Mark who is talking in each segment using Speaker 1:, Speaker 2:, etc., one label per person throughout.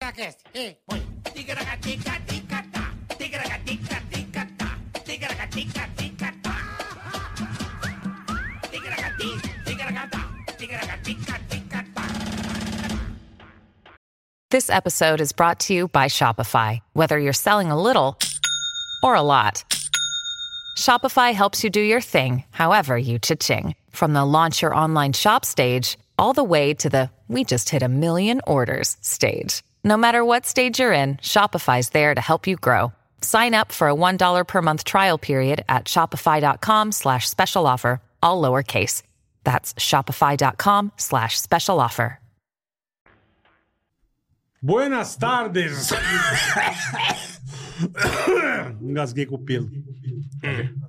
Speaker 1: Ticaracacast. Ei, põe.
Speaker 2: Ticaracatica-ticatá, ticaracatica-ticatá, ticaracatica-ticatá. Ticaracati, ticaracatá, ticaracatica-ticatá.
Speaker 3: This episode is brought to you by Shopify. Whether you're selling a little or a lot, Shopify helps you do your thing, however you cha-ching. From the launch your online shop stage, all the way to the we just hit a million orders stage. No matter what stage you're in, Shopify's there to help you grow. Sign up for a $1 per month trial period at shopify.com slash special offer, all lowercase. That's shopify.com slash special offer.
Speaker 4: Buenas tardes. Engasguei com o pelo.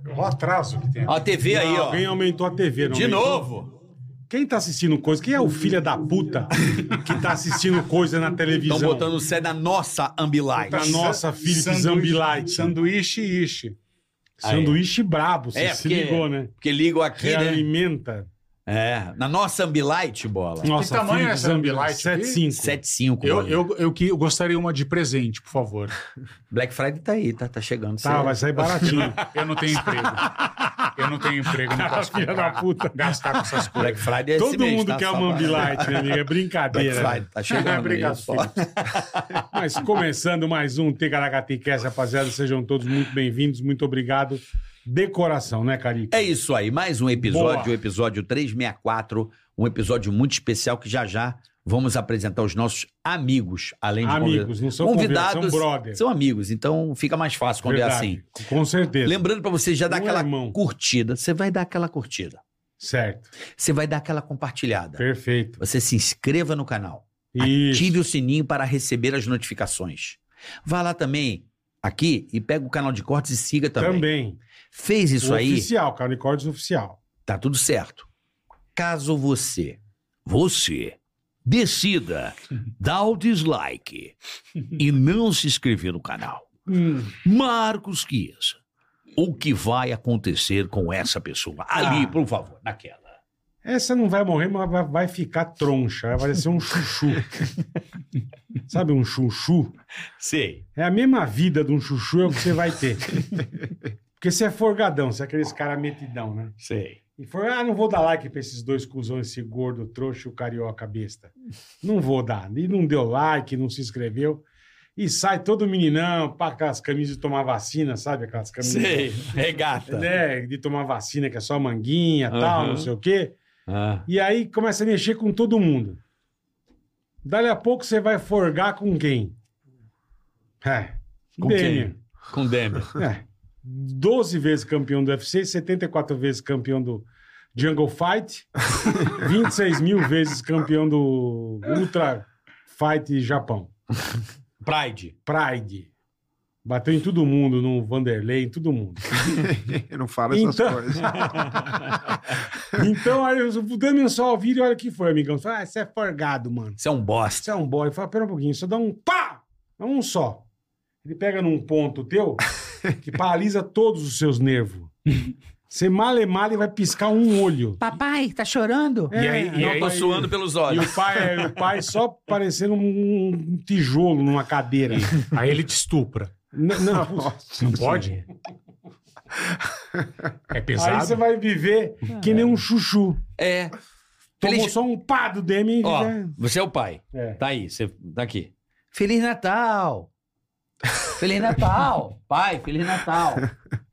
Speaker 5: Olha o atraso que tem.
Speaker 6: Ó a TV aí, ó.
Speaker 4: Alguém aumentou a TV, não
Speaker 6: De
Speaker 4: aumentou?
Speaker 6: novo.
Speaker 4: Quem tá assistindo coisa? Quem é o filho da puta que tá assistindo coisa na televisão?
Speaker 6: Estão Então botando o Cé na nossa Ambilight.
Speaker 4: Pra Tá nossa, Philips
Speaker 5: Sanduíche-
Speaker 4: Ambilight.
Speaker 5: Sanduíche e ishi.
Speaker 4: Sanduíche brabo, você
Speaker 6: É,
Speaker 4: se
Speaker 6: porque-
Speaker 4: ligou, né?
Speaker 6: Porque ligam aqui, né?
Speaker 4: Realimenta.
Speaker 6: É. Na nossa Ambilight, bola.
Speaker 4: Nossa,
Speaker 5: Que tamanho é essa Ambilight?
Speaker 4: 75.
Speaker 6: 75.
Speaker 5: Eu,
Speaker 6: bola.
Speaker 5: eu, eu, que- eu gostaria uma de presente, por favor.
Speaker 6: Black Friday tá aí, tá, tá chegando.
Speaker 4: Tá,
Speaker 6: Cê-
Speaker 4: vai sair baratinho.
Speaker 5: Eu não tenho emprego. Eu não tenho emprego, não posso
Speaker 4: Filha
Speaker 5: comprar,
Speaker 4: da puta.
Speaker 5: gastar com essas coisas.
Speaker 6: Black Friday é esse
Speaker 4: Todo
Speaker 6: mês,
Speaker 4: mundo
Speaker 6: tá?
Speaker 4: quer
Speaker 6: Só
Speaker 4: uma
Speaker 6: pra-
Speaker 4: Ambilight, né, amigo? É
Speaker 6: Black
Speaker 4: brincadeira.
Speaker 6: Friday, tá chegando.
Speaker 5: Obrigado,
Speaker 6: isso, bola.
Speaker 4: Mas começando mais um Ticaracatiquest, rapaziada, sejam todos muito bem-vindos, muito obrigado. Decoração, né, Carica?
Speaker 6: É isso aí, mais um episódio,
Speaker 4: Boa.
Speaker 6: o episódio 364, um episódio muito especial que já já vamos apresentar os nossos amigos, além de
Speaker 4: Amigos, não são
Speaker 6: convidados,
Speaker 4: convidados, são brothers.
Speaker 6: são amigos, então fica mais fácil quando é assim.
Speaker 4: Com certeza.
Speaker 6: Lembrando pra você já dar
Speaker 4: Não é
Speaker 6: aquela
Speaker 4: irmão.
Speaker 6: curtida, você vai dar aquela curtida,
Speaker 4: Certo.
Speaker 6: você vai dar aquela compartilhada,
Speaker 4: Perfeito.
Speaker 6: você se inscreva no canal,
Speaker 4: Isso.
Speaker 6: ative o sininho para receber as notificações. Vá lá também aqui e pega o canal de cortes e siga também.
Speaker 4: Também.
Speaker 6: Fez isso
Speaker 4: O
Speaker 6: aí?
Speaker 4: Oficial, Caricordes oficial.
Speaker 6: Tá tudo certo. Caso você, você, decida dar o dislike e não se inscrever no canal, Marcos Chiesa, o que vai acontecer com essa pessoa? Ali, por favor, naquela.
Speaker 4: Essa não vai morrer, mas vai- vai ficar troncha. Vai parecer um chuchu. Sabe um chuchu?
Speaker 6: Sei.
Speaker 4: É a mesma vida de um chuchu é o que você vai ter. Porque você é forgadão, você é aqueles caras metidão, né?
Speaker 6: Sei.
Speaker 4: E foi, ah, não vou dar like pra esses dois cuzões, esse gordo, trouxa e o carioca besta. Não vou dar. E não deu like, não se inscreveu. E sai todo meninão pra aquelas camisas de tomar vacina, sabe? Aquelas camisas
Speaker 6: é Regata.
Speaker 4: né, de tomar vacina, que é só manguinha, tal,
Speaker 6: Aham.
Speaker 4: não sei o quê.
Speaker 6: Ah.
Speaker 4: E aí começa a mexer com todo mundo. Dali a pouco você vai forgar com quem? É.
Speaker 6: Com
Speaker 4: Demian.
Speaker 6: quem? Com Demer.
Speaker 4: É. 12 vezes campeão do UFC, 74 vezes campeão do Jungle Fight, 26 mil vezes campeão do Ultra Fight Japão.
Speaker 6: Pride.
Speaker 4: Pride. Bateu em todo mundo, no Vanderlei, em todo mundo.
Speaker 7: Eu não falo essas
Speaker 4: Então-
Speaker 7: coisas.
Speaker 4: Então aí o Damian só vira e olha o que foi, amigão. Fala, ah, você é forgado, mano.
Speaker 6: Você é um bosta.
Speaker 4: Você é um boy. Fala, pera um pouquinho, só dá um pá! Dá um só. Ele pega num ponto teu que paralisa todos os seus nervos. Você malemala e vai piscar um olho.
Speaker 2: Papai, tá chorando?
Speaker 4: É, não,
Speaker 6: Eu tô suando pelos
Speaker 4: E
Speaker 6: olhos.
Speaker 4: o pai, o pai só parecendo um, um tijolo numa cadeira.
Speaker 5: Aí ele te estupra.
Speaker 4: Não, não,
Speaker 5: Não pode? É
Speaker 4: aí você
Speaker 5: pesado?
Speaker 4: vai viver que nem um chuchu.
Speaker 6: É.
Speaker 4: Tomou
Speaker 6: Feliz-
Speaker 4: só um pá do Demi e
Speaker 6: Ó,
Speaker 4: fica-
Speaker 6: você é o pai.
Speaker 4: É.
Speaker 6: Tá aí, você tá aqui. Feliz Natal! Feliz Natal! Pai, Feliz Natal!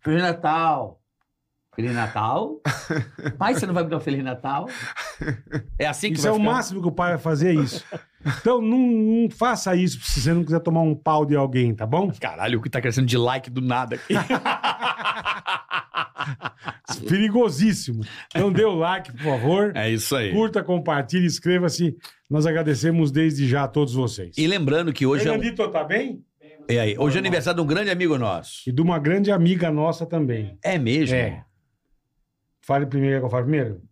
Speaker 6: Feliz Natal! Feliz Natal! Pai, você não vai me dar um Feliz Natal? É assim que
Speaker 4: Isso
Speaker 6: vai
Speaker 4: é o
Speaker 6: ficar?
Speaker 4: máximo que o pai vai fazer é isso. Então não, não faça isso se você não quiser tomar um pau de alguém, tá bom?
Speaker 6: Caralho, o que tá crescendo de like do nada aqui.
Speaker 4: Perigosíssimo. Então dê o like, por favor.
Speaker 6: É isso aí.
Speaker 4: Curta, compartilhe, inscreva-se. Nós agradecemos desde já a todos vocês.
Speaker 6: E lembrando que hoje é, um-
Speaker 4: Fernandito tá bem?
Speaker 6: é aí, hoje é aniversário de um grande amigo nosso.
Speaker 4: E de uma grande amiga nossa também.
Speaker 6: É mesmo?
Speaker 4: É. Fale primeiro, quer que eu falo primeiro?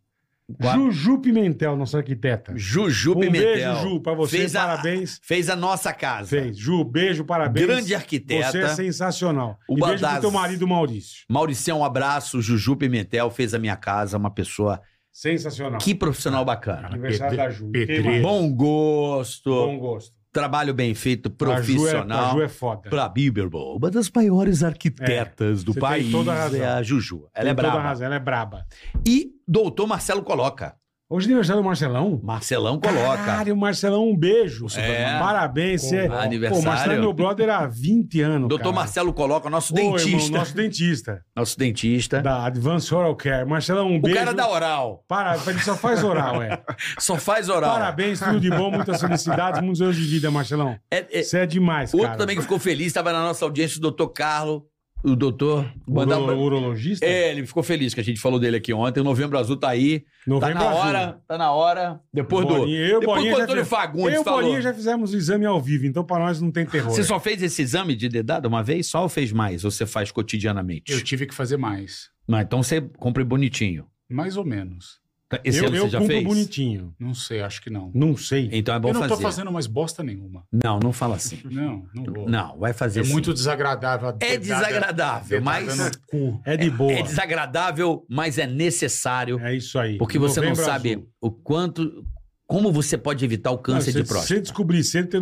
Speaker 6: Qua-
Speaker 4: Juju Pimentel, nossa arquiteta.
Speaker 6: Juju
Speaker 4: um
Speaker 6: Pimentel.
Speaker 4: beijo, Ju, pra você,
Speaker 6: Fez a-
Speaker 4: parabéns.
Speaker 6: Fez a nossa casa.
Speaker 4: Fez. Ju, beijo, parabéns.
Speaker 6: Grande arquiteta.
Speaker 4: Você é sensacional.
Speaker 6: O
Speaker 4: e beijo
Speaker 6: Badazzi.
Speaker 4: pro teu marido Maurício.
Speaker 6: Mauricião, um abraço. Juju Pimentel fez a minha casa, uma pessoa.
Speaker 4: Sensacional.
Speaker 6: Que profissional bacana.
Speaker 4: Aniversário
Speaker 5: Pedre-
Speaker 4: da Ju.
Speaker 5: pedreiro.
Speaker 4: Quem mais?
Speaker 6: Bom gosto.
Speaker 4: Bom gosto.
Speaker 6: Trabalho bem feito,
Speaker 4: A
Speaker 6: profissional.
Speaker 4: Ju é, a Ju é foda.
Speaker 6: Pra Biberbol, uma das maiores arquitetas do
Speaker 4: você tem
Speaker 6: país
Speaker 4: toda a razão.
Speaker 6: é a Juju. Ela
Speaker 4: Tem
Speaker 6: é
Speaker 4: toda a
Speaker 6: brava.
Speaker 4: razão, ela é braba.
Speaker 6: E doutor Marcelo coloca.
Speaker 4: Hoje é aniversário do Marcelão?
Speaker 6: Marcelão coloca.
Speaker 4: Caralho, Marcelão, um beijo.
Speaker 6: É.
Speaker 4: Parabéns. Você...
Speaker 6: Aniversário.
Speaker 4: Pô, Marcelão é meu brother há 20 anos,
Speaker 6: Doutor
Speaker 4: cara.
Speaker 6: Marcelo coloca, nosso
Speaker 4: Ô,
Speaker 6: dentista.
Speaker 4: irmão, nosso dentista.
Speaker 6: Nosso dentista.
Speaker 4: Da Advanced Oral Care. Marcelão, um
Speaker 6: O
Speaker 4: beijo.
Speaker 6: cara da oral.
Speaker 4: Para, ele só faz oral, é.
Speaker 6: Só faz oral.
Speaker 4: Parabéns, tudo de bom, muitas felicidades, muitos anos de vida, Marcelão.
Speaker 6: É- é-
Speaker 4: Você é demais,
Speaker 6: outro
Speaker 4: cara.
Speaker 6: também que ficou feliz, estava na nossa audiência, o doutor Carlo. O doutor. Mandar um-
Speaker 4: Uro- urologista?
Speaker 6: É, ele ficou feliz que a gente falou dele aqui ontem. O Novembro Azul tá aí.
Speaker 4: Novembro
Speaker 6: tá na
Speaker 4: Azul.
Speaker 6: hora, tá na hora. Depois do.
Speaker 4: Bolinha, eu,
Speaker 6: depois
Speaker 4: Bolinha,
Speaker 6: do
Speaker 4: já
Speaker 6: Antônio
Speaker 4: fiz-
Speaker 6: Fagundes
Speaker 4: eu e
Speaker 6: falou.
Speaker 4: Bolinha já fizemos o exame ao vivo, então pra nós não tem terror.
Speaker 6: Você só fez esse exame de dedada uma vez só ou fez mais? Ou você faz cotidianamente?
Speaker 5: Eu tive que fazer mais.
Speaker 6: Não, então você compra bonitinho.
Speaker 5: Mais ou menos.
Speaker 6: Tá, Esse
Speaker 4: eu,
Speaker 6: ano
Speaker 4: eu
Speaker 6: você já
Speaker 4: cumpro
Speaker 6: fez?
Speaker 4: bonitinho.
Speaker 5: Não sei, acho que não.
Speaker 4: Não sei.
Speaker 6: Então é bom
Speaker 5: eu não
Speaker 6: fazer.
Speaker 5: tô fazendo mais bosta nenhuma.
Speaker 6: Não, não fala assim.
Speaker 5: Não, não vou.
Speaker 6: Não, vai fazer
Speaker 5: É
Speaker 6: sim.
Speaker 5: muito desagradável. a
Speaker 6: É
Speaker 4: né?
Speaker 5: dedada-
Speaker 6: desagradável,
Speaker 5: dedada
Speaker 6: mas
Speaker 5: no cu.
Speaker 4: É de boa.
Speaker 6: é desagradável, mas é necessário,
Speaker 4: É, isso aí.
Speaker 6: porque você não
Speaker 4: Novembro
Speaker 6: sabe
Speaker 4: Azul.
Speaker 6: o quanto como você pode evitar o câncer
Speaker 4: Não,
Speaker 6: de
Speaker 4: Se você
Speaker 6: próstata.
Speaker 4: descobrir cedo, tem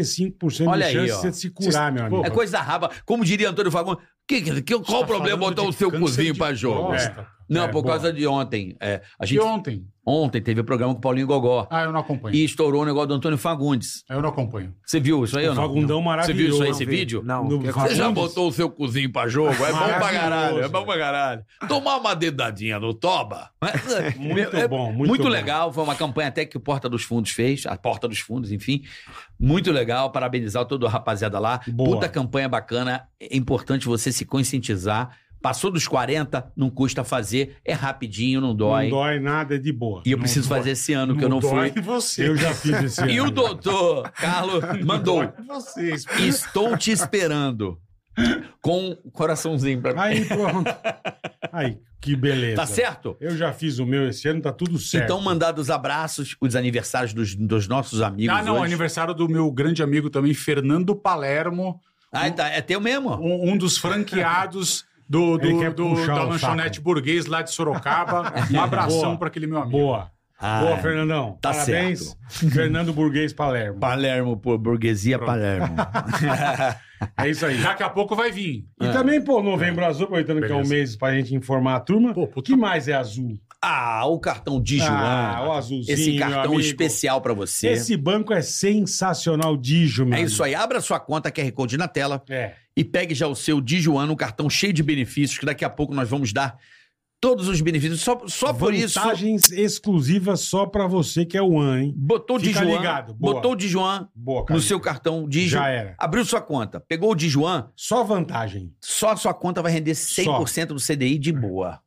Speaker 4: 95%
Speaker 6: Olha
Speaker 4: de
Speaker 6: aí,
Speaker 4: chance
Speaker 6: ó.
Speaker 4: de você se curar, meu amigo.
Speaker 6: É coisa raba. Como diria Antônio Fagundes, que, que- que- qual o
Speaker 5: Tá
Speaker 6: problema
Speaker 5: falando
Speaker 6: botar
Speaker 5: de
Speaker 6: o seu
Speaker 5: câncer
Speaker 6: cozinho
Speaker 5: de
Speaker 6: pra jogo?
Speaker 5: próstata.
Speaker 4: É.
Speaker 6: Não, por
Speaker 4: boa.
Speaker 6: causa de ontem. É, a
Speaker 5: E
Speaker 6: gente
Speaker 5: ontem?
Speaker 6: ontem teve o programa com o Paulinho Gogó
Speaker 5: Ah, eu não acompanho.
Speaker 6: e estourou o negócio do Antônio Fagundes.
Speaker 5: Eu não acompanho.
Speaker 6: Você viu isso aí
Speaker 4: O
Speaker 6: ou não?
Speaker 4: Fagundão
Speaker 6: Você
Speaker 4: maravilhoso.
Speaker 6: viu isso aí, esse
Speaker 2: Não,
Speaker 6: vídeo?
Speaker 2: Não.
Speaker 4: No
Speaker 2: o que
Speaker 4: Fagundes?
Speaker 6: Você
Speaker 2: aconteceu?
Speaker 6: já botou o seu cozinho pra jogo? É bom pra
Speaker 4: Maravilhoso,
Speaker 6: caralho, é bom pra caralho. Tomar uma dedadinha no toba.
Speaker 4: Muito
Speaker 6: É-
Speaker 4: bom, muito,
Speaker 6: Muito,
Speaker 4: bom.
Speaker 6: legal, foi uma campanha até que o Porta dos Fundos fez, a Porta dos Fundos, enfim. Muito legal, parabenizar toda a rapaziada lá.
Speaker 4: Boa.
Speaker 6: Puta campanha bacana, é importante você se conscientizar. Passou dos 40, não custa fazer, é rapidinho, não dói.
Speaker 4: Não dói nada, é de boa.
Speaker 6: E eu preciso fazer esse ano, que eu não
Speaker 5: dói
Speaker 6: fui.
Speaker 5: em você.
Speaker 4: Eu já fiz esse
Speaker 6: E o
Speaker 4: ano.
Speaker 6: doutor Carlos mandou.
Speaker 5: Dói em vocês.
Speaker 6: Estou te esperando. Com um coraçãozinho pra mim.
Speaker 4: Aí pronto. Aí, que beleza.
Speaker 6: Tá certo?
Speaker 4: Eu já fiz o meu esse ano, tá tudo certo.
Speaker 6: Então, mandado os abraços, os aniversários dos, dos nossos amigos.
Speaker 5: Ah, não,
Speaker 6: hoje.
Speaker 5: aniversário do meu grande amigo também, Fernando Palermo,
Speaker 6: Ah, tá, é teu mesmo?
Speaker 5: um, um dos franqueados do, do-
Speaker 4: Ele quer
Speaker 5: do-
Speaker 4: puxar
Speaker 5: da
Speaker 4: o
Speaker 5: lanchonete burguês lá de Sorocaba. Um
Speaker 4: Boa.
Speaker 5: abração para aquele meu amigo.
Speaker 4: Boa.
Speaker 6: Ah,
Speaker 4: Boa, Fernandão.
Speaker 6: tá
Speaker 4: Parabéns. Fernando Burguês Palermo.
Speaker 6: é. Palermo, pô, burguesia Palermo.
Speaker 4: É isso aí.
Speaker 5: Daqui a pouco vai vir.
Speaker 6: Ah.
Speaker 4: E também, pô, novembro azul, aproveitando que é um
Speaker 5: Beleza.
Speaker 4: mês pra gente informar a turma.
Speaker 5: Pô,
Speaker 4: o
Speaker 5: puta-
Speaker 4: que mais é azul?
Speaker 6: ah, o cartão de João.
Speaker 4: Ah, o azulzinho,
Speaker 6: Esse
Speaker 4: meu
Speaker 6: cartão
Speaker 4: amigo.
Speaker 6: especial pra você.
Speaker 4: Esse banco é sensacional, Digio, meu
Speaker 6: É isso aí. Abra sua conta QR Code na tela
Speaker 4: amigo. É.
Speaker 6: e pegue já o seu Dijuan, um cartão cheio de benefícios, que daqui a pouco nós vamos dar todos os benefícios. Só, só por isso.
Speaker 4: Vantagens exclusivas só pra você que é o AN, hein?
Speaker 6: Botou o
Speaker 4: Fica
Speaker 6: Dijuan.
Speaker 4: ligado, boa.
Speaker 6: Botou o Dijuan
Speaker 4: Boa, cara.
Speaker 6: no seu cartão Dijuan.
Speaker 4: Já é. era.
Speaker 6: Abriu sua conta, pegou o Dijuan,
Speaker 4: Só vantagem.
Speaker 6: só a sua conta vai render 100% do CDI de boa.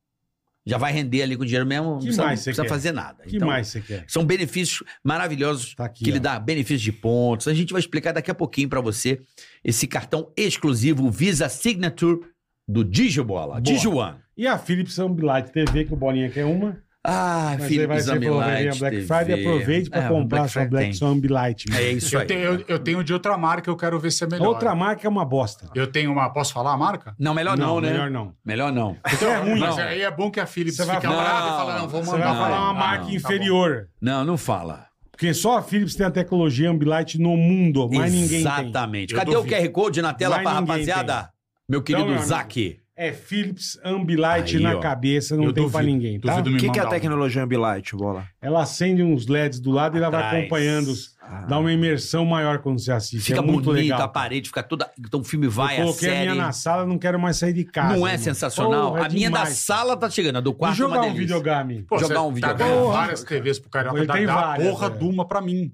Speaker 6: Já vai render ali com o dinheiro mesmo, não
Speaker 4: É. Que
Speaker 6: precisa,
Speaker 4: mais
Speaker 6: não
Speaker 4: você
Speaker 6: precisa
Speaker 4: quer?
Speaker 6: fazer nada. Então,
Speaker 4: O que mais você quer?
Speaker 6: São benefícios maravilhosos
Speaker 4: Tá aqui,
Speaker 6: que lhe
Speaker 4: ó.
Speaker 6: dá benefícios de pontos. A gente vai explicar daqui a pouquinho pra você esse cartão exclusivo o Visa Signature do Digibola,
Speaker 4: Boa.
Speaker 6: Digione.
Speaker 4: E a Philips Ambilight TV, que o Bolinha quer uma.
Speaker 6: Ah,
Speaker 4: Mas aí
Speaker 6: Felipe
Speaker 4: vai ser
Speaker 6: Zambilite
Speaker 4: provavelmente a Black
Speaker 6: TV.
Speaker 4: Friday. Aproveite pra
Speaker 6: É,
Speaker 4: comprar
Speaker 6: Black
Speaker 4: sua
Speaker 6: Friday
Speaker 4: Black
Speaker 6: tem.
Speaker 4: Sun Ambilight. meu.
Speaker 6: É isso
Speaker 5: eu,
Speaker 6: aí.
Speaker 5: tenho, eu- eu tenho de outra marca, eu quero ver se é melhor.
Speaker 4: Outra marca é uma bosta.
Speaker 5: Eu tenho uma. Posso falar a marca?
Speaker 6: Não, melhor não, né?
Speaker 4: Melhor
Speaker 6: Melhor,
Speaker 4: não.
Speaker 6: não.
Speaker 4: Então é ruim.
Speaker 5: Mas
Speaker 6: Não.
Speaker 5: aí é bom que a Philips
Speaker 4: Você vai
Speaker 5: fica
Speaker 6: falar-
Speaker 5: brava e fala: não, vou
Speaker 4: Você
Speaker 5: mandar.
Speaker 4: vai falar uma
Speaker 6: não.
Speaker 4: marca
Speaker 5: Tá bom.
Speaker 4: inferior.
Speaker 6: Não, não fala.
Speaker 4: Porque só a Philips tem a tecnologia Ambilight no mundo, mas ninguém tem.
Speaker 6: Exatamente.
Speaker 5: Eu
Speaker 6: Cadê o
Speaker 5: duvido.
Speaker 6: QR Code na tela
Speaker 4: Mas
Speaker 6: pra
Speaker 4: ninguém Então,
Speaker 6: rapaziada? Meu querido
Speaker 4: meu amigo,
Speaker 6: Zaque.
Speaker 4: É Philips Ambilight
Speaker 6: Aí,
Speaker 4: na
Speaker 6: ó.
Speaker 4: cabeça, não
Speaker 5: Eu
Speaker 4: tem pra
Speaker 5: duvido,
Speaker 4: ninguém, tá?
Speaker 5: duvido
Speaker 2: O
Speaker 5: me
Speaker 2: que, que é a
Speaker 5: mandar um.
Speaker 2: tecnologia Ambilight, Bola?
Speaker 4: Ela acende uns LEDs do lado e ela vai
Speaker 6: Atrás.
Speaker 4: acompanhando. os-
Speaker 2: Ah.
Speaker 4: Dá uma imersão maior quando você assiste.
Speaker 6: Fica
Speaker 4: é muito
Speaker 6: bonito,
Speaker 4: legal.
Speaker 6: a parede fica toda. Então o filme vai,
Speaker 4: Eu
Speaker 6: a
Speaker 4: coloquei a,
Speaker 6: série.
Speaker 4: minha na sala, não quero mais sair de casa.
Speaker 6: não é
Speaker 4: irmão.
Speaker 6: sensacional?
Speaker 4: Porra, é
Speaker 6: a minha da
Speaker 4: demais.
Speaker 6: sala tá chegando, a do
Speaker 4: E
Speaker 6: quarto é
Speaker 4: jogar
Speaker 6: uma
Speaker 4: um
Speaker 6: delícia.
Speaker 4: videogame.
Speaker 5: Pô,
Speaker 6: Jogar
Speaker 5: você
Speaker 6: um
Speaker 5: tá
Speaker 6: vídeo.
Speaker 5: dando
Speaker 4: Porra.
Speaker 5: várias TVs pro Carioca.
Speaker 4: Ele
Speaker 5: Dá,
Speaker 4: tem
Speaker 5: dá
Speaker 4: várias,
Speaker 5: porra
Speaker 4: é.
Speaker 5: de uma pra mim.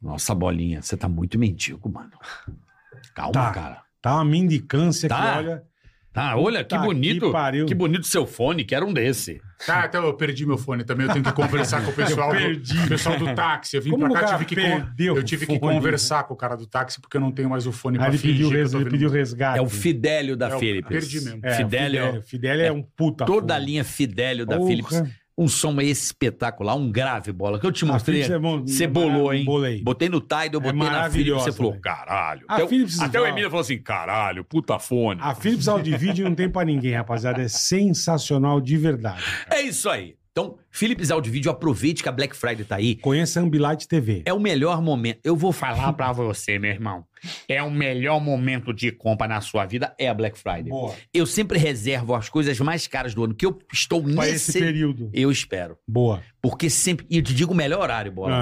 Speaker 6: Nossa, bolinha, você tá muito mendigo, mano. Calma,
Speaker 4: Tá.
Speaker 6: cara.
Speaker 4: Tá uma mendicância
Speaker 6: Tá.
Speaker 4: que olha.
Speaker 6: Tá, olha,
Speaker 4: Tá, que pariu.
Speaker 6: bonito seu fone, que era um desse.
Speaker 5: Tá, então eu perdi meu fone também. Eu tenho que conversar com o pessoal,
Speaker 4: Eu perdi.
Speaker 5: do, pessoal do táxi. Eu vim
Speaker 4: Como o
Speaker 5: pra cá,
Speaker 4: cara
Speaker 5: tive que, con-
Speaker 4: perdeu
Speaker 5: eu tive que
Speaker 4: o fone?
Speaker 5: conversar com o cara do táxi porque eu não tenho mais o fone
Speaker 4: Aí
Speaker 5: pra
Speaker 4: ele pediu,
Speaker 5: fingir. que eu
Speaker 4: res-
Speaker 5: tô
Speaker 4: ele
Speaker 5: ouvindo
Speaker 4: pediu
Speaker 5: música.
Speaker 4: resgate.
Speaker 6: É o Fidélio da
Speaker 5: É o-
Speaker 6: Philips.
Speaker 5: perdi mesmo.
Speaker 4: É, o
Speaker 6: Fidélio.
Speaker 4: Fidelio é um puta.
Speaker 6: Toda a
Speaker 4: foda.
Speaker 6: linha Fidélio da
Speaker 4: Porra.
Speaker 6: Philips. Um som espetacular, um grave bola que eu te
Speaker 4: A
Speaker 6: mostrei.
Speaker 4: Philips é bom-
Speaker 6: Você bolou, hein?
Speaker 4: Bolei. É
Speaker 6: Botei no Tidal, botei na Philips.
Speaker 4: maravilhosa,
Speaker 6: Você falou,
Speaker 4: velho.
Speaker 6: caralho.
Speaker 4: A
Speaker 6: Até o-
Speaker 4: Philips
Speaker 6: até o
Speaker 4: é-
Speaker 6: Emílio falou assim, caralho, puta fone.
Speaker 4: A Philips Audivídeo não tem pra ninguém, rapaziada. É sensacional de verdade.
Speaker 6: É isso aí. Então, Philips Audiovisual, aproveite que a Black Friday tá aí.
Speaker 4: Conheça a Ambilight TV.
Speaker 6: É o melhor momento. Eu vou falar
Speaker 8: Falar
Speaker 6: pra...
Speaker 8: pra você, meu irmão. É o melhor momento de compra na sua vida é a Black Friday.
Speaker 4: Boa.
Speaker 6: Eu sempre reservo as coisas mais caras do ano, que eu estou
Speaker 4: Para esse
Speaker 6: nesse...
Speaker 4: período.
Speaker 6: Eu espero.
Speaker 4: Boa.
Speaker 6: Porque sempre... E eu te digo o melhor horário, Bola.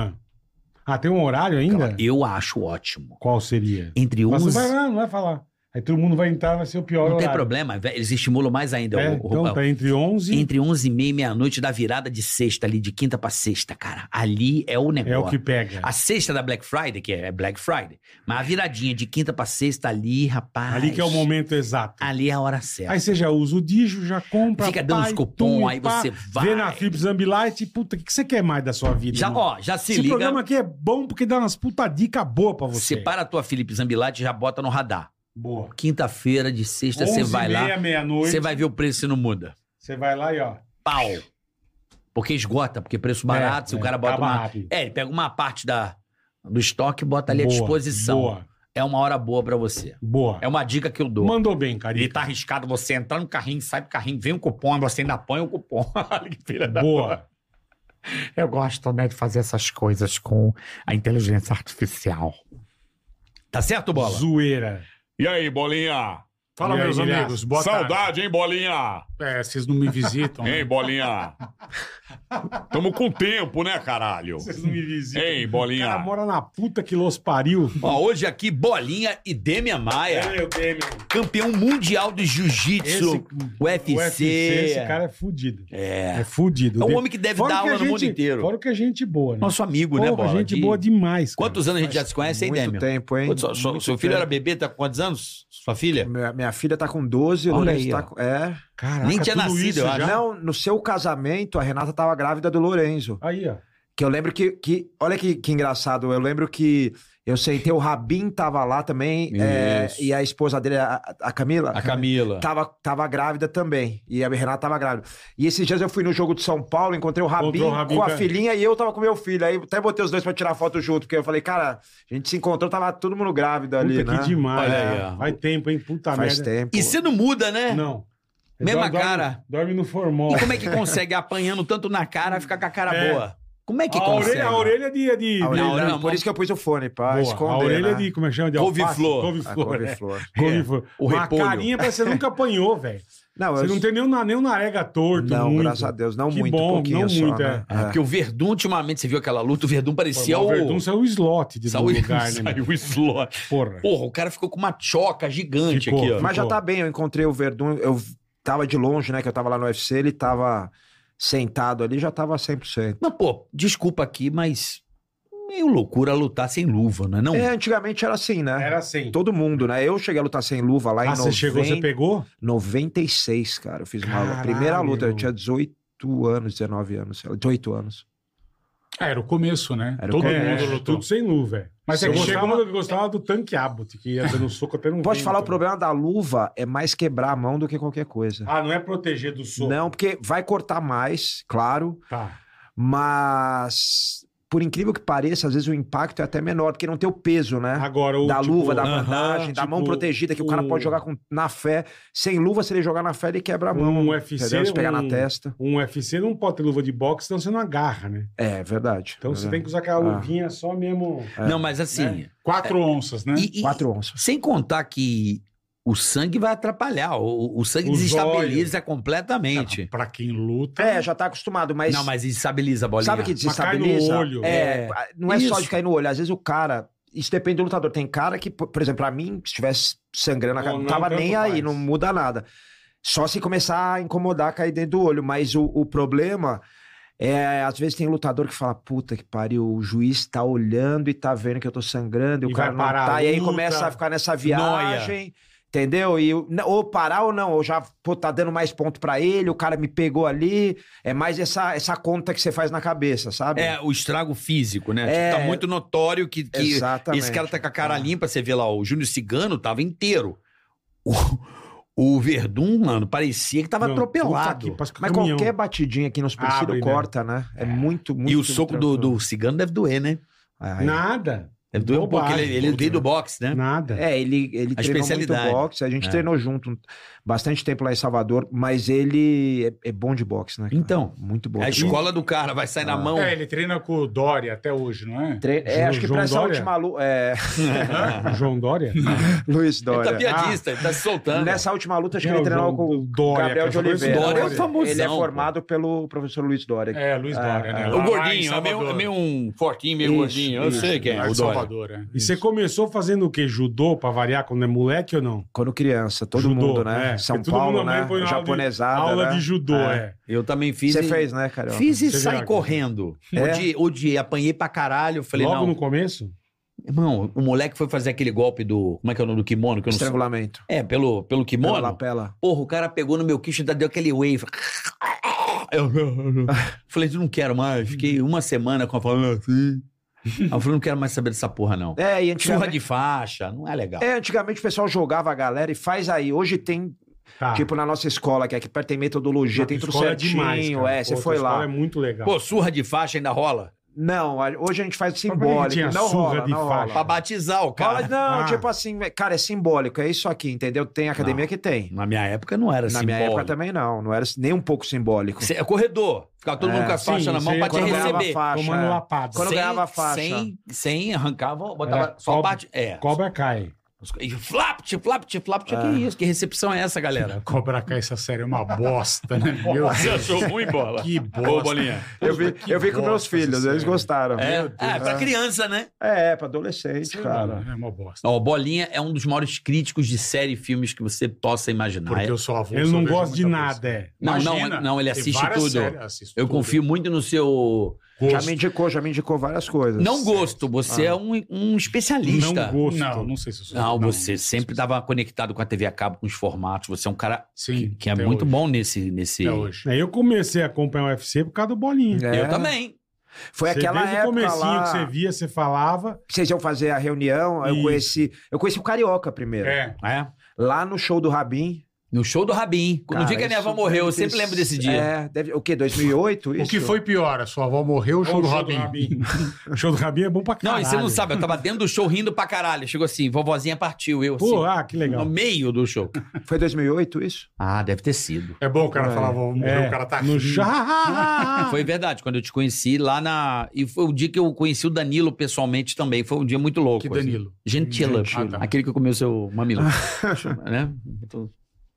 Speaker 4: Ah. Ah, tem um horário ainda?
Speaker 6: Eu acho ótimo.
Speaker 4: Qual seria?
Speaker 6: Entre
Speaker 4: Mas
Speaker 6: 11...
Speaker 4: não vai, não, não vai falar. Aí todo mundo vai entrar, vai ser o pior
Speaker 6: Não tem
Speaker 4: horário.
Speaker 6: problema, velho, eles estimulam mais ainda
Speaker 4: É,
Speaker 6: o, o
Speaker 4: então tá entre 11
Speaker 6: Entre 11 e meia e meia-noite da virada de sexta ali, de quinta pra sexta, cara. Ali é o negócio.
Speaker 4: é o que pega.
Speaker 6: A sexta da Black Friday, que é Black Friday, mas a viradinha de quinta pra sexta ali, rapaz.
Speaker 4: Ali que é o momento exato.
Speaker 6: Ali é a hora certa.
Speaker 4: Aí você já usa o Dijo, já compra.
Speaker 6: Fica dando
Speaker 4: pai,
Speaker 6: os cupom,
Speaker 4: tum,
Speaker 6: aí
Speaker 4: pá,
Speaker 6: você vai.
Speaker 4: Vê na Philips Ambilight, puta, o que você quer mais da sua vida?
Speaker 6: já,
Speaker 4: irmão?
Speaker 6: ó, já se
Speaker 4: Esse
Speaker 6: liga.
Speaker 4: programa aqui é bom porque dá umas puta dica boa pra você.
Speaker 6: Separa a tua Felipe Zambilati e já bota no radar.
Speaker 4: Boa.
Speaker 6: Quinta-feira de sexta, você
Speaker 4: 11
Speaker 6: vai
Speaker 4: e
Speaker 6: lá.
Speaker 4: meia, meia-noite.
Speaker 6: Você vai ver o preço se não muda.
Speaker 4: Você vai lá e ó.
Speaker 6: Pau! Porque esgota, porque preço barato, se o
Speaker 4: é,
Speaker 6: cara bota
Speaker 4: acaba
Speaker 6: uma,
Speaker 4: rápido.
Speaker 6: É, ele pega uma parte da, do estoque e bota ali
Speaker 4: Boa,
Speaker 6: à disposição.
Speaker 4: Boa,
Speaker 6: É uma hora boa pra você.
Speaker 4: boa.
Speaker 6: É uma dica que eu dou.
Speaker 4: Mandou bem,
Speaker 8: E
Speaker 4: Carica.
Speaker 8: tá arriscado você entrar no carrinho, sai do carrinho,
Speaker 6: um
Speaker 8: vem o cupom, você ainda põe o cupom. Olha que filha da
Speaker 4: Boa.
Speaker 8: Eu gosto, né, de fazer essas coisas com a inteligência artificial.
Speaker 6: Tá certo, Bola?
Speaker 4: Zoeira.
Speaker 8: E aí,
Speaker 4: E
Speaker 8: bolinha?
Speaker 5: Fala,
Speaker 4: aí,
Speaker 5: meus
Speaker 4: Guilherme?
Speaker 5: amigos. Boa tarde.
Speaker 8: hein, bolinha?
Speaker 5: É, vocês não me visitam.
Speaker 8: É,
Speaker 5: né?
Speaker 8: bolinha? Tamo com tempo, né, caralho?
Speaker 4: Vocês não me visitam.
Speaker 8: Ei,
Speaker 4: O
Speaker 8: bolinha.
Speaker 4: cara mora na puta que los pariu.
Speaker 6: Ó, hoje aqui, Bolinha e Demian Maia,
Speaker 4: Meu Deus,
Speaker 6: campeão mundial de jiu-jitsu, UFC.
Speaker 4: O UFC, esse cara é fudido.
Speaker 6: É.
Speaker 4: É fudido.
Speaker 6: É um
Speaker 4: De-
Speaker 6: homem que deve
Speaker 4: Fora
Speaker 6: dar
Speaker 4: que a
Speaker 6: aula no mundo
Speaker 4: gente-
Speaker 6: inteiro.
Speaker 4: Fora que é gente boa, né?
Speaker 6: Nosso amigo,
Speaker 4: Porra,
Speaker 6: né, Bola?
Speaker 4: gente
Speaker 6: De-
Speaker 4: boa demais, cara.
Speaker 6: Quantos anos a gente já se conhece, É hein,
Speaker 2: Muito
Speaker 6: Demian?
Speaker 2: tempo, hein?
Speaker 6: Quantos- sua- sua-
Speaker 2: Muito
Speaker 6: seu filho
Speaker 2: tempo.
Speaker 6: era bebê, tá com quantos anos? Sua filha?
Speaker 2: Minha, minha filha tá com 12,
Speaker 6: Olha
Speaker 2: Lula
Speaker 6: aí,
Speaker 2: está
Speaker 6: ó.
Speaker 2: com... É.
Speaker 4: Caraca,
Speaker 6: Nem tinha
Speaker 4: tudo
Speaker 6: nascido,
Speaker 4: isso
Speaker 6: eu
Speaker 4: já?
Speaker 6: acho.
Speaker 2: Não, no seu casamento, a Renata tava grávida do Lorenzo.
Speaker 4: Aí, ó.
Speaker 2: Que eu lembro que. que olha que, que engraçado. Eu lembro que eu sentei, o Rabin tava lá também. é,
Speaker 6: Isso.
Speaker 2: e a esposa dele, a, a Camila.
Speaker 6: A
Speaker 4: Tá.
Speaker 6: Camila.
Speaker 2: Tava, tava grávida também. E a Renata tava grávida. E esses dias eu fui no jogo de São Paulo, encontrei o Rabin,
Speaker 4: Encontrou o Rabin
Speaker 2: com a
Speaker 4: pra-
Speaker 2: filhinha e eu tava com meu filho. Aí até botei os dois pra tirar foto junto, porque eu falei, cara, a gente se encontrou, tava todo mundo grávido ali,
Speaker 4: Puta
Speaker 2: né?
Speaker 4: que demais.
Speaker 6: Olha
Speaker 4: né?
Speaker 6: aí, ó.
Speaker 4: Faz tempo, hein? Puta
Speaker 2: Faz
Speaker 4: merda.
Speaker 2: tempo.
Speaker 6: E você não muda, né?
Speaker 4: Não.
Speaker 6: Mesma
Speaker 4: Dorme-
Speaker 6: cara.
Speaker 4: Dorme no formol.
Speaker 6: E como é que consegue, apanhando tanto na cara, ficar com a cara
Speaker 4: É.
Speaker 6: boa? Como é que
Speaker 4: a,
Speaker 6: consegue?
Speaker 4: orelha, a orelha de... de
Speaker 2: A orelha-
Speaker 6: Não, não,
Speaker 2: por
Speaker 6: mas-
Speaker 2: isso que eu pus o fone, pra
Speaker 4: Boa,
Speaker 2: esconder.
Speaker 4: a orelha
Speaker 2: né?
Speaker 4: de, como é que chama? De
Speaker 6: Couve-flor. É.
Speaker 4: alface?
Speaker 2: A
Speaker 4: Couve-flor, é.
Speaker 2: couve-flor.
Speaker 4: Couve-flor.
Speaker 6: O
Speaker 4: Uma
Speaker 6: repolho.
Speaker 4: carinha parece que você nunca apanhou, velho.
Speaker 2: Não,
Speaker 4: Você
Speaker 2: eu...
Speaker 4: não tem nem o, na- nem o narega torto,
Speaker 2: Não,
Speaker 4: muito.
Speaker 2: graças a Deus, não
Speaker 4: Que
Speaker 2: muito,
Speaker 4: bom,
Speaker 2: pouquinho
Speaker 4: não
Speaker 2: só,
Speaker 4: muito, é.
Speaker 2: né?
Speaker 6: Ah, Porque o Verdun, ultimamente, você viu aquela luta, o Verdun parecia
Speaker 4: o
Speaker 6: é o...
Speaker 4: Verdun saiu o slot de
Speaker 6: Saiu,
Speaker 4: um lugar, né? meu?
Speaker 6: saiu o é slot.
Speaker 4: Porra.
Speaker 6: Porra, o cara ficou com uma choca gigante
Speaker 4: Ficou.
Speaker 6: aqui, ó.
Speaker 2: Mas já
Speaker 4: Pô.
Speaker 2: tá bem, eu encontrei o Verdun, eu tava de longe, né, que eu tava lá no UFC, ele tava sentado ali, já tava 100%.
Speaker 6: Mas, pô, desculpa aqui, mas meio loucura lutar sem luva, não é não?
Speaker 2: É, antigamente era assim, né?
Speaker 4: Era assim.
Speaker 2: Todo mundo, né? Eu cheguei a lutar sem luva lá em
Speaker 4: Ah, você
Speaker 2: 90,
Speaker 4: chegou, você pegou?
Speaker 2: 96, cara. Eu fiz uma aula.
Speaker 4: Caralho.
Speaker 2: primeira luta, eu tinha 18 anos, 19 anos, sei lá, 18 anos.
Speaker 5: É, era o começo, né?
Speaker 2: Era o
Speaker 5: Todo
Speaker 2: começo.
Speaker 5: mundo lutou.
Speaker 4: É, tudo sem luva, velho.
Speaker 5: Mas é
Speaker 4: eu
Speaker 5: que
Speaker 4: gostava,
Speaker 5: chega uma-
Speaker 4: eu gostava do tanque Abbott, que ia dando soco até não
Speaker 2: Posso te falar, o problema da luva é mais quebrar a mão do que qualquer coisa.
Speaker 4: Ah, não é proteger do soco.
Speaker 2: Não, porque vai cortar mais, claro,
Speaker 4: Tá.
Speaker 2: mas por incrível que pareça, às vezes o impacto é até menor, porque não tem o peso, né?
Speaker 4: Agora o
Speaker 2: da
Speaker 4: tipo,
Speaker 2: luva, da
Speaker 4: aham,
Speaker 2: bandagem, da mão
Speaker 4: tipo,
Speaker 2: protegida, que o, cara
Speaker 4: o-
Speaker 2: pode jogar com- na fé. Sem luva, se ele jogar na fé, ele quebra a
Speaker 4: Um
Speaker 2: mão.
Speaker 4: UFC,
Speaker 2: entendeu? Se pegar
Speaker 4: um-
Speaker 2: na testa.
Speaker 4: Um UFC não pode ter luva de boxe, senão você não agarra, né?
Speaker 2: É, verdade.
Speaker 4: Então você
Speaker 2: verdade.
Speaker 4: tem que usar aquela
Speaker 2: Ah.
Speaker 4: luvinha só mesmo.
Speaker 6: Não, mas
Speaker 4: É.
Speaker 6: assim.
Speaker 5: Quatro onças, né?
Speaker 6: e- e-
Speaker 2: Quatro onças.
Speaker 6: Sem contar que o sangue vai atrapalhar, o, o sangue
Speaker 4: Os
Speaker 6: desestabiliza completamente.
Speaker 5: Ah, Pra quem luta.
Speaker 6: Ah.
Speaker 2: É, já tá acostumado, mas.
Speaker 6: Tá Não, mas estabiliza a bolinha.
Speaker 2: Sabe o que
Speaker 4: Mas cai no
Speaker 2: desestabiliza?
Speaker 4: olho.
Speaker 2: É,
Speaker 6: É.
Speaker 2: não é só
Speaker 6: Isso.
Speaker 2: de cair no olho. Às vezes o cara. Isso depende do lutador. Tem cara que, por por exemplo, pra mim, se estivesse sangrando, a
Speaker 4: Ou
Speaker 2: cara, não
Speaker 4: não,
Speaker 2: tava
Speaker 4: tanto
Speaker 2: nem aí,
Speaker 4: faz.
Speaker 2: não muda nada. Só se começar a incomodar, cair dentro do olho. Mas o, o problema é, às vezes tem lutador que fala, puta que pariu, o juiz tá olhando e tá vendo que eu tô sangrando, e,
Speaker 4: E
Speaker 2: o cara
Speaker 4: vai
Speaker 2: não
Speaker 4: parar a
Speaker 2: tá. E aí
Speaker 4: luta.
Speaker 2: começa a ficar nessa viagem. Entendeu? E, o- não, ou parar ou não, ou já pô, tá dando mais ponto pra ele, o cara me pegou ali. É mais essa, essa conta que você faz na cabeça, sabe?
Speaker 6: É, o estrago físico, né?
Speaker 2: É.
Speaker 6: Tipo, tá muito notório que, que
Speaker 2: Exatamente.
Speaker 6: esse cara tá com a cara limpa. Você vê lá, ó, o Júnior Cigano tava inteiro. O, o Verdun, mano, parecia que tava
Speaker 4: Não,
Speaker 6: atropelado.
Speaker 4: puta que- parece que
Speaker 2: Mas
Speaker 4: caminhão.
Speaker 2: qualquer batidinha aqui nos
Speaker 4: Abre,
Speaker 2: peixeiros
Speaker 4: né?
Speaker 2: corta, né? É muito, Ah, é. muito.
Speaker 6: E o É. soco do,
Speaker 2: tranquilo.
Speaker 6: do cigano deve doer, né?
Speaker 2: Ai,
Speaker 4: Nada.
Speaker 6: Deve doer um pouco.
Speaker 4: Bobagem,
Speaker 6: Ele, ele
Speaker 4: puta.
Speaker 6: veio do boxe, né?
Speaker 4: Nada.
Speaker 2: É, ele, ele
Speaker 6: A
Speaker 2: treinou muito
Speaker 6: especialidade.
Speaker 2: boxe, a gente
Speaker 6: É.
Speaker 2: treinou junto bastante tempo lá em Salvador, mas ele é, é bom de boxe, né? cara?
Speaker 6: Então,
Speaker 2: Muito bom.
Speaker 6: A escola do cara vai sair na mão.
Speaker 5: É, ele treina com o Dória até hoje, não é?
Speaker 2: Tre... É,
Speaker 4: Ju-
Speaker 2: acho que
Speaker 4: João
Speaker 2: pra essa
Speaker 4: Dória?
Speaker 2: última luta. É,
Speaker 4: O João Dória?
Speaker 2: Luiz
Speaker 6: Ele tá
Speaker 2: Dória.
Speaker 6: piadista, ele tá se soltando.
Speaker 2: Nessa última luta, acho que
Speaker 4: Não,
Speaker 2: ele treinou
Speaker 4: É João
Speaker 2: com o
Speaker 4: Dória,
Speaker 2: Gabriel de
Speaker 4: pelo menos
Speaker 2: Oliveira.
Speaker 6: Dória é
Speaker 2: Ele-
Speaker 6: famosão,
Speaker 2: Ele é
Speaker 6: pô.
Speaker 2: formado pelo professor Luiz Dória.
Speaker 5: É, Luiz Dória, né? Lá-
Speaker 6: O
Speaker 5: lá em
Speaker 6: gordinho, é meio,
Speaker 5: Salvador.
Speaker 6: é meio um fortinho, meio
Speaker 2: Isso,
Speaker 6: gordinho. Eu
Speaker 2: isso.
Speaker 6: sei quem é.
Speaker 5: Lá
Speaker 6: O
Speaker 5: de
Speaker 6: Dória.
Speaker 5: Salvador, é.
Speaker 4: E você começou fazendo o quê? Judô pra variar quando é moleque ou não?
Speaker 2: Quando criança, todo
Speaker 4: Judô,
Speaker 2: mundo, né?
Speaker 4: é.
Speaker 2: São
Speaker 4: Porque todo
Speaker 2: Paulo,
Speaker 4: mundo na
Speaker 2: né?
Speaker 4: mãe foi na aula de-
Speaker 2: Japonesada.
Speaker 4: Aula
Speaker 2: né?
Speaker 4: de judô, é.
Speaker 6: Eu também fiz.
Speaker 2: Você
Speaker 6: e-
Speaker 2: fez, né, Carioca?
Speaker 6: Fiz e
Speaker 4: Você
Speaker 6: saí
Speaker 4: viu,
Speaker 6: correndo.
Speaker 2: É?
Speaker 6: Odiei, odiei, apanhei pra caralho. Falei,
Speaker 4: Logo
Speaker 6: não.
Speaker 4: no começo?
Speaker 6: Irmão, o moleque foi fazer aquele golpe do. Como é que é o nome do kimono? Que eu não sei.
Speaker 2: Estrangulamento.
Speaker 6: É, pelo, pelo
Speaker 2: Pela
Speaker 6: kimono.
Speaker 2: lapela.
Speaker 6: Porra, o cara pegou no meu queixo e ainda deu aquele wave. Eu falei, não quero mais. Fiquei uma semana com a falando assim. Aí eu falei, não quero mais saber dessa porra, não.
Speaker 2: É, e
Speaker 6: Surra
Speaker 2: antigamente...
Speaker 6: de faixa, não é legal.
Speaker 2: É, antigamente o pessoal jogava a galera e faz aí. Hoje tem,
Speaker 4: Tá.
Speaker 2: tipo, na nossa escola, que aqui perto tem metodologia,
Speaker 4: Não,
Speaker 2: tem tudo
Speaker 4: escola é
Speaker 2: certinho. É,
Speaker 4: cara.
Speaker 2: você
Speaker 4: Pô,
Speaker 2: foi
Speaker 4: tua escola
Speaker 2: lá.
Speaker 4: é muito legal.
Speaker 6: Pô, surra de faixa ainda rola?
Speaker 2: Não, a- hoje a gente faz
Speaker 4: que
Speaker 2: simbólico.
Speaker 4: tinha
Speaker 2: não
Speaker 4: surra
Speaker 2: rola,
Speaker 4: de
Speaker 2: não
Speaker 4: faixa?
Speaker 6: Pra
Speaker 2: rola.
Speaker 6: batizar o
Speaker 2: Rola-
Speaker 6: cara.
Speaker 2: não,
Speaker 4: Ah.
Speaker 2: tipo assim, cara, é simbólico, é isso aqui, entendeu? Tem academia que tem.
Speaker 6: Na minha época não
Speaker 4: É
Speaker 6: era
Speaker 2: Na
Speaker 6: assim.
Speaker 2: minha época também não, não era nem um pouco simbólico.
Speaker 6: É corredor. Ficava todo
Speaker 2: É,
Speaker 6: mundo com a faixa
Speaker 4: sim,
Speaker 6: na mão
Speaker 4: você-
Speaker 6: pra te
Speaker 4: quando ganhava
Speaker 6: receber.
Speaker 2: faixa,
Speaker 4: Tomando
Speaker 2: é.
Speaker 4: lapada.
Speaker 2: Quando
Speaker 6: Sem-
Speaker 2: ganhava a faixa.
Speaker 6: Sem, sem arrancava, botava
Speaker 4: Era
Speaker 6: só
Speaker 4: cobra-
Speaker 6: bate. É.
Speaker 4: Cobra cai.
Speaker 6: E Flapt, flapt, flapt. Que isso? Que recepção é essa, galera?
Speaker 5: Cobra Kai, essa série é uma bosta, né? Meu
Speaker 6: Você achou ruim, bola?
Speaker 5: Que
Speaker 6: Ô,
Speaker 5: bosta.
Speaker 6: bolinha.
Speaker 2: Eu vi,
Speaker 5: Que
Speaker 2: eu vi com meus
Speaker 5: bosta,
Speaker 2: filhos, eles
Speaker 5: sério.
Speaker 2: gostaram.
Speaker 6: É,
Speaker 2: É,
Speaker 4: Ah,
Speaker 6: é, pra criança, né?
Speaker 2: é pra adolescente,
Speaker 5: Sei lá,
Speaker 2: cara.
Speaker 5: né? É uma bosta.
Speaker 6: Ó, o Bolinha é um dos maiores críticos de série e filmes que você possa imaginar.
Speaker 5: Porque eu sou avô.
Speaker 4: Ele não gosta de nada, é.
Speaker 6: Não, não, não, ele assiste tudo. eu confio muito no seu.
Speaker 5: muito.
Speaker 2: Já me indicou, já me indicou várias coisas.
Speaker 6: Não gosto, você é um, um especialista.
Speaker 4: Não
Speaker 6: Não,
Speaker 4: gosto.
Speaker 5: Não, não sei se eu sou.
Speaker 6: você sempre estava conectado com a TV a cabo, com os formatos. Você é um cara que,
Speaker 5: Sim,
Speaker 6: que é
Speaker 5: até
Speaker 6: muito
Speaker 5: hoje.
Speaker 6: bom nesse. nesse...
Speaker 5: Até hoje.
Speaker 4: é. Aí eu comecei a acompanhar o UFC por causa do bolinho.
Speaker 2: É.
Speaker 6: Eu também.
Speaker 2: Foi
Speaker 4: Você-
Speaker 2: aquela
Speaker 4: desde o
Speaker 2: época
Speaker 4: comecinho
Speaker 2: lá.
Speaker 4: que você via, você falava.
Speaker 2: Vocês iam fazer a reunião, aí eu
Speaker 4: Isso.
Speaker 2: conheci. Eu conheci o Carioca primeiro.
Speaker 5: É.
Speaker 6: É.
Speaker 2: Lá no show do Rabin.
Speaker 6: No show do Rabin. No
Speaker 2: Cara,
Speaker 6: dia que a minha
Speaker 2: isso
Speaker 6: avó morreu, eu
Speaker 2: deve ter-
Speaker 6: sempre lembro desse dia.
Speaker 2: É, deve, o quê? 2008?
Speaker 5: O que
Speaker 2: Isso?
Speaker 5: foi pior? A sua avó morreu ou o show do Rabin?
Speaker 4: O show do Rabin é bom pra
Speaker 6: Não,
Speaker 4: caralho.
Speaker 6: e você não sabe, eu tava dentro do show rindo pra caralho. Chegou assim, vovozinha partiu, eu
Speaker 4: Pô,
Speaker 6: assim,
Speaker 4: ah, que
Speaker 6: no
Speaker 4: legal.
Speaker 6: meio do show.
Speaker 2: Foi 2008 isso?
Speaker 6: Ah, deve ter sido.
Speaker 5: É bom o cara
Speaker 2: É.
Speaker 5: falar, vó, morreu,
Speaker 4: É.
Speaker 5: o cara tá
Speaker 4: No
Speaker 5: rindo.
Speaker 2: Ah.
Speaker 4: chá.
Speaker 6: Foi verdade, quando eu te conheci lá na. E foi o dia que eu conheci o Danilo pessoalmente também. Foi um dia muito
Speaker 5: Que
Speaker 6: louco. assim.
Speaker 5: Danilo.
Speaker 6: Gentila.
Speaker 5: Gentila. Ah, tá.
Speaker 6: Aquele que comeu seu mamilo. né? Tô-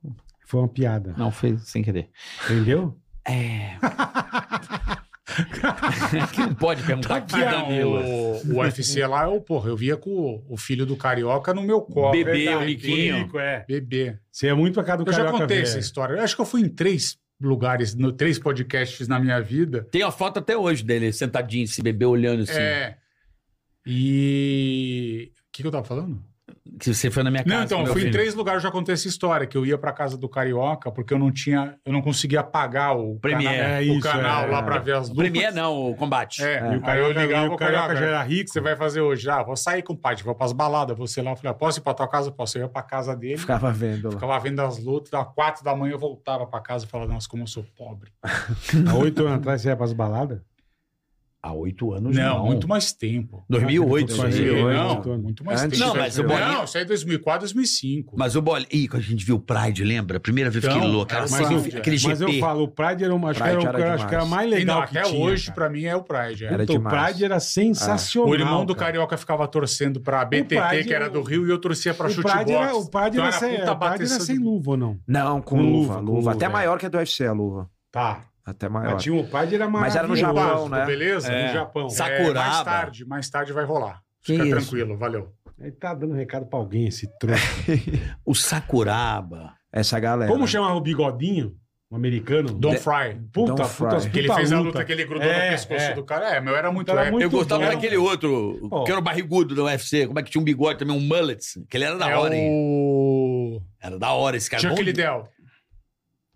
Speaker 4: Foi uma piada.
Speaker 6: Não, foi sem querer.
Speaker 4: Entendeu?
Speaker 6: É. que não pode perguntar que
Speaker 5: Ah, não,
Speaker 6: Danilo.
Speaker 5: o, o UFC lá, eu, porra, eu via com o- o filho do Carioca no meu colo.
Speaker 6: Bebê,
Speaker 5: Verdade,
Speaker 6: o Niquinho.
Speaker 5: Nico, é. Bebê.
Speaker 4: Você é muito pra cá do
Speaker 5: Eu já
Speaker 4: Carioca
Speaker 5: contei
Speaker 4: velho.
Speaker 5: essa história. Eu acho que eu fui em três lugares, no, três podcasts na minha vida.
Speaker 6: Tem uma foto até hoje dele, sentadinho, se bebê olhando assim.
Speaker 5: É. E. O que, que eu tava falando?
Speaker 6: Que você foi na minha É casa.
Speaker 5: Não, então,
Speaker 6: meu
Speaker 5: eu fui em
Speaker 6: filho.
Speaker 5: três lugares, eu já contei essa história, que eu ia pra casa do Carioca, porque eu não tinha, eu não conseguia pagar o
Speaker 6: Premiere.
Speaker 5: canal,
Speaker 4: É
Speaker 5: o
Speaker 4: isso,
Speaker 5: canal
Speaker 4: é.
Speaker 5: lá pra ver as lutas.
Speaker 6: Premier não, o combate.
Speaker 5: É,
Speaker 4: E o
Speaker 5: aí eu
Speaker 4: Carioca,
Speaker 5: ligava
Speaker 4: e o
Speaker 5: pro
Speaker 4: Carioca já era
Speaker 5: O que
Speaker 4: rico.
Speaker 5: você vai fazer hoje? Ah, vou sair com o pai, vou pras baladas, vou sei lá. Eu falei, ah, posso ir pra tua casa? Posso. Eu ia pra casa
Speaker 4: Hum.
Speaker 5: dele,
Speaker 2: Ficava vendo lá.
Speaker 5: ficava vendo as lutas, às quatro da manhã eu voltava pra casa e falava, nossa, como eu sou pobre.
Speaker 4: Há oito anos atrás você ia pras baladas?
Speaker 6: Há oito anos
Speaker 5: Não, muito mais tempo.
Speaker 6: 2008,
Speaker 5: Isso
Speaker 6: isso
Speaker 5: aí,
Speaker 4: 2008.
Speaker 6: aí.
Speaker 5: não, muito mais
Speaker 2: Antes-
Speaker 5: tempo.
Speaker 6: Não, mas o
Speaker 5: Não,
Speaker 6: Boninho-
Speaker 5: isso aí é 2004, 2005.
Speaker 6: Mas o Bolinha... Ih, quando a gente viu o Pride, lembra? Primeira vez que
Speaker 5: Então,
Speaker 6: ele louco.
Speaker 5: era
Speaker 6: Aquela,
Speaker 5: mais
Speaker 6: aquele,
Speaker 5: longe, é.
Speaker 6: aquele
Speaker 4: Mas
Speaker 6: GP.
Speaker 4: eu falo, o Pride era uma. Acho, que
Speaker 2: Pride
Speaker 4: era, o-
Speaker 2: era
Speaker 4: acho que era
Speaker 2: demais.
Speaker 4: mais
Speaker 5: E
Speaker 4: legal.
Speaker 5: não,
Speaker 4: que
Speaker 5: até
Speaker 4: tinha,
Speaker 5: hoje,
Speaker 4: cara.
Speaker 5: pra mim, é o Pride. é.
Speaker 2: Era
Speaker 4: Puta, o
Speaker 2: demais.
Speaker 4: Pride era sensacional.
Speaker 5: O irmão do
Speaker 4: cara.
Speaker 5: Carioca ficava torcendo pra BTT,
Speaker 4: Pride
Speaker 5: que era do Rio, e eu torcia pra
Speaker 4: O
Speaker 5: chute
Speaker 4: Pride
Speaker 5: box.
Speaker 4: era, o Pride
Speaker 5: Então
Speaker 4: era, sem,
Speaker 5: puta
Speaker 4: o Pride era
Speaker 5: bateção
Speaker 4: sem
Speaker 5: de-
Speaker 4: luva ou não?
Speaker 2: Não, com
Speaker 4: Com
Speaker 2: luva,
Speaker 4: luva,
Speaker 2: luva.
Speaker 4: com luva,
Speaker 2: Até
Speaker 4: é.
Speaker 2: maior que a do UFC, a luva.
Speaker 4: Tá.
Speaker 2: Até maior.
Speaker 4: Mas tinha o Pride era
Speaker 2: É Mas era no
Speaker 4: maravilhoso.
Speaker 2: Japão,
Speaker 5: Básico,
Speaker 2: né?
Speaker 5: Beleza?
Speaker 6: É.
Speaker 5: No Japão.
Speaker 6: Sakuraba.
Speaker 5: mais tarde, mais tarde vai rolar.
Speaker 6: Que
Speaker 5: Fica
Speaker 6: isso?
Speaker 5: tranquilo, valeu.
Speaker 4: Ele tá dando recado pra alguém, esse trouxa.
Speaker 6: O Sakuraba.
Speaker 2: Essa galera.
Speaker 4: Como chamava o bigodinho? Um americano?
Speaker 5: Don Fry.
Speaker 4: Puta,
Speaker 2: Don
Speaker 4: puta,
Speaker 2: Fry.
Speaker 4: puta,
Speaker 5: Que ele fez a luta que ele grudou
Speaker 4: É,
Speaker 5: no pescoço
Speaker 4: é.
Speaker 5: do cara. É, meu, era muito
Speaker 4: Era
Speaker 5: épico.
Speaker 4: muito
Speaker 6: eu gostava
Speaker 4: bom.
Speaker 6: daquele outro,
Speaker 4: Pô.
Speaker 6: que era o barrigudo do UFC. Como é que tinha um bigode também, um mullet? Que ele era da
Speaker 5: É
Speaker 6: hora, hein?
Speaker 5: o...
Speaker 6: Era da hora esse cara.
Speaker 5: Chuck
Speaker 6: Bom-
Speaker 5: Liddell.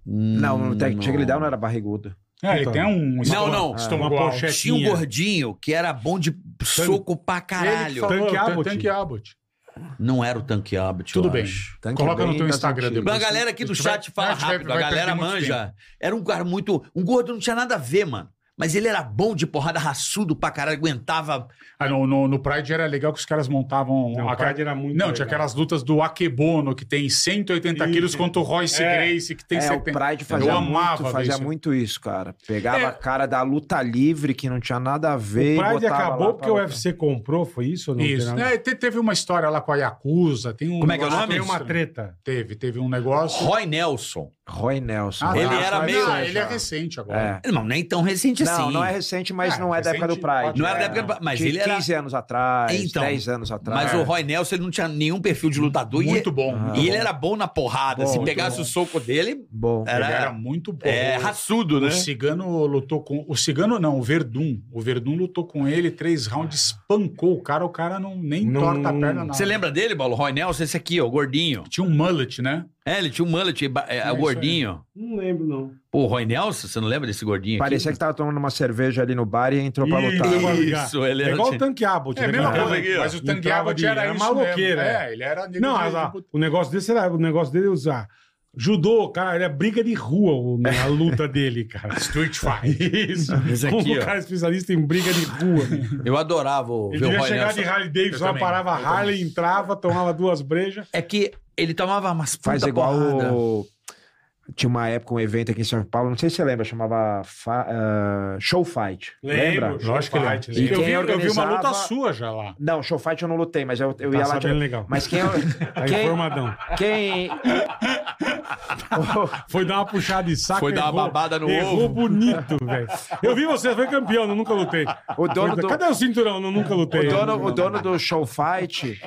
Speaker 6: Hum,
Speaker 2: Não, no Tech Check não era barrigudo.
Speaker 5: É, ele tem um... estômago-
Speaker 6: não.
Speaker 5: estômago
Speaker 4: Uma
Speaker 5: alto.
Speaker 4: pochete.
Speaker 6: Tinha um gordinho que era bom de soco pra
Speaker 5: Ele que
Speaker 6: caralho.
Speaker 5: falou,
Speaker 4: Tank
Speaker 5: Tank,
Speaker 4: Abbott.
Speaker 5: Tank Abbott.
Speaker 6: Não era o Tanque Abbott, eu
Speaker 5: Tudo bem.
Speaker 6: acho.
Speaker 2: Tank
Speaker 5: Coloca no
Speaker 2: bem
Speaker 5: teu
Speaker 2: das
Speaker 5: Instagram
Speaker 2: antigas.
Speaker 6: Mas a
Speaker 5: depois.
Speaker 6: galera aqui do
Speaker 5: Isso vai-
Speaker 6: chat fala
Speaker 5: vai- vai-
Speaker 6: rápido,
Speaker 5: vai
Speaker 6: a galera
Speaker 5: perder muito
Speaker 6: manja. Era um cara muito. Um gordo não tinha nada a ver, mano. Mas ele era bom de porrada, raçudo pra caralho, aguentava.
Speaker 5: Ah, no, no, no Pride era legal que os caras montavam.
Speaker 4: Não, o
Speaker 5: aquela-
Speaker 4: card era muito
Speaker 5: Não,
Speaker 4: legal.
Speaker 5: tinha aquelas lutas do Akebono, que tem 180
Speaker 4: Isso.
Speaker 5: quilos, contra o Royce
Speaker 4: É.
Speaker 5: Grace, que tem
Speaker 2: é, o
Speaker 5: 70.
Speaker 2: Pride fazia,
Speaker 5: amava
Speaker 2: muito, fazia
Speaker 5: isso.
Speaker 2: muito isso, cara. Pegava
Speaker 5: É.
Speaker 2: a cara da luta livre, que não tinha nada a ver.
Speaker 4: O
Speaker 2: e
Speaker 4: Pride
Speaker 2: botava lá
Speaker 4: acabou
Speaker 2: pra
Speaker 4: porque o
Speaker 2: lutar.
Speaker 4: UFC comprou, foi isso? ou Não
Speaker 5: Isso.
Speaker 4: Tem nada-
Speaker 5: É, te- teve uma história lá com a Yakuza. Tem um
Speaker 6: Como é que é o
Speaker 5: negócio
Speaker 6: nome?
Speaker 5: meio
Speaker 4: Tem uma treta.
Speaker 5: Teve, teve um negócio.
Speaker 6: Roy Nelson.
Speaker 2: Roy Nelson.
Speaker 5: Ah,
Speaker 2: Roy
Speaker 6: Ele
Speaker 5: tá,
Speaker 2: Nelson
Speaker 6: era
Speaker 5: mas-
Speaker 6: meio-
Speaker 5: Ah, ele é
Speaker 2: já.
Speaker 5: recente agora.
Speaker 6: Não, nem tão recente
Speaker 2: Não,
Speaker 6: assim.
Speaker 2: não é recente, mas
Speaker 5: É,
Speaker 2: não é da época do
Speaker 5: recente
Speaker 2: Pride.
Speaker 5: pode-
Speaker 6: Não era da
Speaker 2: é.
Speaker 6: época. do- Mas
Speaker 2: De
Speaker 6: ele era.
Speaker 2: 15 anos atrás,
Speaker 6: Então,
Speaker 2: 10 anos atrás.
Speaker 6: Mas o Roy Nelson ele não tinha nenhum perfil de lutador. e-
Speaker 5: Muito bom. muito
Speaker 6: E
Speaker 5: bom.
Speaker 6: ele era bom na porrada.
Speaker 5: Bom,
Speaker 6: Se
Speaker 5: muito
Speaker 6: pegasse
Speaker 5: bom.
Speaker 6: o soco dele,
Speaker 2: Bom,
Speaker 5: Ele
Speaker 6: era-
Speaker 5: era muito bom.
Speaker 6: é raçudo, né?
Speaker 5: O Cigano lutou com. O Cigano não, o Verdun. O Verdun lutou com ele três rounds, espancou o cara, o cara não, nem
Speaker 4: Não-
Speaker 5: torta a perna, não.
Speaker 6: Você lembra dele, Paulo? Roy Nelson, esse aqui, ó, o gordinho.
Speaker 5: Tinha um mullet, né?
Speaker 6: É, ele tinha um mullet, ba- é,
Speaker 5: isso
Speaker 6: o
Speaker 5: aí.
Speaker 6: gordinho.
Speaker 4: Não lembro, não.
Speaker 6: Pô, o Roy Nelson, você não lembra desse gordinho aqui?
Speaker 2: parecia que tava tomando uma cerveja ali no bar e entrou pra
Speaker 4: Ih,
Speaker 2: lutar.
Speaker 4: tava
Speaker 6: Isso, ele
Speaker 4: É
Speaker 6: era...
Speaker 4: igual o Tanque Abbott.
Speaker 5: É,
Speaker 4: né?
Speaker 5: mesma
Speaker 4: Mas-
Speaker 5: coisa. Mas o
Speaker 4: Entrava
Speaker 5: Tanguiabot
Speaker 4: de-
Speaker 5: era
Speaker 4: era
Speaker 5: isso
Speaker 4: maloqueiro,
Speaker 5: mesmo.
Speaker 4: é.
Speaker 5: É, ele era negro
Speaker 4: Não,
Speaker 5: de-
Speaker 4: mas, ah, o negócio desse era. O negócio dele é usar. Judô, cara, era briga de rua o- né, a luta dele, cara.
Speaker 5: Street Fight.
Speaker 4: Isso.
Speaker 6: Esse
Speaker 4: Como
Speaker 6: aqui,
Speaker 4: o
Speaker 6: ó.
Speaker 4: cara é especialista em briga de rua.
Speaker 6: Eu adorava o-
Speaker 4: Ele
Speaker 6: ver o
Speaker 4: devia
Speaker 6: Roy
Speaker 4: chegar
Speaker 6: Nelson.
Speaker 4: de Harley Davidson,
Speaker 5: Eu
Speaker 4: lá
Speaker 5: também,
Speaker 4: parava
Speaker 5: eu
Speaker 4: Harley, entrava, tomava duas brejas.
Speaker 6: É que ele tomava umas puta
Speaker 2: Faz igual
Speaker 6: porrada.
Speaker 2: o... Tinha uma época, um evento aqui em São Paulo, não sei se você lembra, chamava fa- ah, Show Fight. Lembra?
Speaker 5: Lógico que
Speaker 4: Fight,
Speaker 5: ele.
Speaker 2: lembra?
Speaker 5: Eu vi,
Speaker 2: quem
Speaker 5: eu vi uma luta
Speaker 2: organizava-
Speaker 5: sua já lá.
Speaker 2: Não, Show Fight eu não lutei, mas eu, eu
Speaker 4: Tá
Speaker 2: ia lá...
Speaker 4: sabendo legal.
Speaker 2: Mas quem... é
Speaker 4: Tá
Speaker 2: quem...
Speaker 4: informadão.
Speaker 2: quem...
Speaker 4: Foi dar uma puxada de saco.
Speaker 6: Foi dar uma
Speaker 4: errou-
Speaker 6: babada no
Speaker 4: errou
Speaker 6: ovo.
Speaker 4: bonito, velho. Eu vi você, foi campeão, eu nunca lutei.
Speaker 2: O dono do-
Speaker 4: Cadê o cinturão? Eu nunca lutei.
Speaker 2: o, dono, o dono do Show Fight...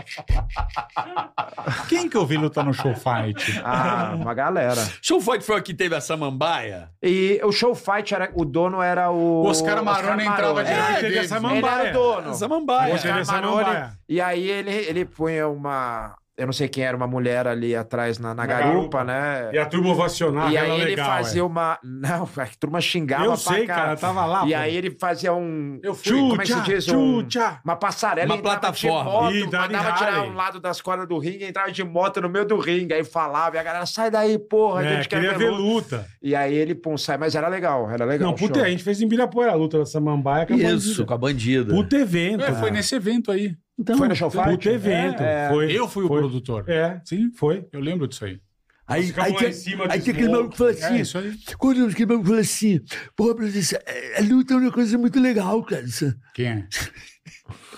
Speaker 5: Quem que eu vi lutar no show fight?
Speaker 2: Ah, uma galera.
Speaker 6: Show Fight foi o que teve a samambaia?
Speaker 2: E o Show Fight, era, o dono era o...
Speaker 5: O Oscar Marrone entrava
Speaker 2: Marrone.
Speaker 5: de
Speaker 4: É,
Speaker 5: Harley
Speaker 4: teve
Speaker 5: Davidson.
Speaker 4: essa
Speaker 2: Ele era
Speaker 4: Samambaia.
Speaker 2: o dono.
Speaker 6: Samambaia.
Speaker 4: Hoje ele é
Speaker 2: Oscar
Speaker 4: samambaia.
Speaker 2: Marrone. E aí ele, ele punha uma... Eu não sei quem era, uma mulher ali atrás na, na
Speaker 4: Na garupa.
Speaker 2: garupa, né?
Speaker 4: E a turma ovacionava.
Speaker 2: E
Speaker 4: era
Speaker 2: aí ele
Speaker 4: legal,
Speaker 2: fazia
Speaker 4: é.
Speaker 2: uma. Não, a turma xingava
Speaker 4: Eu
Speaker 2: pra
Speaker 4: sei, cara, eu
Speaker 2: caralho.
Speaker 4: tava lá.
Speaker 2: E
Speaker 4: pô.
Speaker 2: aí ele fazia um.
Speaker 5: Eu fui.
Speaker 2: Como é que se
Speaker 4: Tchutcha,
Speaker 2: diz? Um-
Speaker 4: tchutcha.
Speaker 2: Uma passarela.
Speaker 6: Uma
Speaker 2: ele entrava
Speaker 6: plataforma.
Speaker 2: De
Speaker 4: Ih,
Speaker 2: moto,
Speaker 4: Dani
Speaker 2: mandava tirar
Speaker 4: Harley.
Speaker 2: um lado das cordas do ringue, entrava de moto no meio do ringue. Aí falava, e a galera, sai daí, porra, a
Speaker 4: É,
Speaker 2: gente quer
Speaker 4: queria
Speaker 2: ver
Speaker 4: ver
Speaker 2: luta."
Speaker 4: luta.
Speaker 2: E aí ele, pum, sai. Mas era legal, era legal.
Speaker 4: Não, puta,
Speaker 2: show.
Speaker 4: a gente fez em Birapuera a luta da Samambaia. com a
Speaker 6: Isso, com
Speaker 4: bandida.
Speaker 6: a bandida.
Speaker 4: Puta evento.
Speaker 5: É, foi
Speaker 4: cara.
Speaker 5: nesse evento aí.
Speaker 9: Então,
Speaker 2: Foi no show fight?
Speaker 4: Puta evento.
Speaker 2: É, é.
Speaker 4: Foi,
Speaker 5: Eu fui o
Speaker 4: foi.
Speaker 5: produtor.
Speaker 4: É,
Speaker 5: Sim,
Speaker 4: foi.
Speaker 5: eu lembro disso aí.
Speaker 6: Aí,
Speaker 4: Ficamos
Speaker 6: aí,
Speaker 4: lá
Speaker 6: tem,
Speaker 4: em cima
Speaker 6: aí
Speaker 4: de
Speaker 6: tem aquele
Speaker 4: smoke.
Speaker 6: maluco que fala
Speaker 5: É,
Speaker 6: assim,
Speaker 5: isso aí.
Speaker 6: quando aquele maluco fala assim, pô, Brasil, a luta é uma coisa muito legal, cara. Você
Speaker 5: Quem é?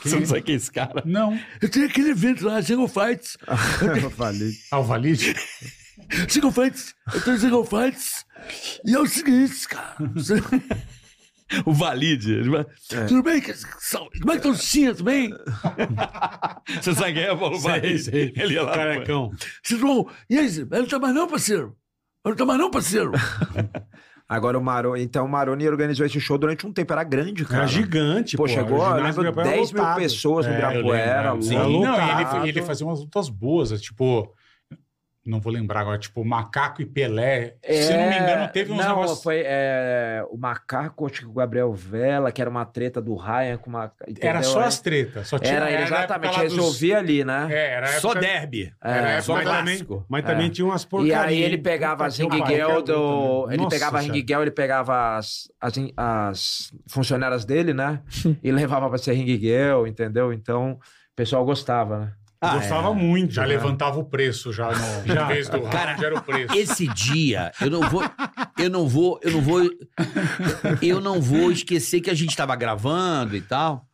Speaker 6: você não sabe quem é esse cara?
Speaker 5: Não.
Speaker 6: Eu tenho aquele evento lá, Single Fights.
Speaker 2: Eu falei.
Speaker 5: É Alvalide?
Speaker 6: Single Fights. Eu tenho Single Fights. E é o seguinte, cara. você- O Valide. ele vai, É. Tudo bem? que- sal- Como é que estão se sentindo? Tudo bem? Você sabe quem é, Paulo Valide? Ele ia lá.
Speaker 4: Carecão.
Speaker 6: Vocês vão... E aí, Zé, não tá mais não, parceiro? Não tá mais não, parceiro?
Speaker 2: Agora o Maroni. Então o Maroni organizou esse show durante um tempo. Era grande, cara.
Speaker 4: Era gigante,
Speaker 2: Pô,
Speaker 4: pô.
Speaker 2: chegou,
Speaker 4: O
Speaker 2: eu
Speaker 4: ginásio
Speaker 2: lembro,
Speaker 4: do Ibirapuera
Speaker 2: 10 mil
Speaker 4: lotado.
Speaker 2: pessoas no
Speaker 4: É, eu lembro,
Speaker 2: Ibirapuera.
Speaker 4: lembro.
Speaker 5: Sim,
Speaker 4: Era
Speaker 2: louco.
Speaker 5: não, e ele,
Speaker 4: lotado.
Speaker 5: fa- ele fazia umas lutas boas, é, tipo. Não vou lembrar agora, tipo, Macaco e Pelé. Se eu não
Speaker 6: É,
Speaker 5: me engano, teve uns
Speaker 2: É, não,
Speaker 5: negócios.
Speaker 2: Foi é, o Macaco, acho que o Gabriel Vela, que era uma treta do Ryan com uma. entendeu?
Speaker 5: Era
Speaker 2: É.
Speaker 5: só
Speaker 6: é.
Speaker 5: as tretas. Só tinha,
Speaker 2: Era,
Speaker 5: a época
Speaker 2: exatamente,
Speaker 5: lá dos-
Speaker 2: resolvia ali, né?
Speaker 5: É, era a época-
Speaker 6: derby.
Speaker 5: Era a
Speaker 2: É.
Speaker 5: época
Speaker 6: só
Speaker 5: da-
Speaker 4: Também,
Speaker 6: Clássico.
Speaker 4: mas também tinha umas
Speaker 2: E
Speaker 4: porcarias.
Speaker 2: aí ele pegava as Ring Girl do. Ele pegava a Ring Girl, ele pegava as, as, as funcionárias dele, né? e levava pra ser Ring Girl, entendeu? Então, o pessoal gostava, né?
Speaker 4: Gostava muito.
Speaker 5: Já
Speaker 4: né?
Speaker 5: levantava o preço, já no já. vez do round, já era o preço.
Speaker 6: Esse dia, eu não vou. Eu não vou. Eu não vou. Eu não vou esquecer que a gente tava gravando e tal.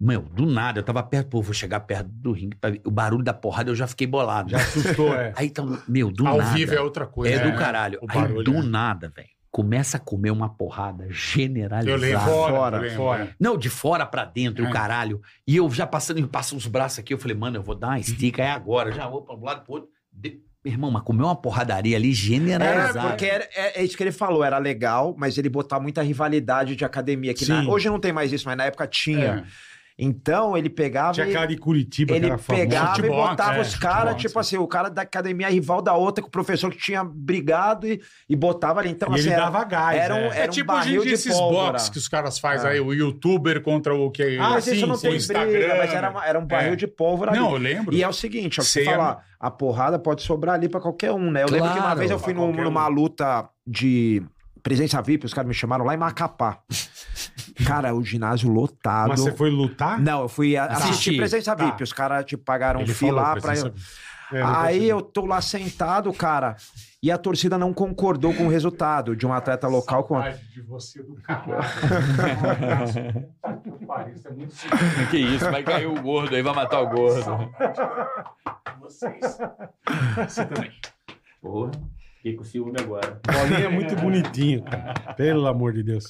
Speaker 6: Meu, do nada, eu tava perto, pô, vou chegar perto do ringue pra ver. O barulho da porrada eu já fiquei bolado.
Speaker 4: Já assustou, é.
Speaker 6: Aí então, meu, do
Speaker 5: Ao
Speaker 6: nada.
Speaker 5: vivo é outra coisa.
Speaker 6: é
Speaker 5: né?
Speaker 6: do caralho.
Speaker 5: O
Speaker 6: Aí
Speaker 5: barulho,
Speaker 6: do
Speaker 5: né?
Speaker 6: nada, velho. Começa a comer uma porrada generalizada.
Speaker 5: Eu lembro. Fora,
Speaker 4: Fora,
Speaker 5: eu lembro,
Speaker 4: fora.
Speaker 5: é.
Speaker 6: Não, de fora pra dentro,
Speaker 5: É.
Speaker 6: o caralho. E eu já passando, passa os braços aqui, eu falei, mano, eu vou dar uma estica, é agora. Já vou pra um lado pro outro. De- Meu irmão, mas comeu uma porradaria ali
Speaker 2: É,
Speaker 6: generalizada.
Speaker 2: porque era- é, é isso que ele falou, era legal, mas ele botava muita rivalidade de academia. Que na-
Speaker 4: Sim.
Speaker 2: hoje não tem mais isso, mas na época tinha.
Speaker 5: É.
Speaker 2: Então ele pegava.
Speaker 4: Tinha
Speaker 2: e-
Speaker 4: aquela de Curitiba, que
Speaker 2: ele
Speaker 4: era famosa.
Speaker 2: pegava
Speaker 5: Chute
Speaker 2: e
Speaker 5: box,
Speaker 2: botava
Speaker 5: é,
Speaker 2: os
Speaker 5: chute
Speaker 2: caras,
Speaker 5: box,
Speaker 2: tipo
Speaker 5: é.
Speaker 2: assim, o cara da academia rival da outra, com o professor que tinha brigado e, e botava ali. Então,
Speaker 4: E
Speaker 2: assim,
Speaker 4: ele
Speaker 2: era-
Speaker 4: dava gás.
Speaker 2: era um-
Speaker 4: é.
Speaker 5: É
Speaker 2: um
Speaker 5: tipo hoje em
Speaker 2: barril
Speaker 5: dia
Speaker 2: de
Speaker 5: esses
Speaker 2: pólvora.
Speaker 5: box que os caras fazem aí, o youtuber contra o que é assim,
Speaker 4: Ah,
Speaker 2: mas
Speaker 4: sim,
Speaker 2: isso não
Speaker 4: sim,
Speaker 2: tem
Speaker 5: Instagram,
Speaker 2: briga, mas era, uma- era um
Speaker 5: é.
Speaker 2: barril de pólvora
Speaker 5: Não,
Speaker 2: ali.
Speaker 5: eu lembro.
Speaker 2: E é o seguinte, é o que você
Speaker 5: Sei,
Speaker 2: fala, a porrada pode sobrar ali pra qualquer um, né? Eu lembro que uma
Speaker 6: Claro.
Speaker 2: vez eu fui
Speaker 5: Pra
Speaker 2: num-
Speaker 5: qualquer
Speaker 2: numa
Speaker 5: um.
Speaker 2: luta de presença VIP, os caras me chamaram lá em Macapá. cara, o ginásio lotado.
Speaker 4: Mas você foi lutar?
Speaker 2: Não, eu fui a-
Speaker 4: Assistir.
Speaker 2: assistir presença
Speaker 4: Tá.
Speaker 2: VIP. Os caras te pagaram
Speaker 5: Ele
Speaker 2: fila
Speaker 5: falou
Speaker 2: lá pra.
Speaker 5: presença-
Speaker 4: É, não
Speaker 2: Aí
Speaker 4: percebi.
Speaker 2: eu tô lá sentado, cara, e a torcida não concordou com o resultado de um atleta local com.
Speaker 5: Saudade de você do caralho. Puta que pariu, isso é muito simples.
Speaker 10: Que isso, vai cair o gordo aí, vai matar o gordo.
Speaker 5: Vocês. Você também.
Speaker 10: Porra, fiquei com ciúme agora.
Speaker 4: Bolinha é muito bonitinho, cara. Pelo amor de Deus.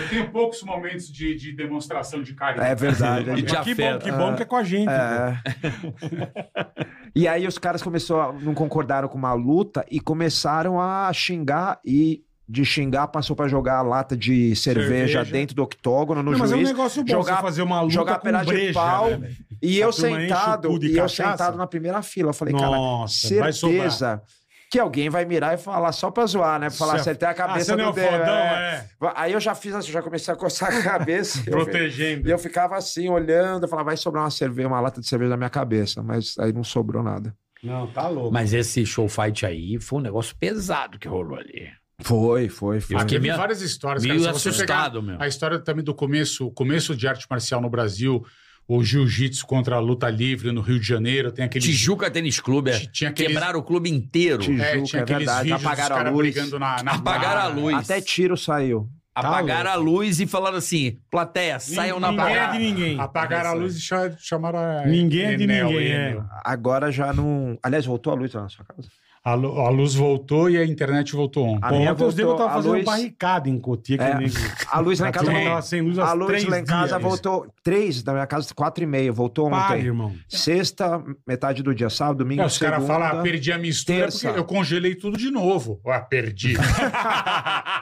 Speaker 5: Eu tenho poucos momentos de, de demonstração de carinho.
Speaker 2: É verdade.
Speaker 4: Mas
Speaker 2: é
Speaker 10: E de
Speaker 4: que bom,
Speaker 10: afeto.
Speaker 4: que bom que é com a gente. cara.
Speaker 2: É. e aí os caras começaram, a- não concordaram com uma luta e começaram a xingar e de xingar passou pra jogar a lata de cerveja,
Speaker 4: Cerveja.
Speaker 2: dentro do octógono no
Speaker 4: Não, mas é um
Speaker 2: juiz.
Speaker 4: negócio bom
Speaker 2: jogar-
Speaker 4: você fazer uma luta
Speaker 2: jogar
Speaker 4: com
Speaker 2: pedaço de
Speaker 4: breja,
Speaker 2: pau.
Speaker 4: né, velho?
Speaker 2: E
Speaker 4: A
Speaker 2: eu
Speaker 4: turma enche o cu
Speaker 2: sentado,
Speaker 4: de
Speaker 2: e eu
Speaker 4: cachaça?
Speaker 2: sentado na primeira fila, eu falei, cara,
Speaker 4: Nossa, vai sobrar.
Speaker 2: certeza que alguém vai mirar e falar só pra zoar, né? Falar,
Speaker 4: Certo.
Speaker 2: acertei a cabeça
Speaker 4: ah, você não é
Speaker 2: do
Speaker 4: o
Speaker 2: dedo.
Speaker 4: fodão,
Speaker 2: é.
Speaker 4: é.
Speaker 2: Aí eu já fiz assim, já comecei a coçar a cabeça. e eu-
Speaker 4: Protegendo.
Speaker 2: E eu ficava assim, olhando, eu falava, vai sobrar uma cerveja, uma lata de cerveja na minha cabeça. Mas aí não sobrou nada.
Speaker 4: Não, tá louco.
Speaker 8: Mas esse show fight aí foi um negócio pesado que rolou ali.
Speaker 2: Foi, foi, foi.
Speaker 8: Eu
Speaker 5: Ah,
Speaker 8: fiquei
Speaker 5: teve
Speaker 8: meio-
Speaker 5: várias histórias.
Speaker 8: meio
Speaker 5: Se você
Speaker 8: assustado,
Speaker 6: né?
Speaker 5: pegar
Speaker 8: meu.
Speaker 5: A história também do começo, o começo de arte marcial no Brasil, o jiu-jitsu contra a luta livre no Rio de Janeiro, tem aquele...
Speaker 8: Tijuca Tênis Clube. é-
Speaker 5: Ti- Tinha aqueles,
Speaker 8: Quebraram o clube inteiro.
Speaker 2: Tijuca,
Speaker 5: é, tinha
Speaker 2: é
Speaker 5: aqueles
Speaker 2: verdade,
Speaker 5: vídeos dos
Speaker 2: apagaram a
Speaker 5: caras
Speaker 2: luz.
Speaker 5: brigando na, na
Speaker 8: Apagaram a
Speaker 5: barra.
Speaker 8: luz.
Speaker 2: Até tiro saiu.
Speaker 8: Apagaram a luz e falaram assim: plateia, saiam na
Speaker 4: Ninguém é
Speaker 8: parada.
Speaker 4: de ninguém.
Speaker 5: Apagaram a luz e cha- chamaram a...
Speaker 4: Ninguém é de
Speaker 5: Enel, né?
Speaker 4: ninguém, é.
Speaker 5: Enel.
Speaker 2: Agora já não. Aliás, voltou a luz lá na sua casa.
Speaker 5: A, lu- a luz voltou e a internet voltou on.
Speaker 2: A
Speaker 4: Bom,
Speaker 2: minha
Speaker 4: ontem os negros
Speaker 2: voltou,
Speaker 4: estavam
Speaker 2: a
Speaker 4: fazendo
Speaker 2: luz-
Speaker 4: barricada em Cotia. Que
Speaker 2: É.
Speaker 4: nego-
Speaker 2: A luz lá
Speaker 4: A
Speaker 2: em casa
Speaker 4: turma
Speaker 2: voltou.
Speaker 4: Tá tava sem luz
Speaker 2: A
Speaker 4: há
Speaker 2: luz
Speaker 4: três
Speaker 2: lá em casa
Speaker 4: dias.
Speaker 2: voltou. Três da minha casa, quatro e meia, voltou
Speaker 4: Para,
Speaker 2: ontem.
Speaker 4: irmão.
Speaker 2: Sexta, metade do dia, sábado, domingo,
Speaker 5: É, os caras
Speaker 2: segunda.
Speaker 5: falam, ah, perdi a mistura
Speaker 2: terça.
Speaker 5: porque eu congelei tudo de novo. Ah, perdi.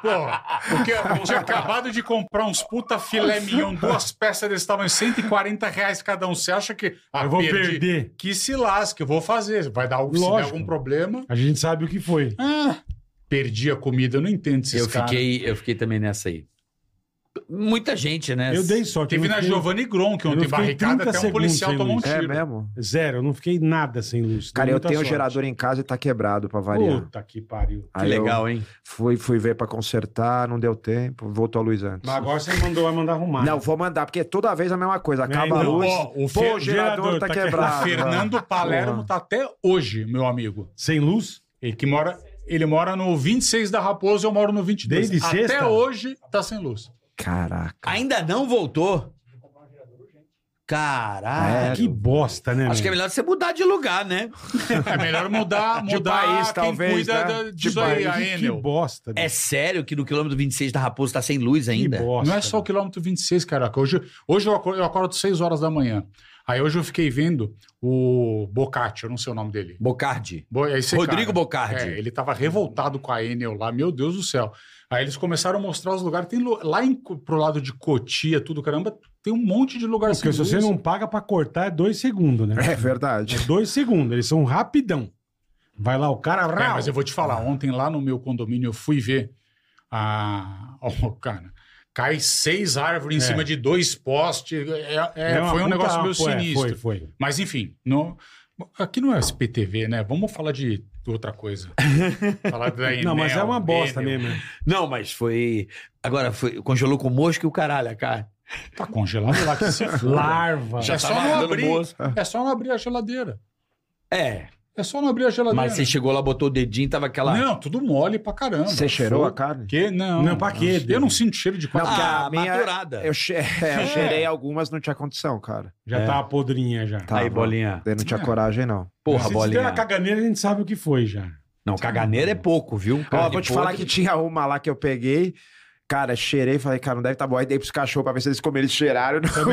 Speaker 5: Pô, porque eu tinha acabado de comprar uns puta filé mignon, duas peças desse tamanho, 140 reais cada um. Você acha que... Ah,
Speaker 4: Eu vou
Speaker 5: perdi.
Speaker 4: perder.
Speaker 5: Que se lasque, eu vou fazer. Vai dar algum, se der
Speaker 4: Lógico.
Speaker 5: algum problema.
Speaker 4: A gente sabe o que foi.
Speaker 5: Ah, perdi a comida, eu não entendo esses
Speaker 8: Eu
Speaker 5: caras.
Speaker 8: fiquei, eu fiquei também nessa aí. Muita gente,
Speaker 2: É.
Speaker 8: né?
Speaker 4: Eu dei sorte.
Speaker 5: Teve
Speaker 4: eu não
Speaker 5: na
Speaker 4: fiquei-
Speaker 5: Giovanni Gron, que
Speaker 4: eu não
Speaker 5: ontem
Speaker 4: fiquei
Speaker 5: barricada,
Speaker 4: 30
Speaker 5: até um policial
Speaker 4: segundos
Speaker 5: tomou um
Speaker 4: sem
Speaker 2: É
Speaker 5: tiro.
Speaker 2: mesmo?
Speaker 4: Zero, eu não fiquei nada sem luz. Dei
Speaker 2: Cara, eu
Speaker 4: muita
Speaker 2: tenho o
Speaker 4: sorte.
Speaker 2: gerador em casa e tá quebrado pra variar.
Speaker 4: Puta que pariu.
Speaker 8: Que
Speaker 2: Aí eu
Speaker 8: Ah, legal, hein?
Speaker 2: Fui, fui ver pra consertar, não deu tempo, voltou a luz antes.
Speaker 4: Mas agora você mandou, vai mandar arrumar.
Speaker 2: Não, vou mandar, porque é toda vez a mesma coisa. Acaba a
Speaker 4: não. é
Speaker 2: luz.
Speaker 5: Ó,
Speaker 2: pô,
Speaker 5: o Fer-
Speaker 2: o gerador tá
Speaker 5: O
Speaker 2: quebrado.
Speaker 4: Ah,
Speaker 5: Fernando Palermo tá até hoje, meu amigo.
Speaker 4: Sem luz?
Speaker 5: Ele que mora, ele mora no 26 da Raposa, eu moro no 22.
Speaker 4: Desde
Speaker 5: Até
Speaker 4: sexta?
Speaker 5: hoje tá sem luz.
Speaker 2: Caraca.
Speaker 8: Ainda não voltou. Caralho.
Speaker 2: É,
Speaker 4: Ah, Que bosta, né?
Speaker 8: Acho que é
Speaker 4: meu?
Speaker 8: melhor você mudar de lugar, né?
Speaker 5: É melhor mudar,
Speaker 2: De
Speaker 5: mudar
Speaker 2: país,
Speaker 5: quem
Speaker 2: talvez,
Speaker 5: cuida
Speaker 2: né?
Speaker 5: da-
Speaker 2: De
Speaker 5: disso aí,
Speaker 2: país,
Speaker 5: a
Speaker 4: Que
Speaker 5: Enel.
Speaker 4: bosta.
Speaker 8: É
Speaker 4: meu.
Speaker 8: sério que no quilômetro 26 da Raposa tá sem luz
Speaker 4: Que
Speaker 8: ainda?
Speaker 4: bosta. né?
Speaker 5: Não é só o quilômetro 26, caraca. Hoje, hoje eu, acordo, eu acordo 6 horas da manhã. Aí hoje eu fiquei vendo o Bocati, eu não sei o nome dele.
Speaker 8: Bocardi.
Speaker 5: Bo- é esse
Speaker 8: Rodrigo
Speaker 5: cara.
Speaker 8: Bocardi.
Speaker 5: É, ele tava revoltado com a Enel lá, meu Deus do céu. Aí eles começaram a mostrar os lugares. Tem lu- lá em, Co- pro lado de Cotia, tudo caramba, tem um monte de lugar assim.
Speaker 4: Porque se
Speaker 5: luz.
Speaker 4: você não paga pra cortar, é dois segundos, né?
Speaker 2: É verdade.
Speaker 4: É dois segundos, eles são rapidão. Vai lá o cara.
Speaker 5: É,
Speaker 4: rau.
Speaker 5: mas eu vou te falar, ontem lá no meu condomínio eu fui ver a. Ó, cara, cai seis árvores
Speaker 4: É.
Speaker 5: em cima de dois postes. é- é,
Speaker 4: uma
Speaker 5: foi um
Speaker 4: puta-
Speaker 5: negócio meio
Speaker 4: pô, é,
Speaker 5: sinistro.
Speaker 4: Foi, foi.
Speaker 5: Mas enfim, não- aqui não é SPTV, né? Vamos falar de outra coisa. falar da Enel,
Speaker 4: Não, mas é uma bosta
Speaker 5: Enel.
Speaker 4: mesmo.
Speaker 8: Não, mas foi. Agora, foi... congelou com mosca e o caralho, cara.
Speaker 5: Tá congelado lá que se foda.
Speaker 4: Larva.
Speaker 5: Já é, só
Speaker 8: tava
Speaker 5: não
Speaker 8: dando
Speaker 5: abrir,
Speaker 8: mosca.
Speaker 5: é só não abrir a geladeira.
Speaker 8: É,
Speaker 5: É só não abrir a geladeira.
Speaker 8: mas você chegou lá, botou o dedinho, tava aquela.
Speaker 5: Não, tudo mole pra caramba.
Speaker 2: Você cheirou a
Speaker 5: Fogo.
Speaker 2: carne?
Speaker 5: Que? Não.
Speaker 4: Não, pra quê?
Speaker 5: Eu não sinto cheiro de quase
Speaker 2: Não, porque
Speaker 8: Ah,
Speaker 2: a minha-
Speaker 8: maturada.
Speaker 2: Eu, che... é, eu cheirei algumas, não tinha condição, cara.
Speaker 4: Já
Speaker 8: É.
Speaker 4: tava podrinha já.
Speaker 2: Tá,
Speaker 8: Aí,
Speaker 2: não.
Speaker 8: bolinha.
Speaker 2: Eu não tinha
Speaker 5: É.
Speaker 2: coragem, não.
Speaker 8: Porra,
Speaker 4: Se tiver
Speaker 8: bolinha.
Speaker 4: na caganeira, a gente sabe o que foi já.
Speaker 8: Não, caganeira é pouco, viu?
Speaker 2: Ó,
Speaker 8: Carne
Speaker 2: vou te
Speaker 8: podre.
Speaker 2: falar que tinha uma lá que eu peguei. Cara, cheirei, falei, cara, não deve tá bom. Aí dei pros cachorros pra ver se eles comeram, eles cheiraram. Não
Speaker 5: Seu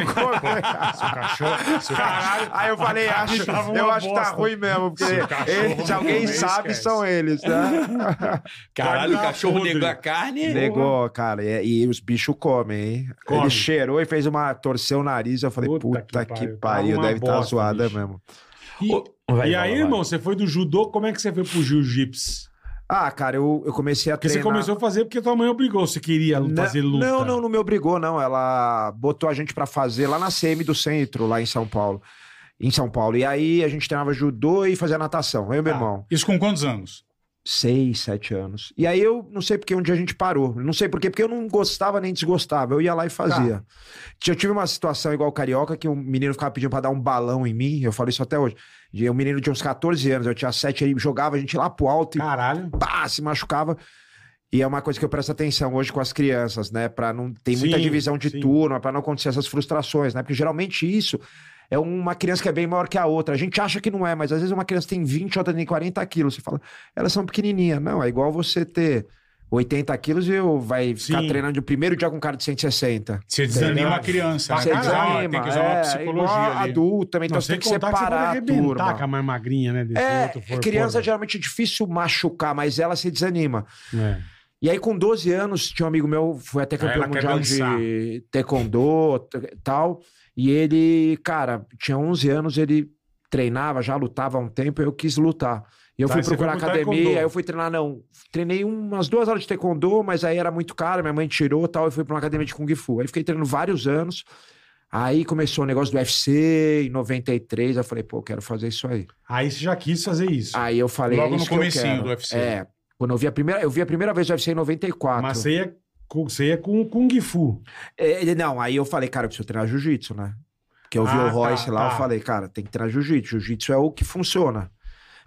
Speaker 5: cachorro. Seu cachorro.
Speaker 2: Aí eu falei, acho,
Speaker 4: tava uma
Speaker 2: eu acho que tá
Speaker 4: bosta.
Speaker 2: ruim mesmo, porque
Speaker 5: Se o cachorro
Speaker 2: eles- se
Speaker 5: não
Speaker 2: alguém
Speaker 5: comer,
Speaker 2: sabe,
Speaker 5: esquece.
Speaker 2: são eles, né?
Speaker 8: Caralho, o
Speaker 2: tá
Speaker 4: Guardar
Speaker 8: cachorro
Speaker 4: podre.
Speaker 8: negou a carne.
Speaker 2: Negou, cara. E, e os bichos comem, hein?
Speaker 5: Come.
Speaker 2: Ele cheirou e fez uma. torceu o nariz. Eu falei,
Speaker 4: Puta
Speaker 2: puta,
Speaker 4: que
Speaker 2: que,
Speaker 4: pariu.
Speaker 2: pariu.
Speaker 4: Tá uma
Speaker 2: Deve estar
Speaker 4: bosta,
Speaker 2: zoada
Speaker 4: bicho.
Speaker 2: mesmo.
Speaker 4: E,
Speaker 8: Ô,
Speaker 4: e
Speaker 8: vai, vai,
Speaker 4: aí,
Speaker 8: vai.
Speaker 4: irmão, você foi do judô, como é que você foi pro jiu-jitsu?
Speaker 2: Ah, cara, eu, eu comecei a
Speaker 4: Porque você
Speaker 2: treinar.
Speaker 4: começou a fazer porque tua mãe obrigou, você queria
Speaker 2: Não-
Speaker 4: fazer luta.
Speaker 2: Não, não, não me obrigou, não. Ela botou a gente pra fazer lá na CM do centro, lá em São Paulo.
Speaker 4: Tá.
Speaker 2: Em São Paulo. E aí a gente treinava judô e fazia natação. Eu e meu irmão.
Speaker 5: Isso com quantos anos?
Speaker 2: seis, sete anos. E aí eu não sei porque um dia a gente parou. Não sei por quê, porque eu não gostava nem desgostava. Eu ia lá e
Speaker 4: Tá.
Speaker 2: fazia. Eu tive uma situação igual o carioca, que um menino ficava pedindo pra dar um balão em mim. Eu falo isso até hoje. E Um menino de uns 14 anos, eu tinha sete, ele jogava a gente lá pro alto e
Speaker 4: Caralho.
Speaker 2: pá, se machucava. E é uma coisa que eu presto atenção hoje com as crianças, né? Para não tem muita
Speaker 4: Sim,
Speaker 2: divisão de
Speaker 4: sim.
Speaker 2: turma, para não acontecer essas frustrações, né? Porque geralmente isso é uma criança que é bem maior que a outra. A gente acha que não é, mas às vezes uma criança tem 20, outra tem 40 quilos. Você fala, elas são pequenininhas. Não, é igual você ter 80 quilos e eu vai ficar
Speaker 4: Sim.
Speaker 2: treinando de primeiro dia com um cara de 160.
Speaker 5: Você desanima
Speaker 4: Verdade.
Speaker 5: a criança. né?
Speaker 2: Você
Speaker 5: Caralho,
Speaker 2: desanima,
Speaker 5: tem que usar uma
Speaker 2: é,
Speaker 5: psicologia
Speaker 2: igual
Speaker 5: ali.
Speaker 2: adulto também, então
Speaker 4: Não,
Speaker 2: você tem
Speaker 4: sem
Speaker 2: que
Speaker 4: contar você pode
Speaker 2: separar a
Speaker 4: arrebentar
Speaker 2: turma.
Speaker 4: com a mais magrinha, né? desse
Speaker 2: É,
Speaker 4: outro né? for-
Speaker 2: criança
Speaker 4: for-
Speaker 2: geralmente é difícil machucar, mas ela se desanima.
Speaker 4: É.
Speaker 2: E aí, com 12 anos, tinha um amigo meu, foi até
Speaker 5: Aí
Speaker 2: campeão
Speaker 5: ela quer
Speaker 2: mundial
Speaker 5: dançar.
Speaker 2: de taekwondo t- tal. E ele, cara, tinha 11 anos, ele treinava, já lutava há um tempo, eu quis lutar. E eu
Speaker 4: Tá,
Speaker 2: fui
Speaker 4: aí você foi
Speaker 2: procurar
Speaker 4: pro
Speaker 2: academia,
Speaker 4: taekwondo.
Speaker 2: aí eu fui treinar, não. Treinei umas duas horas de taekwondo, mas aí era muito caro, minha mãe tirou tal, e fui pra uma academia de Kung Fu. Aí fiquei treinando vários anos. Aí começou o negócio do UFC em 93. Eu falei, pô, quero fazer isso aí.
Speaker 4: Aí você já quis fazer isso.
Speaker 2: Aí eu falei,
Speaker 5: Logo
Speaker 2: é
Speaker 5: no
Speaker 2: isso que eu
Speaker 5: comecinho
Speaker 2: quero.
Speaker 5: do UFC.
Speaker 2: É. Quando eu vi a primeira, eu vi a primeira vez o UFC em 94.
Speaker 4: Mas você ia, com- você ia com o Kung Fu.
Speaker 2: É, ele- não, aí eu falei, cara, eu preciso treinar jiu-jitsu, né? Porque eu vi o
Speaker 4: Ah, tá,
Speaker 2: Royce lá,
Speaker 4: tá.
Speaker 2: eu falei, cara, tem que treinar jiu-jitsu. Jiu-jitsu é o que funciona.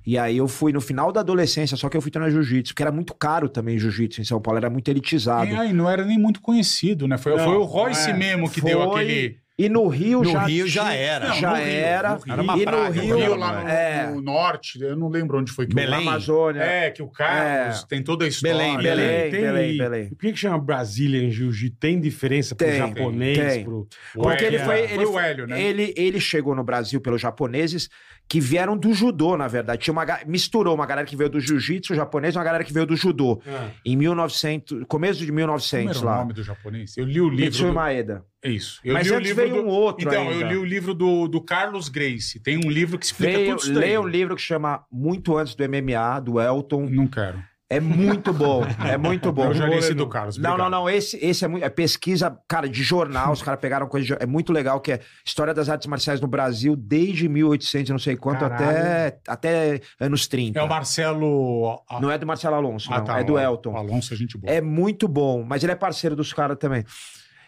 Speaker 2: E aí eu fui no final da adolescência, só que eu fui treinar jiu-jitsu, porque era muito caro também jiu-jitsu em São Paulo, era muito elitizado.
Speaker 5: E aí, não era nem muito conhecido, né? Foi,
Speaker 4: Não,
Speaker 5: foi o
Speaker 4: não
Speaker 5: Royce
Speaker 4: é.
Speaker 5: mesmo que
Speaker 2: Foi-
Speaker 5: deu aquele.
Speaker 2: E no Rio
Speaker 8: No
Speaker 2: já
Speaker 8: Rio já
Speaker 2: tinha-
Speaker 8: era.
Speaker 5: Não,
Speaker 2: já
Speaker 5: no Rio,
Speaker 2: era.
Speaker 5: no Rio. Era uma né?
Speaker 2: e
Speaker 8: praga,
Speaker 2: no
Speaker 5: Rio,
Speaker 2: Rio,
Speaker 8: Rio
Speaker 5: lá no,
Speaker 2: é.
Speaker 5: no norte, eu não lembro onde foi que
Speaker 2: na
Speaker 8: Belém.
Speaker 2: Amazônia.
Speaker 5: É, que o Carlos
Speaker 2: É.
Speaker 5: tem toda a história.
Speaker 8: Belém,
Speaker 5: né?
Speaker 2: Belém.
Speaker 4: tem-
Speaker 2: Belém, Belém.
Speaker 4: Por que, que chama Brazilian Jiu-Jitsu? Tem diferença pro
Speaker 2: Tem,
Speaker 4: japonês?
Speaker 2: tem.
Speaker 4: Pro...
Speaker 5: O
Speaker 2: Porque ele
Speaker 5: Hélio,
Speaker 2: foi.
Speaker 5: né?
Speaker 2: Ele,
Speaker 5: o Hélio, né?
Speaker 2: ele, ele chegou no Brasil pelos japoneses que vieram do judô, na verdade. Tinha uma, ga- misturou uma galera que veio do jiu-jitsu japonês e uma galera que veio do judô.
Speaker 5: É.
Speaker 4: Ah.
Speaker 2: Em 1900, começo de
Speaker 5: Como era
Speaker 2: 1900
Speaker 5: o
Speaker 2: lá.
Speaker 5: nome do japonês? Eu li o livro.
Speaker 2: Mitsuo
Speaker 5: Do...
Speaker 2: Maeda.
Speaker 5: É Isso. Eu
Speaker 2: Mas
Speaker 5: li o
Speaker 2: antes
Speaker 5: livro
Speaker 2: veio
Speaker 5: do-
Speaker 2: um outro
Speaker 5: Então, eu
Speaker 2: ainda.
Speaker 5: li o livro do, do Carlos Grace. Tem um livro que explica
Speaker 2: Veio,
Speaker 5: tudo isso daí.
Speaker 2: leia um livro que chama Muito Antes do MMA, do Elton.
Speaker 5: Não quero.
Speaker 2: É muito bom. é muito bom.
Speaker 5: eu já li esse
Speaker 2: Não,
Speaker 5: do Carlos.
Speaker 2: Não, não,
Speaker 5: obrigado.
Speaker 2: não. Esse, esse é, muito, é pesquisa, cara, de jornal. Os caras pegaram coisa. De, é muito legal, que é História das Artes Marciais no Brasil desde 1800, e não sei quanto,
Speaker 4: Caralho.
Speaker 2: até, até anos 30.
Speaker 5: É o Marcelo. a-
Speaker 2: Não é do Marcelo Alonso,
Speaker 5: Ah,
Speaker 2: não.
Speaker 5: tá,
Speaker 2: é do
Speaker 5: o-
Speaker 2: Elton.
Speaker 5: o Alonso, é gente boa.
Speaker 2: É muito bom, mas ele é parceiro dos caras também.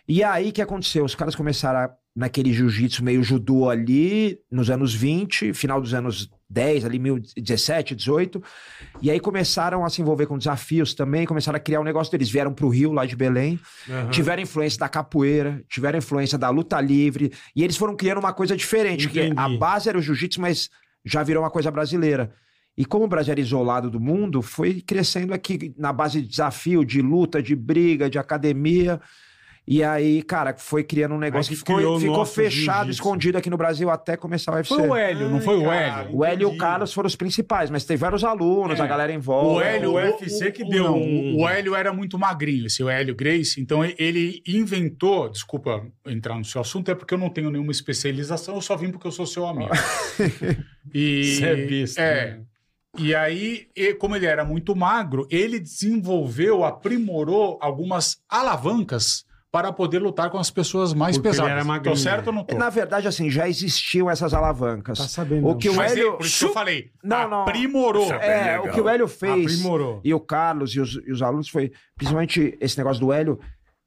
Speaker 2: E aí, o que aconteceu? Os caras começaram a- naquele jiu-jitsu meio judô ali, nos anos 20, final dos anos 10, ali, 17, 18. E aí começaram a se envolver com desafios também, começaram a criar um negócio deles. Vieram pro Rio, lá de Belém,
Speaker 4: Aham.
Speaker 2: tiveram influência da capoeira, tiveram influência da luta livre, e eles foram criando uma coisa diferente, que a
Speaker 4: Entendi.
Speaker 2: base era o jiu-jitsu, mas já virou uma coisa brasileira. E como o Brasil era isolado do mundo, foi crescendo aqui na base de desafio, de luta, de briga, de academia. E aí, cara, foi criando um negócio
Speaker 4: que
Speaker 2: que ficou,
Speaker 4: criou o
Speaker 2: ficou
Speaker 4: nosso
Speaker 2: fechado,
Speaker 4: jiu-jitsu.
Speaker 2: escondido aqui no Brasil até começar o UFC.
Speaker 5: Foi o Hélio, não foi o Hélio?
Speaker 2: O Hélio e o
Speaker 4: Entendi.
Speaker 2: Carlos foram os principais, mas teve vários alunos,
Speaker 5: É.
Speaker 2: a galera em
Speaker 5: O
Speaker 2: volta.
Speaker 5: Hélio,
Speaker 4: o UFC que deu
Speaker 5: não,
Speaker 4: um-
Speaker 5: O Hélio era muito magrinho, esse o Hélio Grace. Então e- ele inventou. Desculpa entrar no seu assunto, é porque eu não tenho nenhuma especialização, eu só vim porque eu sou seu amigo. e,
Speaker 4: Você é besta,
Speaker 5: é.
Speaker 4: né?
Speaker 5: E aí, e como ele era muito magro, ele desenvolveu, aprimorou algumas alavancas para poder lutar com as pessoas mais
Speaker 4: Porque ele
Speaker 5: pesadas.
Speaker 4: era magrinho.
Speaker 5: tô certo ou não tô?
Speaker 2: Na verdade, assim, já existiam essas alavancas.
Speaker 4: Tá sabendo.
Speaker 2: O que o
Speaker 5: Mas é,
Speaker 2: Hélio-
Speaker 5: por isso que eu falei,
Speaker 2: Não, não.
Speaker 5: aprimorou.
Speaker 2: É, o que o Hélio fez
Speaker 4: Aprimorou.
Speaker 2: e o Carlos e os, e os alunos foi principalmente esse negócio do Hélio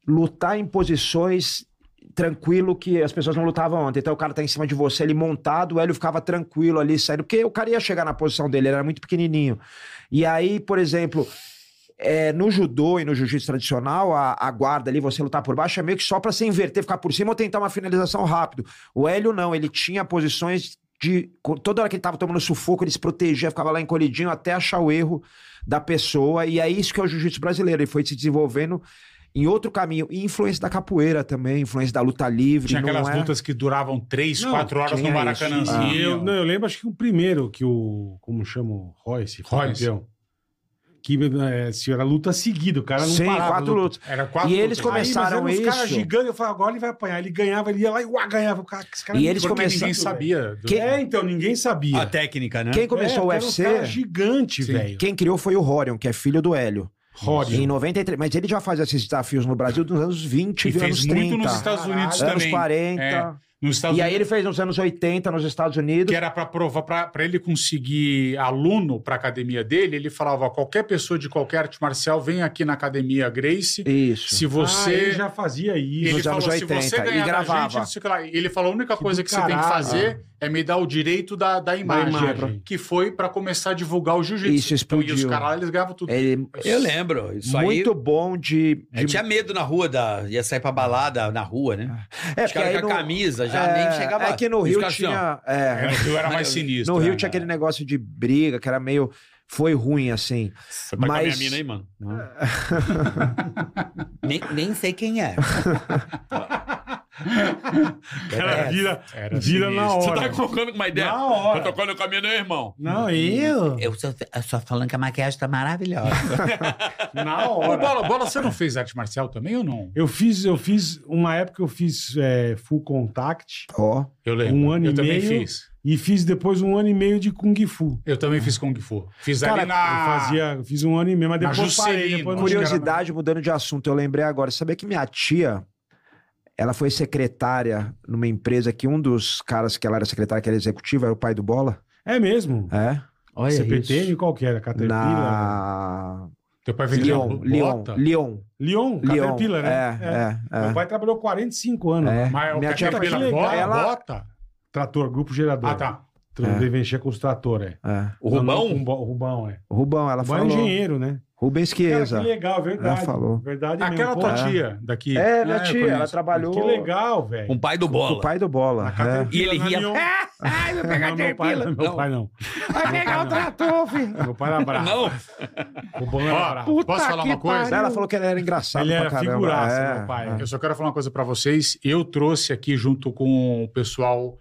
Speaker 2: lutar em posições tranquilo que as pessoas não lutavam antes. Então o cara tá em cima de você, ele montado, o Hélio ficava tranquilo ali saindo, porque o cara ia chegar na posição dele, ele era muito pequenininho. E aí, por exemplo, é, no judô e no jiu-jitsu tradicional, a, a guarda ali, você lutar por baixo, é meio que só pra se inverter, ficar por cima ou tentar uma finalização rápido. O Hélio não, ele tinha posições de. co- Toda hora que ele tava tomando sufoco, ele se protegia, ficava lá encolhidinho até achar o erro da pessoa. E é isso que é o jiu-jitsu brasileiro. Ele foi se desenvolvendo em outro caminho. E influência da capoeira também, influência da luta livre.
Speaker 5: Tinha
Speaker 2: não
Speaker 5: aquelas
Speaker 2: é...
Speaker 5: lutas que duravam três,
Speaker 4: Não,
Speaker 5: quatro horas
Speaker 2: tinha
Speaker 5: no
Speaker 2: isso.
Speaker 5: Maracanãzinho.
Speaker 2: Ah.
Speaker 4: E eu, não, eu lembro, acho que o primeiro que o. Como chama o Royce? foi
Speaker 5: Royce.
Speaker 4: campeão. Que é, se era luta seguida, o cara não
Speaker 2: Sim,
Speaker 4: parava.
Speaker 2: quatro lutas.
Speaker 5: Era quatro
Speaker 2: E eles
Speaker 5: lutas.
Speaker 2: come- começaram
Speaker 4: Os caras
Speaker 2: isso.
Speaker 4: gigantes, eu falava, agora ele vai apanhar. Ele ganhava, ele ia lá e uá, ganhava. O cara, esse cara
Speaker 2: E
Speaker 4: é
Speaker 2: eles
Speaker 4: muito-
Speaker 5: Porque
Speaker 2: começaram-
Speaker 5: ninguém sabia. do-
Speaker 2: Que-
Speaker 4: É, então, ninguém sabia.
Speaker 8: A técnica, né?
Speaker 2: Quem começou
Speaker 4: É,
Speaker 2: o
Speaker 4: porque
Speaker 2: UFC,
Speaker 4: Era um cara gigante,
Speaker 5: Sim.
Speaker 4: velho.
Speaker 2: quem criou foi o Rorion, que é filho do Hélio. Em
Speaker 4: Rory.
Speaker 2: 93. Mas ele já fazia esses desafios no Brasil dos anos 20
Speaker 5: E
Speaker 2: e dos
Speaker 5: fez
Speaker 2: anos 30.
Speaker 5: muito nos Estados Unidos
Speaker 2: anos
Speaker 5: também.
Speaker 2: 40.
Speaker 5: É. Nos Estados
Speaker 2: E aí
Speaker 5: Unidos,
Speaker 2: ele fez nos anos 80 nos Estados Unidos.
Speaker 5: que era para provar, para ele conseguir aluno para academia dele, ele falava: qualquer pessoa de qualquer arte marcial vem aqui na academia Grace.
Speaker 2: Isso.
Speaker 5: Se
Speaker 4: Ah,
Speaker 5: você.
Speaker 4: ele já fazia
Speaker 5: E
Speaker 4: isso.
Speaker 5: ele
Speaker 2: Nos
Speaker 5: falou,
Speaker 2: anos
Speaker 5: se você
Speaker 2: 80, e
Speaker 5: ganhar da
Speaker 2: gravava.
Speaker 5: gente, não sei o que lá. E ele falou, a única
Speaker 4: Que
Speaker 5: coisa
Speaker 4: do
Speaker 5: que, você tem que
Speaker 4: caralho.
Speaker 5: fazer é me dar o direito da, da imagem,
Speaker 4: imagem.
Speaker 5: Que foi pra começar a divulgar o jiu-jitsu. Então,
Speaker 2: Isso
Speaker 5: e os
Speaker 2: explodiu.
Speaker 5: caras, eles gravam tudo.
Speaker 2: Ele-
Speaker 6: Eu lembro. Isso
Speaker 2: muito
Speaker 6: aí.
Speaker 2: bom de.
Speaker 6: Eu
Speaker 2: de-
Speaker 6: tinha medo na rua, da, ia sair pra balada na rua, né?
Speaker 2: É,
Speaker 6: Os caras
Speaker 2: porque
Speaker 6: com
Speaker 2: aí
Speaker 6: a
Speaker 2: no-
Speaker 6: camisa já
Speaker 2: é,
Speaker 6: nem chegava.
Speaker 2: É que no
Speaker 6: Os
Speaker 2: Rio
Speaker 6: caras assim, ó,
Speaker 2: tinha. é,
Speaker 5: É, no Rio era mais sinistro.
Speaker 2: no Rio
Speaker 5: né?
Speaker 2: tinha aquele negócio de briga que era meio. Foi ruim, assim.
Speaker 6: Você vai com a minha
Speaker 2: Mas-
Speaker 6: mina aí, mano? nem, nem sei quem é.
Speaker 4: O
Speaker 6: É.
Speaker 4: cara vira,
Speaker 5: Era
Speaker 4: vira na
Speaker 5: sinistro.
Speaker 4: hora.
Speaker 8: colocando com uma
Speaker 4: Na hora.
Speaker 8: Tá tocando com a minha, né, irmão?
Speaker 4: Não, eu.
Speaker 6: Eu só, eu só falando que a maquiagem tá maravilhosa.
Speaker 4: Na
Speaker 5: Ô,
Speaker 4: hora.
Speaker 5: Bola, Bola, você não fez arte marcial também ou não?
Speaker 4: Eu fiz, eu fiz. Uma época eu fiz é, full contact
Speaker 2: Ó.
Speaker 5: Eu
Speaker 4: lembro. Um ano
Speaker 5: eu
Speaker 4: e
Speaker 5: também
Speaker 4: meio.
Speaker 5: fiz.
Speaker 4: e fiz depois um ano e meio de Kung Fu.
Speaker 5: Eu também fiz Kung Fu. Fiz
Speaker 4: Cara,
Speaker 5: ali na...
Speaker 4: eu fazia, eu fiz um ano e meio, mas
Speaker 5: na
Speaker 4: depois parei.
Speaker 5: Juscelino.
Speaker 4: Depois não tinha-
Speaker 2: Curiosidade, mudando de assunto, eu lembrei agora. Sabia que minha tia, ela foi secretária numa empresa que um dos caras que ela era secretária, que era executivo, era o pai do Bola?
Speaker 4: É
Speaker 5: Ah,
Speaker 4: mesmo.
Speaker 2: É.
Speaker 6: Olha
Speaker 4: CPT e qual que era? Caterpillar?
Speaker 2: Na.
Speaker 5: Teu pai vendia
Speaker 2: Lyon, Lyon,
Speaker 5: bota?
Speaker 2: Lyon.
Speaker 4: Leon,
Speaker 2: Lyon.
Speaker 4: Caterpillar, né?
Speaker 2: É, é, é.
Speaker 4: Meu pai trabalhou 45 anos.
Speaker 2: É.
Speaker 5: Mas
Speaker 2: Minha
Speaker 5: o
Speaker 2: tia
Speaker 5: Caterpillar
Speaker 4: tá aqui,
Speaker 5: bota?
Speaker 2: ela-
Speaker 5: bota?
Speaker 4: Trator, grupo gerador.
Speaker 5: Ah, tá.
Speaker 4: Tra-
Speaker 2: É.
Speaker 4: Deve encher com os trator, é.
Speaker 2: é.
Speaker 8: O
Speaker 4: Não, não,
Speaker 8: Rubão?
Speaker 4: com bo- Rubão, é.
Speaker 2: Rubão, ela
Speaker 4: Rubão é
Speaker 2: falou.
Speaker 4: engenheiro, né?
Speaker 2: Rubens
Speaker 4: Cara,
Speaker 2: Chiesa.
Speaker 4: que legal, verdade.
Speaker 2: Ela falou.
Speaker 4: Verdade
Speaker 5: Aquela
Speaker 4: mesmo. pô.
Speaker 5: tua tia daqui.
Speaker 2: É, minha
Speaker 5: eu
Speaker 2: tia,
Speaker 5: conheço.
Speaker 2: ela trabalhou.
Speaker 4: Que legal, velho.
Speaker 8: Com o um pai do
Speaker 2: O
Speaker 8: bola.
Speaker 2: pai do Bola.
Speaker 4: Na
Speaker 2: É.
Speaker 4: Caterpillar,
Speaker 8: E ele
Speaker 4: na
Speaker 8: ria- assim,
Speaker 4: Lyon.
Speaker 11: Ai, vou
Speaker 4: Não, é meu pai não. Meu
Speaker 8: Não.
Speaker 4: pai não.
Speaker 11: Vai pegar o trator, filho.
Speaker 4: Meu pai era bravo.
Speaker 8: Não,
Speaker 4: Rubão era bravo.
Speaker 5: Ó, posso falar uma coisa?
Speaker 2: é. Ela falou que ele era engraçado
Speaker 4: Ele
Speaker 2: pra
Speaker 4: era
Speaker 2: caramba.
Speaker 4: figuraça,
Speaker 2: é.
Speaker 4: meu pai.
Speaker 5: Eu só quero falar uma coisa pra vocês. Eu trouxe aqui junto com o pessoal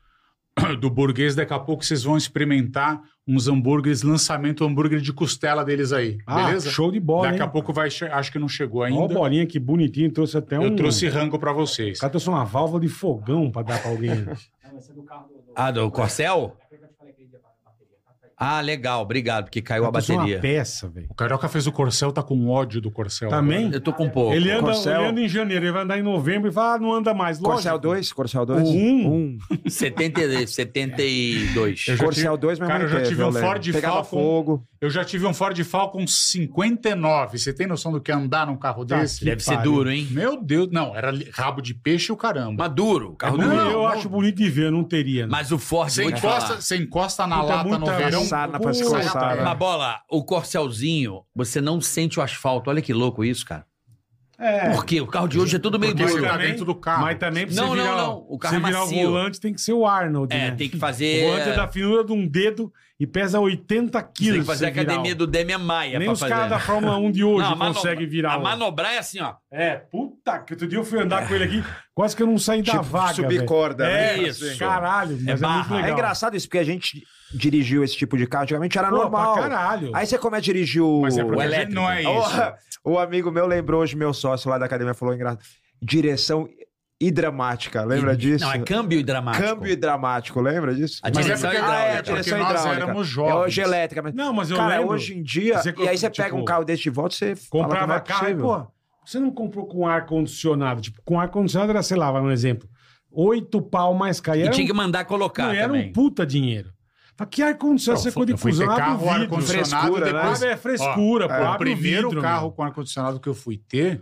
Speaker 5: do burguês, daqui a pouco vocês vão experimentar uns hambúrgueres, lançamento hambúrguer de costela deles aí,
Speaker 4: Ah,
Speaker 5: beleza?
Speaker 4: show de bola,
Speaker 5: daqui a
Speaker 4: hein?
Speaker 5: pouco vai, che- acho que não chegou
Speaker 4: Ó, a
Speaker 5: ainda.
Speaker 4: bolinha que bonitinho, trouxe até um.
Speaker 5: eu trouxe rango pra vocês.
Speaker 4: O cara trouxe uma válvula de fogão pra dar pra alguém.
Speaker 6: Ah, do Corcel? Ah, legal, obrigado, porque caiu a
Speaker 4: Ela trouxe
Speaker 6: bateria.
Speaker 4: Uma peça, velho.
Speaker 5: O Carioca fez o Corcel, tá com ódio do Corcel.
Speaker 4: Também?
Speaker 6: Eu tô com pouco.
Speaker 4: Ele anda,
Speaker 2: Corcel.
Speaker 4: ele anda em janeiro, ele vai andar em novembro e fala, ah, não anda mais.
Speaker 2: Corcel
Speaker 4: Lógico.
Speaker 2: 2, Corcel 2.
Speaker 4: um.
Speaker 2: um.
Speaker 6: 70, 72.
Speaker 5: Eu já
Speaker 2: Corcel
Speaker 5: tive-
Speaker 2: 2, minha
Speaker 5: cara,
Speaker 2: mãe
Speaker 5: eu já
Speaker 2: teve,
Speaker 5: tive um
Speaker 2: lembro.
Speaker 5: Ford
Speaker 2: Pegava
Speaker 5: Falcon.
Speaker 2: fogo.
Speaker 5: Eu já tive um Ford Falcon 59. Você tem noção do que é andar num carro
Speaker 4: Tá
Speaker 5: desse?
Speaker 4: aqui.
Speaker 6: Deve ser
Speaker 4: pariu.
Speaker 6: duro, hein?
Speaker 5: Meu Deus, não, era li- rabo de peixe e o caramba.
Speaker 6: Mas duro, carro
Speaker 4: Não,
Speaker 6: duro.
Speaker 4: eu acho bonito de ver, eu não teria. né?
Speaker 6: Mas o Ford,
Speaker 5: Você
Speaker 6: vou te
Speaker 5: encosta,
Speaker 6: falar.
Speaker 5: você encosta na
Speaker 4: Puta,
Speaker 5: lata no
Speaker 4: muita
Speaker 5: verão.
Speaker 2: sarna pra se
Speaker 5: puta,
Speaker 2: coçar,
Speaker 4: né?
Speaker 5: cara.
Speaker 6: Uma bola, o Corcelzinho, você não sente o asfalto. Olha que louco isso, cara.
Speaker 4: É.
Speaker 6: Por quê? O carro de hoje é tudo meio
Speaker 5: Mas
Speaker 6: duro.
Speaker 5: você tá dentro do carro.
Speaker 4: Mas também pra
Speaker 6: Não,
Speaker 4: você
Speaker 6: não,
Speaker 4: virar,
Speaker 6: não, o
Speaker 4: pra
Speaker 6: carro
Speaker 4: você
Speaker 6: é
Speaker 4: virar
Speaker 6: macio.
Speaker 4: o volante tem que ser o Arnold, né?
Speaker 6: É, tem que
Speaker 4: O volante é
Speaker 6: fazer.
Speaker 4: da finura de um dedo e pesa 80
Speaker 6: Você
Speaker 4: quilos.
Speaker 6: tem que fazer a
Speaker 4: pra você virar
Speaker 6: academia
Speaker 4: o-
Speaker 6: do Demian Maia
Speaker 4: Nem
Speaker 6: pra
Speaker 4: os
Speaker 6: fazer.
Speaker 4: caras da Fórmula 1 de
Speaker 6: Não,
Speaker 4: hoje
Speaker 6: a mano-
Speaker 4: conseguem virar
Speaker 6: A
Speaker 4: o-
Speaker 6: manobrar é assim, ó.
Speaker 4: É, puta que outro dia eu fui andar com ele aqui, quase que eu não saí da vaga.
Speaker 2: Tipo, subir
Speaker 4: velho.
Speaker 2: corda,
Speaker 4: É,
Speaker 6: né? Isso.
Speaker 4: Caralho, mas é,
Speaker 6: barra.
Speaker 4: muito legal.
Speaker 2: É engraçado isso, porque a gente dirigiu esse tipo de carro. Antigamente era
Speaker 4: Pô,
Speaker 2: normal.
Speaker 4: pra caralho.
Speaker 2: Aí você começa a dirigir o.
Speaker 5: Mas é porque
Speaker 6: O
Speaker 5: a gente
Speaker 6: elétrico.
Speaker 5: não é isso.
Speaker 2: o, o amigo meu lembrou hoje, meu sócio lá da academia, falou engraçado. Direção hidramática, lembra disso?
Speaker 6: Não, é câmbio dramático.
Speaker 2: Câmbio hidramático, lembra disso?
Speaker 6: A
Speaker 5: Mas é
Speaker 6: direção
Speaker 5: porque,
Speaker 6: hidráulica.
Speaker 5: ah, é
Speaker 6: É
Speaker 5: porque nós éramos jovens.
Speaker 2: É hoje elétrica. Mas...
Speaker 4: Não, mas eu
Speaker 2: Cara,
Speaker 4: lembro.
Speaker 2: hoje em dia.
Speaker 4: Você
Speaker 2: E aí você
Speaker 4: tipo,
Speaker 2: pega um carro desse de volta, você fala que não
Speaker 4: Comprava
Speaker 2: é
Speaker 4: carro e,
Speaker 2: possível.
Speaker 4: pô, você não comprou com ar-condicionado. Tipo, com ar-condicionado era, sei lá, vai um exemplo. Oito pau mais caro.
Speaker 6: E
Speaker 2: é
Speaker 4: Era
Speaker 6: tinha que
Speaker 4: um-
Speaker 6: mandar colocar
Speaker 4: não, era um
Speaker 6: também.
Speaker 4: puta dinheiro. Fala, que ar-condicionado? Você é coisa de cuzão, abre o vidro.
Speaker 5: ar-condicionado,
Speaker 2: Frescura, né?
Speaker 5: depois...
Speaker 4: Abre, é frescura,
Speaker 5: Ó,
Speaker 4: pô,
Speaker 5: o
Speaker 4: abre o
Speaker 5: primeiro
Speaker 4: vidro,
Speaker 5: carro
Speaker 4: meu.
Speaker 5: com ar-condicionado que eu fui ter,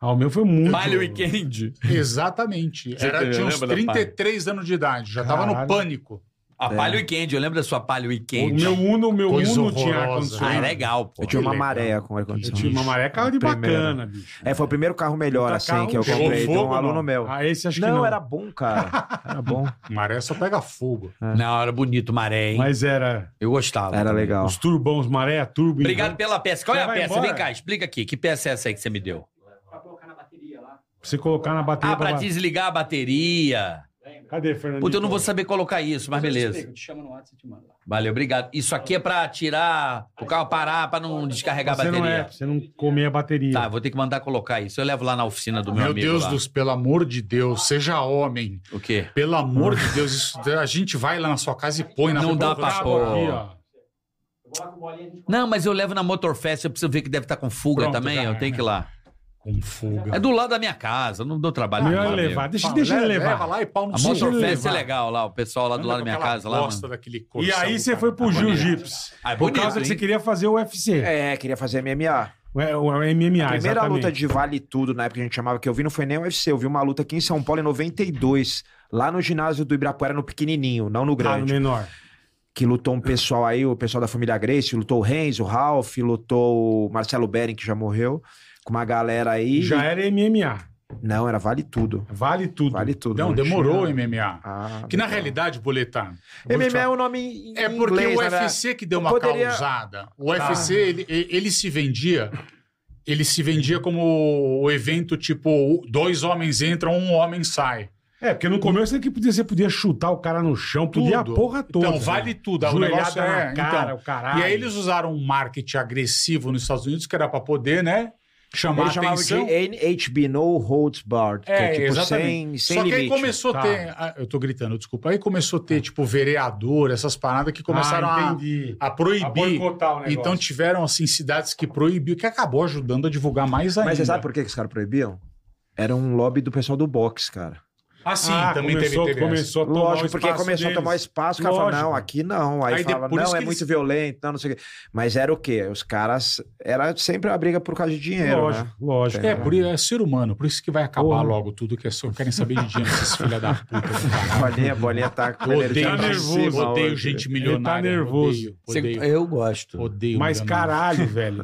Speaker 4: Ah, o meu foi muito.
Speaker 6: Palio Weekend.
Speaker 5: exatamente, era, tinha uns 33 anos de idade, já tava no
Speaker 4: Caralho.
Speaker 5: pânico.
Speaker 6: A
Speaker 2: É.
Speaker 6: Palio Weekend, eu lembro da sua Palio
Speaker 4: O
Speaker 6: Weekend.
Speaker 4: meu Uno, o meu
Speaker 5: Coisa
Speaker 4: Uno
Speaker 5: horrorosa.
Speaker 4: tinha
Speaker 6: Ah, é
Speaker 4: ar-condicionado.
Speaker 6: legal, pô.
Speaker 2: Eu tinha uma
Speaker 5: legal.
Speaker 2: maré com
Speaker 4: Eu tinha uma
Speaker 2: ar-condicionado.
Speaker 4: maré, carro de
Speaker 2: Primeiro.
Speaker 4: bacana, bicho.
Speaker 2: É, foi o primeiro carro melhor,
Speaker 4: Puta,
Speaker 2: assim,
Speaker 4: carro
Speaker 2: que eu
Speaker 5: pegou
Speaker 2: comprei de um
Speaker 5: fogo,
Speaker 2: aluno
Speaker 5: não?
Speaker 2: meu.
Speaker 4: Ah, esse acho que
Speaker 2: não,
Speaker 4: não.
Speaker 2: era bom, cara. Era bom.
Speaker 5: Maré só pega fogo.
Speaker 6: Não, era bonito maré, hein?
Speaker 4: Mas era
Speaker 6: Eu gostava.
Speaker 2: Era
Speaker 6: também.
Speaker 2: legal. Uhum.
Speaker 4: os turbons, maré, turbo.
Speaker 6: Obrigado
Speaker 4: então,
Speaker 6: pela peça. Qual é
Speaker 4: Já
Speaker 6: a
Speaker 4: vai
Speaker 6: peça?
Speaker 4: embora?
Speaker 6: Vem cá, explica aqui. Que peça é essa aí que você me deu?
Speaker 4: pra você colocar na bateria.
Speaker 6: Ah, pra
Speaker 4: ba-
Speaker 6: desligar a bateria.
Speaker 4: Cadê, Fernando?
Speaker 6: Puta, eu não vou saber colocar isso, mas beleza. Valeu, obrigado. Isso aqui é pra tirar, o carro parar, pra não descarregar a
Speaker 4: Você não é,
Speaker 6: bateria.
Speaker 4: pra você não comer a bateria.
Speaker 6: Tá, vou ter que mandar colocar isso. Eu levo lá na oficina do meu,
Speaker 5: Meu
Speaker 6: amigo.
Speaker 5: Deus,
Speaker 6: lá.
Speaker 5: dos, pelo amor de Deus, seja homem.
Speaker 6: O quê?
Speaker 5: Pelo amor de Deus, isso- a gente vai lá na sua casa e põe na
Speaker 6: Não dá
Speaker 5: porra.
Speaker 6: pra
Speaker 4: Cabo Tá aqui, ó.
Speaker 6: Não, mas eu levo na Motorfest, eu preciso ver que deve estar com fuga
Speaker 5: Pronto,
Speaker 6: também.
Speaker 5: já
Speaker 6: eu
Speaker 5: é,
Speaker 6: tenho
Speaker 5: né?
Speaker 6: que ir lá.
Speaker 5: Com fuga.
Speaker 6: É do lado da minha casa, não dou trabalho. pra
Speaker 4: Melhor
Speaker 6: lá,
Speaker 4: levar.
Speaker 6: meu.
Speaker 4: Deixa,
Speaker 5: Fala,
Speaker 4: deixa ele
Speaker 5: leva-
Speaker 4: levar.
Speaker 5: Leva lá e pau no
Speaker 6: A
Speaker 5: seu.
Speaker 6: Motorfest é
Speaker 5: Levar.
Speaker 6: legal lá, o pessoal lá Tá do lado da minha
Speaker 5: Aquela
Speaker 6: casa. lá.
Speaker 5: bosta
Speaker 6: mano.
Speaker 5: daquele
Speaker 4: E
Speaker 5: corção
Speaker 4: aí
Speaker 5: do
Speaker 4: você
Speaker 5: cara.
Speaker 4: foi pro jiu-jitsu.
Speaker 6: Ah, é
Speaker 4: Por
Speaker 6: bonito,
Speaker 4: causa que você
Speaker 6: hein?
Speaker 4: queria fazer o UFC.
Speaker 2: É, queria fazer MMA.
Speaker 4: O, É, o
Speaker 2: A
Speaker 4: MMA,
Speaker 2: primeira
Speaker 4: Ah, exatamente.
Speaker 2: luta de vale tudo, na época que a gente chamava, que eu vi, não foi nem UFC. Eu vi uma luta aqui em São Paulo em 92, lá no ginásio do Ibirapuera, no pequenininho, não no
Speaker 4: Ah, no
Speaker 2: grande.
Speaker 4: menor.
Speaker 2: que lutou um pessoal aí, o pessoal da família Grace, lutou o Renz, o Ralph, lutou o Marcelo Bering, que já morreu, com uma galera aí.
Speaker 5: é.
Speaker 4: Já era MMA.
Speaker 2: Não, era vale tudo.
Speaker 4: Vale tudo.
Speaker 2: Vale tudo.
Speaker 5: Não,
Speaker 2: tinha-
Speaker 5: demorou o MMA.
Speaker 2: Ah,
Speaker 5: Que na
Speaker 2: legal.
Speaker 5: realidade, Boletar.
Speaker 2: MMA é o nome em em
Speaker 5: É porque
Speaker 2: inglês,
Speaker 5: o
Speaker 2: né, né?
Speaker 5: UFC que deu uma
Speaker 2: Poderia-
Speaker 5: causada. O UFC, ele, ele se vendia. Ele se vendia como o evento tipo: dois homens entram, um homem sai.
Speaker 4: É, porque no começo aqui podia, você podia chutar o cara no chão, podia
Speaker 5: Tudo.
Speaker 4: a porra toda.
Speaker 5: Então, vale tudo.
Speaker 4: Né?
Speaker 5: Aí O
Speaker 4: Joelhada
Speaker 5: negócio
Speaker 4: na
Speaker 5: é.
Speaker 4: cara,
Speaker 5: então,
Speaker 4: o caralho.
Speaker 5: E aí eles usaram um marketing agressivo nos Estados Unidos, que era pra poder, né? Chamar
Speaker 2: Ele
Speaker 5: a
Speaker 2: chamava
Speaker 5: atenção.
Speaker 2: de NHB, No Holds Barred.
Speaker 5: É,
Speaker 2: que é tipo sem,
Speaker 5: exatamente.
Speaker 2: sem
Speaker 5: Só que aí
Speaker 2: limite.
Speaker 5: começou
Speaker 4: Tá.
Speaker 5: a ter. ah, Eu tô gritando, desculpa. Aí começou a ter, tipo, vereador, essas paradas que começaram
Speaker 4: ah,
Speaker 5: a,
Speaker 4: entendi.
Speaker 5: a
Speaker 4: A
Speaker 5: proibir.
Speaker 4: boicotar o negócio.
Speaker 5: Então tiveram, assim, cidades que proibiu, que acabou ajudando a divulgar mais ainda.
Speaker 2: Mas você sabe por que que os caras proibiam? Era um lobby do pessoal do boxe, cara.
Speaker 5: Assim,
Speaker 4: Ah,
Speaker 5: também teve,
Speaker 4: começou,
Speaker 5: teve essa.
Speaker 4: começou a tomar
Speaker 2: Lógico,
Speaker 4: o
Speaker 2: porque
Speaker 4: espaço
Speaker 2: começou
Speaker 4: deles.
Speaker 2: a tomar espaço, o cara falou,
Speaker 4: Lógico.
Speaker 2: não, aqui não. Aí,
Speaker 5: Aí
Speaker 2: falava,
Speaker 5: depois
Speaker 2: não, é
Speaker 5: que eles-
Speaker 2: muito violento, não, não sei o quê. Mas era o quê? Os caras... Era sempre a briga por causa de dinheiro,
Speaker 4: Lógico,
Speaker 2: né?
Speaker 4: lógico.
Speaker 5: É, por isso, é ser humano, por isso que vai acabar
Speaker 4: Porra.
Speaker 5: logo tudo, que é só querem saber de dinheiro, esses filha da puta. do
Speaker 2: A
Speaker 5: caralho.
Speaker 2: bolinha, a bolinha tá com
Speaker 5: Eu
Speaker 2: energia
Speaker 5: odeio,
Speaker 4: tá
Speaker 2: pra
Speaker 5: gente-
Speaker 4: nervoso.
Speaker 2: cima
Speaker 5: odeio
Speaker 2: hoje.
Speaker 4: Ele
Speaker 5: gente
Speaker 4: tá
Speaker 5: milionária.
Speaker 4: nervoso.
Speaker 5: Odeio, odeio,
Speaker 6: Eu gosto.
Speaker 5: odeio
Speaker 4: Mas
Speaker 5: milionário.
Speaker 4: caralho, velho.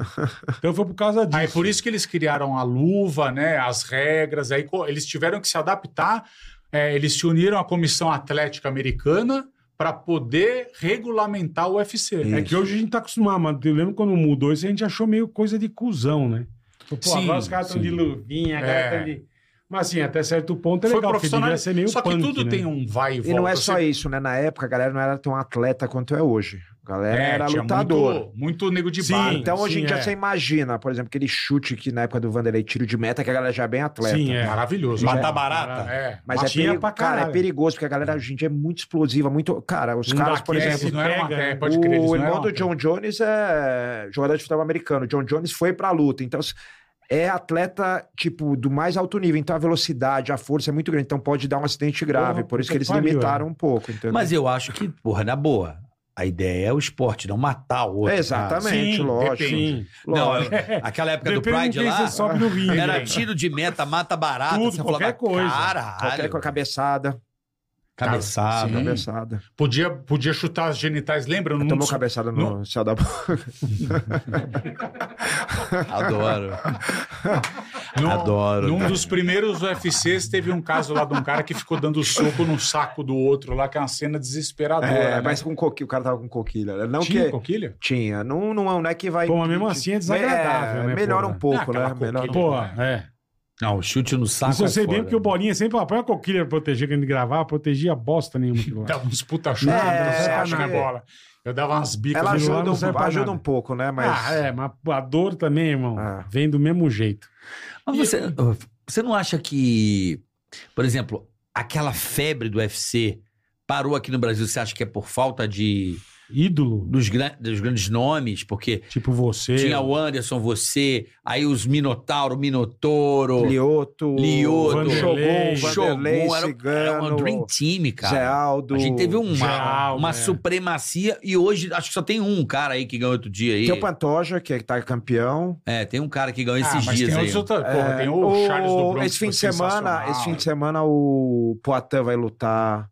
Speaker 4: Então foi por causa disso.
Speaker 5: Aí por isso que eles criaram a luva, né? As regras. Aí co- eles tiveram que se adaptar. é, eles se uniram à Comissão Atlética Americana para poder regulamentar o UFC.
Speaker 4: É que hoje a gente tá acostumado, mas eu lembro quando mudou isso, a gente achou meio coisa de cuzão, né? Pô,
Speaker 5: Sim,
Speaker 4: agora os caras estão
Speaker 5: sim.
Speaker 4: de luvinha, agora
Speaker 5: É.
Speaker 4: estão de... Mas assim, até certo ponto é
Speaker 5: Foi
Speaker 4: legal, porque
Speaker 5: profissional.
Speaker 4: devia ser meio
Speaker 5: Só que
Speaker 4: punk,
Speaker 5: tudo
Speaker 4: né?
Speaker 5: tem um vai e volta.
Speaker 2: E não é só
Speaker 5: Você-
Speaker 2: isso, né? Na época, a galera não era tão atleta quanto é hoje. A galera
Speaker 5: É,
Speaker 2: era
Speaker 5: tinha
Speaker 2: lutador.
Speaker 5: Muito, muito nego de
Speaker 4: Sim,
Speaker 5: bar.
Speaker 2: Então, hoje
Speaker 4: sim,
Speaker 2: em dia,
Speaker 4: é.
Speaker 2: você imagina, por exemplo, aquele chute que na época do Vanderlei, tiro de meta, que a galera já é bem atleta.
Speaker 4: Sim, é.
Speaker 5: Maravilhoso.
Speaker 6: Mata
Speaker 5: É.
Speaker 6: barata?
Speaker 5: É.
Speaker 2: Mas
Speaker 4: Batia
Speaker 2: é, perigo,
Speaker 4: pra
Speaker 2: cara, é
Speaker 4: caralho. perigoso,
Speaker 2: perigoso, porque a galera hoje em dia é muito explosiva, muito... Cara, os
Speaker 4: Um
Speaker 2: caras, por
Speaker 4: daquele
Speaker 2: exemplo...
Speaker 5: Esse não era uma
Speaker 4: pega,
Speaker 5: é, pode crer, eles
Speaker 2: o
Speaker 5: não
Speaker 2: irmão
Speaker 5: eram
Speaker 2: do
Speaker 5: atleta.
Speaker 2: John Jones é jogador de futebol americano. O John Jones foi pra luta. Então, é atleta, tipo, do mais alto nível. Então, a velocidade, a força é muito grande. Então, pode dar um acidente grave.
Speaker 4: Porra,
Speaker 2: por isso
Speaker 4: puta
Speaker 2: que eles
Speaker 4: que pariu, é.
Speaker 2: limitaram um pouco, entendeu?
Speaker 6: Mas eu acho que, porra, na boa, a ideia é o esporte, não matar o outro.
Speaker 2: Exatamente,
Speaker 4: Sim,
Speaker 2: lógico.
Speaker 5: depende.
Speaker 4: Sim.
Speaker 6: Não,
Speaker 2: lógico.
Speaker 6: eu- aquela época do
Speaker 4: Depende de
Speaker 6: Pride
Speaker 4: quem
Speaker 6: lá,
Speaker 4: você sobe no né? ringue.
Speaker 6: era
Speaker 4: velho.
Speaker 6: tiro de meta, mata barata,
Speaker 4: Tudo,
Speaker 6: você falava,
Speaker 4: qualquer coisa.
Speaker 2: Qualquer
Speaker 6: caralho, Hum.
Speaker 2: com a cabeçada.
Speaker 6: cabeçada.
Speaker 5: Sim.
Speaker 2: Cabeçada. né?"
Speaker 5: Podia, podia chutar as genitais, lembra? Num
Speaker 2: Tomou
Speaker 5: su-
Speaker 2: cabeçada no céu da boca.
Speaker 6: Adoro,
Speaker 5: num-
Speaker 6: adoro.
Speaker 5: Num dos primeiros UFCs teve um caso lá de um cara que ficou dando soco no saco do outro lá, que é uma cena desesperadora.
Speaker 2: É,
Speaker 5: né?
Speaker 2: mas com coquilha. O cara tava com coquilha. né? Não
Speaker 5: Tinha
Speaker 2: que...
Speaker 5: coquilha?
Speaker 2: Tinha. Não, não, não é que vai...
Speaker 4: Pô, mas mesmo assim é desagradável,
Speaker 2: É,
Speaker 4: né,
Speaker 2: Melhora
Speaker 4: porra?
Speaker 2: um pouco,
Speaker 5: tipo Ah,
Speaker 2: né?
Speaker 5: aquela Tá
Speaker 2: Melhora um
Speaker 5: coquilha.
Speaker 4: Pô, é.
Speaker 6: Não, o chute no saco
Speaker 4: Isso eu
Speaker 6: é
Speaker 4: sei bem
Speaker 6: foda.
Speaker 4: porque o Bolinha sempre fala, põe a coquilha pra proteger quando ele gravar, protegia bosta nenhuma. aquilo lá.
Speaker 5: Dava uns puta chute,
Speaker 2: É,
Speaker 5: não sei
Speaker 2: acho
Speaker 5: na
Speaker 2: que-
Speaker 5: bola. Eu dava umas bicas.
Speaker 2: Ela
Speaker 5: no-
Speaker 4: Aquilo lá
Speaker 2: ajuda,
Speaker 4: não serve
Speaker 2: um,
Speaker 4: pra
Speaker 2: ajuda
Speaker 4: nada.
Speaker 2: um pouco, né? Mas...
Speaker 4: Ah, é, mas a dor também, irmão,
Speaker 2: Ah.
Speaker 4: vem do mesmo jeito.
Speaker 6: Mas você, você não acha que, por exemplo, aquela febre do UFC parou aqui no Brasil, você acha que é por falta de
Speaker 4: Ídolo,
Speaker 6: dos, gran- dos grandes nomes? Porque
Speaker 4: tipo você.
Speaker 6: tinha o Anderson, você, aí os Minotauro, Minotouro,
Speaker 2: Lioto,
Speaker 6: Lioto,
Speaker 2: Shogun,
Speaker 4: Vanderlei,
Speaker 2: Vanderlei,
Speaker 6: Shogun, era, era
Speaker 2: Cigano,
Speaker 6: uma
Speaker 2: é.
Speaker 6: Dream Team, cara.
Speaker 2: Zé Aldo.
Speaker 6: A gente teve um uma,
Speaker 4: Geral,
Speaker 6: uma
Speaker 4: né?
Speaker 6: supremacia e hoje acho que só tem um cara aí que ganhou outro dia aí.
Speaker 2: Tem um o Pantoja, que tá campeão.
Speaker 6: É, tem um cara que ganhou
Speaker 5: Ah,
Speaker 6: esses
Speaker 5: mas
Speaker 6: dias
Speaker 5: tem outros
Speaker 6: aí.
Speaker 5: outra- porra, tem o,
Speaker 2: É,
Speaker 5: Charles do Bronx.
Speaker 2: Esse fim
Speaker 5: foi
Speaker 2: de semana,
Speaker 5: sensacional.
Speaker 2: esse fim de semana o Poitin vai lutar.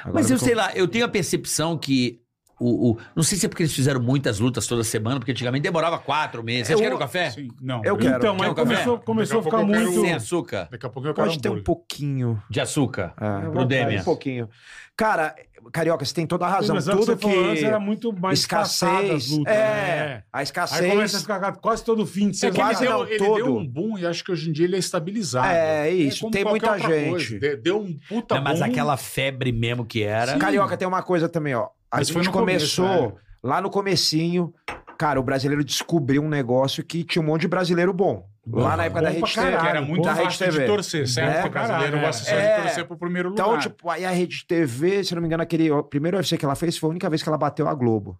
Speaker 2: Agora
Speaker 6: Mas eu
Speaker 2: tô-
Speaker 6: sei lá, eu tenho a percepção que o, o- não sei se é porque eles fizeram muitas lutas toda semana, porque antigamente demorava quatro meses. Vocês
Speaker 2: Eu-
Speaker 6: querem um café?
Speaker 5: Sim, não.
Speaker 2: Eu quero.
Speaker 4: Então,
Speaker 6: Quer
Speaker 4: mas
Speaker 6: um café?
Speaker 4: começou, começou a
Speaker 5: Daqui a
Speaker 4: ficar
Speaker 5: pouco eu quero
Speaker 4: muito...
Speaker 6: Sem açúcar,
Speaker 5: Daqui a pouco eu quero
Speaker 2: Pode ter um
Speaker 5: hambúrguer.
Speaker 2: pouquinho.
Speaker 6: de açúcar.
Speaker 2: É,
Speaker 4: Pro
Speaker 6: Demer.
Speaker 2: um pouquinho. Cara, Carioca, você tem toda a razão.
Speaker 4: Mas é o
Speaker 2: Ah, Tudo
Speaker 4: você falou antes,
Speaker 2: que...
Speaker 4: era muito mais espaçadas as
Speaker 2: escassez.
Speaker 4: lutas,
Speaker 2: é,
Speaker 4: né?
Speaker 2: a escassez.
Speaker 4: Aí começa a ficar quase todo fim de
Speaker 5: É
Speaker 4: semana.
Speaker 5: que ele,
Speaker 2: Quase
Speaker 5: deu,
Speaker 2: não,
Speaker 5: ele
Speaker 2: todo.
Speaker 5: deu um boom e acho que hoje em dia ele é estabilizado.
Speaker 2: É, isso,
Speaker 5: como
Speaker 2: tem
Speaker 5: qualquer
Speaker 2: muita
Speaker 5: outra coisa.
Speaker 2: gente.
Speaker 5: De- Deu um
Speaker 2: Tá
Speaker 5: puta
Speaker 6: Não, mas
Speaker 5: boom.
Speaker 6: aquela febre mesmo que era.
Speaker 5: Sim.
Speaker 2: Carioca, tem uma coisa também, ó. A
Speaker 5: Mas foi
Speaker 2: gente
Speaker 5: no começo,
Speaker 2: começou
Speaker 5: né?
Speaker 2: lá no comecinho. Cara, o brasileiro descobriu um negócio que tinha um monte de brasileiro bom. Lá na época da
Speaker 4: Bom pra
Speaker 2: Rede TV.
Speaker 4: caralho,
Speaker 5: Que era muito
Speaker 2: da Rede
Speaker 5: fácil de
Speaker 2: TV.
Speaker 5: torcer, certo?
Speaker 2: É,
Speaker 5: Porque o brasileiro
Speaker 4: caralho,
Speaker 5: gosta só
Speaker 2: é.
Speaker 5: de torcer pro primeiro lugar.
Speaker 2: Então, tipo, aí a Rede TV, se eu não me engano, aquele o primeiro UFC que ela fez foi a única vez que ela bateu a Globo.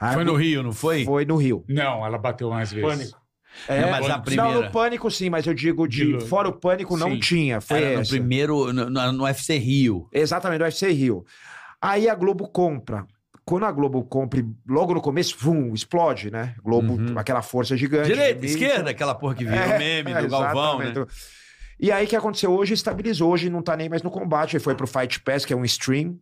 Speaker 2: A
Speaker 6: Foi no
Speaker 2: Globo
Speaker 6: Rio, não foi?
Speaker 2: Foi no Rio.
Speaker 5: Não, ela bateu mais vezes.
Speaker 4: Pânico.
Speaker 2: É,
Speaker 6: Não, mas a
Speaker 2: Não,
Speaker 6: primeira-
Speaker 2: no pânico sim, mas eu digo
Speaker 4: De
Speaker 2: de.
Speaker 4: luta.
Speaker 2: Fora o pânico, não
Speaker 5: Sim.
Speaker 2: tinha. Foi
Speaker 6: Era no
Speaker 2: essa.
Speaker 6: primeiro, no, no- no UFC Rio.
Speaker 2: Exatamente, do UFC Rio. Aí a Globo compra. Quando a Globo compra, logo no começo, vum, explode, né? Globo,
Speaker 6: Uhum.
Speaker 2: aquela força gigante.
Speaker 6: Direita,
Speaker 2: de mídia.
Speaker 6: esquerda, aquela porra que virou
Speaker 2: É,
Speaker 6: meme
Speaker 2: é,
Speaker 6: do Galvão, né?
Speaker 2: exatamente. E aí o que aconteceu hoje estabilizou, hoje não tá nem mais no combate, ele foi pro Fight Pass, que é um stream,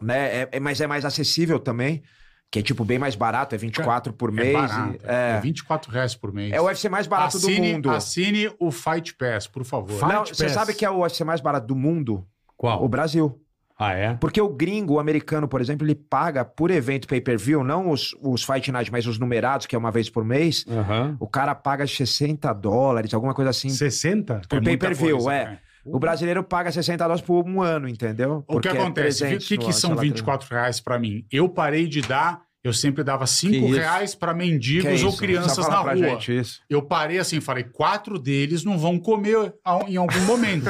Speaker 2: né? É- é- mas é mais acessível também, que é tipo bem mais barato, é 24 por
Speaker 5: É
Speaker 2: mês.
Speaker 5: barato,
Speaker 2: e-
Speaker 5: É
Speaker 2: é,
Speaker 5: 24 reais por mês.
Speaker 2: é o UFC mais barato
Speaker 5: assine,
Speaker 2: do mundo.
Speaker 5: Assine o Fight Pass, por favor.
Speaker 2: Não,
Speaker 4: Fight
Speaker 2: você
Speaker 4: Pass.
Speaker 2: sabe que é o UFC mais barato do mundo? O
Speaker 4: Qual?
Speaker 2: Brasil.
Speaker 4: Ah, é?
Speaker 2: Porque o gringo, o americano, por exemplo, ele paga por evento pay-per-view, não os, os Fight Night, mas os numerados, que é uma vez por mês.
Speaker 4: Aham.
Speaker 2: O cara paga 60 dólares, alguma coisa assim.
Speaker 4: 60?
Speaker 2: Por
Speaker 5: muita
Speaker 2: pay-per-view,
Speaker 5: coisa,
Speaker 2: é.
Speaker 5: né?
Speaker 2: O brasileiro paga 60 dólares por um ano, entendeu?
Speaker 5: O que acontece? O que, que são 24 reais pra mim? Eu parei de dar, eu sempre dava 5
Speaker 6: isso?
Speaker 5: reais pra mendigos ou crianças na rua.
Speaker 2: isso.
Speaker 5: Eu parei assim, falei, quatro deles não vão comer a- em algum momento.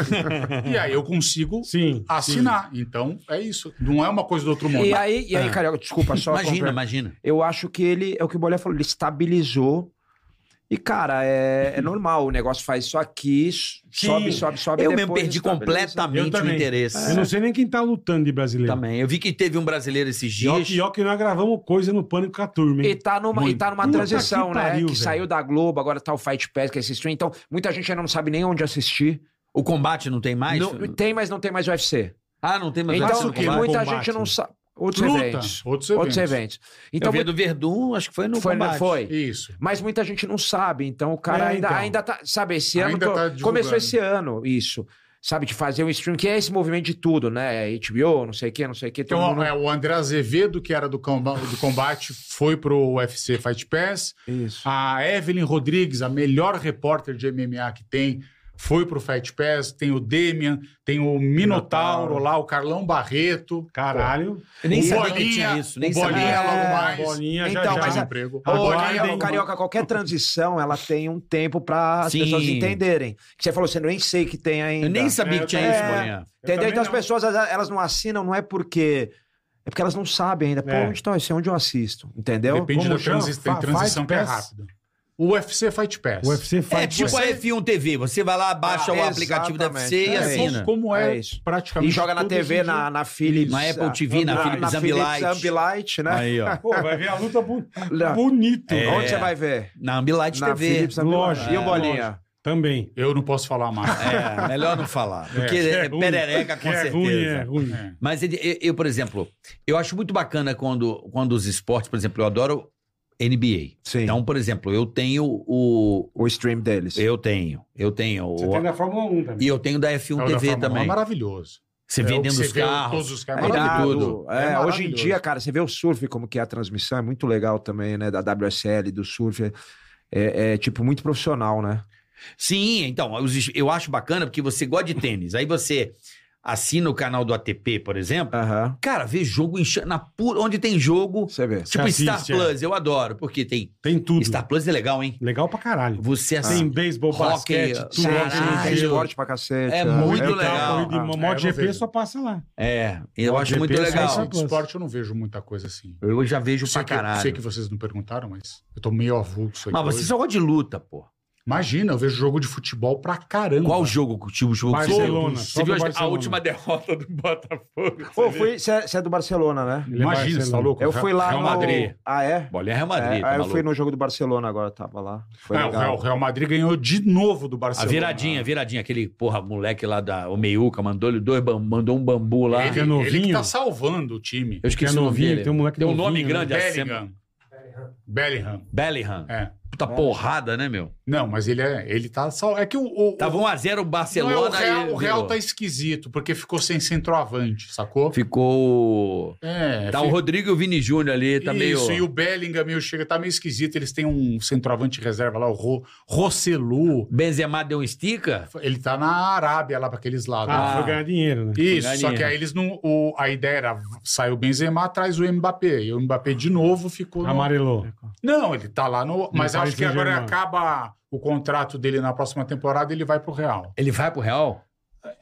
Speaker 5: e aí eu consigo
Speaker 4: Sim.
Speaker 5: assinar. Então, é isso. Não é uma coisa do outro mundo.
Speaker 2: E aí, e aí,
Speaker 4: Ah.
Speaker 2: Carioca, desculpa, só.
Speaker 6: Imagina,
Speaker 2: compre-
Speaker 6: imagina.
Speaker 2: Eu acho que ele, é o que o Bolé falou, ele estabilizou. E, cara, é, é normal, o negócio faz isso aqui, sobe, sobe, sobe.
Speaker 6: Eu
Speaker 2: depois
Speaker 6: mesmo
Speaker 2: estabiliza.
Speaker 6: perdi
Speaker 4: Eu
Speaker 6: completamente o
Speaker 4: também.
Speaker 6: interesse.
Speaker 4: Eu não sei nem quem tá lutando de brasileiro.
Speaker 6: Também. Eu vi que teve um brasileiro esses
Speaker 4: E ó-
Speaker 6: dias.
Speaker 4: E ó que nós gravamos coisa no pânico com a turma,
Speaker 2: E
Speaker 4: hein?
Speaker 2: tá numa, e tá numa
Speaker 4: Puta
Speaker 2: transição,
Speaker 4: que
Speaker 2: né?
Speaker 4: pariu,
Speaker 2: que
Speaker 4: velho.
Speaker 2: saiu da Globo, agora tá o Fight Pass, que é esse stream. Então, muita gente ainda não sabe nem onde assistir.
Speaker 6: O combate Ah, não tem mais?
Speaker 2: Não- tem, mas não tem mais UFC.
Speaker 6: Ah, não tem mais
Speaker 2: então,
Speaker 6: mais
Speaker 5: o que?
Speaker 6: combate?
Speaker 2: muita
Speaker 4: Combate.
Speaker 2: gente não sabe. Outros
Speaker 5: Luta,
Speaker 2: eventos.
Speaker 5: outros
Speaker 2: Outros
Speaker 5: eventos.
Speaker 2: eventos.
Speaker 6: Eu
Speaker 2: Então,
Speaker 6: vi a do Verdun, acho que foi no
Speaker 2: foi,
Speaker 6: combate.
Speaker 2: foi.
Speaker 5: Isso.
Speaker 2: Mas muita gente não sabe, então o cara
Speaker 4: É,
Speaker 2: ainda,
Speaker 4: então.
Speaker 2: ainda tá. Sabe, esse ano.
Speaker 5: Ainda
Speaker 2: que eu-
Speaker 5: tá divulgando.
Speaker 2: começou esse ano, isso. Sabe, de fazer um stream, que é esse movimento de tudo, né? HBO, não sei o que, não sei o que.
Speaker 5: Então, é, o André Azevedo, que era do, comba- do combate, foi pro UFC Fight Pass.
Speaker 2: Isso.
Speaker 5: A Evelyn Rodrigues, a melhor repórter de MMA que tem, foi pro Fight Pass. Tem o Demian, tem o Minotauro
Speaker 4: Minotauro.
Speaker 5: lá, o Carlão Barreto.
Speaker 4: Caralho.
Speaker 6: Eu nem
Speaker 5: O
Speaker 6: sabia que
Speaker 5: Bolinha,
Speaker 6: tinha isso. Nem
Speaker 5: o Bolinha
Speaker 6: sabia. É,
Speaker 5: logo mais. é,
Speaker 4: Bolinha já
Speaker 2: Então,
Speaker 4: já.
Speaker 2: mas a-
Speaker 5: emprego.
Speaker 2: Ô,
Speaker 4: Aguardem.
Speaker 5: é um
Speaker 2: Carioca, Carioca, qualquer transição, ela tem um tempo para as
Speaker 6: Sim.
Speaker 2: pessoas entenderem. Que você falou, você nem sei que tem ainda.
Speaker 6: Eu nem sabia
Speaker 4: É,
Speaker 6: que tinha
Speaker 4: eu
Speaker 6: isso,
Speaker 4: também-
Speaker 6: Bolinha.
Speaker 4: Eu
Speaker 2: Entendeu?
Speaker 4: também
Speaker 2: Então as
Speaker 4: não.
Speaker 2: pessoas elas elas não assinam, não é porque. É porque elas não sabem ainda. Pô,
Speaker 4: É.
Speaker 2: onde está? Isso é onde eu assisto. Entendeu?
Speaker 5: Depende
Speaker 4: Como
Speaker 5: da
Speaker 4: chama?
Speaker 5: transi- tem
Speaker 4: Fa-
Speaker 5: transição
Speaker 4: Fight
Speaker 5: que é
Speaker 4: Pass?
Speaker 5: rápida. O UFC Fight Pass.
Speaker 4: O UFC faz.
Speaker 6: É tipo a F1 TV. Você vai lá, baixa o aplicativo da UFC e
Speaker 5: É,
Speaker 2: Ah, exatamente.
Speaker 6: assina.
Speaker 5: Como é,
Speaker 2: É isso.
Speaker 5: praticamente
Speaker 2: E joga na
Speaker 5: tudo
Speaker 2: TV,
Speaker 5: hoje em
Speaker 2: na, na Philips. ah,
Speaker 6: Na Apple TV, na Philips Ambilight.
Speaker 2: Ambilight, né?
Speaker 6: Aí, ó.
Speaker 4: Pô, vai ver a luta bu-
Speaker 2: Não.
Speaker 4: bonito.
Speaker 6: É.
Speaker 2: Onde você vai ver?
Speaker 6: Na Ambilight
Speaker 2: Na
Speaker 6: TV.
Speaker 2: Philips Ambilight.
Speaker 4: Lógico,
Speaker 2: E o Bolinha?
Speaker 4: Também.
Speaker 5: dia. Eu não posso falar mais.
Speaker 6: É, melhor não falar. Porque
Speaker 4: que
Speaker 6: é,
Speaker 4: ruim.
Speaker 6: perereca, com
Speaker 4: Que é
Speaker 6: certeza.
Speaker 4: ruim, é ruim.
Speaker 6: Mas ele- eu, eu, por exemplo, eu acho muito bacana quando, quando os esportes, por exemplo, eu adoro NBA.
Speaker 2: Sim.
Speaker 6: Então, por exemplo, eu tenho o.
Speaker 2: o stream deles.
Speaker 6: Eu tenho. Eu tenho.
Speaker 4: Você
Speaker 6: o-
Speaker 4: tem da Fórmula 1 também.
Speaker 6: E eu tenho da F1
Speaker 5: É o da
Speaker 6: TV
Speaker 5: Fórmula 1, É
Speaker 6: também.
Speaker 5: maravilhoso.
Speaker 6: Você
Speaker 5: É, o que
Speaker 6: vendendo
Speaker 5: você
Speaker 6: os
Speaker 5: vê,
Speaker 6: carros.
Speaker 5: Todos os carros.
Speaker 2: É irado.
Speaker 6: tudo.
Speaker 2: É,
Speaker 5: É
Speaker 2: hoje em
Speaker 5: maravilhoso.
Speaker 2: dia, cara, você vê o surf, como que é a transmissão, é muito legal também, né? Da WSL, do surf. É, é, tipo, muito profissional, né?
Speaker 6: Sim, então, os es- eu acho bacana porque você gosta de tênis. Aí você assina o canal do ATP, por exemplo.
Speaker 2: Aham.
Speaker 6: Cara, vê jogo em cha- na pura, onde tem jogo.
Speaker 2: Você vê.
Speaker 6: Tipo
Speaker 4: assiste,
Speaker 6: Star
Speaker 5: é.
Speaker 6: Plus, eu adoro, porque tem.
Speaker 4: Tem tudo.
Speaker 6: Star Plus é legal, hein?
Speaker 4: Legal pra caralho.
Speaker 6: Você
Speaker 4: Ah.
Speaker 6: assim,
Speaker 4: Tem
Speaker 6: assina.
Speaker 4: beisebol,
Speaker 6: Hockey,
Speaker 4: basquete, tudo.
Speaker 2: Sim,
Speaker 6: Caralho.
Speaker 2: sim, tem esporte pra cacete.
Speaker 6: É muito
Speaker 4: Eu
Speaker 2: um
Speaker 6: legal.
Speaker 4: tava corrida de
Speaker 5: Ah, eu não
Speaker 4: MotoGP
Speaker 5: vejo.
Speaker 4: é só passa lá.
Speaker 6: É, eu
Speaker 4: Ó,
Speaker 6: acho
Speaker 4: GP,
Speaker 6: muito
Speaker 4: isso aí
Speaker 5: Mas
Speaker 6: legal.
Speaker 4: são-
Speaker 5: de esporte eu não vejo muita coisa assim.
Speaker 6: Eu já vejo
Speaker 5: Sei
Speaker 6: pra
Speaker 5: que, sei
Speaker 6: caralho.
Speaker 5: que vocês não perguntaram, mas eu tô meio avulso aqui.
Speaker 6: Mas você
Speaker 5: hoje.
Speaker 6: só gosta de luta, pô.
Speaker 5: Imagina, eu vejo jogo de futebol pra caramba.
Speaker 6: Qual jogo que o time jogou?
Speaker 4: Barcelona.
Speaker 6: Você
Speaker 4: só do
Speaker 6: viu a- a
Speaker 4: Barcelona.
Speaker 6: última derrota do Botafogo?
Speaker 2: Pô, fui, você é- você é do Barcelona, né?
Speaker 4: Ele é
Speaker 5: Imagina,
Speaker 4: Barcelona.
Speaker 5: você tá louco?
Speaker 2: Eu fui lá
Speaker 6: Real
Speaker 2: no...
Speaker 6: Madrid.
Speaker 2: Ah, é?
Speaker 6: Bolinha é Real
Speaker 2: É,
Speaker 6: Madrid, tá
Speaker 2: aí eu
Speaker 6: maluco?
Speaker 2: fui no jogo do Barcelona agora, tava lá. Foi
Speaker 5: Ah, o
Speaker 2: legal.
Speaker 5: Real, o Real Madrid ganhou de novo do
Speaker 6: A
Speaker 5: Barcelona.
Speaker 6: viradinha, a viradinha. Aquele, porra, moleque lá da o Meiuca mandou-lhe dois, bam- mandou um bambu lá.
Speaker 4: é
Speaker 5: Ele, ele que
Speaker 4: novinho.
Speaker 5: tá salvando o time.
Speaker 6: Eu esqueci
Speaker 4: Que é
Speaker 6: o nome
Speaker 4: novinho,
Speaker 6: dele.
Speaker 4: tem um moleque
Speaker 6: um nome
Speaker 4: novinho,
Speaker 6: grande assim.
Speaker 5: né? Bellingham. Bellingham.
Speaker 6: Bellingham.
Speaker 5: É.
Speaker 6: Puta porrada, né, meu?
Speaker 5: Não, mas ele é, ele tá sal... É que o, o,
Speaker 6: Tava 1x0 o
Speaker 5: não, é,
Speaker 6: Barcelona.
Speaker 5: o Real,
Speaker 6: e
Speaker 5: o Real
Speaker 6: virou.
Speaker 5: tá esquisito, porque ficou sem centroavante, sacou?
Speaker 6: Ficou. o-
Speaker 5: É,
Speaker 6: Tá o Rodrigo e o Vini Júnior ali, tá
Speaker 5: Isso, e
Speaker 6: meio.
Speaker 5: o Bellingham meio chega, tá meio esquisito. Eles têm um centroavante reserva lá, o Ro, Rosselu.
Speaker 6: Benzema deu um estica?
Speaker 5: Ele tá na Arábia lá pra aqueles lados.
Speaker 4: Ah,
Speaker 6: Ah.
Speaker 4: foi ganhar dinheiro, né?
Speaker 5: Isso,
Speaker 6: Galinha.
Speaker 5: só que aí eles não. o- a ideia era sair o Benzema, traz o Mbappé. E o Mbappé de novo ficou. no-
Speaker 4: Amarelou.
Speaker 5: Não, ele tá lá no. Mas
Speaker 4: No Ah,
Speaker 5: acho que
Speaker 4: Paris
Speaker 5: agora
Speaker 4: Saint-Germain.
Speaker 5: acaba o contrato dele na próxima temporada ele vai pro Real.
Speaker 6: Ele vai pro Real?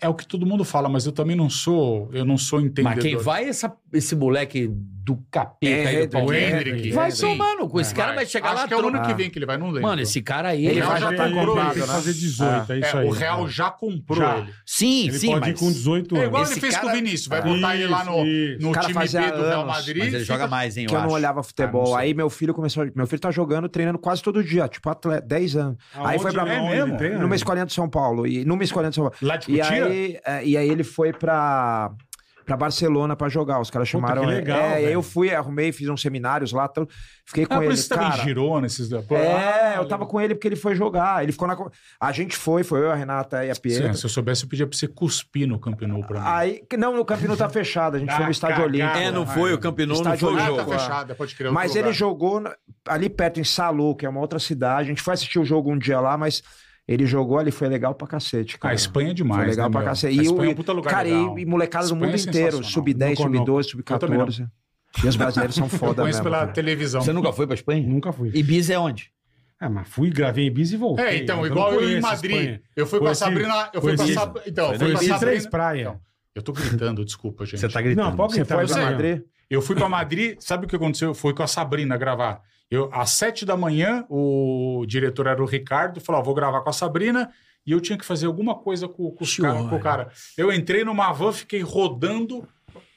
Speaker 5: é o que todo mundo fala, mas eu também não sou, eu não sou entendedor.
Speaker 6: Mas quem vai é essa- esse moleque do capeta aí
Speaker 2: É,
Speaker 6: do
Speaker 5: O
Speaker 6: Palmeiras.
Speaker 5: Hendrick.
Speaker 6: Vai
Speaker 5: Sim.
Speaker 6: somar no cu. Esse cara vai chegar
Speaker 5: Acho
Speaker 6: lá
Speaker 5: que é o ano
Speaker 6: tru-
Speaker 5: que vem que ele vai, não lembro.
Speaker 6: Mano, esse cara aí.
Speaker 2: Ele
Speaker 5: Não,
Speaker 2: vai
Speaker 5: já
Speaker 2: já tá
Speaker 5: tem-
Speaker 2: comprado,
Speaker 5: tem
Speaker 2: né?
Speaker 5: que
Speaker 4: fazer 18, é
Speaker 5: É,
Speaker 4: isso aí.
Speaker 5: o Real já comprou
Speaker 4: Já.
Speaker 5: ele.
Speaker 6: Sim,
Speaker 4: Ele
Speaker 6: sim,
Speaker 4: pode ir
Speaker 6: mas.
Speaker 4: com 18 anos.
Speaker 5: É igual
Speaker 6: Esse
Speaker 5: ele fez com o
Speaker 6: cara-
Speaker 5: Vinícius. Vai botar ele lá no,
Speaker 4: Isso, isso.
Speaker 5: no
Speaker 2: O cara
Speaker 5: time B do
Speaker 2: fazia
Speaker 5: Real
Speaker 2: anos,
Speaker 5: Madrid.
Speaker 6: Mas ele
Speaker 5: fica-
Speaker 6: joga mais, hein,
Speaker 2: que
Speaker 6: eu
Speaker 2: eu não
Speaker 6: acho.
Speaker 2: olhava
Speaker 6: Ah,
Speaker 2: futebol.
Speaker 6: não sei.
Speaker 2: aí meu filho começou. Meu filho tá jogando, treinando quase todo dia, tipo atleta, 10 anos. aí foi pra
Speaker 4: é
Speaker 2: onde
Speaker 4: mesmo? Tem,
Speaker 2: numa escolinha de São Paulo. E, numa escolinha de São Paulo.
Speaker 5: Lá de
Speaker 2: E
Speaker 5: Cotia?
Speaker 2: aí, é, e aí ele foi pra, pra Barcelona pra jogar. Os caras
Speaker 4: Puta,
Speaker 2: chamaram.
Speaker 4: que
Speaker 2: ele.
Speaker 4: legal,
Speaker 2: é, e aí
Speaker 4: velho.
Speaker 2: eu fui, arrumei, fiz uns seminários lá. tudo. Fiquei com
Speaker 5: Ah, por
Speaker 2: ele.
Speaker 5: isso você também
Speaker 2: cara.
Speaker 5: girou nesses dois. Pô,
Speaker 2: É,
Speaker 5: ah,
Speaker 2: eu tava com ele porque ele foi jogar. Ele ficou na. co- A gente foi, foi eu, a Renata e a Pietra.
Speaker 5: Sim, se eu soubesse, eu pedia pra você cuspir no Camp Nou pra mim.
Speaker 2: Aí, não, o Camp Nou tá fechado, a gente
Speaker 4: Ah,
Speaker 2: foi no estádio
Speaker 4: cagada.
Speaker 2: olímpico.
Speaker 6: É, não foi o Campinou, não
Speaker 2: Estádio
Speaker 6: foi o
Speaker 5: ah,
Speaker 2: Olímpico.
Speaker 6: jogo.
Speaker 5: tá fechada, pode criar outro
Speaker 2: Mas
Speaker 5: lugar.
Speaker 2: ele jogou na- ali perto, em Salou, que é uma outra cidade. A gente foi assistir o jogo um dia lá, mas ele jogou ali, foi legal pra cacete.
Speaker 5: Ah,
Speaker 2: Cara.
Speaker 5: a Espanha é demais.
Speaker 2: Foi legal
Speaker 5: né,
Speaker 2: pra
Speaker 5: meu?
Speaker 2: cacete.
Speaker 5: A
Speaker 2: E,
Speaker 5: Espanha
Speaker 2: o-
Speaker 5: é um puta lugar
Speaker 2: cara,
Speaker 5: legal.
Speaker 2: e, e molecada do
Speaker 5: Espanha
Speaker 2: mundo
Speaker 5: é
Speaker 2: inteiro.
Speaker 5: sensacional.
Speaker 2: Sub-10,
Speaker 4: Nunca-
Speaker 2: sub-12,
Speaker 5: Eu também não.
Speaker 2: sub-14. E os brasileiros são
Speaker 5: Eu
Speaker 2: foda
Speaker 5: conheço
Speaker 2: mesmo.
Speaker 5: pela
Speaker 2: cara.
Speaker 5: televisão.
Speaker 6: Você nunca foi pra Espanha?
Speaker 4: Nunca fui.
Speaker 6: Ibiza é onde?
Speaker 4: Ah, mas fui, gravei em bis e voltei.
Speaker 5: É, então,
Speaker 4: não
Speaker 5: igual eu em
Speaker 4: conheço
Speaker 5: Madrid.
Speaker 4: Espanha.
Speaker 5: Eu fui com a
Speaker 4: Conheci-
Speaker 5: Sabrina. Eu fui com a
Speaker 4: conheci-
Speaker 5: Sabrina. Então, eu fui com a
Speaker 4: Conheci três
Speaker 5: Sabrina.
Speaker 4: praias.
Speaker 5: Eu tô gritando, desculpa, gente.
Speaker 6: gritando.
Speaker 4: Não, pode
Speaker 2: Você
Speaker 4: gritar.
Speaker 2: foi pra
Speaker 5: sei.
Speaker 2: Madrid?
Speaker 5: Eu fui pra Madrid, sabe o que aconteceu? Eu fui com a Sabrina gravar. Eu, às sete da manhã, o diretor era o Ricardo, falou: "Ó, vou gravar com a Sabrina. E eu tinha que fazer alguma coisa com, com os
Speaker 6: Senhora.
Speaker 5: caras- com o cara. Eu entrei numa van, fiquei rodando,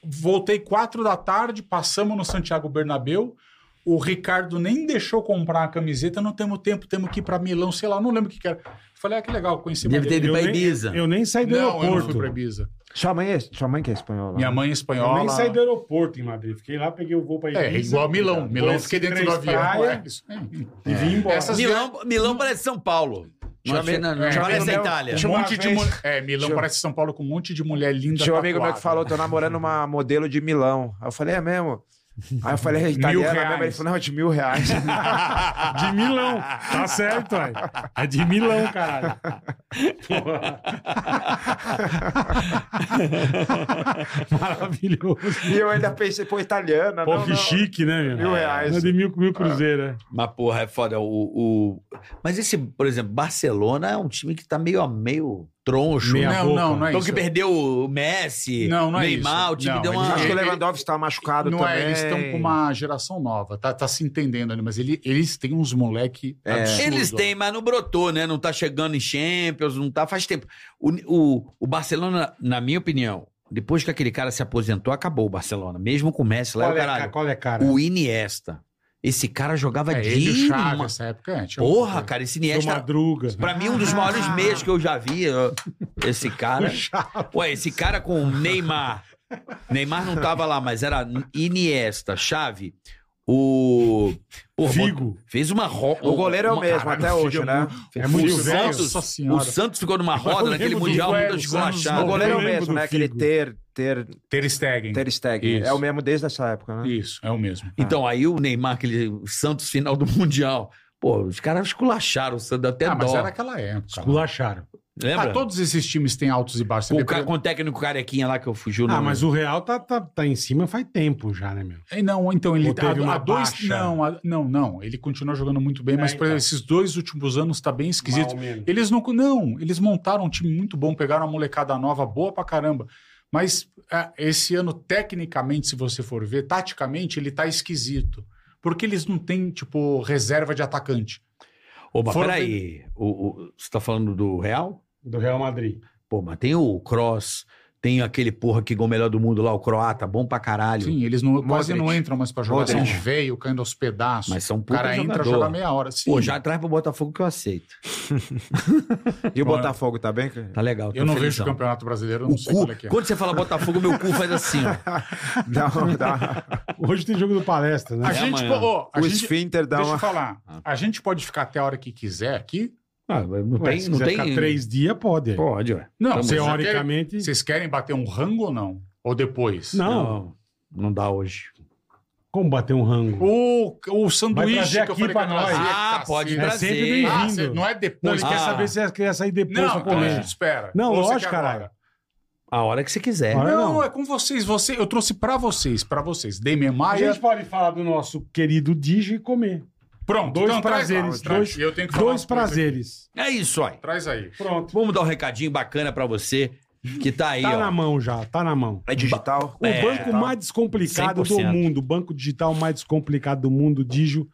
Speaker 5: voltei quatro da tarde, passamos no Santiago Bernabéu. O Ricardo nem deixou comprar a camiseta, não temos tempo, temos que ir pra Milão, sei lá, não lembro o que, que era. Falei, ah, que legal, conheci
Speaker 6: Deve ter
Speaker 5: Madrid.
Speaker 6: ido
Speaker 4: Eu
Speaker 6: pra
Speaker 4: nem-
Speaker 6: Ibiza.
Speaker 4: Eu nem saí do
Speaker 5: Não, eu não fui pra
Speaker 4: aeroporto.
Speaker 5: Ibiza.
Speaker 2: Sua mãe, é, sua mãe que é espanhola.
Speaker 5: Minha mãe é
Speaker 4: Eu
Speaker 5: espanhola.
Speaker 4: nem saí do aeroporto em Madrid. Fiquei lá, peguei o voo pra Ibiza.
Speaker 5: É, igual Milão. Milão eu
Speaker 4: Conheci
Speaker 5: fiquei dentro do
Speaker 4: três
Speaker 5: avião.
Speaker 4: praias
Speaker 5: é, isso.
Speaker 4: E vim embora.
Speaker 5: Essas
Speaker 6: Milão, Milão parece São Paulo. Não,
Speaker 2: Deixa eu ver-
Speaker 6: não, não,
Speaker 5: é,
Speaker 6: parece a
Speaker 5: Milão-
Speaker 6: Itália.
Speaker 5: Um monte de
Speaker 2: vez-
Speaker 5: mulher. É, Milão
Speaker 2: Deixa eu-
Speaker 5: parece São Paulo com um monte de mulher linda.
Speaker 2: Tinha um amigo
Speaker 6: é
Speaker 2: meu
Speaker 5: tatuada.
Speaker 2: que falou, tô namorando uma modelo de Milão. Aí eu falei, é mesmo? Aí eu falei, é italiana
Speaker 5: reais.
Speaker 2: mesmo? Ele falou, não, é de mil reais.
Speaker 4: De Milão. Tá certo, ué. É de Milão, caralho. Porra. Maravilhoso.
Speaker 2: e eu ainda pensei, pô, italiana,
Speaker 4: Pô,
Speaker 2: não,
Speaker 4: que
Speaker 2: não.
Speaker 4: chique, né, meu?
Speaker 2: Mil reais.
Speaker 4: É de mil, mil cruzeiro, né?
Speaker 6: Mas, porra, é foda. O, o- Mas esse, por exemplo, Barcelona é um time que tá meio a meio troncho.
Speaker 4: Meia
Speaker 6: né?
Speaker 5: Não,
Speaker 4: boca.
Speaker 5: não, não é
Speaker 6: então
Speaker 5: isso.
Speaker 6: que perdeu o Messi,
Speaker 5: Não, não é
Speaker 6: Neymar,
Speaker 5: isso.
Speaker 6: o time
Speaker 5: Não,
Speaker 6: deu uma.
Speaker 5: eles-
Speaker 2: Acho que o
Speaker 5: ele-
Speaker 2: Lewandowski tá machucado
Speaker 5: Não
Speaker 2: também.
Speaker 5: é, eles estão com uma geração nova. Tá, tá se entendendo ali, mas ele- eles têm uns moleque é absurdo.
Speaker 6: É. Eles têm, mas não brotou, né? Não tá chegando em Champions, não tá. Faz tempo. O, o, o Barcelona, na minha opinião, depois que aquele cara se aposentou, acabou o Barcelona. Mesmo com o Messi lá,
Speaker 4: Qual
Speaker 6: o
Speaker 4: é, ca-
Speaker 6: caralho.
Speaker 4: qual é, cara?
Speaker 6: o Iniesta. Esse cara jogava
Speaker 5: É, ele e o Chaves,
Speaker 6: demais.
Speaker 5: essa época é, tinha-
Speaker 6: Porra, cara, esse
Speaker 4: Do
Speaker 6: Iniesta.
Speaker 4: Madruga.
Speaker 6: Pra mim, um dos maiores meios que eu já vi, ó, esse cara. Ué, esse cara com o Neymar. Neymar não tava lá, mas era Iniesta, Chave. O. Pô,
Speaker 4: Figo.
Speaker 6: Fez uma roda.
Speaker 2: O goleiro é o mesmo, até hoje, né?
Speaker 5: É
Speaker 6: O
Speaker 5: muito velho.
Speaker 6: Santos,
Speaker 5: Nossa
Speaker 6: o
Speaker 5: senhora.
Speaker 6: Santos ficou numa roda
Speaker 4: Eu
Speaker 6: naquele
Speaker 4: lembro do
Speaker 6: Mundial
Speaker 4: velho,
Speaker 6: muito
Speaker 4: os anos
Speaker 6: esculachado.
Speaker 2: O goleiro é o
Speaker 4: Eu lembro
Speaker 2: mesmo,
Speaker 4: do
Speaker 2: né? Aquele
Speaker 4: Figo.
Speaker 2: ter, ter,
Speaker 5: Ter Stegen.
Speaker 2: ter Stegen.
Speaker 5: Isso.
Speaker 2: É o mesmo desde essa época, né?
Speaker 5: Isso, é o mesmo.
Speaker 6: Então, aí o Neymar, aquele Santos final do Mundial. Pô, os caras esculacharam o Santos, dá até
Speaker 5: ah, mas
Speaker 6: dó.
Speaker 5: era aquela época. lá.
Speaker 4: Esculacharam.
Speaker 5: Ah,
Speaker 6: Lembra?
Speaker 5: todos esses times têm altos e baixos. Você
Speaker 6: Com
Speaker 5: vê,
Speaker 6: o, cara,
Speaker 5: por
Speaker 6: com o técnico carequinha lá que eu fugi o
Speaker 4: Ah,
Speaker 6: nome.
Speaker 4: mas
Speaker 2: né?
Speaker 4: o Real tá, tá, tá em cima faz tempo já, né, meu?
Speaker 5: É, Não, então ele
Speaker 4: Ou teve
Speaker 5: há- há
Speaker 4: uma
Speaker 5: dois
Speaker 4: baixa?
Speaker 5: não, há- não, não, ele continua jogando muito bem,
Speaker 4: É,
Speaker 5: mas por
Speaker 4: então.
Speaker 5: exemplo, esses dois últimos anos tá bem esquisito.
Speaker 4: Mal mesmo.
Speaker 5: Eles não, não, eles montaram um time muito bom, pegaram uma molecada nova, boa pra caramba. Mas é, esse ano tecnicamente, se você for ver, taticamente ele tá esquisito. Porque eles não têm, tipo, reserva de atacante.
Speaker 6: Ô, mas
Speaker 5: Foram
Speaker 6: peraí, o, o- você tá falando do Real?
Speaker 4: Do Real Madrid.
Speaker 6: Pô, mas tem o Cross, tem aquele porra que ganhou o melhor do mundo lá, o croata, bom pra caralho.
Speaker 5: Sim, eles não, quase
Speaker 2: Modric.
Speaker 5: não entram mais pra jogar.
Speaker 2: Modric.
Speaker 5: São veio caindo aos pedaços.
Speaker 6: Mas são
Speaker 5: o cara
Speaker 6: poucos
Speaker 5: entra,
Speaker 6: jogador.
Speaker 5: joga meia hora. Sim,
Speaker 6: Pô, já traz pro Botafogo que eu aceito.
Speaker 2: E o Botafogo tá bem? cara?
Speaker 6: Tá legal. tô
Speaker 5: eu não vejo
Speaker 6: felizão.
Speaker 5: o Campeonato Brasileiro, eu não
Speaker 6: O
Speaker 5: sei qual é
Speaker 6: cu,
Speaker 5: que é.
Speaker 6: quando você fala Botafogo, meu cu faz assim, ó.
Speaker 2: Dá uma- dá-
Speaker 4: Hoje tem jogo do palestra, né?
Speaker 5: A gente,
Speaker 6: amanhã.
Speaker 5: pô, ó, a
Speaker 2: o
Speaker 5: gente-
Speaker 2: esfínter
Speaker 6: Então,
Speaker 2: dá
Speaker 5: Deixa
Speaker 2: uma...
Speaker 5: eu falar. A gente pode ficar até a hora que quiser aqui.
Speaker 6: Ah, não
Speaker 4: Ué,
Speaker 6: tem,
Speaker 4: se
Speaker 6: não
Speaker 4: quiser
Speaker 6: tem.
Speaker 4: ficar três dias, pode.
Speaker 6: Pode, ué.
Speaker 5: Não,
Speaker 6: Vamos,
Speaker 4: é
Speaker 5: vocês querem,
Speaker 4: Teoricamente.
Speaker 5: vocês querem bater um rango ou não? Ou depois?
Speaker 4: Não,
Speaker 6: Não, não dá hoje.
Speaker 4: como bater um rango?
Speaker 5: O, o
Speaker 4: Vai
Speaker 5: sanduíche
Speaker 4: trazer
Speaker 5: que eu
Speaker 4: aqui
Speaker 5: falei
Speaker 4: pra
Speaker 5: que eu ia
Speaker 4: nós.
Speaker 5: trazer,
Speaker 6: Ah,
Speaker 5: cacete.
Speaker 6: pode
Speaker 4: É
Speaker 6: trazer.
Speaker 4: sempre bem-vindo.
Speaker 5: Ah, você- não é
Speaker 4: Não,
Speaker 5: depois.
Speaker 4: eles
Speaker 5: que
Speaker 6: Ah.
Speaker 4: querem
Speaker 5: essa-
Speaker 4: saber se as crianças sair depois
Speaker 5: Não,
Speaker 4: pra
Speaker 5: então a
Speaker 4: comer.
Speaker 5: gente espera.
Speaker 4: Não,
Speaker 5: Ou você
Speaker 4: lógico,
Speaker 5: quer
Speaker 4: caralho.
Speaker 5: agora?
Speaker 6: A hora que você quiser.
Speaker 4: Ah,
Speaker 5: Não,
Speaker 4: não.
Speaker 5: é com vocês. Você, eu trouxe pra vocês, pra vocês. Demian
Speaker 4: A
Speaker 5: Maia.
Speaker 4: gente pode falar do nosso querido Digi e comer.
Speaker 5: Pronto,
Speaker 4: Dois
Speaker 5: então, traz lá,
Speaker 4: prazeres,
Speaker 5: traz.
Speaker 4: dois-
Speaker 5: E eu tenho que falar
Speaker 4: Dois
Speaker 5: uma coisa aqui.
Speaker 4: prazeres.
Speaker 6: É isso aí.
Speaker 5: Traz aí.
Speaker 4: Pronto.
Speaker 6: Vamos dar um recadinho bacana pra você. Que tá aí,
Speaker 4: Tá
Speaker 6: ó.
Speaker 4: na mão já, tá na mão.
Speaker 2: É digital?
Speaker 4: O
Speaker 6: É,
Speaker 4: banco
Speaker 2: tá.
Speaker 4: mais descomplicado do
Speaker 6: 100%.
Speaker 4: mundo, o banco digital mais descomplicado do mundo, Digio.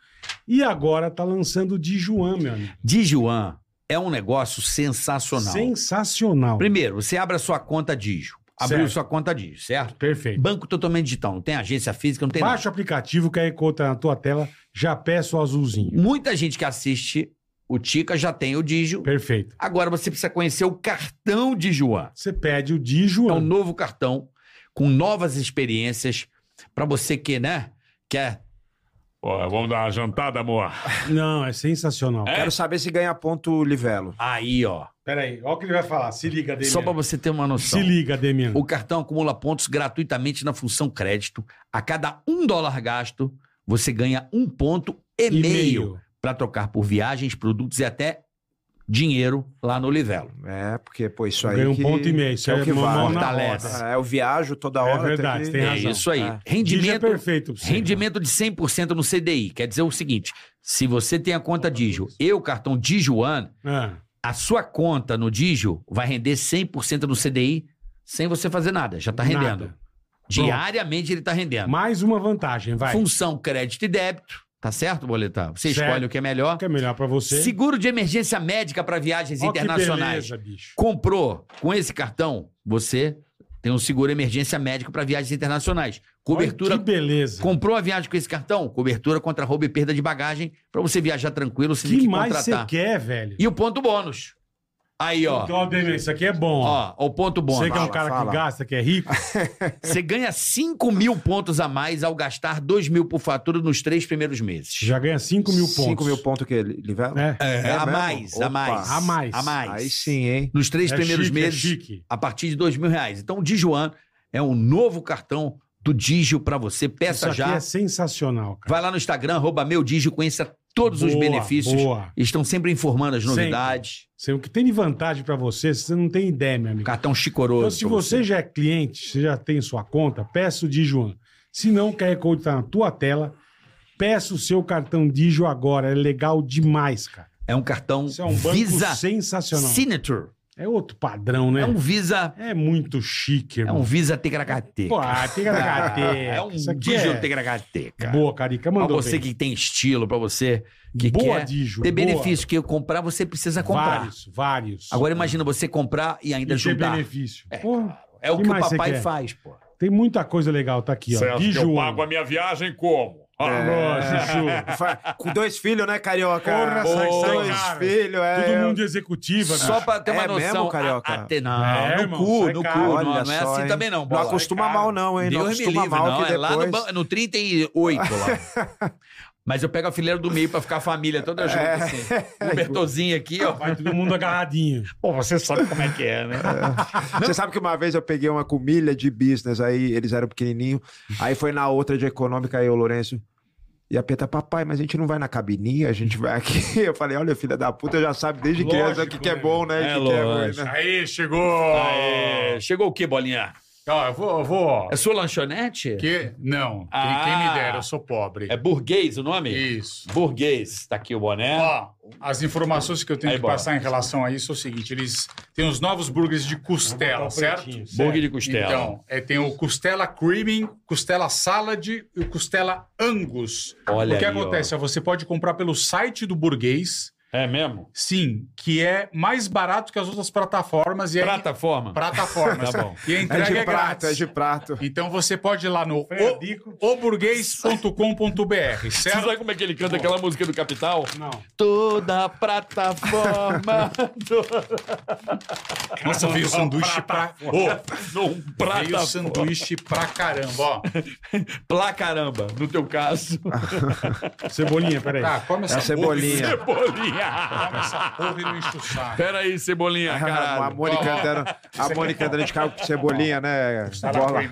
Speaker 4: E agora tá lançando o Dijuan, meu amigo.
Speaker 6: Dijuan é um negócio sensacional.
Speaker 4: Sensacional.
Speaker 6: Primeiro, você abre a sua conta Digio. Abriu
Speaker 4: Certo.
Speaker 6: sua conta Digio, certo?
Speaker 4: Perfeito.
Speaker 6: Banco totalmente digital, não tem agência física, não tem nada.
Speaker 4: Baixa o aplicativo que aí conta tá na tua tela, já peço o azulzinho.
Speaker 6: Muita gente que assiste o Tica já tem o Digio.
Speaker 4: Perfeito.
Speaker 6: Agora você precisa conhecer o cartão Dijuan.
Speaker 4: Você pede o
Speaker 6: É um
Speaker 4: Dijuan.
Speaker 6: novo cartão com novas experiências pra você que, né, quer
Speaker 12: vamos dar uma jantada, amor.
Speaker 6: um-
Speaker 4: Não, é sensacional.
Speaker 2: Quero saber se ganha ponto o Livelo.
Speaker 6: aí, ó.
Speaker 4: Peraí, olha o que ele vai falar. Se liga, Demian.
Speaker 6: Só pra você ter uma noção.
Speaker 4: Se liga, Demian.
Speaker 6: Então, O cartão acumula pontos gratuitamente na função crédito. A cada um dólar gasto, você ganha um ponto e, meio para trocar por viagens, produtos e até dinheiro lá no Livelo.
Speaker 2: É, porque, pô, isso aí.
Speaker 4: Ganha um
Speaker 2: que-
Speaker 4: ponto e meio. Isso
Speaker 2: é
Speaker 4: aí
Speaker 2: o que
Speaker 4: mão
Speaker 2: vale.
Speaker 4: na
Speaker 6: Fortalece.
Speaker 4: roda.
Speaker 2: Ah, eu viajo toda
Speaker 4: É
Speaker 2: hora.
Speaker 4: verdade,
Speaker 2: tem
Speaker 4: tem
Speaker 2: que...
Speaker 6: É
Speaker 4: razão.
Speaker 6: isso aí.
Speaker 2: É.
Speaker 4: Digio é
Speaker 6: Rendimento,
Speaker 4: perfeito pra você.
Speaker 6: rendimento de 100% no CDI. Quer dizer o seguinte, se você tem a conta Digio e o cartão DigiOne,
Speaker 4: Ah,
Speaker 6: a sua conta no Digio vai render 100% no CDI sem você fazer nada. Já está rendendo.
Speaker 4: nada.
Speaker 6: Diariamente ele está rendendo.
Speaker 4: Mais uma vantagem, vai.
Speaker 6: Função crédito e débito. Tá certo, Boletar? Você
Speaker 4: Certo.
Speaker 6: escolhe o que é melhor.
Speaker 4: O que é melhor pra você?
Speaker 6: Seguro de emergência médica para viagens
Speaker 4: Ó que
Speaker 6: internacionais.
Speaker 4: beleza, bicho.
Speaker 6: Comprou com esse cartão, você tem um seguro emergência médica para viagens internacionais. Cobertura.
Speaker 4: Olha que beleza.
Speaker 6: Comprou a viagem com esse cartão? Cobertura contra roubo e perda de bagagem para você viajar tranquilo sem ter
Speaker 4: que
Speaker 6: que
Speaker 4: mais você
Speaker 6: contratar.
Speaker 4: quer, velho?
Speaker 6: E o ponto bônus. Aí, ó.
Speaker 4: Então, Demian, isso aqui é bom.
Speaker 6: Ó, o ponto
Speaker 4: você que é
Speaker 6: bônus.
Speaker 4: um cara
Speaker 2: Fala.
Speaker 4: que gasta, que é rico,
Speaker 6: Você ganha 5 mil pontos a mais ao gastar 2 mil por fatura nos três primeiros meses.
Speaker 4: já ganha 5 mil pontos.
Speaker 2: 5 mil pontos que Livelo?
Speaker 4: É.
Speaker 6: É, a
Speaker 2: mesmo?
Speaker 6: mais,
Speaker 2: Opa.
Speaker 6: a mais.
Speaker 4: A mais.
Speaker 6: A mais.
Speaker 2: Aí sim, hein?
Speaker 6: Nos três
Speaker 4: É
Speaker 6: primeiros
Speaker 4: chique, é
Speaker 6: meses,
Speaker 4: chique.
Speaker 6: a partir de dois mil reais. Então, o Dijuan é um novo cartão do Digio pra você.
Speaker 4: Isso
Speaker 6: Peça
Speaker 4: aqui
Speaker 6: já.
Speaker 4: é sensacional, cara.
Speaker 6: Vai lá no Instagram, arroba meu Digio, conheça todos os
Speaker 4: Boa,
Speaker 6: benefícios.
Speaker 4: Boa.
Speaker 6: Estão sempre informando as
Speaker 4: Sempre.
Speaker 6: novidades. Um
Speaker 4: Você- O que tem de vantagem pra você, você não tem ideia, meu amigo.
Speaker 6: Cartão chicoroso.
Speaker 4: Então, se
Speaker 6: pra
Speaker 4: você, já é cliente, você já tem sua conta, peça o Dijuan. Se não, o QR Code tá na tua tela. Peça o seu cartão Digio agora. É legal demais, cara.
Speaker 6: É um cartão
Speaker 4: Isso é um banco
Speaker 6: Visa
Speaker 4: sensacional.
Speaker 6: Signature.
Speaker 4: É outro padrão, né?
Speaker 6: É um Visa.
Speaker 4: É muito chique,
Speaker 6: É
Speaker 4: irmão.
Speaker 6: um Visa Tegracate.
Speaker 4: Pô, ah, pega na cadeia.
Speaker 6: É um
Speaker 4: Isso aqui
Speaker 6: Digio
Speaker 4: é-
Speaker 6: Tegracate, cara.
Speaker 4: Boa, Carica.
Speaker 6: Pra
Speaker 4: Mandou
Speaker 6: você
Speaker 4: bem.
Speaker 6: que tem estilo, pra você que
Speaker 4: boa,
Speaker 6: quer
Speaker 4: Digio.
Speaker 6: ter
Speaker 4: boa.
Speaker 6: benefício, que comprar, você precisa comprar.
Speaker 4: Vários, vários.
Speaker 6: Agora imagina você comprar e ainda
Speaker 4: e ter
Speaker 6: juntar.
Speaker 4: benefício. Pô,
Speaker 6: É o
Speaker 4: Que
Speaker 6: que o
Speaker 4: mais você
Speaker 6: papai
Speaker 4: quer?
Speaker 6: faz, pô.
Speaker 4: tem muita coisa legal, tá aqui, ó.
Speaker 12: Você acha que
Speaker 4: Dijuan.
Speaker 12: eu pago a minha viagem como?
Speaker 5: É.
Speaker 12: Ah,
Speaker 4: Ó, Chuchu.
Speaker 2: É. Fa- Com dois filhos, né, Carioca?
Speaker 4: Porra, sai- sai,
Speaker 2: dois
Speaker 4: cara.
Speaker 2: filhos, é.
Speaker 4: Todo mundo executiva,
Speaker 6: Só pra ter uma
Speaker 2: É
Speaker 6: noção.
Speaker 2: mesmo, carioca?
Speaker 6: a- até- não,
Speaker 4: É,
Speaker 6: no
Speaker 4: irmão,
Speaker 6: cu,
Speaker 4: sai
Speaker 6: no cu.
Speaker 4: caro.
Speaker 6: Não,
Speaker 2: Olha
Speaker 6: não é
Speaker 2: só,
Speaker 6: assim
Speaker 2: hein?
Speaker 6: também não,
Speaker 2: Não
Speaker 6: bola. É
Speaker 2: acostuma
Speaker 4: cara.
Speaker 2: mal, não, hein? não
Speaker 6: Deus me
Speaker 2: acostuma
Speaker 6: livre,
Speaker 2: mal
Speaker 6: não.
Speaker 2: que
Speaker 6: É lá no,
Speaker 2: depois-
Speaker 6: ban- no 38 lá. Mas eu pego a fileira do meio pra ficar a família toda junto,
Speaker 2: É.
Speaker 6: assim. Um Bertozinho aqui, ó.
Speaker 4: Vai todo mundo agarradinho.
Speaker 13: Pô, você sabe como é que é, né?
Speaker 2: Você sabe que uma vez eu peguei uma comilha de business, aí eles eram pequenininho, aí foi na outra de econômica, aí o Lourenço. E a Peta, papai, mas a gente não vai na cabininha, a gente vai aqui. Eu falei, olha, filha da puta, já sabe desde
Speaker 4: Lógico,
Speaker 2: criança o que, que é
Speaker 4: né,
Speaker 2: bom, né?
Speaker 6: É
Speaker 2: o que, que é ruim,
Speaker 6: lógico.
Speaker 2: né?
Speaker 5: Aí, chegou!
Speaker 6: É, chegou o quê, bolinha?
Speaker 5: Ó, eu vou. Eu vou
Speaker 6: É sua lanchonete?
Speaker 5: que... Não, quem-
Speaker 6: Ah.
Speaker 5: quem, me dera, eu sou pobre.
Speaker 6: É burguês o nome?
Speaker 5: Isso.
Speaker 6: Burguês. Tá aqui o boné.
Speaker 5: Ó, as informações que eu tenho
Speaker 6: Aí,
Speaker 5: que
Speaker 6: bora.
Speaker 5: passar em relação a isso é o seguinte: eles têm os novos burgers de costela,
Speaker 2: um
Speaker 5: certo?
Speaker 6: Burger de costela.
Speaker 5: Então, é, tem o costela creaming, costela salad e o costela angus.
Speaker 6: Olha
Speaker 5: o que
Speaker 6: aí,
Speaker 5: acontece? ó, Você pode comprar pelo site do burguês,
Speaker 6: É mesmo?
Speaker 5: sim, que é mais barato que as outras plataformas e é
Speaker 6: Plataforma.
Speaker 5: plataformas.
Speaker 6: Tá bom.
Speaker 5: E a
Speaker 2: É
Speaker 5: entrega é,
Speaker 2: de prato,
Speaker 5: grátis.
Speaker 2: é de é prato.
Speaker 5: Então você pode ir lá no
Speaker 4: Fredico.
Speaker 5: o- oburguês.com.br,
Speaker 6: Você
Speaker 5: certo?
Speaker 6: sabe como é que ele canta aquela música do Capital?
Speaker 4: Não.
Speaker 6: Toda plataforma
Speaker 5: Nossa, veio sanduíche pra... Ô,
Speaker 6: num
Speaker 5: veio
Speaker 6: plata...
Speaker 5: sanduíche pra caramba, ó.
Speaker 6: Plá caramba, no teu caso.
Speaker 4: Cebolinha, peraí.
Speaker 5: Tá,
Speaker 2: É
Speaker 5: come
Speaker 2: a
Speaker 5: essa
Speaker 2: cebolinha.
Speaker 5: Come
Speaker 6: Cebolinha!
Speaker 5: essa porra e não enche o saco.
Speaker 6: Pera aí,
Speaker 2: Ah,
Speaker 6: Cebolinha,
Speaker 2: A
Speaker 6: caralho. é
Speaker 2: Mônica andando, a Mônica andando de carro com cebolinha, né?
Speaker 6: Tá
Speaker 2: Bola.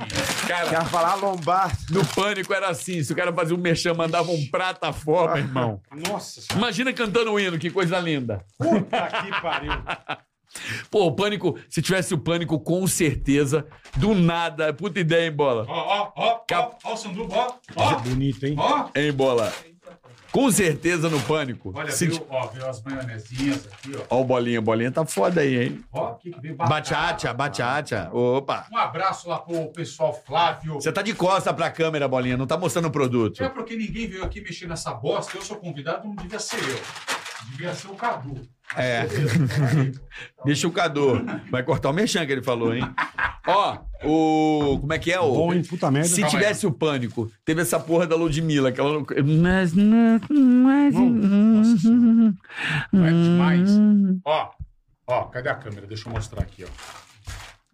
Speaker 6: Cara,
Speaker 2: Quer falar lombar?
Speaker 6: no pânico era assim, se o cara fazia um merchan, mandava um plataforma, irmão.
Speaker 4: Nossa,
Speaker 6: Imagina cantando o hino, que coisa linda.
Speaker 4: puta que pariu.
Speaker 6: Pô, o pânico, se tivesse o pânico, com certeza, do nada, puta ideia, hein, bola.
Speaker 5: Ó, ó, ó, ó, ó o sanduba, ó, ó,
Speaker 4: é Bonito, hein?
Speaker 5: ó.
Speaker 6: Hein, bola. Com certeza no pânico.
Speaker 14: Olha,
Speaker 6: Se-
Speaker 14: viu, ó, viu as maionezinhas aqui, ó.
Speaker 6: Ó o bolinha, bolinha tá foda aí, hein?
Speaker 14: Ó, aqui que vem
Speaker 6: Bachata, bachata. Opa.
Speaker 14: Um abraço lá pro pessoal Flávio.
Speaker 6: Você tá de costa pra câmera, bolinha, não tá mostrando o produto.
Speaker 5: É porque ninguém veio aqui mexer nessa bosta. Eu sou convidado, não devia ser eu. Devia ser o Cadu.
Speaker 6: É.
Speaker 5: tá
Speaker 6: Deixa o Cadu. Vai cortar o mexão que ele falou, hein? Ó, o. Como é que é o.
Speaker 4: Bom, hein? Puta merda.
Speaker 6: Se
Speaker 4: Calma aí.
Speaker 6: tivesse o pânico, teve essa porra da Ludmilla, que ela não. Mas. não- mas-
Speaker 4: Uhum.
Speaker 5: Não é demais. Ó, ó, cadê a câmera? Deixa eu mostrar aqui, ó.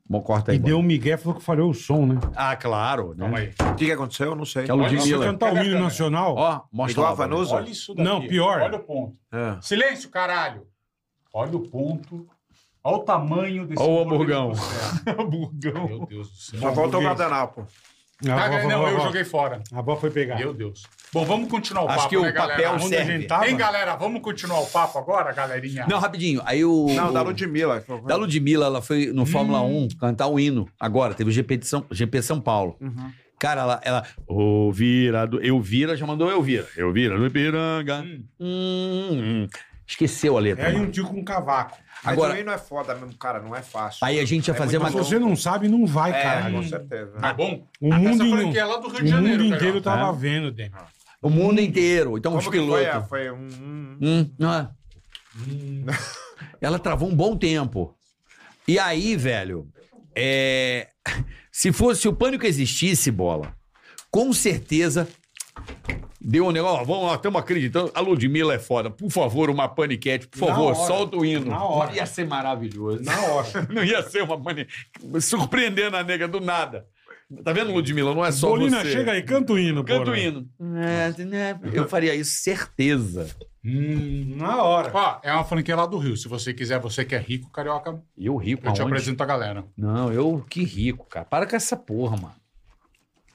Speaker 6: Bom, corta
Speaker 4: E
Speaker 6: aí.
Speaker 4: deu um migué, falou que falhou o som, né?
Speaker 6: Ah, claro. Né?
Speaker 5: Calma aí.
Speaker 2: O que, que aconteceu? Eu não sei.
Speaker 6: Que é a Ludmilla.
Speaker 4: cantar o hino nacional.
Speaker 6: Ó, mostra
Speaker 2: Igual
Speaker 6: lá.
Speaker 2: a Vanusa?
Speaker 5: Olha isso daqui.
Speaker 4: Não, pior.
Speaker 5: Olha o ponto.
Speaker 2: É.
Speaker 5: Silêncio, caralho. Olha o ponto. Olha o tamanho desse...
Speaker 6: Olha o
Speaker 5: hamburgão.
Speaker 6: hamburgão.
Speaker 13: É,
Speaker 5: é. Meu Deus do céu.
Speaker 2: Só falta o guardanapo.
Speaker 4: A
Speaker 5: Ah,
Speaker 4: avó-
Speaker 5: não,
Speaker 4: avó-
Speaker 5: eu
Speaker 4: avó-
Speaker 5: joguei fora.
Speaker 4: A avó foi pegar.
Speaker 5: Meu Deus. Bom, vamos continuar o papo,
Speaker 6: Acho que o
Speaker 5: né, galera?
Speaker 6: papel
Speaker 5: Vamos-
Speaker 4: Onde a
Speaker 6: serve.
Speaker 4: gente tava?
Speaker 5: Hein, galera? Vamos continuar o papo agora, galerinha?
Speaker 6: Não, rapidinho. Aí o.
Speaker 2: Não, da
Speaker 6: o-
Speaker 2: Ludmilla.
Speaker 6: Da Ludmilla, ela foi no Fórmula
Speaker 2: Hum.
Speaker 6: 1 cantar o hino. Agora, teve o GP, de São, GP São Paulo.
Speaker 2: Uhum.
Speaker 6: Cara, ela. ela Ô, vira, do- eu vira, já mandou eu vira. Eu vira do Ipiranga. Hum, hum. Esqueceu a letra.
Speaker 4: É aí
Speaker 6: mano.
Speaker 4: um tio com um cavaco.
Speaker 6: Agora-
Speaker 2: Agora... também não é foda mesmo, cara. Não é fácil.
Speaker 6: Aí a gente ia
Speaker 2: É
Speaker 6: fazer
Speaker 2: muito
Speaker 6: uma.
Speaker 4: Mas se você não sabe, não vai,
Speaker 2: É,
Speaker 4: um caralho.
Speaker 2: com certeza.
Speaker 5: Tá bom?
Speaker 4: O mundo,
Speaker 5: Essa
Speaker 4: in-
Speaker 5: franquia é lá do Rio de
Speaker 4: o mundo
Speaker 5: Janeiro, cara.
Speaker 4: inteiro tava vendo, Demi.
Speaker 6: O mundo inteiro. Então, os
Speaker 2: Como que
Speaker 6: pilotos.
Speaker 2: foi? Ah, Foi um... um-
Speaker 6: Hum, não é? Ela travou um bom tempo. E aí, velho, é, se fosse se o pânico existisse, bola, com certeza deu um negócio. Ó, vamos lá, estamos acreditando. A Ludmilla é foda. Por favor, uma paniquete, por
Speaker 4: Na
Speaker 6: favor,
Speaker 4: hora.
Speaker 6: solta o hino.
Speaker 4: Na hora.
Speaker 6: Ia ser maravilhoso.
Speaker 4: Na hora.
Speaker 6: Não ia ser uma paniquete. Surpreendendo a nega do nada. Tá vendo, Ludmilla? Não é só
Speaker 4: Bolina,
Speaker 6: você.
Speaker 4: chega aí, canta o hino,
Speaker 6: Canta o
Speaker 4: porra.
Speaker 6: hino. É, né? Eu faria isso, certeza.
Speaker 4: Hum, na hora.
Speaker 5: Ó, é uma franquia lá do Rio. Se você quiser, você que é rico, carioca, eu
Speaker 6: E o rico,
Speaker 5: te
Speaker 6: aonde?
Speaker 5: apresento a galera.
Speaker 6: Não, eu que rico, cara. Para com essa porra, mano.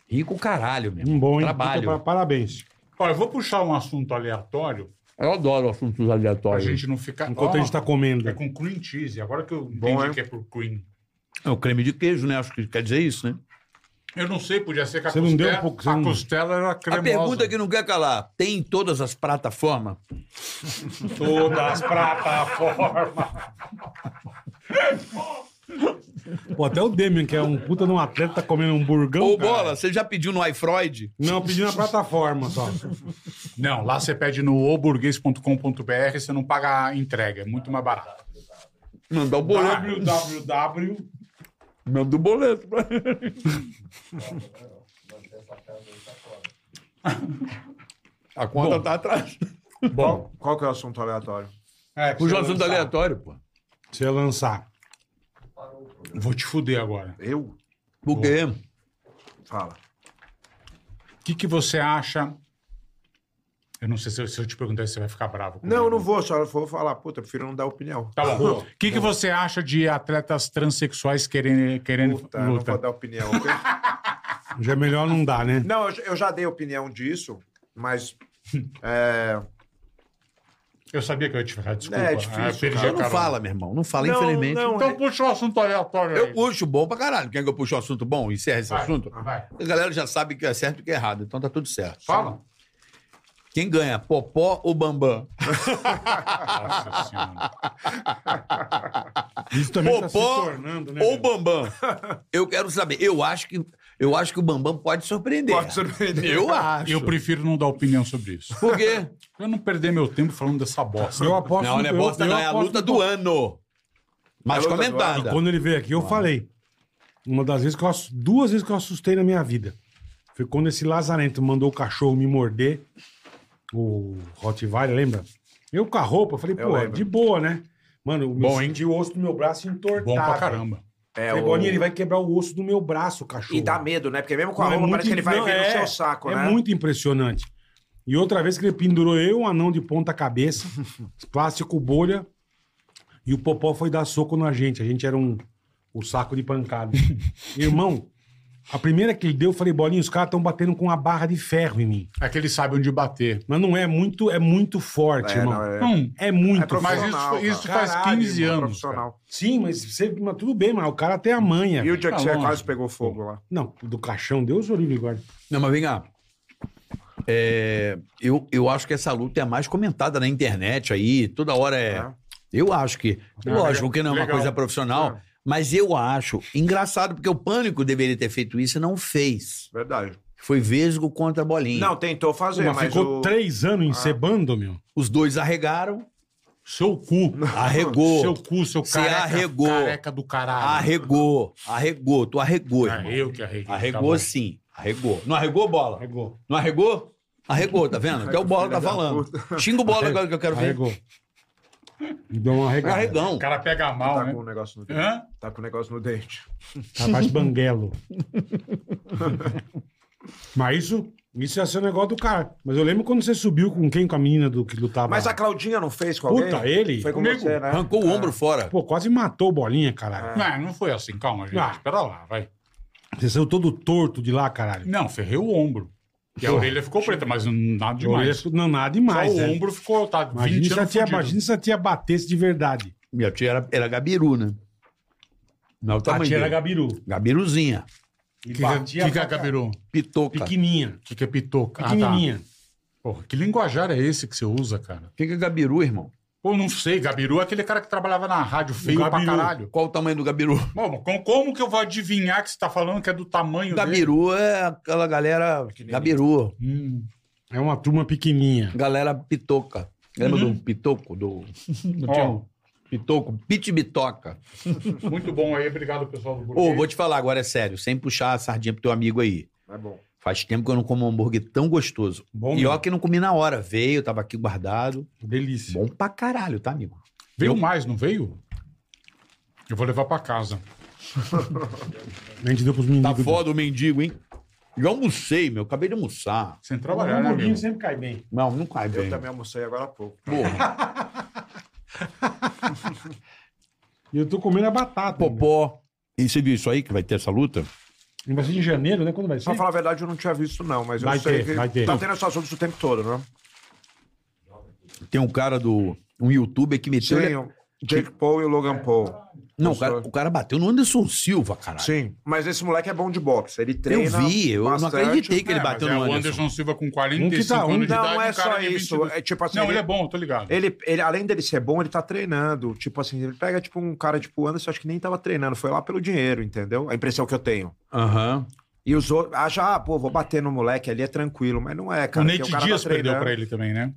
Speaker 6: Rico caralho, meu.
Speaker 4: Um bom, hein?
Speaker 6: Trabalho.
Speaker 4: Puta, pa- Parabéns.
Speaker 5: Ó, eu vou puxar um assunto aleatório
Speaker 6: Eu adoro assuntos
Speaker 5: pra
Speaker 6: aleatórios.
Speaker 5: gente não ficar...
Speaker 4: Enquanto a
Speaker 5: Ó,
Speaker 4: gente tá comendo.
Speaker 5: É com cream cheese. Agora que eu entendi
Speaker 2: hein?
Speaker 5: que é por cream.
Speaker 6: É o creme de queijo, né? Acho que quer dizer isso, né?
Speaker 5: Eu não sei, podia ser que a
Speaker 4: Você não
Speaker 5: costela...
Speaker 4: deu um pouco- você
Speaker 5: a
Speaker 4: não-
Speaker 5: costela era cremosa.
Speaker 6: A pergunta que não quer calar: tem em todas as plataformas?
Speaker 5: Todas as plataformas.
Speaker 4: Pô, até o Demian, que é um puta de um atleta, tá comendo um burgão.
Speaker 6: Ô,
Speaker 4: cara.
Speaker 6: bola, você já pediu no iFreud?
Speaker 4: Não, pedi na plataforma só.
Speaker 5: Não, lá você pede no oburguês.com.br, você não paga a entrega, é muito mais barato.
Speaker 6: Mandar o boleto.
Speaker 4: www.
Speaker 5: Ah.
Speaker 6: Manda o boleto pra A conta tá atrás.
Speaker 2: Bom, qual que é o assunto aleatório?
Speaker 4: É, pra
Speaker 6: O
Speaker 4: você
Speaker 6: um assunto
Speaker 4: lançar.
Speaker 6: aleatório, pô.
Speaker 4: Pra Você lançar.
Speaker 5: Vou te fuder agora.
Speaker 2: Eu?
Speaker 6: Por quê?
Speaker 2: Fala.
Speaker 5: O que, que você acha? Eu não sei se eu, se eu te perguntar se você vai ficar bravo. comigo.
Speaker 2: Não, eu não vou, só vou falar. Puta, eu prefiro não dar opinião.
Speaker 5: Tá bom. O que, que você acha de atletas transexuais querendo, querendo
Speaker 2: Puta, eu não
Speaker 5: luta?
Speaker 2: vou dar opinião. ok?
Speaker 4: Já é melhor não dar, né?
Speaker 2: não, eu, eu já dei opinião disso, mas... É,
Speaker 5: Eu sabia que eu ia te ferrar, desculpa.
Speaker 2: É, é difícil,
Speaker 5: Ah, perdi
Speaker 2: cara.
Speaker 5: a
Speaker 6: Então não
Speaker 5: carona.
Speaker 6: fala, meu irmão. Não fala,
Speaker 2: Não,
Speaker 6: infelizmente.
Speaker 2: não,
Speaker 5: Então puxa o assunto aleatório
Speaker 6: Eu
Speaker 5: aí.
Speaker 6: puxo bom pra caralho. Quer que eu puxe o assunto bom e encerre esse
Speaker 5: Vai,
Speaker 6: assunto?
Speaker 5: vai.
Speaker 6: A galera já sabe que é certo e que é errado, então tá tudo certo.
Speaker 5: Fala.
Speaker 6: Quem ganha, Popó ou Bambam?
Speaker 2: Ah,
Speaker 5: Nossa senhora.
Speaker 4: Isso também tá se
Speaker 6: Popó
Speaker 4: tornando, né?
Speaker 6: ou
Speaker 4: velho?
Speaker 6: Bambam? Eu quero saber. Eu acho que, eu acho que o Bambam pode surpreender.
Speaker 2: Pode surpreender.
Speaker 6: Eu acho.
Speaker 5: Eu prefiro não dar opinião sobre isso.
Speaker 6: Por quê?
Speaker 5: Pra eu não perder meu tempo falando dessa bosta.
Speaker 4: Eu aposto
Speaker 6: Não, não é
Speaker 4: eu-
Speaker 6: bosta,
Speaker 4: eu
Speaker 6: não. É a
Speaker 4: aposto
Speaker 6: luta
Speaker 4: no
Speaker 6: do ano. Mas
Speaker 2: É a luta do
Speaker 6: comentada.
Speaker 5: Tá.
Speaker 4: Quando ele veio aqui, eu falei. Uma das vezes que eu ass- duas vezes que eu assustei na minha vida. Foi quando esse Lazarento mandou o cachorro me morder. O Rottweiler, lembra? Eu com a roupa, falei,
Speaker 2: Eu
Speaker 4: pô,
Speaker 2: lembro.
Speaker 4: de boa, né? Mano, eu
Speaker 5: Bom, hein?
Speaker 4: senti o osso do meu braço entortado.
Speaker 5: Bom pra caramba.
Speaker 2: É,
Speaker 4: Falei,
Speaker 2: o-
Speaker 4: Bolinha, ele vai quebrar o osso do meu braço, o cachorro.
Speaker 2: E dá medo, né? Porque mesmo com a
Speaker 4: Não, é
Speaker 2: roupa
Speaker 4: muito
Speaker 2: parece que ele vai
Speaker 4: não,
Speaker 2: vir
Speaker 4: é,
Speaker 2: no seu saco,
Speaker 4: é
Speaker 2: né?
Speaker 4: muito impressionante. E outra vez que ele pendurou eu, um anão de ponta cabeça, plástico bolha, e o Popó foi dar soco na gente. A gente era um, um saco de pancada. Irmão, a primeira que ele deu, eu falei, bolinha, os caras estão batendo com uma barra de ferro em mim.
Speaker 5: É que eles sabem onde bater.
Speaker 4: Mas não é muito, é muito forte,
Speaker 2: É,
Speaker 4: irmão.
Speaker 2: não, é-
Speaker 5: Hum,
Speaker 4: é... muito
Speaker 2: É profissional,
Speaker 4: forte.
Speaker 5: mas isso,
Speaker 2: cara.
Speaker 5: isso faz
Speaker 4: Caralho,
Speaker 5: 15
Speaker 4: mano,
Speaker 5: anos. cara.
Speaker 2: profissional.
Speaker 4: Sim, mas, você, mas tudo bem, mas o cara tem a manha.
Speaker 2: E o dia
Speaker 5: Tá
Speaker 2: que você
Speaker 5: longe.
Speaker 2: quase pegou fogo lá.
Speaker 4: Não, do caixão, Deus o livre guarda.
Speaker 6: Não, mas vem cá. é, eu, eu acho que essa luta é a mais comentada na internet aí, toda hora é. Eu acho que.
Speaker 8: Ah,
Speaker 6: lógico
Speaker 8: legal.
Speaker 6: que não é uma
Speaker 8: Legal.
Speaker 6: coisa profissional, mas eu acho engraçado, porque o Pânico deveria ter feito isso e não fez.
Speaker 2: Verdade.
Speaker 6: Foi Vesgo contra Bolinha.
Speaker 2: Não, tentou fazer,
Speaker 6: Mas
Speaker 2: mas,
Speaker 6: ficou
Speaker 2: o... Ah.
Speaker 4: Três anos encebando, meu.
Speaker 6: Os dois arregaram.
Speaker 4: Seu cu.
Speaker 6: Arregou.
Speaker 5: Seu cu, seu
Speaker 6: Você
Speaker 5: careca,
Speaker 6: arregou.
Speaker 5: careca do caralho.
Speaker 6: Arregou. Arregou. Tu arregou,
Speaker 5: Ah,
Speaker 6: irmão.
Speaker 5: eu que arreguei. tá
Speaker 6: Arregou
Speaker 5: bom.
Speaker 6: sim. Arregou. Não arregou, bola?
Speaker 4: Arregou.
Speaker 6: Não arregou? Arregou, tá vendo? Até o bola tá falando. Xinga o bola agora que eu quero ver.
Speaker 4: Arregou. Deu um uma arregada.
Speaker 6: Arregão.
Speaker 5: O cara pega mal,
Speaker 2: tá
Speaker 5: né?
Speaker 2: com o negócio no dente.
Speaker 5: Hã?
Speaker 2: Tá com o negócio no dente.
Speaker 4: Rapaz banguelo. Mas isso, isso ia ser um negócio do cara. Mas eu lembro quando você subiu com quem? Com a menina do que lutava.
Speaker 2: Mas a Claudinha não fez com alguém?
Speaker 4: Puta, ele?
Speaker 2: Foi com
Speaker 4: Comigo.
Speaker 2: você, né?
Speaker 6: Arrancou o ombro fora.
Speaker 4: Pô, quase matou o bolinha, caralho.
Speaker 5: Não, não foi assim. Calma, gente.
Speaker 4: Ah.
Speaker 5: Espera lá, vai.
Speaker 4: Você saiu todo torto de lá, caralho.
Speaker 5: Não, ferrei o ombro. E a orelha ficou preta, mas nada demais.
Speaker 4: Olha, Não, nada
Speaker 5: Só
Speaker 4: demais.
Speaker 5: o
Speaker 4: né?
Speaker 5: ombro ficou, tá, 20
Speaker 4: Imagina se, a
Speaker 5: anos
Speaker 4: tia,
Speaker 5: fudido.
Speaker 4: imagina se a tia batesse de verdade.
Speaker 6: Minha tia era, era gabiru, né? Não, o
Speaker 4: A
Speaker 6: tamanho
Speaker 4: tia era
Speaker 6: dele.
Speaker 4: Gabiru.
Speaker 6: Gabiruzinha.
Speaker 4: E
Speaker 5: Que que, que, que é cabiru?
Speaker 6: Pitoca. O que,
Speaker 4: Pequenininha.
Speaker 5: Que que é pitoca? Ah, tá.
Speaker 4: Pequenininha.
Speaker 5: Porra, que linguajar é esse que você usa, cara?
Speaker 6: que é gabiru, irmão?
Speaker 5: Pô, não sei. Gabiru é aquele cara que trabalhava na rádio feio pra
Speaker 4: Gabiru.
Speaker 5: caralho.
Speaker 6: Qual o tamanho do gabiru?
Speaker 5: Bom, com- como que eu vou adivinhar que você tá falando que é do tamanho dele?
Speaker 6: Gabiru é aquela galera. Gabiru.
Speaker 5: Hum.
Speaker 4: É uma turma pequenininha.
Speaker 6: Galera pitoca. Lembra
Speaker 4: Uhum.
Speaker 6: do pitoco? Do. Não tinha um pitoco? Pit bitoca.
Speaker 5: Muito bom aí. Obrigado, pessoal do Burguês.
Speaker 6: Ô, vou te falar agora, é sério, sem puxar a sardinha pro teu amigo aí.
Speaker 2: É bom.
Speaker 6: Faz tempo que eu não como um hambúrguer tão gostoso.
Speaker 4: Bom,
Speaker 6: e ó,
Speaker 4: mesmo.
Speaker 6: que não comi na hora. Veio, tava aqui guardado.
Speaker 4: delícia.
Speaker 6: Bom pra caralho, tá, amigo?
Speaker 5: Veio mais, não veio? Eu vou levar pra casa.
Speaker 4: A gente deu pros meninos.
Speaker 6: Tá foda o mendigo, hein? Já almocei, meu. Acabei de almoçar.
Speaker 5: Sem
Speaker 4: Trabalhar,
Speaker 5: trabalhar, né, amigo?
Speaker 4: sempre cai bem.
Speaker 6: Não, não cai
Speaker 2: Eu
Speaker 6: bem.
Speaker 2: também almocei agora há pouco.
Speaker 6: Porra.
Speaker 4: E eu tô comendo a batata. ainda.
Speaker 6: Popó. E você viu isso aí que vai ter essa luta?
Speaker 4: Vai ser em janeiro, né? Quando vai ser?
Speaker 2: Pra falar a verdade, eu não tinha visto, não, mas
Speaker 4: Vai
Speaker 2: eu sei
Speaker 4: ter,
Speaker 2: que
Speaker 4: vai ter.
Speaker 2: tá tendo essas assuntos o tempo todo, né?
Speaker 6: Tem um cara do. Um youtuber que meteu.
Speaker 2: Sim, um o Jake Paul e o Logan Paul.
Speaker 6: Não, o cara, o cara bateu no Anderson Silva, caralho.
Speaker 2: Sim, mas esse moleque é bom de boxe. Ele
Speaker 6: eu
Speaker 2: treina.
Speaker 6: vi, eu
Speaker 2: bastante.
Speaker 6: não acreditei que ele
Speaker 5: É,
Speaker 6: bateu
Speaker 5: mas é
Speaker 6: no
Speaker 5: o
Speaker 6: Anderson.
Speaker 5: Anderson Silva com
Speaker 4: Um que
Speaker 5: 45
Speaker 4: tá- um
Speaker 5: anos de
Speaker 2: não
Speaker 5: idade.
Speaker 2: é
Speaker 5: um cara
Speaker 2: só
Speaker 5: de
Speaker 2: isso,
Speaker 5: 22.
Speaker 2: é tipo assim,
Speaker 5: Não,
Speaker 2: ele-
Speaker 5: ele é bom, eu tô ligado.
Speaker 2: Ele, ele, além dele ser bom, ele tá treinando. Tipo assim, ele pega tipo um cara tipo o Anderson, acho que nem tava treinando, foi lá pelo dinheiro, entendeu? A impressão que eu tenho.
Speaker 6: Aham.
Speaker 2: E os outros acham, ah, pô, vou bater no moleque ali, é tranquilo, mas não é, cara.
Speaker 5: o
Speaker 2: porque
Speaker 5: Nate
Speaker 2: cara tá
Speaker 5: Dias perdeu
Speaker 2: treinando.
Speaker 5: pra ele também, né?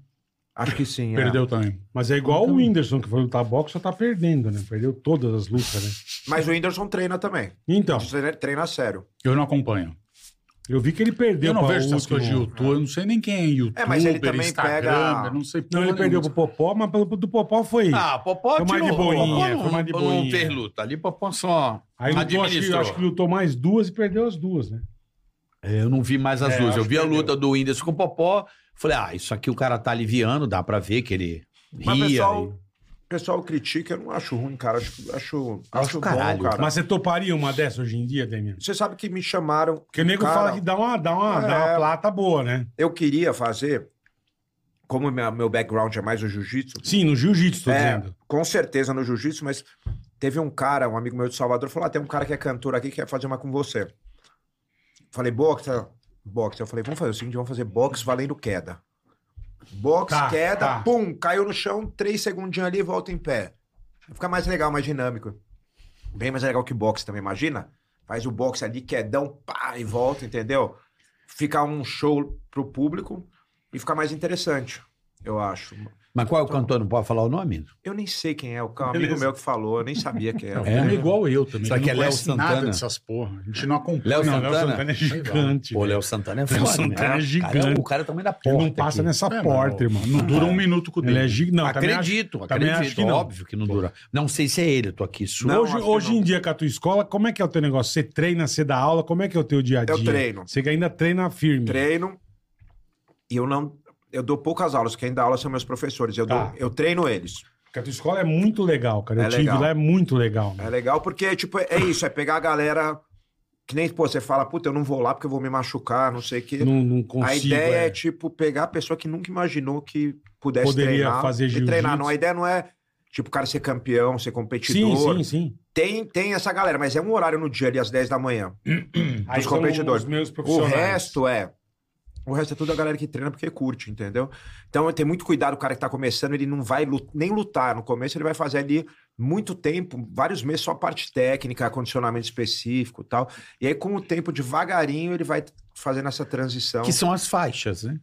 Speaker 2: Acho que sim. é.
Speaker 5: Perdeu também.
Speaker 4: Mas é igual o Whindersson, que foi lutar boxe, só tá perdendo, né? Perdeu todas as lutas, né?
Speaker 2: Mas o Whindersson treina também.
Speaker 4: Então,
Speaker 2: Treina, treina sério.
Speaker 5: Eu não acompanho.
Speaker 4: eu vi que ele perdeu
Speaker 5: Eu não
Speaker 4: pra né?
Speaker 5: vejo essas
Speaker 4: último-
Speaker 5: coisas de YouTube, eu não sei nem quem é youtuber,
Speaker 2: É, mas ele também
Speaker 5: Instagram,
Speaker 2: pega-
Speaker 5: eu não sei
Speaker 4: Não, ele
Speaker 5: porra
Speaker 4: perdeu pro
Speaker 5: nenhuma.
Speaker 4: Popó, mas pelo- do Popó foi.
Speaker 6: Ah, Popó
Speaker 4: Foi mais de
Speaker 6: tirou-
Speaker 4: boinha,
Speaker 6: Popó não-
Speaker 4: foi mais de
Speaker 6: Não
Speaker 4: boinha.
Speaker 6: fez luta. Ali Popó só
Speaker 4: Aí lutou, acho, que,
Speaker 6: administrou.
Speaker 4: acho que lutou mais duas e perdeu as duas, né?
Speaker 6: É, Eu não vi mais as
Speaker 4: É,
Speaker 6: duas.
Speaker 4: acho
Speaker 6: Eu vi
Speaker 4: que
Speaker 6: a
Speaker 4: perdeu.
Speaker 6: luta do Whindersson com o Popó. Falei, ah, isso aqui o cara tá aliviando, dá pra ver que ele ria.
Speaker 2: Mas o pessoal,
Speaker 6: e-
Speaker 2: o pessoal critica, eu não acho ruim, cara. Acho, acho, acho
Speaker 6: caralho.
Speaker 2: bom, cara.
Speaker 4: Mas você toparia uma dessa hoje em dia, Demian?
Speaker 2: Você sabe que me chamaram.
Speaker 4: Porque o nego
Speaker 2: Cara,
Speaker 4: fala que dá uma, dá, uma, dá uma
Speaker 2: É.
Speaker 4: plata boa, né?
Speaker 2: Eu queria fazer, como minha- meu background é mais o jiu-jitsu,
Speaker 4: Sim, no jiu-jitsu, tô
Speaker 2: é,
Speaker 4: dizendo.
Speaker 2: com certeza no jiu-jitsu, mas teve um cara, um amigo meu de Salvador, falou: ah, tem um cara que é cantor aqui que quer fazer uma com você. Falei, boxe, boxe. Eu falei, vamos fazer o seguinte, vamos fazer boxe valendo queda. Boxe,
Speaker 4: Tá,
Speaker 2: queda,
Speaker 4: tá.
Speaker 2: pum, caiu no chão, três segundinhos ali e volta em pé. Fica mais legal, mais dinâmico. Bem mais legal que boxe também, imagina? Faz o boxe ali, quedão, pá, e volta, entendeu? Fica um show pro público e fica mais interessante, eu acho.
Speaker 6: Mas qual é o
Speaker 2: então
Speaker 6: cantor? Não pode falar o nome?
Speaker 2: Eu nem sei quem é, o cara, um amigo
Speaker 4: Beleza.
Speaker 2: meu que falou, eu nem sabia quem era.
Speaker 6: É?
Speaker 5: Ele é igual eu também.
Speaker 6: Será
Speaker 5: ele
Speaker 6: que é
Speaker 5: não
Speaker 6: Léo
Speaker 5: conhece
Speaker 6: Santana?
Speaker 5: Nada dessas porra. A gente não acompanha.
Speaker 6: Léo
Speaker 4: Não, Léo
Speaker 6: Santana?
Speaker 4: Santana é gigante.
Speaker 6: Pô,
Speaker 4: velho.
Speaker 6: Léo Santana é
Speaker 4: Léo
Speaker 6: foda. né?
Speaker 4: Santana é
Speaker 6: Cara,
Speaker 4: gigante.
Speaker 6: o cara é o tamanho da porta.
Speaker 4: Ele não passa
Speaker 6: aqui.
Speaker 4: nessa
Speaker 5: É,
Speaker 4: porta, irmão.
Speaker 5: mano, Não dura um minuto com o
Speaker 4: Ele é
Speaker 5: tempo.
Speaker 4: gigante. Não, também acho-
Speaker 6: Acredito,
Speaker 4: também
Speaker 6: acredito.
Speaker 4: acho que não.
Speaker 6: Óbvio que não dura. Não sei se é ele, tô aqui. Su...
Speaker 2: Não,
Speaker 4: hoje
Speaker 2: acho que
Speaker 4: hoje
Speaker 2: não.
Speaker 4: em dia com a tua escola, como é que é o teu negócio? Você treina, você dá aula, como é que é o teu dia a dia?
Speaker 2: Eu treino.
Speaker 4: Você que ainda treina firme.
Speaker 2: treino e eu não. Eu dou poucas aulas. Quem dá aula são meus professores. Eu,
Speaker 4: Tá.
Speaker 2: dou- eu treino eles.
Speaker 4: Porque a tua escola é muito legal, cara. Eu
Speaker 2: É
Speaker 4: tive
Speaker 2: legal.
Speaker 4: lá, é muito legal.
Speaker 2: É legal porque, tipo, é isso, é pegar a galera. Que nem, pô, você fala, puta, eu não vou lá porque eu vou me machucar, não sei o quê.
Speaker 4: Não, não consigo.
Speaker 2: a ideia é.
Speaker 4: é.
Speaker 2: tipo, pegar a pessoa que nunca imaginou que pudesse
Speaker 4: Poderia
Speaker 2: treinar
Speaker 4: fazer
Speaker 2: e treinar.
Speaker 4: jiu-jitsu.
Speaker 2: Não, a ideia não é, tipo, o cara ser campeão, ser
Speaker 4: Sim,
Speaker 2: competidor.
Speaker 4: sim, sim.
Speaker 2: Tem, tem essa galera, mas é um horário no dia ali às 10 da manhã.
Speaker 4: Aí
Speaker 2: Dos
Speaker 4: são
Speaker 2: competidores.
Speaker 4: Os meus
Speaker 2: O
Speaker 4: profissionais.
Speaker 2: resto é O resto é tudo a galera que treina porque curte, entendeu? Então tem muito cuidado o cara que tá começando, ele não vai lu- nem lutar no começo, ele vai fazer ali muito tempo, vários meses só parte técnica, condicionamento específico e tal. E aí com o tempo devagarinho ele vai t- fazendo essa transição.
Speaker 6: Que são as faixas, né?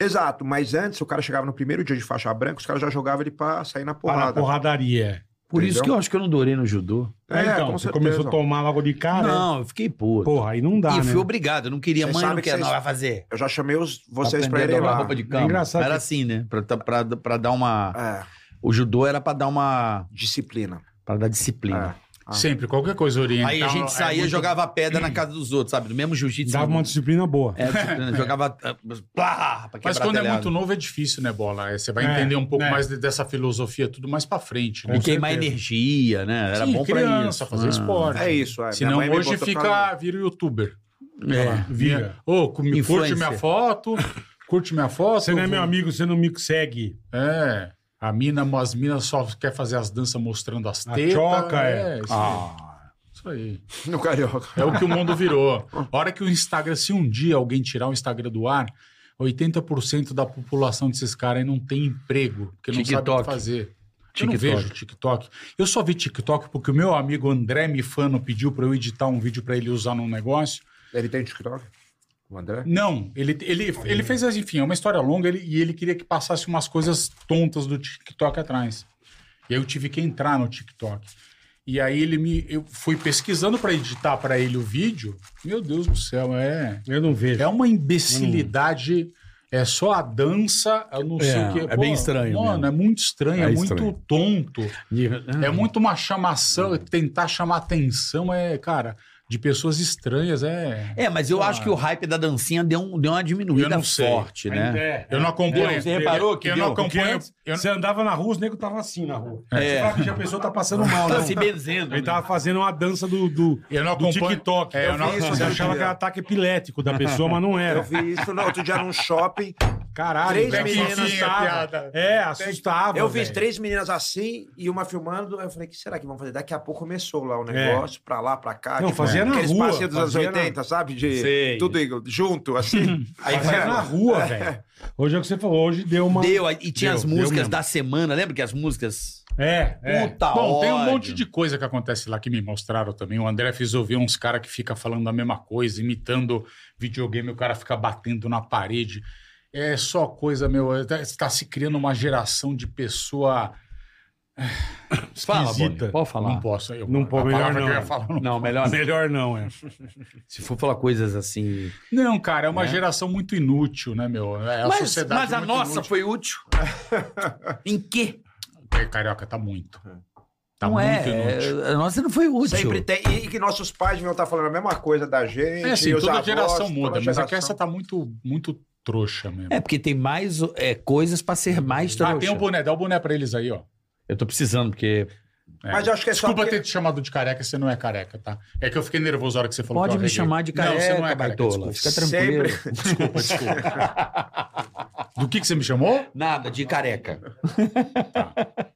Speaker 2: Exato, mas antes o cara chegava no primeiro dia de faixa branca, os caras já jogavam ele pra sair na
Speaker 4: Para a
Speaker 2: porrada.
Speaker 4: porradaria.
Speaker 6: Por isso que
Speaker 2: Entendeu?
Speaker 6: eu acho que eu não durei no judô.
Speaker 4: É, então,
Speaker 2: com
Speaker 4: você
Speaker 2: certeza.
Speaker 4: começou a tomar logo de cara.
Speaker 6: não, eu fiquei puto.
Speaker 4: Porra, aí não Ah, é? dá,
Speaker 6: e
Speaker 4: né?
Speaker 6: fui obrigado, eu não queria,
Speaker 2: Vocês
Speaker 6: mãe, não
Speaker 2: sabem que
Speaker 6: quer, não
Speaker 2: vocês-
Speaker 6: vai fazer.
Speaker 2: Eu já chamei os, vocês pra
Speaker 6: Aprender
Speaker 2: ele
Speaker 6: a dobrar
Speaker 2: lá.
Speaker 6: roupa de cama.
Speaker 4: É engraçado
Speaker 6: era
Speaker 4: que-
Speaker 6: assim, né? Pra, pra, pra dar uma...
Speaker 2: É,
Speaker 6: O judô era pra dar uma...
Speaker 2: disciplina.
Speaker 6: Pra dar disciplina.
Speaker 2: Ah.
Speaker 5: Sempre, qualquer coisa
Speaker 4: É.
Speaker 5: oriental. é
Speaker 6: Aí a gente saía e
Speaker 5: muito-
Speaker 6: jogava pedra na casa dos outros, sabe? Do mesmo jiu-jitsu.
Speaker 4: Então, Dava uma disciplina boa.
Speaker 6: É, disciplina, jogava... ah, Plá, pra
Speaker 5: Mas
Speaker 6: quebrar
Speaker 5: quando é
Speaker 6: telhado.
Speaker 5: muito novo é difícil, né, Bola? Aí Você vai
Speaker 4: É,
Speaker 5: entender um pouco
Speaker 4: é.
Speaker 5: mais de- dessa filosofia, tudo mais pra frente.
Speaker 6: E
Speaker 5: Né?
Speaker 6: queimar energia, né? Era
Speaker 5: Sim,
Speaker 6: bom pra
Speaker 5: criança,
Speaker 6: isso.
Speaker 5: fazer
Speaker 6: Ah.
Speaker 5: esporte.
Speaker 2: É isso, é. Minha
Speaker 5: Senão
Speaker 2: mãe me
Speaker 5: hoje
Speaker 2: botou pra-
Speaker 5: fica, vira youtuber.
Speaker 6: É.
Speaker 5: Vira. Ô, cu- me curte
Speaker 6: Influencer.
Speaker 5: minha foto, curte minha foto.
Speaker 4: Você não é
Speaker 5: eu
Speaker 4: meu
Speaker 5: vou-
Speaker 4: amigo, você não me segue.
Speaker 5: É. A mina, as minas só quer fazer as danças mostrando as
Speaker 4: A
Speaker 5: tetas.
Speaker 4: choca, é.
Speaker 5: isso, aí. Isso aí.
Speaker 2: No Carioca.
Speaker 5: É o que o mundo virou. A hora que o Instagram, se um dia alguém tirar o Instagram do ar, 80% da população desses caras aí não tem emprego, porque não sabe o
Speaker 6: TikTok.
Speaker 5: que fazer. Eu não
Speaker 6: TikTok.
Speaker 5: vejo TikTok. Eu só vi TikTok porque o meu amigo André Mifano pediu pra eu editar um vídeo pra ele usar num negócio.
Speaker 2: Ele tem TikTok? O André?
Speaker 5: Não, ele, ele, ele fez, as- enfim, é uma história longa ele- e ele queria que passasse umas coisas tontas do TikTok atrás. E aí eu tive que entrar no TikTok. E aí ele me. Eu fui pesquisando pra editar pra ele o vídeo. Meu Deus do céu, é.
Speaker 4: Eu não vejo.
Speaker 5: É uma imbecilidade. É só a dança, eu não sei
Speaker 6: É,
Speaker 5: o que.
Speaker 6: é bem estranho
Speaker 5: Mano,
Speaker 6: mesmo.
Speaker 5: é muito estranho, é,
Speaker 6: É
Speaker 5: muito
Speaker 6: estranho. Uhum.
Speaker 5: tonto. É muito uma chamação, é tentar chamar atenção, é, cara, de pessoas estranhas, é.
Speaker 6: É, mas eu
Speaker 5: Ah.
Speaker 6: acho que o hype da dancinha deu, um- deu uma
Speaker 5: Eu
Speaker 6: diminuída
Speaker 5: não sei.
Speaker 6: forte, né?
Speaker 4: É.
Speaker 5: Eu não acompanho.
Speaker 6: Você reparou que
Speaker 5: eu
Speaker 6: deu?
Speaker 5: não acompanho. eu-
Speaker 4: Você andava na rua, os negros estavam assim na rua.
Speaker 6: É.
Speaker 4: Você fala que a pessoa tá passando mal,
Speaker 6: Tá
Speaker 4: né?
Speaker 6: se benzendo.
Speaker 4: Ele
Speaker 6: né?
Speaker 4: tava fazendo uma dança do, do,
Speaker 5: Eu não
Speaker 4: do
Speaker 5: acompanho-
Speaker 4: TikTok.
Speaker 5: É, eu não-
Speaker 4: Você achava que era ataque epilético da pessoa, mas não
Speaker 2: Eu
Speaker 4: era.
Speaker 2: vi isso no outro dia num shopping.
Speaker 4: Caralho,
Speaker 2: Três
Speaker 4: cara,
Speaker 2: meninas,
Speaker 4: assustava.
Speaker 5: piada.
Speaker 4: É, assustava.
Speaker 2: Eu vi
Speaker 4: velho.
Speaker 2: três meninas assim e uma filmando. Aí eu falei, o que será que vão fazer? Daqui a pouco começou lá o negócio, pra lá, pra cá.
Speaker 4: É.
Speaker 2: tipo,
Speaker 4: Não, fazia na
Speaker 2: aqueles
Speaker 4: rua,
Speaker 2: passinhos dos anos
Speaker 4: fazia na-
Speaker 2: 80, sabe? De
Speaker 6: Sei.
Speaker 2: tudo igual, junto, assim.
Speaker 4: Aí fazia na rua, velho. Hoje é o que você falou, hoje deu uma.
Speaker 6: Deu, e tinha
Speaker 4: Deu,
Speaker 6: as
Speaker 4: deu
Speaker 6: músicas
Speaker 4: mesmo.
Speaker 6: da semana, lembra que as músicas...
Speaker 4: É, é.
Speaker 6: Puta
Speaker 5: Bom, tem um
Speaker 6: tá ódio.
Speaker 5: monte de coisa que acontece lá que me mostraram também. O André fez ouvir uns caras que fica falando a mesma coisa, imitando videogame, o cara fica batendo na parede. É só coisa, meu. Está se criando uma geração de pessoa. eh,
Speaker 6: Fala,
Speaker 4: esquisita.
Speaker 6: Bolinha, pode falar.
Speaker 5: Não posso. Eu,
Speaker 4: Não pode,
Speaker 5: a
Speaker 4: melhor
Speaker 5: palavra
Speaker 4: não.
Speaker 5: que eu ia falar, eu não
Speaker 6: Não, melhor não.
Speaker 4: Melhor não, é.
Speaker 6: Se for falar coisas assim...
Speaker 5: Não, cara, é uma
Speaker 6: Né?
Speaker 5: geração muito inútil, né, meu? É a
Speaker 6: mas
Speaker 5: sociedade
Speaker 6: mas a
Speaker 5: muito
Speaker 6: nossa
Speaker 5: inútil.
Speaker 6: foi útil. em quê?
Speaker 5: É, Carioca, tá muito. Tá
Speaker 6: não
Speaker 5: muito
Speaker 6: é,
Speaker 5: inútil.
Speaker 6: é, a nossa não foi útil.
Speaker 2: Sempre tem. E que nossos pais vão estar falando a mesma coisa da gente.
Speaker 5: É assim,
Speaker 2: e os
Speaker 5: toda
Speaker 2: avós,
Speaker 5: geração
Speaker 2: toda
Speaker 5: muda, mas é que
Speaker 2: geração.
Speaker 5: essa tá muito, muito trouxa mesmo.
Speaker 6: É, porque tem mais é, coisas pra ser mais
Speaker 5: ah,
Speaker 6: trouxa.
Speaker 5: tem o boné, dá o boné pra eles aí, ó.
Speaker 6: Eu tô precisando, porque...
Speaker 4: tá-
Speaker 5: É.
Speaker 2: Mas eu acho que é só.
Speaker 5: Desculpa
Speaker 2: porque-
Speaker 5: ter te chamado de careca, você não é careca, tá? É que eu fiquei nervoso na hora que você falou
Speaker 6: Pode
Speaker 5: que é eu
Speaker 6: me
Speaker 5: arreguei.
Speaker 6: chamar de careca,
Speaker 5: Não, você não é careca,
Speaker 6: baitola.
Speaker 5: desculpa.
Speaker 6: Fica tranquilo.
Speaker 5: Desculpa, desculpa. Do que, que você me chamou?
Speaker 6: Nada, de careca.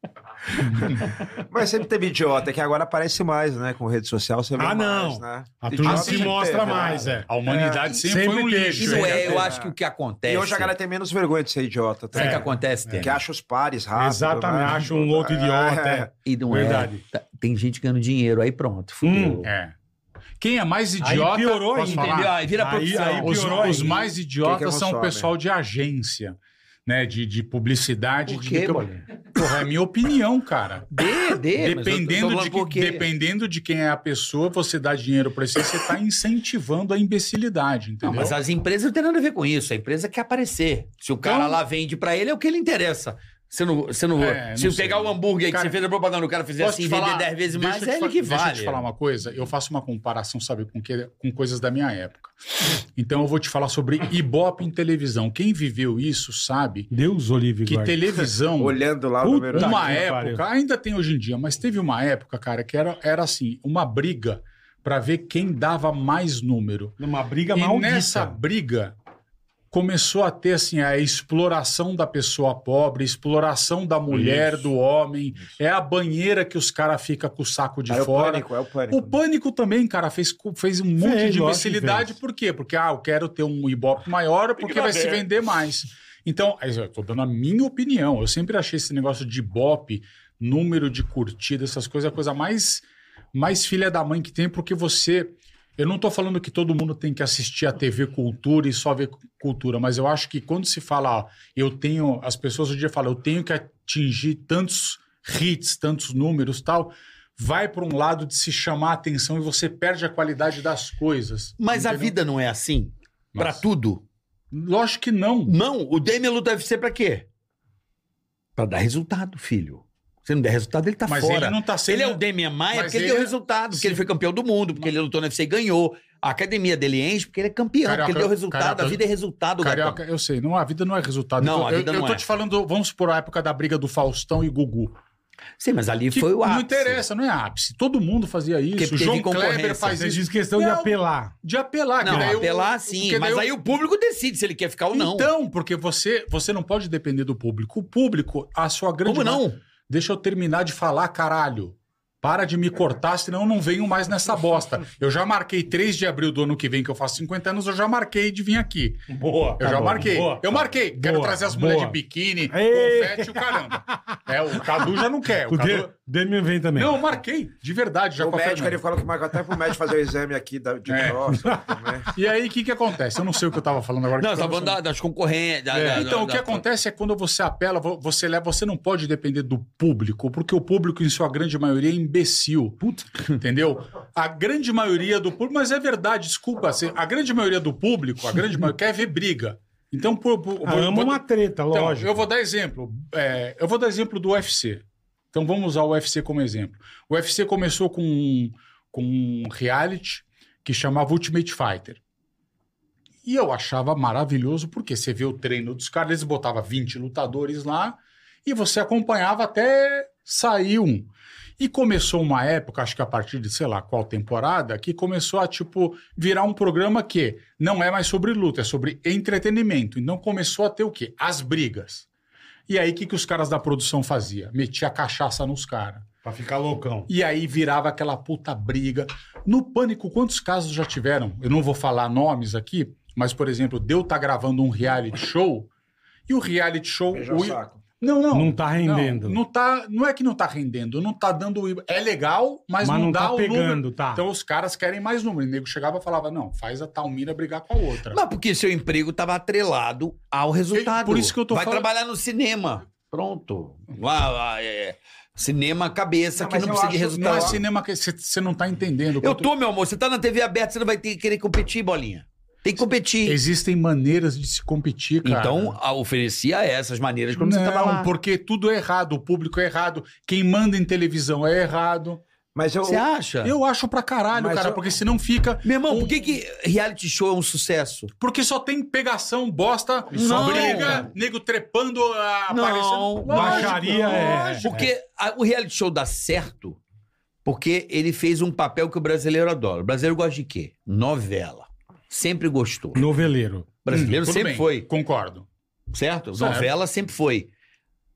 Speaker 2: Mas sempre teve idiota, que agora aparece mais, né? Com rede social você vê
Speaker 4: Ah,
Speaker 2: mais,
Speaker 4: não.
Speaker 2: né?
Speaker 4: A
Speaker 2: Idiota
Speaker 4: turma se
Speaker 2: sempre
Speaker 4: mostra
Speaker 2: teve, né?
Speaker 4: mais, é.
Speaker 5: A humanidade sempre,
Speaker 4: sempre
Speaker 5: foi um
Speaker 4: teve.
Speaker 5: lixo.
Speaker 6: Isso
Speaker 5: hein?
Speaker 6: é, eu acho que o que acontece.
Speaker 2: E hoje a galera tem menos vergonha de ser idiota. tá?
Speaker 6: Sabe o
Speaker 5: É,
Speaker 6: que acontece, Temer?
Speaker 2: Que acha os pares rápido.
Speaker 4: Exatamente,
Speaker 2: né?
Speaker 4: acha um outro idiota. é.
Speaker 6: E não
Speaker 4: Verdade.
Speaker 6: é. Tá- Tem gente ganhando dinheiro, aí pronto.
Speaker 4: Hum,
Speaker 6: Fudeu.
Speaker 5: É. Quem é mais
Speaker 4: Aí
Speaker 5: idiota...
Speaker 4: piorou
Speaker 5: posso
Speaker 4: ainda,
Speaker 5: falar?
Speaker 6: Entendeu? Aí vira
Speaker 4: Aí-
Speaker 6: profissão.
Speaker 4: aí-
Speaker 5: Os,
Speaker 4: piorou
Speaker 5: os
Speaker 4: ainda.
Speaker 5: mais
Speaker 2: Quem que
Speaker 5: idiotas
Speaker 2: não
Speaker 5: são o
Speaker 2: sabe?
Speaker 5: pessoal de agência, né? De, de publicidade.
Speaker 6: Por
Speaker 5: de-
Speaker 6: quê,
Speaker 5: de-
Speaker 6: Bolinha?
Speaker 5: Porra, é minha opinião, cara.
Speaker 6: Dê, dê. É, mas eu tô- tô
Speaker 5: Dependendo
Speaker 6: falando
Speaker 5: de,
Speaker 6: por
Speaker 5: que,
Speaker 6: quê?
Speaker 5: dependendo de quem é a pessoa, você dá dinheiro pra isso, você tá incentivando a imbecilidade, entendeu?
Speaker 6: Não, mas as empresas não tem nada a ver com isso. A empresa quer aparecer. Se o cara
Speaker 5: Então-
Speaker 6: lá vende pra ele, é o que ele interessa. Você não, você não,
Speaker 5: É, não
Speaker 6: se eu
Speaker 5: sei.
Speaker 6: pegar o hambúrguer aí que
Speaker 5: Cara,
Speaker 6: você fez a propaganda, o cara fizer
Speaker 5: Posso
Speaker 6: assim,
Speaker 5: te
Speaker 6: e vender 10 vezes
Speaker 5: Deixa
Speaker 6: mais,
Speaker 5: eu te fa-
Speaker 6: é ele que
Speaker 5: Deixa eu
Speaker 6: vale.
Speaker 5: te falar uma coisa. Eu faço uma comparação, sabe, com, que, com coisas da minha época. Então eu vou te falar sobre Ibope em televisão. Quem viveu isso sabe
Speaker 4: Deus, Olívio
Speaker 5: que
Speaker 4: Guarda.
Speaker 5: televisão...
Speaker 2: Olhando lá o
Speaker 4: Puta
Speaker 2: número.
Speaker 5: uma
Speaker 4: que
Speaker 5: época,
Speaker 4: pariu.
Speaker 5: ainda tem hoje em dia, mas teve uma época, cara, que era, era assim, uma briga pra ver quem dava mais número.
Speaker 4: Numa briga
Speaker 5: e
Speaker 4: maldita.
Speaker 5: nessa briga, começou a ter assim a exploração da pessoa pobre, exploração da mulher, do homem. É a banheira que os caras ficam com o saco de
Speaker 2: É o
Speaker 5: fora.
Speaker 2: pânico, é o pânico.
Speaker 5: pânico também, cara, fez, cu- fez um monte
Speaker 2: Fez, lógico que
Speaker 5: de imbecilidade. Por quê? Porque, ah, eu quero ter um Ibope maior porque vai se
Speaker 12: Ignorante.
Speaker 5: vender mais. Então, aí eu tô dando a minha opinião. Eu sempre achei esse negócio de Ibope, número de curtida, essas coisas, a coisa mais, mais filha da mãe que tem, porque você. Eu não tô falando que todo mundo tem que assistir a TV Cultura e só ver cultura, mas eu acho que quando se fala, ó, eu tenho. As pessoas hoje em dia falam, eu tenho que atingir tantos hits, tantos números tal, vai para um lado de se chamar a atenção e você perde a qualidade das coisas.
Speaker 6: Mas a
Speaker 5: entendeu?
Speaker 6: vida não é assim? Pra tudo?
Speaker 5: Lógico que não.
Speaker 6: Não, o Demelu deve ser pra quê? Pra dar resultado, filho. Se não der resultado, ele tá
Speaker 5: Mas
Speaker 6: fora.
Speaker 5: ele não tá sendo-
Speaker 6: Ele é o Demian Maia
Speaker 5: Mas
Speaker 6: porque ele
Speaker 5: ele
Speaker 6: deu
Speaker 5: é-
Speaker 6: resultado, porque ele foi campeão do mundo, porque ele lutou no UFC e ganhou. A academia dele enche porque ele é campeão,
Speaker 5: Carioca,
Speaker 6: porque ele deu resultado.
Speaker 5: Carioca,
Speaker 6: a vida é resultado,
Speaker 5: Carioca,
Speaker 6: gatão.
Speaker 5: eu sei, não, a vida não é resultado.
Speaker 6: Não,
Speaker 5: eu, tô-
Speaker 6: a vida
Speaker 5: eu,
Speaker 6: não
Speaker 5: eu tô
Speaker 6: é.
Speaker 5: te falando, vamos supor a época da briga do Faustão e Gugu.
Speaker 6: Sim, mas ali
Speaker 5: Que
Speaker 6: foi o ápice.
Speaker 5: Não interessa, não é ápice. Todo mundo fazia isso.
Speaker 6: teve
Speaker 5: O João
Speaker 6: concorrência.
Speaker 5: Kleber faz
Speaker 6: Você
Speaker 5: isso.
Speaker 6: diz questão de apelar.
Speaker 5: De apelar. que
Speaker 6: Não,
Speaker 5: daí o-
Speaker 6: apelar
Speaker 5: porque
Speaker 6: sim,
Speaker 5: daí
Speaker 6: mas
Speaker 5: o-
Speaker 6: aí o público decide se ele quer ficar ou não.
Speaker 5: Então, porque você, você não pode depender do público. O público, a sua grande.
Speaker 6: Como não?
Speaker 5: ma- Deixa eu terminar de falar, caralho. Para de me cortar, senão eu não venho mais nessa bosta. Eu já marquei 3 de abril do ano que vem, que eu faço 50 anos, eu já marquei de vir aqui.
Speaker 15: Boa.
Speaker 5: Eu
Speaker 15: tá
Speaker 5: já
Speaker 15: bom,
Speaker 5: marquei.
Speaker 15: boa.
Speaker 5: eu marquei. Quero
Speaker 15: Boa,
Speaker 5: trazer as mulheres de
Speaker 15: boa.
Speaker 5: biquíni,
Speaker 15: Ei.
Speaker 5: confete e o caramba. É, o Cadu já não quer. O
Speaker 15: O
Speaker 5: Cadu...
Speaker 15: Demi- Demian vem também.
Speaker 5: Não, eu marquei. De verdade, já
Speaker 2: o
Speaker 5: confete.
Speaker 2: médico, ele falou que marcou até pro médico fazer o exame aqui da, de né?
Speaker 5: É.
Speaker 2: próstata também.
Speaker 5: E aí, o que que acontece? Eu não sei o que eu tava falando agora.
Speaker 6: Não,
Speaker 5: que
Speaker 6: você tá
Speaker 5: eu
Speaker 6: falando da- das concorrências. da-
Speaker 5: É.
Speaker 6: da-
Speaker 5: Então,
Speaker 6: da-
Speaker 5: o que
Speaker 6: da-
Speaker 5: acontece é quando você apela, vo- você leva, você não pode depender do público, porque o público, em sua grande maioria, é imbecil. Entendeu? A grande maioria do público, mas é verdade, desculpa, assim, a grande maioria do público, a grande maioria, quer ver briga. Então, por, por,
Speaker 15: Ah,
Speaker 5: vou-
Speaker 15: ama
Speaker 5: vou-
Speaker 15: uma treta,
Speaker 5: então,
Speaker 15: lógico.
Speaker 5: eu vou dar exemplo. É, eu vou dar exemplo do UFC. Então vamos usar o UFC como exemplo. O UFC começou com um, com um reality que chamava Ultimate Fighter. E eu achava maravilhoso, porque você vê o treino dos caras, eles botavam 20 lutadores lá e você acompanhava até sair um. E começou uma época, acho que a partir de sei lá qual temporada, que começou a tipo virar um programa que não é mais sobre luta, é sobre entretenimento. Então começou a ter o quê? As brigas. E aí o que, que os caras da produção fazia? Metia cachaça nos caras.
Speaker 15: Pra ficar loucão.
Speaker 5: E aí virava aquela puta briga. No pânico, quantos casos já tiveram? Eu não vou falar nomes aqui, mas por exemplo, Deu tá gravando um reality show e o reality show
Speaker 2: Beijar
Speaker 5: o-
Speaker 2: o saco.
Speaker 5: não, não.
Speaker 15: Não tá rendendo.
Speaker 5: Não, não, tá, não é que não tá rendendo, não tá dando. É legal, mas,
Speaker 15: Mas
Speaker 5: não,
Speaker 15: não
Speaker 5: dá
Speaker 15: tá
Speaker 5: o
Speaker 15: pegando,
Speaker 5: número.
Speaker 15: tá.
Speaker 5: Então os caras querem mais número. O nego chegava e falava: não, faz a tal mina brigar com a outra.
Speaker 6: Mas porque seu emprego estava atrelado ao resultado.
Speaker 5: por isso que eu tô
Speaker 6: Vai
Speaker 5: falando-
Speaker 6: trabalhar no cinema. Pronto. Lá, lá, é, é. Cinema cabeça,
Speaker 2: Não,
Speaker 6: que
Speaker 2: mas
Speaker 6: não
Speaker 2: eu
Speaker 6: precisa de
Speaker 2: acho-
Speaker 5: não é
Speaker 6: resultado.
Speaker 5: cinema que você não tá entendendo.
Speaker 6: tá. Eu tô, meu amor. Você tá na TV aberta, você não vai ter que querer competir, bolinha. Tem que competir.
Speaker 5: Existem maneiras de se competir, cara.
Speaker 6: Então, a- oferecia essas maneiras quando você tava lá.
Speaker 5: Não, porque tudo é errado, o público é errado, quem manda em televisão é errado.
Speaker 2: Mas eu,
Speaker 6: Você acha?
Speaker 5: Eu acho pra caralho,
Speaker 2: Mas
Speaker 5: cara,
Speaker 2: eu-
Speaker 5: porque senão fica.
Speaker 6: Meu irmão, por que, que reality show é um sucesso?
Speaker 5: Porque só tem pegação, bosta,
Speaker 6: Não.
Speaker 5: briga, nego trepando, ah,
Speaker 6: Não,
Speaker 5: aparecendo.
Speaker 15: baixaria é-
Speaker 6: Porque a- o reality show dá certo porque ele fez um papel que o brasileiro adora. O brasileiro gosta de quê? Novela. Sempre gostou.
Speaker 4: é
Speaker 6: O
Speaker 15: Noveleiro.
Speaker 6: brasileiro
Speaker 5: Hum, Tudo
Speaker 6: sempre
Speaker 5: bem,
Speaker 6: foi.
Speaker 5: Concordo.
Speaker 6: certo?
Speaker 5: Certo.
Speaker 6: Novela sempre foi.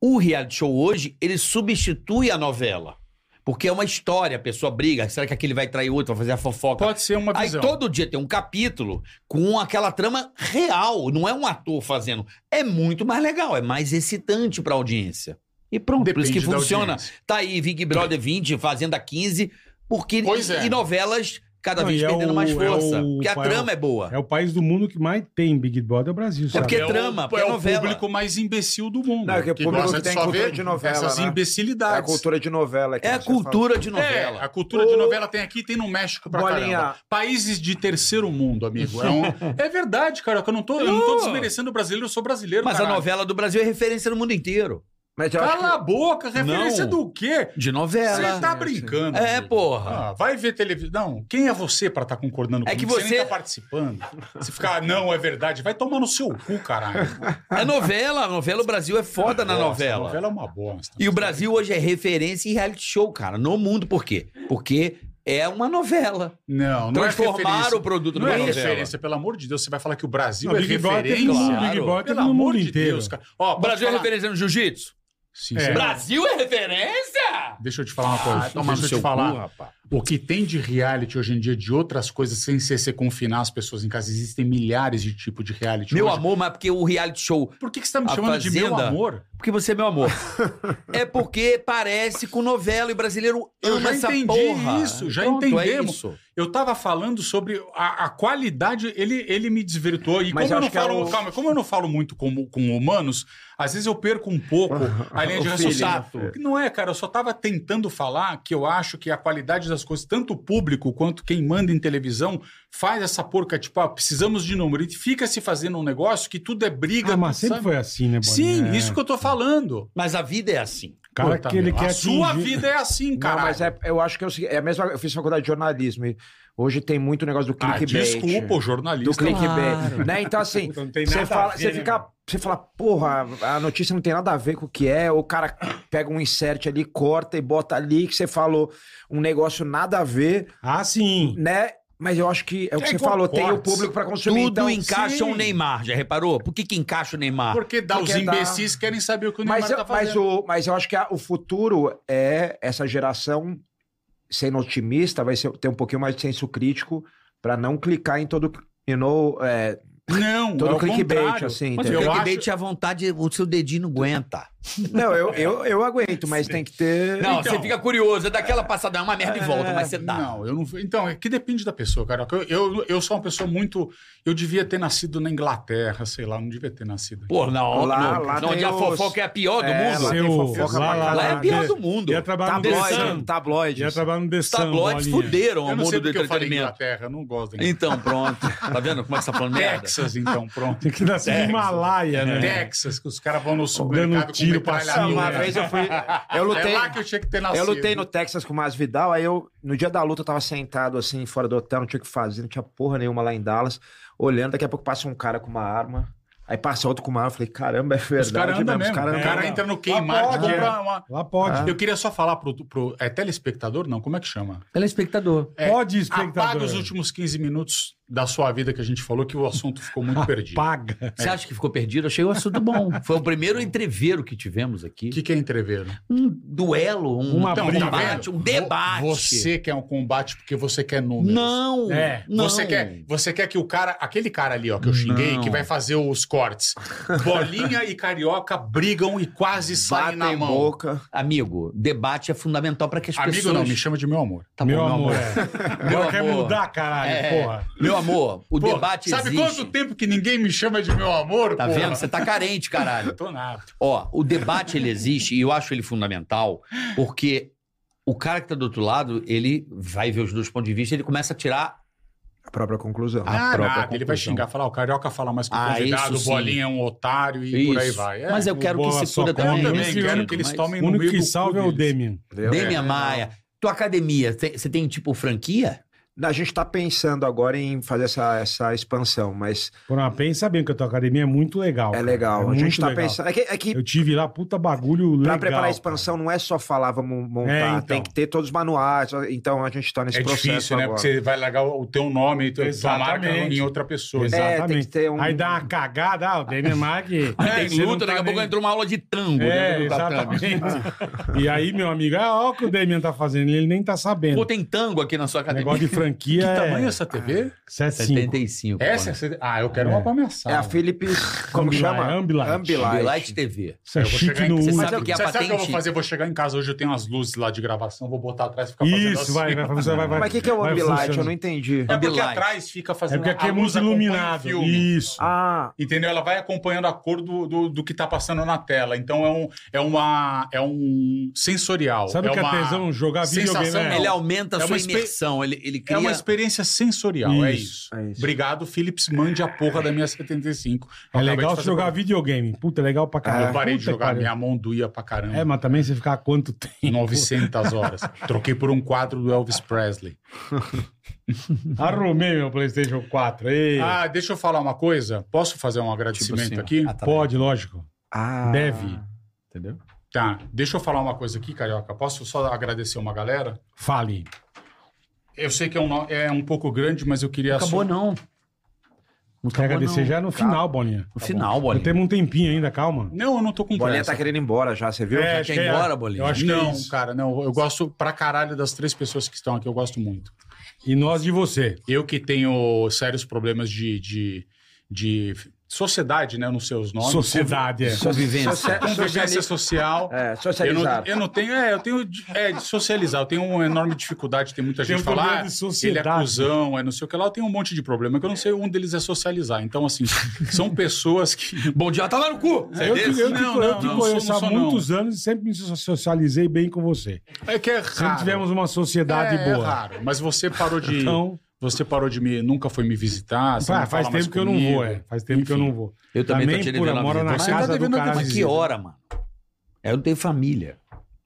Speaker 6: O reality show hoje, ele substitui a novela. Porque é uma história, a pessoa briga, será que aquele vai trair outro, vai fazer a fofoca?
Speaker 5: Pode ser uma
Speaker 6: Aí
Speaker 5: visão.
Speaker 6: todo dia tem um capítulo com aquela trama real, não é um ator fazendo. É muito mais legal, é mais excitante pra audiência. E pronto, por isso que
Speaker 5: Depende da
Speaker 6: funciona.
Speaker 5: audiência.
Speaker 6: Tá aí Big Brother 20, Fazenda 15, porque
Speaker 5: Pois é.
Speaker 6: e novelas cada
Speaker 15: Não,
Speaker 6: vez
Speaker 15: e é
Speaker 6: perdendo
Speaker 15: o-
Speaker 6: mais
Speaker 15: é
Speaker 6: força,
Speaker 15: o-
Speaker 6: porque a
Speaker 15: é o-
Speaker 6: trama é boa.
Speaker 15: É o país do mundo que mais tem Big Brother, é o Brasil, sabe?
Speaker 6: porque- É trama,
Speaker 5: o,
Speaker 6: porque
Speaker 5: é
Speaker 6: é
Speaker 5: o
Speaker 6: novela.
Speaker 5: público mais imbecil do mundo.
Speaker 2: Não, é que o público que tem cultura de novela,
Speaker 5: essas
Speaker 2: né? é a
Speaker 5: imbecilidades.
Speaker 2: cultura de novela. que
Speaker 6: É a
Speaker 2: você fala.
Speaker 6: cultura de
Speaker 5: É,
Speaker 6: novela.
Speaker 5: a cultura de novela tem aqui, tem no México pra
Speaker 2: Bolinha.
Speaker 5: caramba. Países de terceiro mundo, amigo. É, um- é verdade, cara, que eu não tô, eu não tô desmerecendo o brasileiro, eu sou brasileiro,
Speaker 6: Mas a
Speaker 5: caralho.
Speaker 6: novela do Brasil é referência no mundo inteiro.
Speaker 2: Mas eu acho que-
Speaker 5: Cala a boca, referência
Speaker 6: Não.
Speaker 5: do quê?
Speaker 6: De novela.
Speaker 5: Você tá brincando.
Speaker 6: É,
Speaker 5: amigo.
Speaker 6: porra.
Speaker 5: Ah, vai ver televisão. Não, quem é você pra estar concordando
Speaker 6: É
Speaker 5: comigo?
Speaker 6: que
Speaker 5: nem
Speaker 6: você-
Speaker 5: tá participando. Você ficar, não, é verdade, vai tomar no seu cu, caralho.
Speaker 6: É novela. A novela, o Brasil é foda na
Speaker 5: Bosta,
Speaker 6: novela.
Speaker 5: novela é uma bosta.
Speaker 6: E o Brasil hoje é referência em reality show, cara, no mundo. Por quê? Porque É uma novela.
Speaker 5: Não, não é
Speaker 6: Transformaram
Speaker 5: referência.
Speaker 6: o produto
Speaker 5: Não
Speaker 6: numa
Speaker 5: é
Speaker 6: novela.
Speaker 5: referência, pelo amor de Deus. Você vai falar que o Brasil
Speaker 6: Não,
Speaker 5: é
Speaker 6: Big Brother teve
Speaker 5: referência?
Speaker 6: no mundo, Big Brother
Speaker 5: pelo
Speaker 6: teve no
Speaker 5: amor
Speaker 6: mundo
Speaker 5: de
Speaker 6: inteiro.
Speaker 5: Deus, cara. Ó,
Speaker 6: O
Speaker 5: pode
Speaker 6: Brasil é
Speaker 5: falar-
Speaker 6: referência no jiu-jitsu?
Speaker 5: Sim,
Speaker 6: É.
Speaker 5: sim.
Speaker 6: Brasil é referência?
Speaker 5: Deixa eu te falar uma coisa.
Speaker 6: Ah, toma no
Speaker 5: Deixa eu
Speaker 6: É. seu
Speaker 5: te falar.
Speaker 6: cu, rapaz.
Speaker 5: o que tem de reality hoje em dia, de outras coisas, sem ser se confinar as pessoas em casa, existem milhares de tipos de reality.
Speaker 6: Meu
Speaker 5: hoje.
Speaker 6: amor, mas porque o reality show. Por
Speaker 5: que, você tá me chamando de meu amor?
Speaker 6: Porque você é meu amor. é porque parece com novela e brasileiro ama
Speaker 5: Eu já
Speaker 6: essa
Speaker 5: entendi
Speaker 6: porra.
Speaker 5: isso, já
Speaker 6: Pronto, É
Speaker 5: entendemos.
Speaker 6: isso.
Speaker 5: Eu tava falando sobre a, a qualidade, ele, ele me desvirtuou. E
Speaker 2: Mas
Speaker 5: como eu,
Speaker 2: acho
Speaker 5: não
Speaker 2: que é
Speaker 5: falo,
Speaker 2: o-
Speaker 5: calma, como eu não falo muito com, com humanos, às vezes eu perco um pouco a linha de
Speaker 2: O feeling,
Speaker 5: raciocínio.
Speaker 2: né?
Speaker 5: Não é, cara, eu só tava tentando falar que eu acho que a qualidade das coisas, tanto o público quanto quem manda em televisão, faz essa porca, tipo, ah, precisamos de número. E fica se fazendo um negócio que tudo é briga.
Speaker 4: Ah, mas
Speaker 5: sabe?
Speaker 4: sempre foi assim, né, Bolinha?
Speaker 5: Sim,
Speaker 4: É.
Speaker 5: isso que eu tô falando.
Speaker 6: Mas a vida é assim.
Speaker 4: Cara, que ele
Speaker 5: meu,
Speaker 4: quer
Speaker 5: a sua
Speaker 4: atingir-
Speaker 5: vida é assim,
Speaker 2: Não,
Speaker 5: cara.
Speaker 2: mas é, eu acho que é o seguinte, é a mesma, eu fiz faculdade de jornalismo e hoje tem muito negócio do
Speaker 5: Ah,
Speaker 2: clickbait.
Speaker 5: desculpa, o
Speaker 2: do
Speaker 5: jornalista.
Speaker 2: clickbait.
Speaker 5: Claro.
Speaker 2: Né? Então, assim,
Speaker 4: Não tem
Speaker 2: você
Speaker 4: nada
Speaker 2: fala,
Speaker 4: a ver,
Speaker 2: você
Speaker 4: né,
Speaker 2: fica. Você fala, porra, a notícia não tem nada a ver com o que é, ou o cara pega um insert ali, corta e bota ali, que você falou um negócio nada a ver,
Speaker 4: Ah, sim.
Speaker 2: né? Mas eu acho que é o que
Speaker 5: É
Speaker 2: você
Speaker 5: igual
Speaker 2: falou, tem o
Speaker 5: cortes.
Speaker 2: público pra consumir.
Speaker 6: Tudo
Speaker 2: então,
Speaker 6: encaixa
Speaker 5: sim.
Speaker 6: o Neymar, já reparou? Por que, que encaixa o Neymar?
Speaker 5: Porque dá
Speaker 2: Porque
Speaker 5: os
Speaker 2: dá.
Speaker 5: imbecis que querem saber o que o Neymar
Speaker 2: Mas,
Speaker 5: tá
Speaker 2: eu,
Speaker 5: fazendo.
Speaker 2: mas, o, mas eu acho que a- o futuro é essa geração sendo otimista, vai ser- ter um pouquinho mais de senso crítico pra não clicar em todo. You know, é,
Speaker 5: Não,
Speaker 2: todo
Speaker 5: é o
Speaker 2: clickbait,
Speaker 5: contrário.
Speaker 2: assim.
Speaker 6: Mas o
Speaker 2: entendeu?
Speaker 5: eu
Speaker 6: clickbait
Speaker 5: acho-
Speaker 6: é à vontade, o seu dedinho não aguenta.
Speaker 2: Não, eu, eu, eu aguento, mas tem que ter.
Speaker 6: Não,
Speaker 5: Então-
Speaker 6: você fica curioso, é daquela passada, é uma merda e volta, mas você dá.
Speaker 5: Não, eu não. Então, é que depende da pessoa, cara. Eu, eu, eu sou uma pessoa muito. Eu devia ter nascido na Inglaterra, sei lá, não devia ter nascido.
Speaker 6: Pô, na
Speaker 2: Lá-
Speaker 6: hora
Speaker 2: lá
Speaker 6: onde
Speaker 2: tem
Speaker 6: a
Speaker 2: os-
Speaker 6: fofoca é a pior do
Speaker 2: É,
Speaker 6: mundo.
Speaker 2: lá tem
Speaker 4: Seu-
Speaker 2: fofoca pra
Speaker 4: lá, lá,
Speaker 6: Lá é
Speaker 2: caralho.
Speaker 6: a pior
Speaker 4: de-
Speaker 6: do mundo. Tá
Speaker 4: Ia trabalhar no The Sun.
Speaker 2: Tabloide, tabloide.
Speaker 4: Ia trabalhar no The
Speaker 6: Os
Speaker 4: Sun,
Speaker 6: tabloides
Speaker 4: Bolinha.
Speaker 6: fuderam
Speaker 5: eu não sei
Speaker 6: o é um mundo do
Speaker 5: porque eu falei
Speaker 6: entretenimento.
Speaker 5: Inglaterra, eu não gosto da Inglaterra.
Speaker 6: Então, pronto. Tá vendo como é que você tá falando merda?
Speaker 5: Texas, então, pronto.
Speaker 4: Tem que nascer
Speaker 6: É.
Speaker 4: no Himalaia, né?
Speaker 5: Texas, que os caras vão no
Speaker 2: um
Speaker 4: Dando
Speaker 5: supermercado
Speaker 4: tiro pra
Speaker 5: metralhadora.
Speaker 4: cima,
Speaker 2: Uma vez eu fui. Eu lutei.
Speaker 5: É lá que eu tinha que ter nascido.
Speaker 2: Eu lutei no Texas com o Masvidal, aí eu, no dia da luta, eu tava sentado assim, fora do hotel, não tinha o que fazer, não tinha porra nenhuma lá em Dallas, olhando, daqui a pouco passa um cara com uma arma, aí passa outro com uma arma, eu falei, caramba, é verdade
Speaker 5: Os caras andam
Speaker 2: os
Speaker 5: mesmo. né?
Speaker 2: caras
Speaker 5: o
Speaker 2: andam
Speaker 5: cara
Speaker 2: mesmo.
Speaker 5: entra no Kmart,
Speaker 2: pode,
Speaker 5: compra
Speaker 2: né?
Speaker 5: uma...
Speaker 4: Lá pode.
Speaker 5: Eu queria só falar pro, pro... É telespectador? Não, como é que chama?
Speaker 6: Telespectador.
Speaker 5: É,
Speaker 4: Pode, espectador.
Speaker 5: Apaga os últimos 15 minutos da sua vida que a gente falou que o assunto ficou muito perdido.
Speaker 4: Paga.
Speaker 6: Você acha que ficou perdido? Achei o assunto bom. Foi o primeiro entreveiro que tivemos
Speaker 5: O
Speaker 6: aqui.
Speaker 5: que, que é entreveiro?
Speaker 6: Um duelo, um
Speaker 4: Uma
Speaker 5: Então,
Speaker 4: briga.
Speaker 5: tá
Speaker 6: debate,
Speaker 5: vendo?
Speaker 6: um debate.
Speaker 5: Vo- Você quer um combate porque você quer números.
Speaker 6: Não,
Speaker 4: É,
Speaker 6: não.
Speaker 5: Você quer, você quer que o cara, aquele cara ali, ó, que eu xinguei,
Speaker 6: Não.
Speaker 5: que vai fazer os cortes. Bolinha e carioca brigam e quase saem um na
Speaker 2: Batem
Speaker 5: mão.
Speaker 2: boca.
Speaker 6: Amigo, debate é fundamental para que as
Speaker 5: Amigo
Speaker 6: pessoas...
Speaker 5: não, me chama de meu amor.
Speaker 6: Tá bom,
Speaker 4: Meu amor, é.
Speaker 6: Meu
Speaker 4: Agora quer
Speaker 6: amor.
Speaker 4: mudar, caralho,
Speaker 6: É.
Speaker 4: porra.
Speaker 6: Meu amor, o
Speaker 5: Pô,
Speaker 6: debate
Speaker 5: sabe
Speaker 6: existe.
Speaker 5: quanto tempo que ninguém me chama de meu amor,
Speaker 6: Tá
Speaker 5: porra?
Speaker 6: vendo? Você tá carente, caralho.
Speaker 5: Tô nada.
Speaker 6: Ó, o debate ele existe e eu acho ele fundamental porque o cara que tá do outro lado, ele vai ver os dois pontos de vista, ele começa a tirar
Speaker 2: A própria conclusão.
Speaker 5: Ah,
Speaker 6: própria
Speaker 5: nada. Ele vai
Speaker 6: conclusão.
Speaker 5: xingar, falar, o carioca fala mais que o
Speaker 6: Ah,
Speaker 5: convidado,
Speaker 6: isso
Speaker 5: o
Speaker 6: sim.
Speaker 5: bolinha é um otário e por aí
Speaker 6: Isso.
Speaker 5: vai. É. Então,
Speaker 6: Mas eu quero
Speaker 4: o
Speaker 6: que
Speaker 4: bola
Speaker 6: se
Speaker 4: só
Speaker 6: foda
Speaker 4: come,
Speaker 6: também.
Speaker 5: eu também
Speaker 6: nesse
Speaker 5: quero
Speaker 6: sentido,
Speaker 5: que eles
Speaker 6: mas-
Speaker 5: tomem
Speaker 4: né?
Speaker 5: É.
Speaker 4: O
Speaker 5: no
Speaker 4: único
Speaker 5: meio
Speaker 4: que
Speaker 5: do
Speaker 4: salva é
Speaker 5: cu
Speaker 4: o
Speaker 5: deles.
Speaker 4: Demian.
Speaker 2: entendeu?
Speaker 6: Demian Maia, tua academia, tem- você tem tipo franquia?
Speaker 2: A gente tá pensando agora em fazer essa, essa expansão, mas
Speaker 4: Porra, pensa bem que a tua academia é muito legal.
Speaker 2: é
Speaker 4: cara.
Speaker 2: legal. a
Speaker 4: muito
Speaker 2: gente tá
Speaker 4: legal.
Speaker 2: pensando. É que, é que
Speaker 4: Eu tive lá, puta bagulho
Speaker 2: pra
Speaker 4: legal.
Speaker 2: preparar a
Speaker 4: cara.
Speaker 2: expansão não é só falar, vamos montar,
Speaker 4: É, então.
Speaker 2: tem que ter todos os manuais. Então a gente tá nesse
Speaker 5: É
Speaker 2: processo
Speaker 5: difícil, né?
Speaker 2: agora.
Speaker 5: Porque você vai largar o teu nome e tua- tua
Speaker 4: Exatamente.
Speaker 5: marca em outra pessoa.
Speaker 2: Exato. É, tem que ter um-
Speaker 4: Aí dá uma cagada, ah, o Demian Maia que...
Speaker 6: Aí tem
Speaker 4: Você não
Speaker 6: É, luta,
Speaker 4: tá
Speaker 6: daqui a pouco
Speaker 4: nem-
Speaker 5: um
Speaker 6: entrou uma aula de tá tango. né,
Speaker 4: É,
Speaker 5: né,
Speaker 6: dentro do tatame.
Speaker 4: exatamente. e aí, meu amigo, ah, olha o que o Demian tá fazendo, ele nem tá sabendo.
Speaker 6: Pô, tem tango aqui na sua
Speaker 4: O
Speaker 6: academia.
Speaker 4: negócio de franquia
Speaker 5: Que
Speaker 4: é...
Speaker 5: tamanho é essa TV?
Speaker 4: 75.
Speaker 6: 75.
Speaker 5: Essa é
Speaker 6: pô.
Speaker 16: né?
Speaker 5: a CD... Ah, eu quero uma pra ameaçar.
Speaker 2: É a Philips. Como
Speaker 4: Ambilight,
Speaker 2: chama?
Speaker 4: Ambilight.
Speaker 6: Ambilight TV.
Speaker 4: Isso é
Speaker 5: Eu vou
Speaker 4: chique
Speaker 5: chegar em-
Speaker 4: no...
Speaker 6: Você
Speaker 4: último.
Speaker 6: sabe que é a
Speaker 5: Sabe, sabe o que eu vou
Speaker 6: patente...
Speaker 5: fazer? Eu vou chegar em casa hoje, eu tenho as luzes lá de gravação, vou botar atrás e ficar fazendo
Speaker 4: Isso,
Speaker 5: assim.
Speaker 4: vai, vai, vai, vai, vai.
Speaker 2: Mas o que, que é o
Speaker 4: vai
Speaker 2: Ambilight? Eu
Speaker 4: funcionando.
Speaker 2: não entendi.
Speaker 5: É porque
Speaker 6: Ambilight.
Speaker 5: atrás fica
Speaker 4: É
Speaker 5: fazendo
Speaker 4: porque aqui é
Speaker 5: a
Speaker 4: muito
Speaker 5: luz acompanha o
Speaker 4: iluminado.
Speaker 5: um filme.
Speaker 4: Isso.
Speaker 2: Ah,
Speaker 5: Entendeu? Ela vai acompanhando a cor do, do, do que tá passando na tela. Então é um, é uma, é um sensorial.
Speaker 4: Sabe
Speaker 5: é
Speaker 4: o que é
Speaker 5: uma...
Speaker 4: tesão? Jogar
Speaker 5: sensação,
Speaker 4: videogame. né?
Speaker 5: não.
Speaker 6: Ele aumenta a
Speaker 5: É
Speaker 6: sua
Speaker 5: uma espe-
Speaker 6: imersão, ele, ele cria...
Speaker 5: É uma experiência sensorial, é
Speaker 4: Isso,
Speaker 5: isso.
Speaker 2: é isso.
Speaker 5: Obrigado, Philips. Mande a porra da minha 75.
Speaker 4: É
Speaker 5: Acabei
Speaker 4: legal
Speaker 5: de fazer
Speaker 4: jogar
Speaker 5: pra-
Speaker 4: videogame. Puta, é legal pra caralho.
Speaker 5: Eu parei de
Speaker 4: Puta que
Speaker 5: jogar,
Speaker 4: pariu.
Speaker 5: minha mão doía pra caramba.
Speaker 4: É, mas também você ficar quanto tempo?
Speaker 5: 900 horas. Troquei por um quadro do Elvis Presley.
Speaker 4: Arrumei meu PlayStation 4. Ei,
Speaker 5: Ah, deixa eu falar uma coisa. Posso fazer um agradecimento
Speaker 4: Tipo
Speaker 6: assim, ó.
Speaker 5: aqui?
Speaker 6: Ah, tá bem.
Speaker 4: pode, lógico.
Speaker 2: ah.
Speaker 4: Deve.
Speaker 6: Entendeu?
Speaker 5: Tá. Deixa eu falar uma coisa aqui, Carioca. Posso só agradecer uma galera?
Speaker 4: Fale.
Speaker 5: Eu sei que é um, no- é um pouco grande, mas eu queria...
Speaker 6: Acabou não.
Speaker 5: Não
Speaker 4: Quer agradecer já no final, Bolinha. No final, Bolinha. Temos um tempinho ainda, calma.
Speaker 5: Não, eu não tô com
Speaker 2: Bolinha
Speaker 5: pressa.
Speaker 2: tá querendo ir embora já, você viu?
Speaker 5: É,
Speaker 2: Já
Speaker 5: acho
Speaker 2: quer
Speaker 5: que
Speaker 2: ir
Speaker 5: é.
Speaker 2: embora, Bolinha?
Speaker 5: Eu acho que não, cara, não. Eu gosto pra caralho das três pessoas que estão aqui, eu gosto muito.
Speaker 4: E nós de você.
Speaker 5: Eu que tenho sérios problemas de, de, de sociedade, né? Eu não sei os nomes.
Speaker 4: Sociedade, é.
Speaker 5: Convivência.
Speaker 4: Socia-
Speaker 5: Convivência
Speaker 4: sociali-
Speaker 5: social.
Speaker 2: É,
Speaker 5: Eu não, eu não tenho, é, eu tenho de- é, de socializar. Eu tenho uma enorme dificuldade, tem muita
Speaker 4: Tem
Speaker 5: gente
Speaker 4: um problema
Speaker 5: falar.
Speaker 4: de
Speaker 5: Ele é
Speaker 4: sociedade."
Speaker 5: cuzão, é não sei o que lá. Eu tenho um monte de problema, que eu não sei, um deles é socializar. Então, assim, são pessoas que.
Speaker 6: Bom dia, tá lá no cu!
Speaker 5: é
Speaker 4: Eu te, eu te- eu te conheço há muitos anos e sempre me so- socializei bem com você.
Speaker 5: É que é raro.
Speaker 4: Sempre tivemos uma sociedade
Speaker 5: É, é
Speaker 4: boa.
Speaker 5: raro, mas você parou de.
Speaker 4: Então-
Speaker 5: Você parou de me. Nunca foi me visitar. você
Speaker 4: Ah,
Speaker 5: não
Speaker 4: faz
Speaker 5: fala mais
Speaker 4: tempo que eu não
Speaker 5: comigo.
Speaker 4: vou, é. Faz tempo que eu não vou.
Speaker 16: Eu também tô te
Speaker 4: por
Speaker 16: devendo uma
Speaker 4: mora
Speaker 16: visita.
Speaker 4: na
Speaker 16: Mas você tá
Speaker 4: casa do
Speaker 16: devendo uma
Speaker 4: cara.
Speaker 16: visita. Mas que hora, mano? É, Eu não tenho família.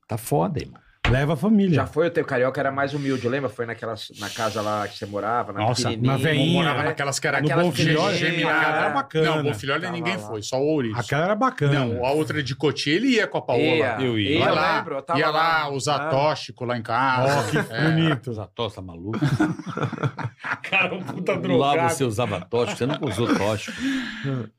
Speaker 16: Tá foda, irmão.
Speaker 4: Leva a família.
Speaker 2: Já foi o teu carioca, era mais humilde, lembra? Foi naquelas, na casa lá que você morava, na
Speaker 4: Nossa,
Speaker 2: pequenininha.
Speaker 4: na veinha.
Speaker 5: Morava naquelas que era
Speaker 2: No
Speaker 5: É aquelas
Speaker 2: Bom Filhó,
Speaker 5: gêmea,
Speaker 2: gêmea,
Speaker 5: cara.
Speaker 2: aquela era
Speaker 4: bacana.
Speaker 5: Não, Bonfilhólia
Speaker 2: Tava
Speaker 5: ninguém
Speaker 2: lá.
Speaker 5: foi, só o Ouriço.
Speaker 4: Aquela era bacana.
Speaker 5: Não, a outra de Cotia, ele ia com a Paola.
Speaker 2: Ia,
Speaker 5: eu ia.
Speaker 2: ia,
Speaker 5: Ia
Speaker 2: eu
Speaker 5: lá,
Speaker 2: lembro, eu tava
Speaker 5: ia lá,
Speaker 2: lá.
Speaker 5: usar
Speaker 2: Ah.
Speaker 5: tóxico lá em casa.
Speaker 4: Ó, que
Speaker 5: É.
Speaker 4: bonito.
Speaker 6: Usar
Speaker 2: tá
Speaker 6: tosta maluco.
Speaker 4: Cara, um puta
Speaker 6: Lá
Speaker 4: drogado.
Speaker 6: você usava tóxico, você nunca usou tóxico.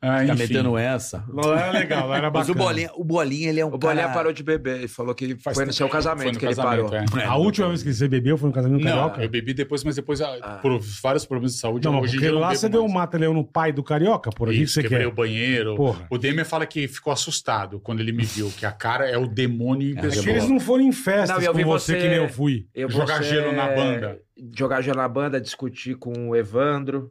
Speaker 5: Ah,
Speaker 6: Tá
Speaker 5: enfim.
Speaker 6: metendo essa.
Speaker 4: Lá era legal, lá era
Speaker 16: Mas
Speaker 4: Tá bacana.
Speaker 16: o Bolinha, o Bolinha, ele é um
Speaker 2: O
Speaker 16: cara...
Speaker 2: Bolinha parou de beber e falou que
Speaker 5: Faz
Speaker 2: foi no
Speaker 5: tempo.
Speaker 2: seu casamento
Speaker 5: Foi no
Speaker 2: que ele
Speaker 5: casamento,
Speaker 2: parou.
Speaker 5: é.
Speaker 4: A última vez que você bebeu foi no casamento do
Speaker 5: Não,
Speaker 4: Carioca?
Speaker 5: eu bebi depois, mas depois, ah, por vários problemas de saúde,
Speaker 4: Não, mas
Speaker 5: hoje em
Speaker 4: porque
Speaker 5: dia eu não
Speaker 4: lá
Speaker 5: bebo
Speaker 4: você deu um
Speaker 5: mais.
Speaker 4: mata-leão no pai do Carioca, por aí que
Speaker 5: Isso,
Speaker 4: você
Speaker 5: quebrei
Speaker 4: quer.
Speaker 5: o banheiro.
Speaker 4: Porra.
Speaker 5: O Demer fala que ficou assustado quando ele me viu, que a cara é o demônio em
Speaker 6: É,
Speaker 4: Acho
Speaker 5: pessoa.
Speaker 4: que eles não foram em festas
Speaker 2: Não, eu
Speaker 4: com
Speaker 2: vi
Speaker 4: você,
Speaker 2: você-
Speaker 4: que nem eu fui.
Speaker 2: Eu
Speaker 5: Jogar
Speaker 2: você-
Speaker 5: gelo na banda.
Speaker 2: Jogar gelo na banda, discutir com o Evandro.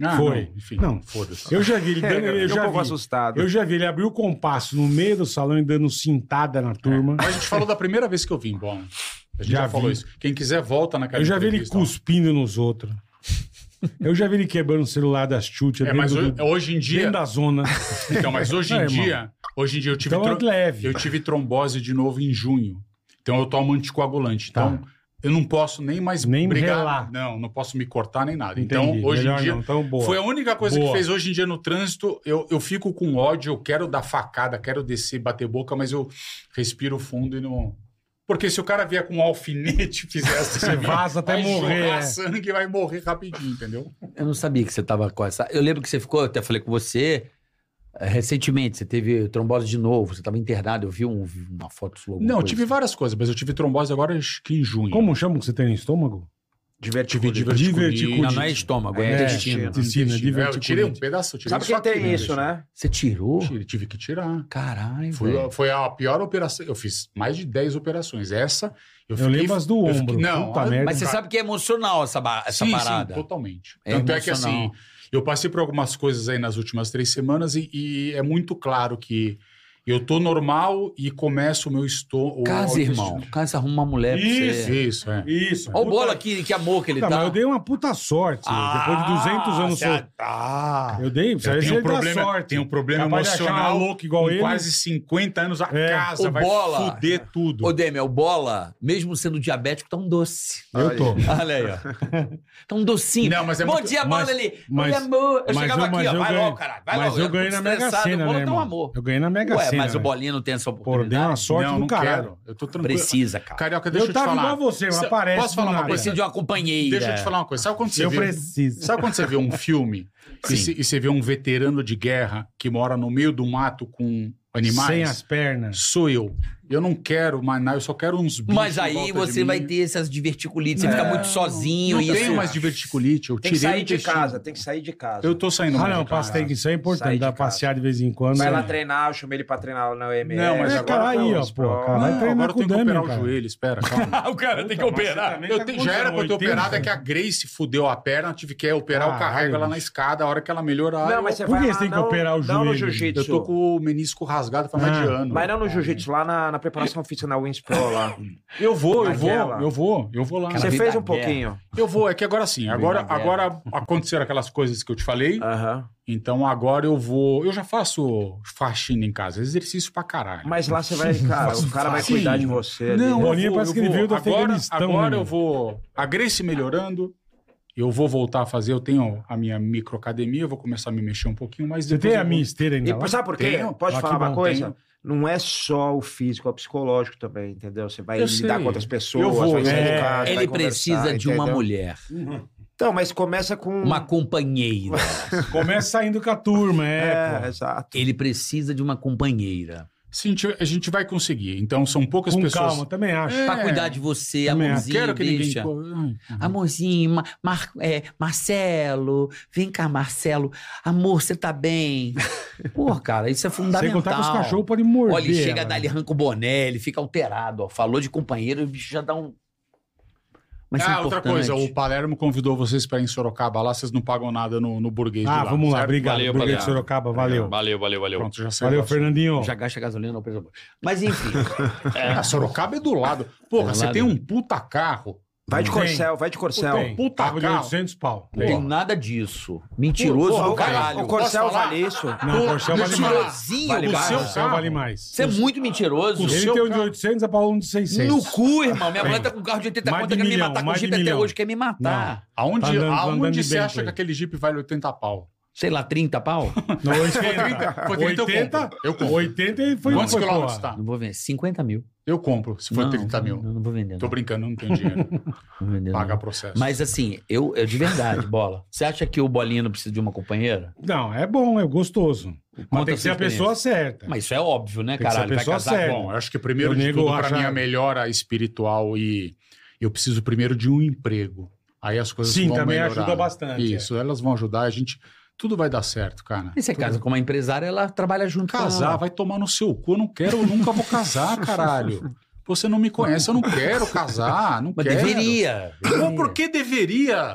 Speaker 5: Ah,
Speaker 4: Foi.
Speaker 5: não, enfim,
Speaker 4: Não.
Speaker 5: foda-se.
Speaker 4: Eu já vi ele dando, eu,
Speaker 2: Fiquei um
Speaker 4: já
Speaker 2: pouco
Speaker 4: vi.
Speaker 2: assustado.
Speaker 4: Eu já vi ele abrir o compasso no meio do salão e dando cintada na turma.
Speaker 5: Mas a gente falou da primeira vez que eu vim, bom. A gente já,
Speaker 4: Já
Speaker 5: falou
Speaker 4: vi.
Speaker 5: isso. Quem quiser, volta na
Speaker 4: Eu já vi ele
Speaker 5: entrevista, ó.
Speaker 4: cuspindo nos outros. Eu já vi ele quebrando o celular das chutes
Speaker 5: É, mas
Speaker 4: dentro,
Speaker 5: hoje,
Speaker 4: do-
Speaker 5: hoje em
Speaker 4: dentro
Speaker 5: dia.
Speaker 4: da zona.
Speaker 5: Então, mas hoje em
Speaker 4: É, irmão.
Speaker 5: dia. Hoje em dia eu tive.
Speaker 4: Então é
Speaker 5: tro-
Speaker 4: leve.
Speaker 5: Eu tive trombose de novo em junho. Então eu tomo anticoagulante. Então eu não posso nem mais
Speaker 4: Tá. Nem
Speaker 5: brigar.
Speaker 4: relar.
Speaker 5: Não, não posso me cortar nem nada.
Speaker 4: Entendi.
Speaker 5: Então hoje
Speaker 4: Melhor
Speaker 5: em dia
Speaker 4: não. Então, boa.
Speaker 5: foi a única coisa
Speaker 4: Boa.
Speaker 5: que fez hoje em dia no trânsito. Eu, eu fico com ódio, eu quero dar facada, quero descer, bater boca, mas eu respiro fundo e não. Porque se o cara vier com um alfinete e fizer assim,
Speaker 4: Você vaza até
Speaker 5: vai
Speaker 4: morrer,
Speaker 5: Jogar
Speaker 4: é.
Speaker 5: sangue e vai morrer rapidinho, entendeu?
Speaker 6: Eu não sabia que você tava com essa. Eu lembro que você ficou, eu até falei com você. eh, Recentemente, você teve trombose de novo, você tava internado, eu vi um- uma foto sua. alguma
Speaker 5: Não, eu
Speaker 6: coisa. assim.
Speaker 5: tive várias coisas, mas eu tive trombose agora acho que em junho.
Speaker 4: Como chama o que você tem no estômago?
Speaker 5: Tive
Speaker 2: Diverticulite.
Speaker 5: diverticulite.
Speaker 6: Não, não é estômago, é,
Speaker 2: É,
Speaker 6: intestino.
Speaker 2: intestino.
Speaker 4: Intestino, é
Speaker 5: É, eu tirei um
Speaker 4: diverticulite.
Speaker 5: pedaço. Eu tirei
Speaker 2: Sabe
Speaker 5: só
Speaker 2: quem
Speaker 5: aqui,
Speaker 2: tem isso, né?
Speaker 6: Você tirou?
Speaker 5: Tirei, tive que tirar.
Speaker 4: Uhum.
Speaker 6: Caralho,
Speaker 5: Foi,
Speaker 6: velho.
Speaker 5: foi a pior operação. Eu fiz mais de 10 operações. Essa, eu
Speaker 4: Eu
Speaker 5: fiquei...
Speaker 4: lembro as do
Speaker 5: eu
Speaker 4: ombro.
Speaker 5: não,
Speaker 4: Puta
Speaker 5: a-
Speaker 4: merda.
Speaker 6: Mas você
Speaker 5: Cara.
Speaker 6: sabe que é emocional essa, ba- essa
Speaker 5: sim,
Speaker 6: parada.
Speaker 5: sim, totalmente.
Speaker 6: É
Speaker 5: Tanto é que
Speaker 6: emocional.
Speaker 5: assim, eu passei por algumas coisas aí nas últimas três semanas e, e é muito claro que eu tô normal e começo o meu estômago...
Speaker 6: Casa, irmão. Casa, arruma uma mulher pra
Speaker 5: Isso,
Speaker 6: você.
Speaker 5: isso, é.
Speaker 4: Isso.
Speaker 6: Olha o
Speaker 4: puta-
Speaker 6: bola aqui, que amor que ele
Speaker 4: Não,
Speaker 6: tá.
Speaker 4: mas eu dei uma puta sorte. Depois de 200 anos...
Speaker 6: você-
Speaker 4: sol-
Speaker 6: Ah,
Speaker 4: Eu dei,
Speaker 5: Eu
Speaker 4: precisa
Speaker 5: tenho
Speaker 4: ver
Speaker 5: um problema,
Speaker 4: sorte.
Speaker 5: tenho um problema
Speaker 4: Capaz de achar
Speaker 5: emocional
Speaker 4: um maluco igual
Speaker 5: com
Speaker 4: ele.
Speaker 5: quase 50 anos a
Speaker 4: É.
Speaker 5: casa
Speaker 6: Ô,
Speaker 5: vai
Speaker 6: bola.
Speaker 5: fuder tudo.
Speaker 6: Ô, Demi, o bola, mesmo sendo diabético, tá um doce.
Speaker 4: Eu tô.
Speaker 6: Olha aí, ó. Tá um docinho.
Speaker 5: Não, mas é
Speaker 6: Bom
Speaker 5: muito-
Speaker 6: dia, bola
Speaker 4: mas-
Speaker 6: ali.
Speaker 4: mas-
Speaker 6: Oi, amor. Eu
Speaker 4: mas
Speaker 6: chegava
Speaker 4: eu- mas
Speaker 6: aqui, ó.
Speaker 4: eu
Speaker 6: Vai
Speaker 4: ganhei-
Speaker 6: logo, caralho. Vai
Speaker 4: Mas
Speaker 6: logo.
Speaker 4: eu ganhei na Mega
Speaker 6: estressado,
Speaker 4: Sena,
Speaker 6: o bola
Speaker 4: né,
Speaker 6: tem um
Speaker 4: irmão?
Speaker 6: amor.
Speaker 4: Eu ganhei na Mega
Speaker 6: Ué,
Speaker 4: Sena.
Speaker 6: mas o
Speaker 4: velho.
Speaker 6: Bolinha não tem
Speaker 4: Pô,
Speaker 6: essa
Speaker 4: eu dei uma
Speaker 6: oportunidade.
Speaker 4: sorte
Speaker 5: não,
Speaker 4: do
Speaker 5: não
Speaker 4: caralho.
Speaker 5: quero. Eu tô tranquilo.
Speaker 6: Precisa, cara.
Speaker 5: Carioca, deixa eu,
Speaker 4: Eu
Speaker 5: te
Speaker 4: tava
Speaker 5: falar.
Speaker 4: igual você, mas
Speaker 5: Sa-
Speaker 4: aparece
Speaker 5: Posso
Speaker 4: do
Speaker 5: falar uma
Speaker 4: nada.
Speaker 5: coisa?
Speaker 6: Precisa de uma companheira.
Speaker 5: Deixa eu te falar uma coisa. Sabe quando você
Speaker 4: Eu
Speaker 5: vê...
Speaker 4: preciso.
Speaker 5: Sabe quando você vê um filme e, se- e você vê um veterano de guerra que mora no meio do mato com animais?
Speaker 4: Sem as pernas.
Speaker 5: Sou eu. Eu não quero mais nada, eu só quero uns bichos.
Speaker 6: Mas
Speaker 5: um em
Speaker 6: aí
Speaker 5: volta de
Speaker 6: você
Speaker 5: mim.
Speaker 6: vai ter essas diverticulites. Você fica muito sozinho.
Speaker 5: Não
Speaker 6: isso.
Speaker 5: tenho mais diverticulite, eu
Speaker 2: Tem que
Speaker 5: tirei
Speaker 2: sair
Speaker 5: o
Speaker 2: de
Speaker 5: intestino.
Speaker 2: casa, tem que sair de casa.
Speaker 5: Eu tô saindo
Speaker 4: Ah,
Speaker 5: mais
Speaker 4: não,
Speaker 5: de casa.
Speaker 4: passa, tem que isso é
Speaker 2: Sai
Speaker 4: importante.
Speaker 2: de
Speaker 4: Dá
Speaker 2: casa.
Speaker 4: passear de vez em quando.
Speaker 2: Vai
Speaker 4: né?
Speaker 2: lá treinar, eu chamei ele pra treinar lá na EMS.
Speaker 5: Não, mas
Speaker 4: É, cara,
Speaker 5: agora
Speaker 4: aí,
Speaker 5: não,
Speaker 4: ó,
Speaker 5: isso,
Speaker 4: pô.
Speaker 5: pô.
Speaker 4: cara, Ah, vai
Speaker 5: Não,
Speaker 4: treinar
Speaker 5: agora eu
Speaker 4: com o
Speaker 5: tenho que
Speaker 4: Dami,
Speaker 5: operar o
Speaker 4: cara.
Speaker 5: joelho, espera, calma.
Speaker 6: o cara tem que operar.
Speaker 4: também
Speaker 5: Eu
Speaker 4: tá
Speaker 5: te-
Speaker 4: com
Speaker 5: já era pra eu ter
Speaker 4: 80,
Speaker 5: operado,
Speaker 4: cara.
Speaker 5: é que a Grace fudeu a perna, tive que operar, eu
Speaker 4: Caralho,
Speaker 5: carrego ela na
Speaker 4: bicho.
Speaker 5: escada, a hora que ela melhorar.
Speaker 2: Não,
Speaker 5: eu-
Speaker 2: mas você
Speaker 4: Por que
Speaker 2: vai
Speaker 4: você
Speaker 2: lá,
Speaker 4: tem que
Speaker 2: não-
Speaker 4: operar o
Speaker 2: Não no
Speaker 4: joelho?
Speaker 2: jiu-jitsu.
Speaker 5: Eu tô com o menisco rasgado faz mais
Speaker 4: Ah,
Speaker 5: de ano.
Speaker 2: Mas não no jiu-jitsu, lá na, na preparação física na Wins Pro lá.
Speaker 5: Eu vou, eu
Speaker 2: Naquela.
Speaker 5: vou, eu vou, eu vou lá.
Speaker 2: Você
Speaker 6: vida
Speaker 2: fez um
Speaker 6: guerra.
Speaker 2: pouquinho.
Speaker 5: Eu vou, é que agora sim, agora,
Speaker 6: Bem na
Speaker 5: agora aconteceram aquelas coisas que eu te falei,
Speaker 2: Aham.
Speaker 5: então agora eu vou. Eu já faço faxina em casa, exercício pra caralho.
Speaker 2: Mas lá você vai, cara, o cara vai
Speaker 5: fácil.
Speaker 2: cuidar de você. ali. né?
Speaker 5: Não, eu
Speaker 4: Boninho
Speaker 5: vou,
Speaker 4: parece
Speaker 5: eu
Speaker 4: que ele
Speaker 5: vou.
Speaker 4: veio do
Speaker 5: agora,
Speaker 4: Afeganistão,
Speaker 5: Agora
Speaker 4: né?
Speaker 5: eu vou. A Grace melhorando, Eu vou voltar a fazer, eu tenho a minha microacademia, eu vou começar a me mexer um pouquinho, mas
Speaker 4: Você
Speaker 5: depois
Speaker 4: tem
Speaker 5: eu
Speaker 4: a
Speaker 5: vou-
Speaker 4: minha esteira ainda?
Speaker 5: E-
Speaker 4: lá?
Speaker 2: sabe por quê?
Speaker 5: Tenho.
Speaker 2: Posso
Speaker 5: Ah, que
Speaker 2: falar uma
Speaker 5: bom,
Speaker 2: coisa?
Speaker 5: tenho.
Speaker 2: Não é só o físico, é o psicológico também, entendeu? Você vai
Speaker 17: Eu
Speaker 2: lidar
Speaker 17: sei.
Speaker 2: com outras pessoas,
Speaker 5: Eu vou,
Speaker 2: vai sair
Speaker 5: é.
Speaker 2: de casa, vai
Speaker 6: Ele precisa
Speaker 2: conversar,
Speaker 6: de uma
Speaker 2: entendeu?
Speaker 6: mulher,
Speaker 2: Então, mas começa com...
Speaker 6: uma companheira.
Speaker 4: Começa saindo com a turma, é.
Speaker 2: É,
Speaker 4: pô.
Speaker 2: exato.
Speaker 6: Ele precisa de uma companheira.
Speaker 5: Sim, ti- a gente vai conseguir. Então são poucas
Speaker 4: Com
Speaker 5: pessoas.
Speaker 4: calma, também acho.
Speaker 5: É.
Speaker 6: Pra cuidar de você,
Speaker 4: Também
Speaker 6: amorzinho,
Speaker 5: Quero que ninguém.
Speaker 6: deixa.
Speaker 5: Ai,
Speaker 4: Uhum.
Speaker 6: Amorzinho, Ma- Mar- é, Marcelo, vem cá, Marcelo. Amor, você tá bem? Pô, cara, isso é fundamental.
Speaker 4: Sem contar que os cachorros né? podem morder.
Speaker 6: Olha, ele chega
Speaker 4: ela.
Speaker 6: dali, arranca o boné, ele fica alterado. Ó. Falou de companheiro, o bicho já dá um. Mas
Speaker 5: ah,
Speaker 6: é
Speaker 5: outra
Speaker 6: importante.
Speaker 5: coisa, o Palermo convidou vocês para ir em Sorocaba lá, vocês não pagam nada no, no burguês
Speaker 4: Ah,
Speaker 5: de lá.
Speaker 4: vamos lá,
Speaker 5: certo?
Speaker 4: obrigado.
Speaker 8: Valeu,
Speaker 4: obrigado,
Speaker 8: obrigado.
Speaker 4: Sorocaba, valeu.
Speaker 8: Valeu, valeu, valeu.
Speaker 5: Pronto, já saiu.
Speaker 4: Valeu,
Speaker 5: o assunto.
Speaker 4: Fernandinho.
Speaker 6: Já gasta gasolina no preço. Mas enfim,
Speaker 5: Ah, Sorocaba é do lado.
Speaker 6: É
Speaker 5: Porra,
Speaker 6: do
Speaker 5: você
Speaker 6: lado.
Speaker 5: tem um puta carro.
Speaker 2: Vai de
Speaker 4: Tem.
Speaker 2: corcel, vai de corcel.
Speaker 4: Tem.
Speaker 5: Puta
Speaker 4: Pago de
Speaker 5: carro.
Speaker 4: 800 pau.
Speaker 6: não tem nada disso. Mentiroso
Speaker 2: Porra,
Speaker 6: do
Speaker 2: o cara-
Speaker 6: caralho.
Speaker 2: o corcel
Speaker 5: Posso falar?
Speaker 2: vale isso?
Speaker 4: Não, é o Corcel vale
Speaker 5: Deixa eu
Speaker 4: mais.
Speaker 5: falar.
Speaker 6: Mentirosinho,
Speaker 5: Vale
Speaker 6: cara.
Speaker 5: seu
Speaker 4: O Corcel
Speaker 5: carro.
Speaker 4: vale mais.
Speaker 6: Você é muito mentiroso.
Speaker 4: Ele
Speaker 5: seu
Speaker 4: tem um de
Speaker 5: carro.
Speaker 4: 800, a Paula um de 600.
Speaker 6: No cu, irmão. Minha mulher
Speaker 4: Tem.
Speaker 6: tá com um carro de 80
Speaker 4: Mais
Speaker 6: conto,
Speaker 4: de
Speaker 6: quer me
Speaker 4: milhão,
Speaker 6: matar com
Speaker 4: mais de
Speaker 6: Jeep até
Speaker 4: milhão.
Speaker 6: hoje, quer me matar.
Speaker 5: Aonde,
Speaker 4: Tá andando- tá andando
Speaker 5: aonde
Speaker 4: de
Speaker 5: você
Speaker 4: Bentley.
Speaker 5: acha que aquele Jeep vale 80 pau?
Speaker 6: Sei lá, 30 pau?
Speaker 4: Não, 80.
Speaker 5: trinta- foi trinta, eu
Speaker 4: 80,
Speaker 5: compro. Eu compro.
Speaker 4: 80 e foi
Speaker 5: Quantos
Speaker 4: foi,
Speaker 5: quilômetros
Speaker 4: porra.
Speaker 5: tá?
Speaker 6: Não vou vender. 50 mil.
Speaker 5: Eu compro, se for
Speaker 6: não,
Speaker 5: 30 mil.
Speaker 6: Não, não vou vender.
Speaker 5: Tô
Speaker 6: Não,
Speaker 5: brincando, não tenho dinheiro.
Speaker 6: não vou vender, não.
Speaker 5: Paga processo.
Speaker 6: Mas assim, eu, eu de verdade, bola. Você acha que o Bolinha não precisa de uma companheira?
Speaker 4: Não, é bom, é gostoso. Mas
Speaker 6: Conta
Speaker 4: tem que
Speaker 6: a sua
Speaker 4: ser a
Speaker 6: experiência.
Speaker 4: pessoa certa.
Speaker 6: Mas isso é óbvio, né,
Speaker 4: Tem que ser a
Speaker 6: caralho? Vai
Speaker 4: pessoa
Speaker 6: casar
Speaker 4: certo.
Speaker 6: com.
Speaker 5: Bom, eu acho que primeiro
Speaker 4: Eu
Speaker 5: de
Speaker 4: nego
Speaker 5: tudo,
Speaker 4: achar-
Speaker 5: pra minha melhora espiritual e eu preciso primeiro de um emprego. Aí as coisas
Speaker 4: Sim,
Speaker 5: vão
Speaker 4: também
Speaker 5: melhorar.
Speaker 4: ajuda bastante, é.
Speaker 5: Isso, elas vão ajudar, a gente... Tudo vai dar certo, cara.
Speaker 6: E você casa com uma empresária, ela trabalha junto com
Speaker 5: é. Casar,
Speaker 6: ela.
Speaker 5: vai tomar no seu cu, eu não quero, eu nunca vou casar, caralho. Você não me conhece, eu não quero casar, não
Speaker 6: Mas
Speaker 5: quero.
Speaker 6: deveria.
Speaker 5: Mas por que deveria?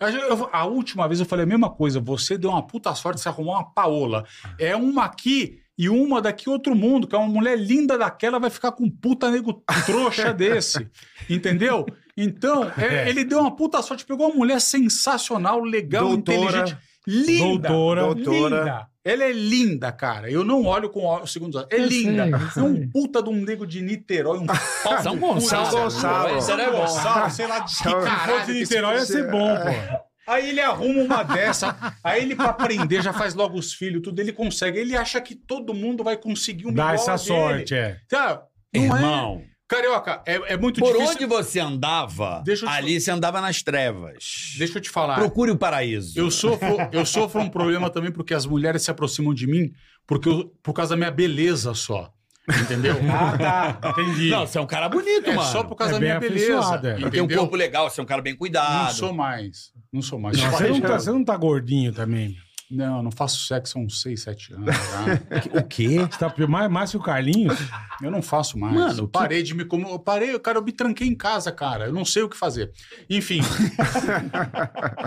Speaker 5: A, gente- eu- a última vez eu falei a mesma coisa. Você deu uma puta sorte, você arrumou uma paola. É uma aqui e uma daqui outro mundo, que é uma mulher linda daquela vai ficar com um puta nego trouxa desse. Entendeu? Então, é- ele deu uma puta sorte, pegou uma mulher sensacional, legal,
Speaker 2: Doutora.
Speaker 5: inteligente. Linda,
Speaker 4: Doutora.
Speaker 5: linda. Ela é linda, cara. Eu não olho com o segundo olhos. É
Speaker 18: Eu sei,
Speaker 5: linda.
Speaker 18: eu sei.
Speaker 5: É um puta de um nego de Niterói, um pau
Speaker 6: São
Speaker 5: no cu,
Speaker 6: Gonçalo.
Speaker 5: São
Speaker 2: Gonçalo.
Speaker 6: Isso era bom.
Speaker 5: Gonçalo, sei lá de que
Speaker 2: São-
Speaker 4: Se fosse
Speaker 5: caralho.
Speaker 4: de
Speaker 5: que esse
Speaker 4: Niterói ia ser bom, pô.
Speaker 5: Aí ele arruma uma dessa, aí ele pra aprender já faz logo os filhos, tudo ele consegue. Ele acha que todo mundo vai conseguir um
Speaker 4: Dá
Speaker 5: igual
Speaker 4: essa
Speaker 5: a dele.
Speaker 4: sorte, é.
Speaker 5: Tá, não é.
Speaker 6: Irmão,
Speaker 5: Carioca, é, é muito
Speaker 6: por
Speaker 5: difícil.
Speaker 6: onde você andava,
Speaker 5: Deixa eu te-
Speaker 6: ali você andava nas trevas.
Speaker 5: Deixa eu te falar.
Speaker 6: Procure o paraíso.
Speaker 5: Eu sofro, eu sofro um problema também porque as mulheres se aproximam de mim porque eu- por causa da minha beleza só. Entendeu?
Speaker 4: Ah, tá. Entendi.
Speaker 6: Não, você é um cara bonito,
Speaker 5: é
Speaker 6: mano.
Speaker 5: só por causa
Speaker 4: É
Speaker 5: da minha
Speaker 4: bem
Speaker 5: beleza.
Speaker 4: afeiçoada.
Speaker 5: Entendeu?
Speaker 6: Tem um corpo legal, você é um cara bem cuidado.
Speaker 5: Não sou mais. Não sou mais.
Speaker 4: Não,
Speaker 5: Só
Speaker 4: você, não
Speaker 5: arrisco.
Speaker 4: tá, você não tá gordinho também. meu.
Speaker 5: Não, não faço sexo há uns 6, 7 anos. tá? já.
Speaker 6: O quê?
Speaker 4: Você tá mais, mais que o Carlinhos?
Speaker 5: Eu não faço mais.
Speaker 6: Mano,
Speaker 5: Eu parei de me como, eu parei, cara, eu me tranquei em casa, cara. Eu não sei o que fazer. Enfim,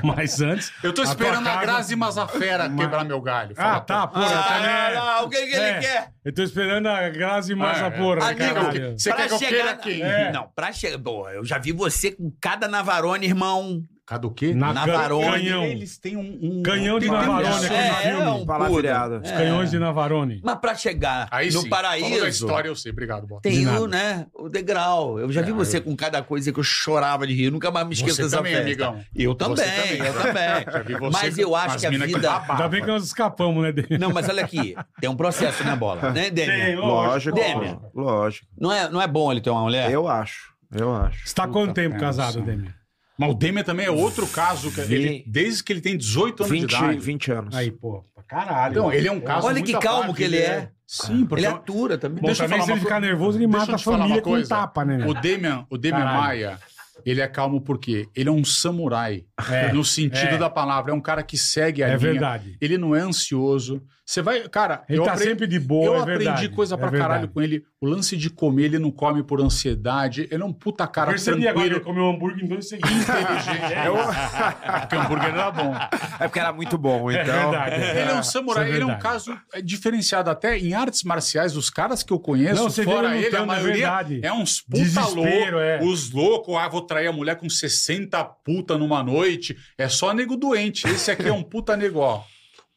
Speaker 4: Mas antes.
Speaker 5: eu tô
Speaker 4: a tua
Speaker 5: esperando a
Speaker 4: casa-
Speaker 5: Grazi Mazafera quebrar meu galho.
Speaker 4: Ah,
Speaker 5: Fala,
Speaker 4: tá,
Speaker 5: pô.
Speaker 4: porra. também
Speaker 6: Ah,
Speaker 4: é-
Speaker 6: lá, o que, que
Speaker 4: É.
Speaker 6: ele quer?
Speaker 4: Eu tô esperando a Grazi mais
Speaker 5: Ah,
Speaker 4: a
Speaker 5: é.
Speaker 4: porra,
Speaker 6: Amigo,
Speaker 4: caralho.
Speaker 5: Você quer que eu queira quem?
Speaker 4: É.
Speaker 6: Não, pra chegar. Pô, eu já vi você com cada Navarone, irmão.
Speaker 5: Cada o quê?
Speaker 4: Na
Speaker 6: Na
Speaker 4: can-
Speaker 6: varone.
Speaker 4: Canhão.
Speaker 5: Eles têm um. um-
Speaker 4: Canhão de
Speaker 5: tem- tem um- É.
Speaker 4: Navarone, aquele
Speaker 6: É, é
Speaker 4: filme.
Speaker 6: um
Speaker 2: Palavreado.
Speaker 6: puta.
Speaker 4: Os canhões de Navarone.
Speaker 6: Mas pra chegar
Speaker 5: Aí
Speaker 6: no
Speaker 5: sim. Falou da
Speaker 6: paraíso,
Speaker 5: história, eu sei. Obrigado, Bota.
Speaker 6: tem o, né, o degrau. Eu já vi você com cada coisa que eu chorava de rir. Eu nunca mais me esqueço
Speaker 5: Você
Speaker 6: dessa
Speaker 5: também,
Speaker 6: festa.
Speaker 5: amigão.
Speaker 6: Eu também,
Speaker 5: Você também.
Speaker 6: eu também.
Speaker 5: Já vi você
Speaker 6: Mas
Speaker 5: com
Speaker 6: eu acho
Speaker 5: as
Speaker 6: que a
Speaker 5: mina
Speaker 6: vida-
Speaker 5: babava.
Speaker 4: Ainda bem que nós escapamos, né, dele?
Speaker 6: Não, mas olha aqui, tem um processo na bola, né, Demi?
Speaker 2: Lógico,
Speaker 6: Demian.
Speaker 2: pô, lógico.
Speaker 6: Não é, não é bom ele ter uma mulher?
Speaker 2: Eu acho, eu acho.
Speaker 4: Você tá há quanto tempo
Speaker 5: Puta
Speaker 4: casado,
Speaker 5: merda.
Speaker 4: Demi?
Speaker 5: Mas o Demian também é outro caso. que ele- desde que ele tem 18 anos de
Speaker 2: 20,
Speaker 5: idade.
Speaker 2: 20 anos.
Speaker 4: Aí, pô, pra caralho.
Speaker 5: Então, ele é um caso
Speaker 6: Olha
Speaker 5: muito
Speaker 6: que
Speaker 5: à
Speaker 6: calmo
Speaker 5: parte,
Speaker 6: que ele é.
Speaker 5: Sim, porque um-
Speaker 6: Ele atura também.
Speaker 4: Bom,
Speaker 5: Deixa eu
Speaker 4: também
Speaker 5: falar
Speaker 4: se
Speaker 5: uma
Speaker 4: ele
Speaker 5: co-
Speaker 4: ficar nervoso, ele
Speaker 5: Deixa
Speaker 4: mata
Speaker 5: eu
Speaker 4: a
Speaker 5: te falar
Speaker 4: família
Speaker 5: uma
Speaker 4: com
Speaker 5: coisa.
Speaker 4: tapa, né? meu?
Speaker 5: O Demian, o Demian
Speaker 4: Caralho.
Speaker 5: Maia, ele é calmo porque ele é um samurai,
Speaker 4: É,
Speaker 5: no sentido
Speaker 4: é.
Speaker 5: da palavra. É um cara que segue a
Speaker 4: É
Speaker 5: linha.
Speaker 4: verdade.
Speaker 5: Ele não é ansioso. Você vai, cara,
Speaker 4: Ele
Speaker 5: eu,
Speaker 4: tá
Speaker 5: apre-
Speaker 4: sempre de boa,
Speaker 5: eu
Speaker 4: é
Speaker 5: aprendi
Speaker 4: verdade.
Speaker 5: coisa
Speaker 4: É
Speaker 5: pra
Speaker 4: verdade.
Speaker 5: caralho com ele. O lance de comer, ele não come por ansiedade. Ele é um puta cara
Speaker 4: Percebi agora que eu
Speaker 5: tranquilo.
Speaker 4: comi um hambúrguer em dois seguintes.
Speaker 5: Inteligente.
Speaker 4: É,
Speaker 5: É porque o hambúrguer era bom.
Speaker 2: É porque era muito bom,
Speaker 4: é
Speaker 2: então.
Speaker 4: verdade.
Speaker 5: Ele é um samurai,
Speaker 4: Isso
Speaker 5: ele é um
Speaker 4: verdade.
Speaker 5: caso é, diferenciado até em artes marciais. Os caras que eu conheço,
Speaker 4: Não, você vê
Speaker 5: fora
Speaker 4: ele
Speaker 5: ele, a
Speaker 4: lutando, é
Speaker 5: maioria
Speaker 4: verdade.
Speaker 5: é, uns puta
Speaker 4: Desespero,
Speaker 5: louco.
Speaker 4: é.
Speaker 5: Os loucos, ah, vou trair a mulher com 60 puta numa noite. É só nego doente. Esse aqui é um puta nego, ó.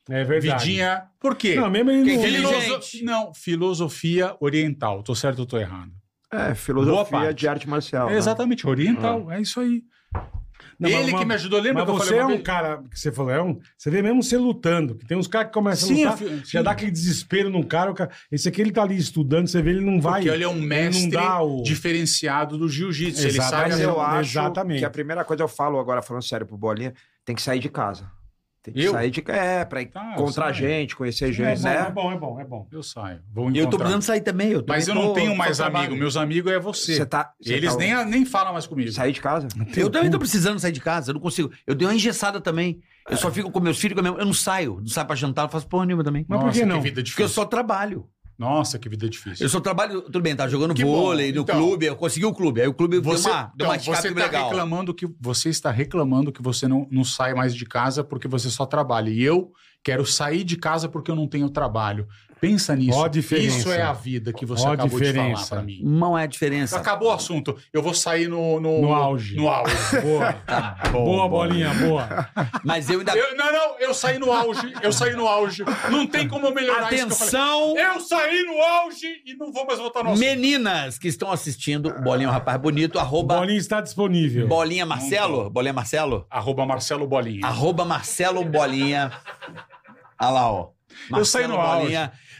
Speaker 4: É verdade.
Speaker 5: um Vidinha. Por quê?
Speaker 4: Não, mesmo ele
Speaker 6: Quem
Speaker 4: não...
Speaker 6: que ele-
Speaker 5: Filoso-
Speaker 6: Inteligente.
Speaker 5: Não, filosofia oriental. Tô certo ou tô errado?
Speaker 2: É,
Speaker 5: Boa
Speaker 2: filosofia
Speaker 5: parte.
Speaker 2: de arte marcial.
Speaker 5: É
Speaker 2: né?
Speaker 5: exatamente, oriental. É isso aí.
Speaker 4: Não,
Speaker 5: Ele
Speaker 4: mas uma-
Speaker 5: que me ajudou,
Speaker 4: Mas
Speaker 5: lembra? que eu
Speaker 4: você
Speaker 5: falei
Speaker 4: é
Speaker 5: uma
Speaker 4: um
Speaker 5: vez?
Speaker 4: cara que você falou, é um, você vê mesmo você lutando, que tem uns caras que começam
Speaker 5: Sim,
Speaker 4: a lutar,
Speaker 5: eu fi-
Speaker 4: já
Speaker 5: sim.
Speaker 4: dá aquele desespero no cara, o cara- Esse aqui ele tá ali estudando, você vê ele não vai.
Speaker 5: Porque ele é um mestre
Speaker 4: não dá o-
Speaker 5: diferenciado do jiu-jitsu. Ele sabe
Speaker 4: Exatamente.
Speaker 5: a-
Speaker 4: Eu
Speaker 2: Eu acho
Speaker 4: Exatamente.
Speaker 2: que a primeira coisa eu falo agora, falando sério pro Bolinha, tem que sair de casa. Tem que
Speaker 5: Eu?
Speaker 2: sair de casa. É, pra
Speaker 4: Tá,
Speaker 2: encontrar gente, conhecer
Speaker 4: É
Speaker 2: gente,
Speaker 4: bom,
Speaker 2: né?
Speaker 4: é bom, é bom, é bom.
Speaker 5: Eu saio. Vou
Speaker 6: E eu tô
Speaker 5: encontrar.
Speaker 6: precisando sair também. Eu
Speaker 5: Mas eu
Speaker 6: também
Speaker 5: não
Speaker 6: tô-
Speaker 5: tenho
Speaker 6: tô
Speaker 5: mais
Speaker 6: trabalho.
Speaker 5: amigo. Meus amigos é você.
Speaker 2: Você tá- você
Speaker 5: Eles
Speaker 2: tá-
Speaker 5: nem, nem falam mais comigo.
Speaker 2: Sair de casa.
Speaker 6: Eu também tô precisando sair de casa, eu não consigo. Eu dei uma engessada também. Eu só fico com meus filhos, com a minha... eu não saio. Não saio pra jantar, não faço porra nenhuma também.
Speaker 4: Mas por
Speaker 5: Nossa,
Speaker 4: que não?
Speaker 5: Que vida
Speaker 6: Porque eu
Speaker 5: difícil.
Speaker 6: só trabalho.
Speaker 5: Nossa, que vida difícil.
Speaker 6: Eu só trabalho, tudo bem, tá jogando
Speaker 5: Que bom,
Speaker 6: vôlei no
Speaker 5: então.
Speaker 6: clube, eu consegui o clube. Aí o clube
Speaker 5: Você,
Speaker 6: deu uma, deu uma
Speaker 5: então,
Speaker 6: escape
Speaker 5: você tá
Speaker 6: legal.
Speaker 5: reclamando que você está reclamando que você não, não sai mais de casa porque você só trabalha. E eu quero sair de casa porque eu não tenho trabalho. Pensa nisso.
Speaker 4: Ó a diferença.
Speaker 5: Isso é a vida que você
Speaker 4: Ó a
Speaker 5: acabou de falar
Speaker 4: diferença.
Speaker 5: pra mim.
Speaker 6: Não é a diferença.
Speaker 5: Acabou o assunto. Eu vou sair no no,
Speaker 4: No auge.
Speaker 5: No auge.
Speaker 4: Boa. boa, bolinha, boa.
Speaker 6: Mas eu ainda.
Speaker 5: Eu- não, não, eu saí no auge, eu saí no auge. Não tem como eu melhorar isso que eu
Speaker 6: Atenção,
Speaker 5: falei. Eu saí no auge e não vou mais voltar no assunto.
Speaker 6: meninas que estão assistindo, Bolinha é um rapaz bonito, arroba
Speaker 4: Bolinha está disponível.
Speaker 6: Bolinha Marcelo. Bolinha Marcelo?
Speaker 5: Arroba Marcelo Bolinha.
Speaker 6: Arroba Marcelo Bolinha. Olha lá, ó.
Speaker 5: Eu saí no auge.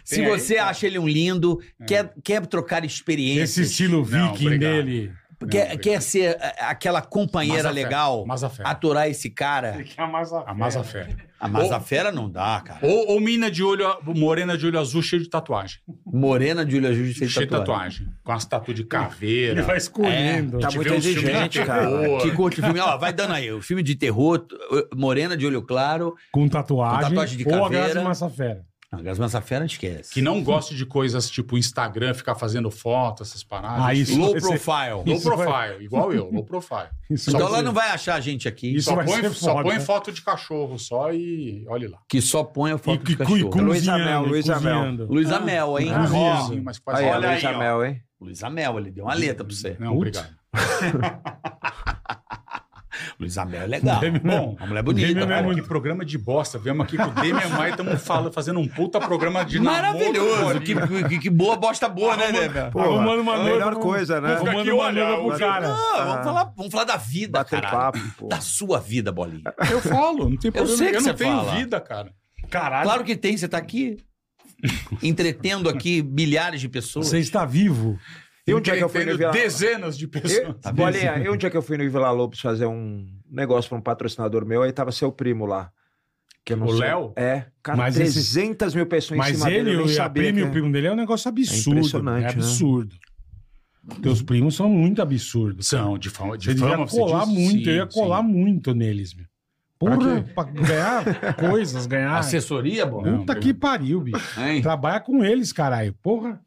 Speaker 6: Se
Speaker 5: Tem aí, É.
Speaker 6: você acha ele um lindo, quer, quer trocar experiência,
Speaker 4: Esse estilo
Speaker 5: Não,
Speaker 4: viking
Speaker 5: obrigado.
Speaker 4: dele.
Speaker 6: quer,
Speaker 5: obrigado.
Speaker 6: quer ser a- aquela companheira
Speaker 5: Mazafera,
Speaker 6: legal,
Speaker 5: Mazafera.
Speaker 6: aturar esse cara.
Speaker 5: A Maza
Speaker 4: É.
Speaker 5: Fera.
Speaker 6: Ah, mas a fera não dá, cara.
Speaker 5: Ou, ou mina de olho, a- morena de olho azul, cheia de tatuagem.
Speaker 6: Morena de olho ajude
Speaker 5: Cheia de
Speaker 6: sem tatuagem.
Speaker 5: tatuagem. Com as tatu de caveira.
Speaker 4: Ele vai escolhendo.
Speaker 2: Tá
Speaker 5: Te
Speaker 2: muito
Speaker 5: vê uns filmes de
Speaker 2: exigente,
Speaker 5: terror.
Speaker 2: cara.
Speaker 6: Que curte o filme. Ó, vai dando aí. O filme de terror, t- Morena de olho claro.
Speaker 4: Com tatuagem.
Speaker 6: Com tatuagem de
Speaker 4: ou a
Speaker 6: caveira.
Speaker 4: Graça Massafera.
Speaker 6: Não, Gasmassa Fera não esquece.
Speaker 5: Que não gosta de coisas tipo Instagram, ficar fazendo foto, essas paradas.
Speaker 4: Ah, isso.
Speaker 6: Low
Speaker 4: vai ser-
Speaker 6: profile.
Speaker 5: Low
Speaker 4: Isso vai-
Speaker 5: profile, igual eu, low profile.
Speaker 4: Isso
Speaker 5: Só
Speaker 6: Então
Speaker 4: vai
Speaker 6: lá
Speaker 4: ser-
Speaker 6: não vai achar a gente aqui.
Speaker 4: Isso
Speaker 5: só,
Speaker 4: vai
Speaker 5: põe,
Speaker 4: ser
Speaker 5: só
Speaker 4: foda.
Speaker 5: põe foto de cachorro só e olhe lá.
Speaker 6: Que só põe a
Speaker 4: E
Speaker 6: foto
Speaker 4: que
Speaker 6: do cachorro.
Speaker 4: cozinhando,
Speaker 2: Luiz Amel, Luiz Amel.
Speaker 4: cozinhando.
Speaker 6: Luiz Amel, hein?
Speaker 4: Ah,
Speaker 6: Ó,
Speaker 5: Sim, mas quase
Speaker 2: Aí,
Speaker 5: olha
Speaker 2: Luiz
Speaker 5: aí, ó.
Speaker 2: Amel, hein?
Speaker 6: Luiz Amel, ele deu uma letra pra você.
Speaker 5: Não,
Speaker 4: Putz.
Speaker 5: obrigado.
Speaker 6: Luiz Amel é legal.
Speaker 4: Demi-
Speaker 6: Bom, a mulher
Speaker 4: Demi
Speaker 6: é bonita.
Speaker 4: Amel é
Speaker 5: Cara,
Speaker 6: cara.
Speaker 4: muito-
Speaker 5: que programa de bosta. Viemos aqui com o Demian Maia e estamos falando- fazendo um puta programa de
Speaker 6: Maravilhoso. Que, que, que boa bosta boa, né, né, meu?
Speaker 2: Pô,
Speaker 4: Tá Arrumando uma
Speaker 2: a
Speaker 4: noiva
Speaker 2: melhor
Speaker 4: pro-
Speaker 2: coisa, né?
Speaker 5: Fica
Speaker 4: Arrumando
Speaker 5: aqui,
Speaker 4: uma
Speaker 5: olha,
Speaker 4: noiva pro
Speaker 5: olha.
Speaker 4: cara.
Speaker 6: Ah, vamos, falar, vamos falar da vida,
Speaker 2: Bater
Speaker 6: cara.
Speaker 2: papo, pô.
Speaker 6: Da sua vida, Bolinha.
Speaker 5: Eu falo, não tem problema.
Speaker 6: sei que
Speaker 5: eu
Speaker 6: você
Speaker 5: não tenho
Speaker 6: fala.
Speaker 5: vida, cara.
Speaker 4: Caralho,
Speaker 6: Claro que tem, você tá aqui. Entretendo aqui milhares de pessoas.
Speaker 4: você está vivo.
Speaker 2: E um dia que eu fui no
Speaker 5: Entendo
Speaker 2: Vila...
Speaker 5: dezenas de
Speaker 2: Eu,
Speaker 5: pessoas. assim?
Speaker 2: bolinha, e um dia que eu fui no Vila Lobos fazer um negócio pra um patrocinador meu, aí tava seu primo lá. Que eu não
Speaker 5: O
Speaker 2: sei-
Speaker 5: Léo?
Speaker 2: É, cara,
Speaker 4: Mas esse-
Speaker 2: 300 mil pessoas em
Speaker 4: Mas
Speaker 2: cima
Speaker 4: ele,
Speaker 2: dele, eu nem
Speaker 4: e a
Speaker 2: sabia.
Speaker 4: prima e
Speaker 2: que-
Speaker 4: o primo dele é um negócio absurdo. É
Speaker 2: impressionante, né?
Speaker 4: absurdo. Teus primos são muito absurdos.
Speaker 5: São, de fama, de
Speaker 4: Você devia
Speaker 5: fama, você
Speaker 4: colar
Speaker 5: diz?
Speaker 4: muito,
Speaker 5: Sim,
Speaker 4: eu ia
Speaker 5: sim.
Speaker 4: colar muito neles, meu.
Speaker 5: Pra
Speaker 4: Porra, pra, ganhar coisas, ganhar.
Speaker 6: Assessoria, Bolinha?
Speaker 4: Puta que pariu, bicho.
Speaker 6: Hein?
Speaker 4: Trabalha com eles, caralho. Porra.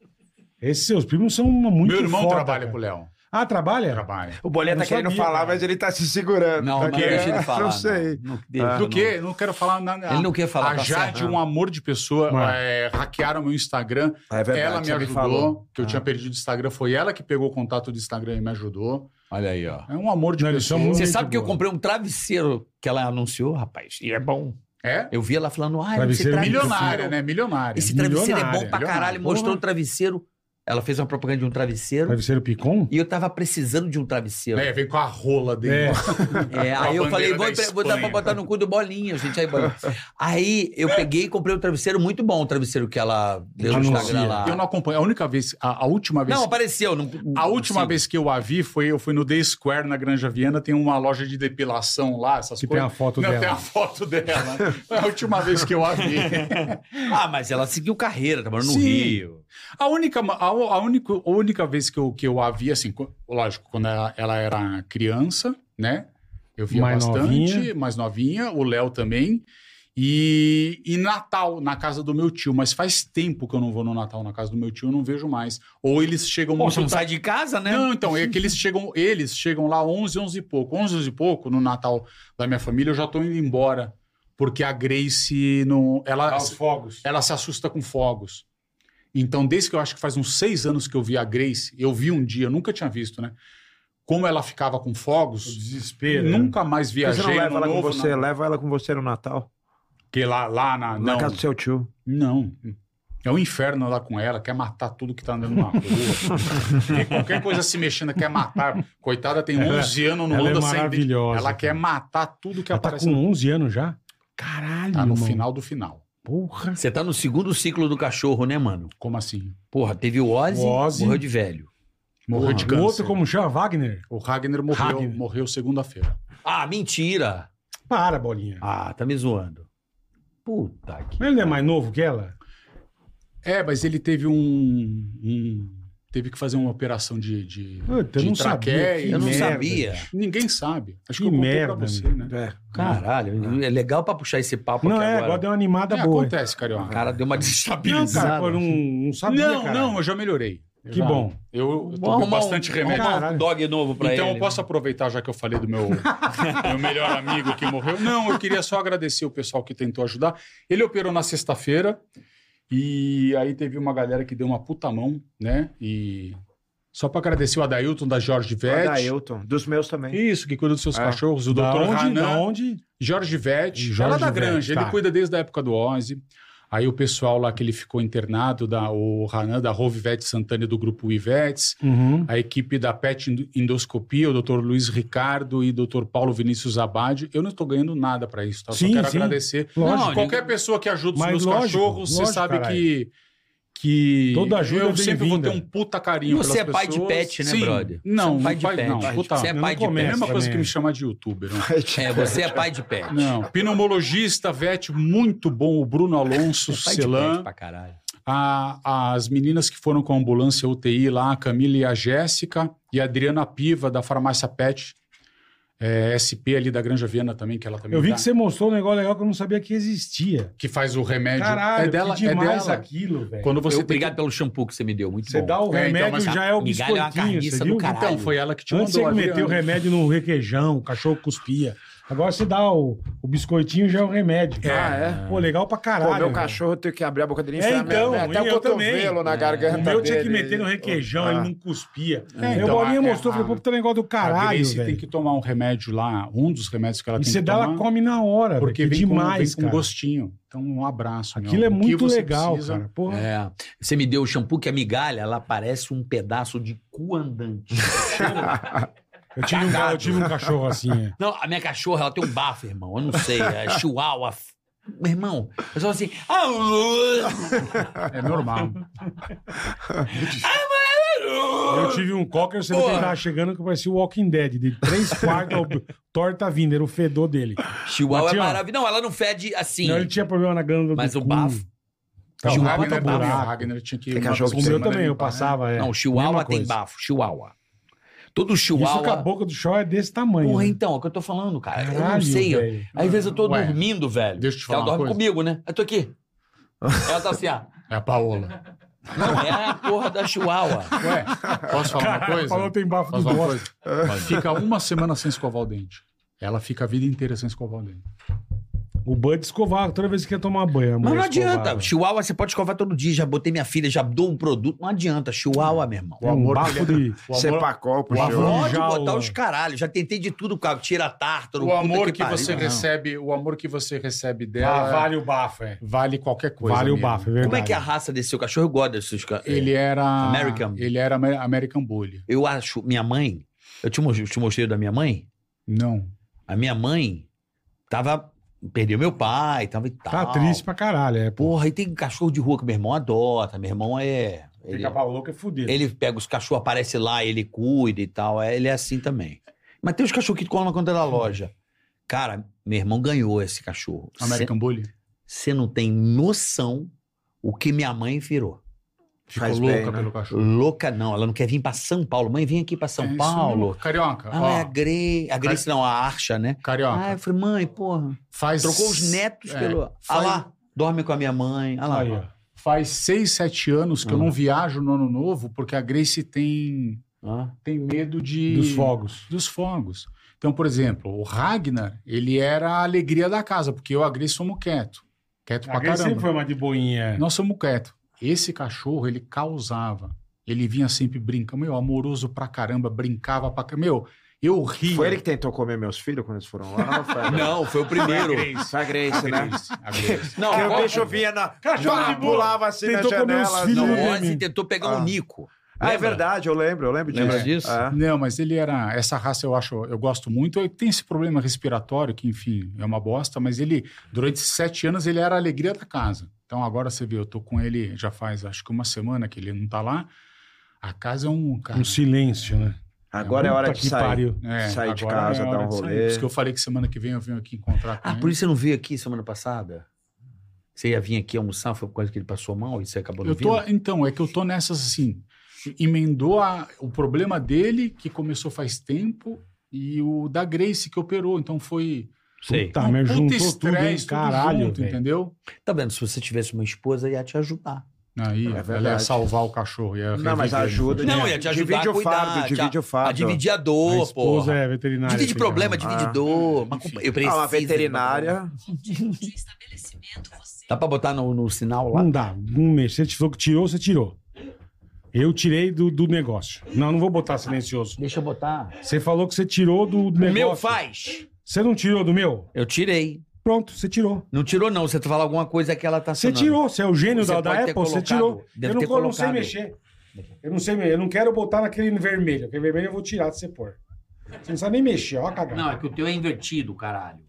Speaker 4: Esses seus primos são muito
Speaker 5: Meu irmão
Speaker 4: foda,
Speaker 5: trabalha
Speaker 4: cara.
Speaker 5: com o Léo.
Speaker 4: Ah, trabalha?
Speaker 5: Trabalha.
Speaker 2: O Bolinha
Speaker 4: Eu
Speaker 2: tá
Speaker 4: não
Speaker 2: querendo
Speaker 4: sabia,
Speaker 2: falar,
Speaker 4: cara.
Speaker 2: mas ele tá se segurando.
Speaker 6: Não,
Speaker 2: Tá
Speaker 6: mas
Speaker 2: querendo-
Speaker 6: deixa ele falar.
Speaker 2: Não sei.
Speaker 6: Não, não, deixa,
Speaker 5: Do
Speaker 6: Ah, não.
Speaker 5: que? Eu Não quero falar nada.
Speaker 6: Ele não quer falar.
Speaker 5: A
Speaker 6: tá
Speaker 5: Jade,
Speaker 6: certo.
Speaker 5: um amor de pessoa, é, hackearam meu Instagram.
Speaker 2: É verdade,
Speaker 5: ela me
Speaker 2: você
Speaker 5: ajudou,
Speaker 2: falou.
Speaker 5: que eu tinha perdido o Instagram. Foi ela que pegou o contato do Instagram e me ajudou.
Speaker 6: Olha aí, ó.
Speaker 5: É um amor de
Speaker 4: Não, eles
Speaker 5: pessoa.
Speaker 4: são
Speaker 6: Você
Speaker 4: Muito
Speaker 6: sabe que eu
Speaker 4: boa.
Speaker 6: comprei um travesseiro que ela anunciou, rapaz. E é bom.
Speaker 5: É?
Speaker 6: Eu vi ela falando, ah, esse
Speaker 4: Travesseiro
Speaker 6: travesseiro.
Speaker 5: Milionária, né? Milionária.
Speaker 6: Esse travesseiro é bom pra
Speaker 5: Milionária,
Speaker 6: caralho.
Speaker 5: milionária.
Speaker 6: Mostrou o travesseiro. Ela fez uma propaganda de um travesseiro.
Speaker 4: Travesseiro Picon?
Speaker 6: E eu tava precisando de um travesseiro. É,
Speaker 5: É, vem com a rola
Speaker 4: É.
Speaker 5: dele. Com a
Speaker 6: aí
Speaker 5: bandeira
Speaker 6: eu falei,
Speaker 5: da
Speaker 6: vou, empre- vou dar pra
Speaker 5: Espanha. então."
Speaker 6: botar no cu do bolinha, gente. Aí, Bolinha. Aí eu peguei e comprei um travesseiro muito bom, o travesseiro que ela deu no
Speaker 4: Anuncia.
Speaker 6: Instagram lá.
Speaker 5: Tá Eu não acompanho. A única vez, a, a última vez.
Speaker 6: Não, apareceu. Não,
Speaker 5: A última
Speaker 6: não
Speaker 5: vez que eu a vi foi eu fui no The Square na Granja Viana, tem uma loja de depilação lá, essas
Speaker 4: Que tem
Speaker 5: coisas.
Speaker 4: a foto
Speaker 5: Não,
Speaker 4: dela.
Speaker 5: tem a foto dela. Foi a última vez que eu a vi.
Speaker 6: sigo. Ah, mas ela seguiu carreira, trabalhou no
Speaker 5: Sim.
Speaker 6: Rio.
Speaker 5: A única, a, a única, a única vez que eu, que eu a vi, assim, co- lógico, quando ela, ela era criança, né? Eu via
Speaker 4: Mais
Speaker 5: bastante,
Speaker 4: novinha.
Speaker 5: mais novinha, o Léo também. E, e Natal, na casa do meu tio, mas faz tempo que eu não vou no Natal na casa do meu tio, eu não vejo mais. Ou eles chegam
Speaker 6: Pô,
Speaker 5: muito
Speaker 6: você não
Speaker 5: tarde.
Speaker 6: sai de casa, né?
Speaker 5: tá- Não, então, é que eles chegam, eles chegam lá 11, 11 e pouco. 11, 11 e pouco, no Natal da minha família, eu já tô indo embora. Porque a Grace não... Ela,
Speaker 4: Aos Tá fogos.
Speaker 5: ela se assusta com fogos. Então, desde que eu acho que faz uns seis anos que eu vi a Grace, eu vi um dia, eu nunca tinha visto, né? Como ela ficava com
Speaker 4: O
Speaker 5: fogos,
Speaker 4: desespero. né?
Speaker 5: nunca mais
Speaker 2: Por que Você
Speaker 5: viajei
Speaker 2: não leva
Speaker 5: no
Speaker 2: ela com
Speaker 5: novo,
Speaker 2: você,
Speaker 5: não.
Speaker 2: leva ela com você no Natal.
Speaker 5: Porque lá, lá na...
Speaker 2: Na
Speaker 5: não,
Speaker 2: casa do seu tio.
Speaker 5: não. É um inferno lá com ela, quer matar tudo que tá andando na rua. Porque qualquer coisa se mexendo, quer matar. Coitada, tem
Speaker 4: Ela-
Speaker 5: 11 anos, não
Speaker 4: ela é
Speaker 5: anda sem dente.
Speaker 4: maravilhosa,
Speaker 5: assim, Ela quer matar tudo que
Speaker 4: Ela tá
Speaker 5: aparece.
Speaker 4: com 11 anos já? Caralho,
Speaker 5: Tá no
Speaker 4: irmão.
Speaker 5: final do final.
Speaker 4: Porra.
Speaker 6: Você tá no segundo ciclo do cachorro, né, mano?
Speaker 5: Como assim?
Speaker 6: Porra, teve o Ozzy,
Speaker 4: O Ozzy.
Speaker 6: morreu de velho.
Speaker 5: Morreu de
Speaker 4: O
Speaker 5: câncer.
Speaker 4: um outro, como chama? Wagner?
Speaker 5: O Ragnar morreu,
Speaker 4: Ragnar.
Speaker 5: morreu segunda-feira.
Speaker 6: Ah, mentira!
Speaker 4: Para, bolinha.
Speaker 6: Ah, tá me zoando. Puta que...
Speaker 4: Ele é mais novo que ela?
Speaker 5: É, mas ele teve um. um- teve que fazer uma operação de, de,
Speaker 4: Puta, eu
Speaker 5: de
Speaker 4: não sabia,
Speaker 5: traqueia
Speaker 4: que
Speaker 5: e-
Speaker 6: Eu não
Speaker 4: merda,
Speaker 6: sabia.
Speaker 5: Ninguém sabe. Acho que,
Speaker 4: Que
Speaker 5: eu contei
Speaker 4: merda,
Speaker 5: pra você,
Speaker 4: amigo.
Speaker 5: né?
Speaker 2: É.
Speaker 6: Caralho, é legal pra puxar esse papo
Speaker 4: Não,
Speaker 6: aqui
Speaker 4: é, agora...
Speaker 6: agora.
Speaker 4: deu uma animada
Speaker 5: É,
Speaker 4: boa.
Speaker 5: acontece,
Speaker 6: O
Speaker 5: carioca.
Speaker 6: cara deu uma
Speaker 4: Não,
Speaker 6: desestabilizada.
Speaker 4: cara, um pô, não, não sabia,
Speaker 5: não,
Speaker 4: cara.
Speaker 5: não, eu já melhorei.
Speaker 4: Tá Que bom.
Speaker 5: Eu, eu
Speaker 6: Vou
Speaker 5: tomei
Speaker 6: arrumar
Speaker 5: bastante
Speaker 6: um,
Speaker 5: remédio.
Speaker 6: arrumar um dog novo pra
Speaker 5: então
Speaker 6: ele.
Speaker 5: eu posso aproveitar, já que eu falei do meu, meu melhor amigo que morreu. Não, eu queria só agradecer o pessoal que tentou ajudar. Ele operou na sexta-feira e aí teve uma galera que deu uma puta mão, né? E só pra agradecer o Adailton da Jorge
Speaker 2: Da
Speaker 5: Vett.
Speaker 2: Ailton, dos meus também.
Speaker 5: Isso, que cuida dos seus
Speaker 2: É.
Speaker 5: cachorros. O
Speaker 4: Da
Speaker 5: doutor
Speaker 4: onde?
Speaker 5: Hanan.
Speaker 4: Da onde?
Speaker 5: Jorge Vett,
Speaker 4: Jorge
Speaker 5: é lá da
Speaker 4: Vett,
Speaker 5: Granja,
Speaker 4: tá.
Speaker 5: ele cuida desde a época do Ozzy. Aí o pessoal lá que ele ficou internado, da, o Hanan da Rove Vett Santana e do grupo Ivetes,
Speaker 4: Uhum.
Speaker 5: a equipe da PET Indo- Endoscopia, o Dr. Luiz Ricardo e o Dr. Paulo Vinícius Abad. Eu não estou ganhando nada para isso, tá? Eu
Speaker 4: Sim,
Speaker 5: só quero
Speaker 4: sim.
Speaker 5: agradecer.
Speaker 4: Lógico.
Speaker 5: Não, qualquer pessoa que ajuda os
Speaker 4: Mas
Speaker 5: meus
Speaker 4: lógico,
Speaker 5: cachorros, você
Speaker 4: lógico,
Speaker 5: sabe
Speaker 4: caralho.
Speaker 5: que. Que
Speaker 4: Toda ajuda é
Speaker 5: eu sempre vou ter
Speaker 4: bem-vinda.
Speaker 5: um puta carinho.
Speaker 6: E você
Speaker 5: pelas
Speaker 6: é pai de
Speaker 5: pessoas.
Speaker 6: pet, né,
Speaker 5: Sim.
Speaker 6: brother? Você
Speaker 5: Não,
Speaker 6: é
Speaker 5: não
Speaker 6: pai de
Speaker 5: pai
Speaker 6: pet.
Speaker 5: não. Puta,
Speaker 6: Você é
Speaker 5: é
Speaker 6: pai de
Speaker 4: não
Speaker 5: a
Speaker 6: pet.
Speaker 5: mesma coisa
Speaker 4: também.
Speaker 5: que me chamar de youtuber. Não.
Speaker 6: É, você é pai de pet.
Speaker 5: Não, pneumologista, vet, muito bom, o Bruno Alonso
Speaker 6: é Tá Pai de
Speaker 5: Celan.
Speaker 6: pet pra caralho.
Speaker 5: A- as meninas que foram com a ambulância UTI lá, a Camila e a Jéssica, e a Adriana Piva, da farmácia Pet, é, SP ali da Granja Viana também, que ela também
Speaker 4: Eu vi
Speaker 5: dá,
Speaker 4: que você mostrou um negócio legal que eu não sabia que existia.
Speaker 5: que faz o remédio.
Speaker 4: Caralho,
Speaker 5: é dela,
Speaker 4: que
Speaker 5: é
Speaker 4: demais
Speaker 5: dela.
Speaker 4: aquilo, velho.
Speaker 5: Quando você
Speaker 6: Eu-
Speaker 5: tem que-
Speaker 6: obrigado pelo shampoo que você me deu, muito
Speaker 4: Você
Speaker 6: bom.
Speaker 4: dá o
Speaker 5: É, então,
Speaker 4: remédio,
Speaker 5: mas
Speaker 4: já é o
Speaker 6: migalha é uma
Speaker 4: biscoitinho,
Speaker 6: carniça
Speaker 4: você
Speaker 6: do
Speaker 4: viu?
Speaker 6: caralho.
Speaker 5: Então, foi ela que te
Speaker 4: Antes você
Speaker 5: mandou. né?
Speaker 4: que
Speaker 5: Adriana.
Speaker 4: meteu o remédio no requeijão, o cachorro cuspia. Agora você dá o, o biscoitinho já é o remédio.
Speaker 2: Ah, é?
Speaker 4: Pô, legal pra caralho.
Speaker 2: Pô, meu
Speaker 4: velho.
Speaker 2: cachorro tem que abrir a boca dele e
Speaker 4: É,
Speaker 2: enfiar
Speaker 4: então,
Speaker 2: minha- até
Speaker 4: e
Speaker 2: o
Speaker 4: eu
Speaker 2: cotovelo
Speaker 4: também. É.
Speaker 2: na garganta
Speaker 4: O meu tinha que
Speaker 2: dele.
Speaker 4: meter no requeijão,
Speaker 2: Ah.
Speaker 4: ele não cuspia.
Speaker 5: É,
Speaker 4: Aí o
Speaker 5: então,
Speaker 4: Bolinha
Speaker 5: a-
Speaker 4: mostrou, falei, pô, puta negócio do
Speaker 5: a
Speaker 4: caralho,
Speaker 5: Grace tem
Speaker 4: velho.
Speaker 5: que tomar um remédio lá, um dos remédios que ela
Speaker 4: E
Speaker 5: tem
Speaker 4: você
Speaker 5: que
Speaker 4: dá,
Speaker 5: tomar.
Speaker 4: ela come na hora,
Speaker 5: porque
Speaker 4: velho.
Speaker 5: vem,
Speaker 4: Que demais,
Speaker 5: com, um vem com
Speaker 4: cara.
Speaker 5: gostinho. Então, um abraço. meu
Speaker 4: Aquilo é
Speaker 5: amor. O que
Speaker 4: muito
Speaker 5: você
Speaker 4: legal,
Speaker 5: precisa-
Speaker 4: cara. Porra.
Speaker 6: É. Você me deu o shampoo que a migalha, ela parece um pedaço de cu andante.
Speaker 4: Eu tive, um, eu tive um cachorro assim, é.
Speaker 6: Não, a minha cachorra, ela tem um bafo, irmão. Eu não sei. É chihuahua. f- Meu irmão, o pessoal assim. "Ah, uh,
Speaker 5: É normal.
Speaker 6: ah, uh, uh."
Speaker 4: Eu tive um cocker, você
Speaker 6: Porra.
Speaker 4: que tava chegando que parecia o Walking Dead, de três quartos, ao- torta vindo, era o fedor dele.
Speaker 6: Chihuahua é
Speaker 4: Matinho, ó.
Speaker 6: maravilhoso. Não, ela não fede assim.
Speaker 4: Não, ele tinha problema na glândula
Speaker 6: Mas
Speaker 4: do
Speaker 6: o
Speaker 4: cu.
Speaker 6: bafo-
Speaker 4: Não,
Speaker 5: o
Speaker 4: o
Speaker 6: Chihuahua
Speaker 4: bafo
Speaker 5: Ragnar,
Speaker 4: tá
Speaker 5: é bravo, o
Speaker 4: buraco.
Speaker 5: Ragnar tinha que é
Speaker 2: Tem
Speaker 5: ir
Speaker 2: cachorro
Speaker 4: O
Speaker 2: Você
Speaker 4: meu
Speaker 2: manda
Speaker 4: também, eu
Speaker 6: né?
Speaker 4: passava, é.
Speaker 6: Não, chihuahua
Speaker 4: Mesma
Speaker 6: tem
Speaker 4: coisa.
Speaker 6: bafo. Chihuahua. Todo
Speaker 4: Isso que a
Speaker 6: chihuahua.
Speaker 4: boca do chó é desse tamanho.
Speaker 6: Porra,
Speaker 4: né?
Speaker 6: então, é o que eu tô falando, cara. eu não
Speaker 4: Caralho,
Speaker 6: sei. eu-
Speaker 4: velho.
Speaker 6: Às vezes eu tô
Speaker 5: Ué,
Speaker 6: dormindo, velho.
Speaker 5: deixa eu te falar
Speaker 6: Ela
Speaker 5: uma
Speaker 6: dorme
Speaker 5: coisa.
Speaker 6: comigo, né? Eu tô aqui. Ela tá assim, ó.
Speaker 5: É a Paola.
Speaker 6: Não, é a porra da chihuahua.
Speaker 5: Ué, posso falar uma
Speaker 4: Caralho,
Speaker 5: coisa?
Speaker 4: falou tem bafo
Speaker 5: Posso
Speaker 4: do
Speaker 5: falar uma
Speaker 4: bosta.
Speaker 5: coisa? Fica uma semana sem escovar o dente. Ela fica a vida inteira sem escovar o dente.
Speaker 4: O Bud escovava toda vez que ia tomar banho. a
Speaker 6: Mas
Speaker 4: mulher
Speaker 6: não adianta.
Speaker 4: escovava.
Speaker 6: Chihuahua você pode escovar todo dia. Já botei minha filha, já dou um produto. Não adianta. Chihuahua, meu irmão.
Speaker 4: É um
Speaker 5: que
Speaker 4: bafo
Speaker 5: ele-
Speaker 4: de-
Speaker 5: o
Speaker 2: Você
Speaker 5: amor-
Speaker 2: pacou pro
Speaker 4: o
Speaker 2: senhor.
Speaker 4: avô-
Speaker 6: Pode
Speaker 4: jaula.
Speaker 6: botar os caralhos. Já tentei de tudo, cara. Tira tártaro.
Speaker 5: o
Speaker 6: puta
Speaker 5: amor que,
Speaker 6: pariu.
Speaker 5: você
Speaker 6: Não.
Speaker 5: recebe, o amor que você recebe dela
Speaker 4: Ah,
Speaker 5: vale,
Speaker 4: vale o bafo, é.
Speaker 5: qualquer coisa.
Speaker 4: vale o
Speaker 5: amigo.
Speaker 4: bafo, é verdade. é-
Speaker 6: Como é que é a raça desse seu cachorro? Eu gosto desses cachorros.
Speaker 5: Ele era
Speaker 6: American.
Speaker 5: Ele era Amer- American Bully.
Speaker 6: Eu acho, minha mãe. Eu te, mo- eu te mostrei da minha mãe?
Speaker 5: Não.
Speaker 6: A minha mãe tava. Perdeu meu pai, tava e tal.
Speaker 4: Tá triste pra caralho, é. Pô,
Speaker 6: Porra, e tem cachorro de rua que meu irmão adota. Meu irmão é. Ele,
Speaker 4: fica pra louco é fudido.
Speaker 6: ele pega os cachorros, aparece lá, ele cuida e tal. é, ele é assim também. Mas tem os cachorros que colam é na conta da loja. Cara, meu irmão ganhou esse cachorro.
Speaker 5: American Bully.
Speaker 6: Você não tem noção o que minha mãe virou.
Speaker 5: Ficou
Speaker 2: Faz
Speaker 5: louca
Speaker 2: bem, né?
Speaker 5: pelo cachorro.
Speaker 6: Louca não, ela não quer vir pra São Paulo. Mãe, vem aqui pra São
Speaker 5: É isso
Speaker 6: Paulo.
Speaker 5: mesmo. Carioca,
Speaker 6: Ah,
Speaker 5: ó,
Speaker 6: é a Grace. A Grace não, a Archa, né?
Speaker 5: Carioca.
Speaker 6: Ah, eu falei, mãe, porra.
Speaker 5: faz...
Speaker 6: Trocou os netos
Speaker 5: é,
Speaker 6: pelo. Ah
Speaker 5: faz-
Speaker 6: lá, dorme com a minha mãe. Ah lá.
Speaker 4: Aí, ó.
Speaker 5: Faz seis, sete anos que eu
Speaker 4: Ah.
Speaker 5: não viajo no ano novo, porque a Grace tem,
Speaker 6: Ah.
Speaker 5: tem medo de...
Speaker 4: Dos fogos.
Speaker 5: dos fogos. Então, por exemplo, o Ragnar, ele era a alegria da casa, porque eu e a Grace somos quieto. Quieto pra
Speaker 4: Aquele sempre
Speaker 5: caramba.
Speaker 4: foi uma de boinha.
Speaker 5: Nós somos quieto. Esse cachorro, ele causava. Ele vinha sempre brincando, meu, amoroso pra caramba, brincava pra caramba. Meu, Eu ri.
Speaker 2: Foi ele que tentou comer meus filhos quando eles foram lá? ou foi a-
Speaker 6: Não, foi o primeiro.
Speaker 2: Foi a Grace, foi a Grace, né?
Speaker 6: Não,
Speaker 2: Não, o
Speaker 6: qual-
Speaker 2: bicho vinha na.
Speaker 6: Cachorro
Speaker 2: na-
Speaker 6: de boa.
Speaker 2: pulava assim
Speaker 6: Tentou
Speaker 2: na
Speaker 6: comer os
Speaker 2: janela.
Speaker 6: filhos Não, dele. Ozzy tentou pegar o Nico.
Speaker 2: Ah, é
Speaker 6: Lembra?
Speaker 2: verdade, eu lembro, eu lembro disso.
Speaker 6: Lembra disso?
Speaker 2: É.
Speaker 5: Não, mas ele era. Essa raça eu acho, eu gosto muito. Ele tem esse problema respiratório, que, enfim, é uma bosta, mas ele, durante esses sete anos, ele era a alegria da casa. Então agora você vê, eu tô com ele já faz acho que uma semana que ele não tá lá. A casa é um. Cara,
Speaker 15: Um silêncio, né?
Speaker 2: Agora é hora
Speaker 15: Puta
Speaker 2: de
Speaker 15: que
Speaker 2: sair.
Speaker 15: pariu.
Speaker 5: é,
Speaker 2: sair de
Speaker 5: agora
Speaker 2: casa,
Speaker 5: é
Speaker 2: dar
Speaker 5: hora
Speaker 2: um
Speaker 5: de sair.
Speaker 2: rolê.
Speaker 5: Por isso que eu falei que semana que vem eu venho aqui encontrar com
Speaker 6: Ah,
Speaker 5: ele.
Speaker 6: por isso você não veio aqui semana passada? Você ia vir aqui almoçar, foi por causa que ele passou mal e você acabou não
Speaker 5: Eu tô,
Speaker 6: vindo?
Speaker 5: então, é que eu tô nessas assim. Emendou a- o problema dele, que começou faz tempo, e o da Grace, que operou. Então foi.
Speaker 6: Sei.
Speaker 15: Tá, mas juntou tudo, hein?
Speaker 5: É estresse,
Speaker 15: Caralho,
Speaker 5: junto,
Speaker 15: velho.
Speaker 5: entendeu?
Speaker 6: Tá vendo? Se você tivesse uma esposa, ia te ajudar.
Speaker 5: Aí, ela ia
Speaker 2: É verdade.
Speaker 5: salvar o cachorro. Ia
Speaker 2: Não, mas
Speaker 5: reviver, né?
Speaker 2: ajuda.
Speaker 5: entendeu?
Speaker 6: Não, ia te ajudar
Speaker 2: divide
Speaker 6: a
Speaker 2: o
Speaker 6: cuidar,
Speaker 2: fardo,
Speaker 6: te-
Speaker 2: divide o
Speaker 6: A
Speaker 2: fardo.
Speaker 6: dividir a
Speaker 15: A
Speaker 6: dor, pô.
Speaker 15: esposa é veterinária.
Speaker 6: Divide
Speaker 15: cuidado.
Speaker 6: problema, divide
Speaker 2: Ah.
Speaker 6: dor. Mas
Speaker 5: Enfim.
Speaker 6: eu preciso.
Speaker 2: Ah, uma
Speaker 6: de uma
Speaker 2: veterinária.
Speaker 6: Dá pra botar no, no sinal lá?
Speaker 15: Não dá, não mexe. Você falou que tirou, você tirou. Eu tirei do, do negócio. Não, não vou botar silencioso.
Speaker 6: Deixa eu botar.
Speaker 15: Você falou que você tirou do
Speaker 6: O
Speaker 15: negócio.
Speaker 6: meu faz.
Speaker 15: Você não tirou do meu?
Speaker 6: Eu tirei.
Speaker 15: Pronto, você tirou.
Speaker 6: Não tirou, não. Você fala alguma coisa que ela tá
Speaker 15: Você
Speaker 6: acionando.
Speaker 15: tirou, você é o gênio
Speaker 6: Você
Speaker 15: da, da
Speaker 6: pode ter
Speaker 15: Apple, você
Speaker 6: colocado,
Speaker 15: tirou. Eu
Speaker 6: deve
Speaker 15: não,
Speaker 6: ter
Speaker 15: eu não sei
Speaker 6: colocado.
Speaker 15: mexer. Eu não sei mexer. Eu não quero botar naquele vermelho. Aquele vermelho eu vou tirar se você pôr. Você não sabe nem mexer, ó, cagada.
Speaker 6: Não, é que o teu é invertido, caralho.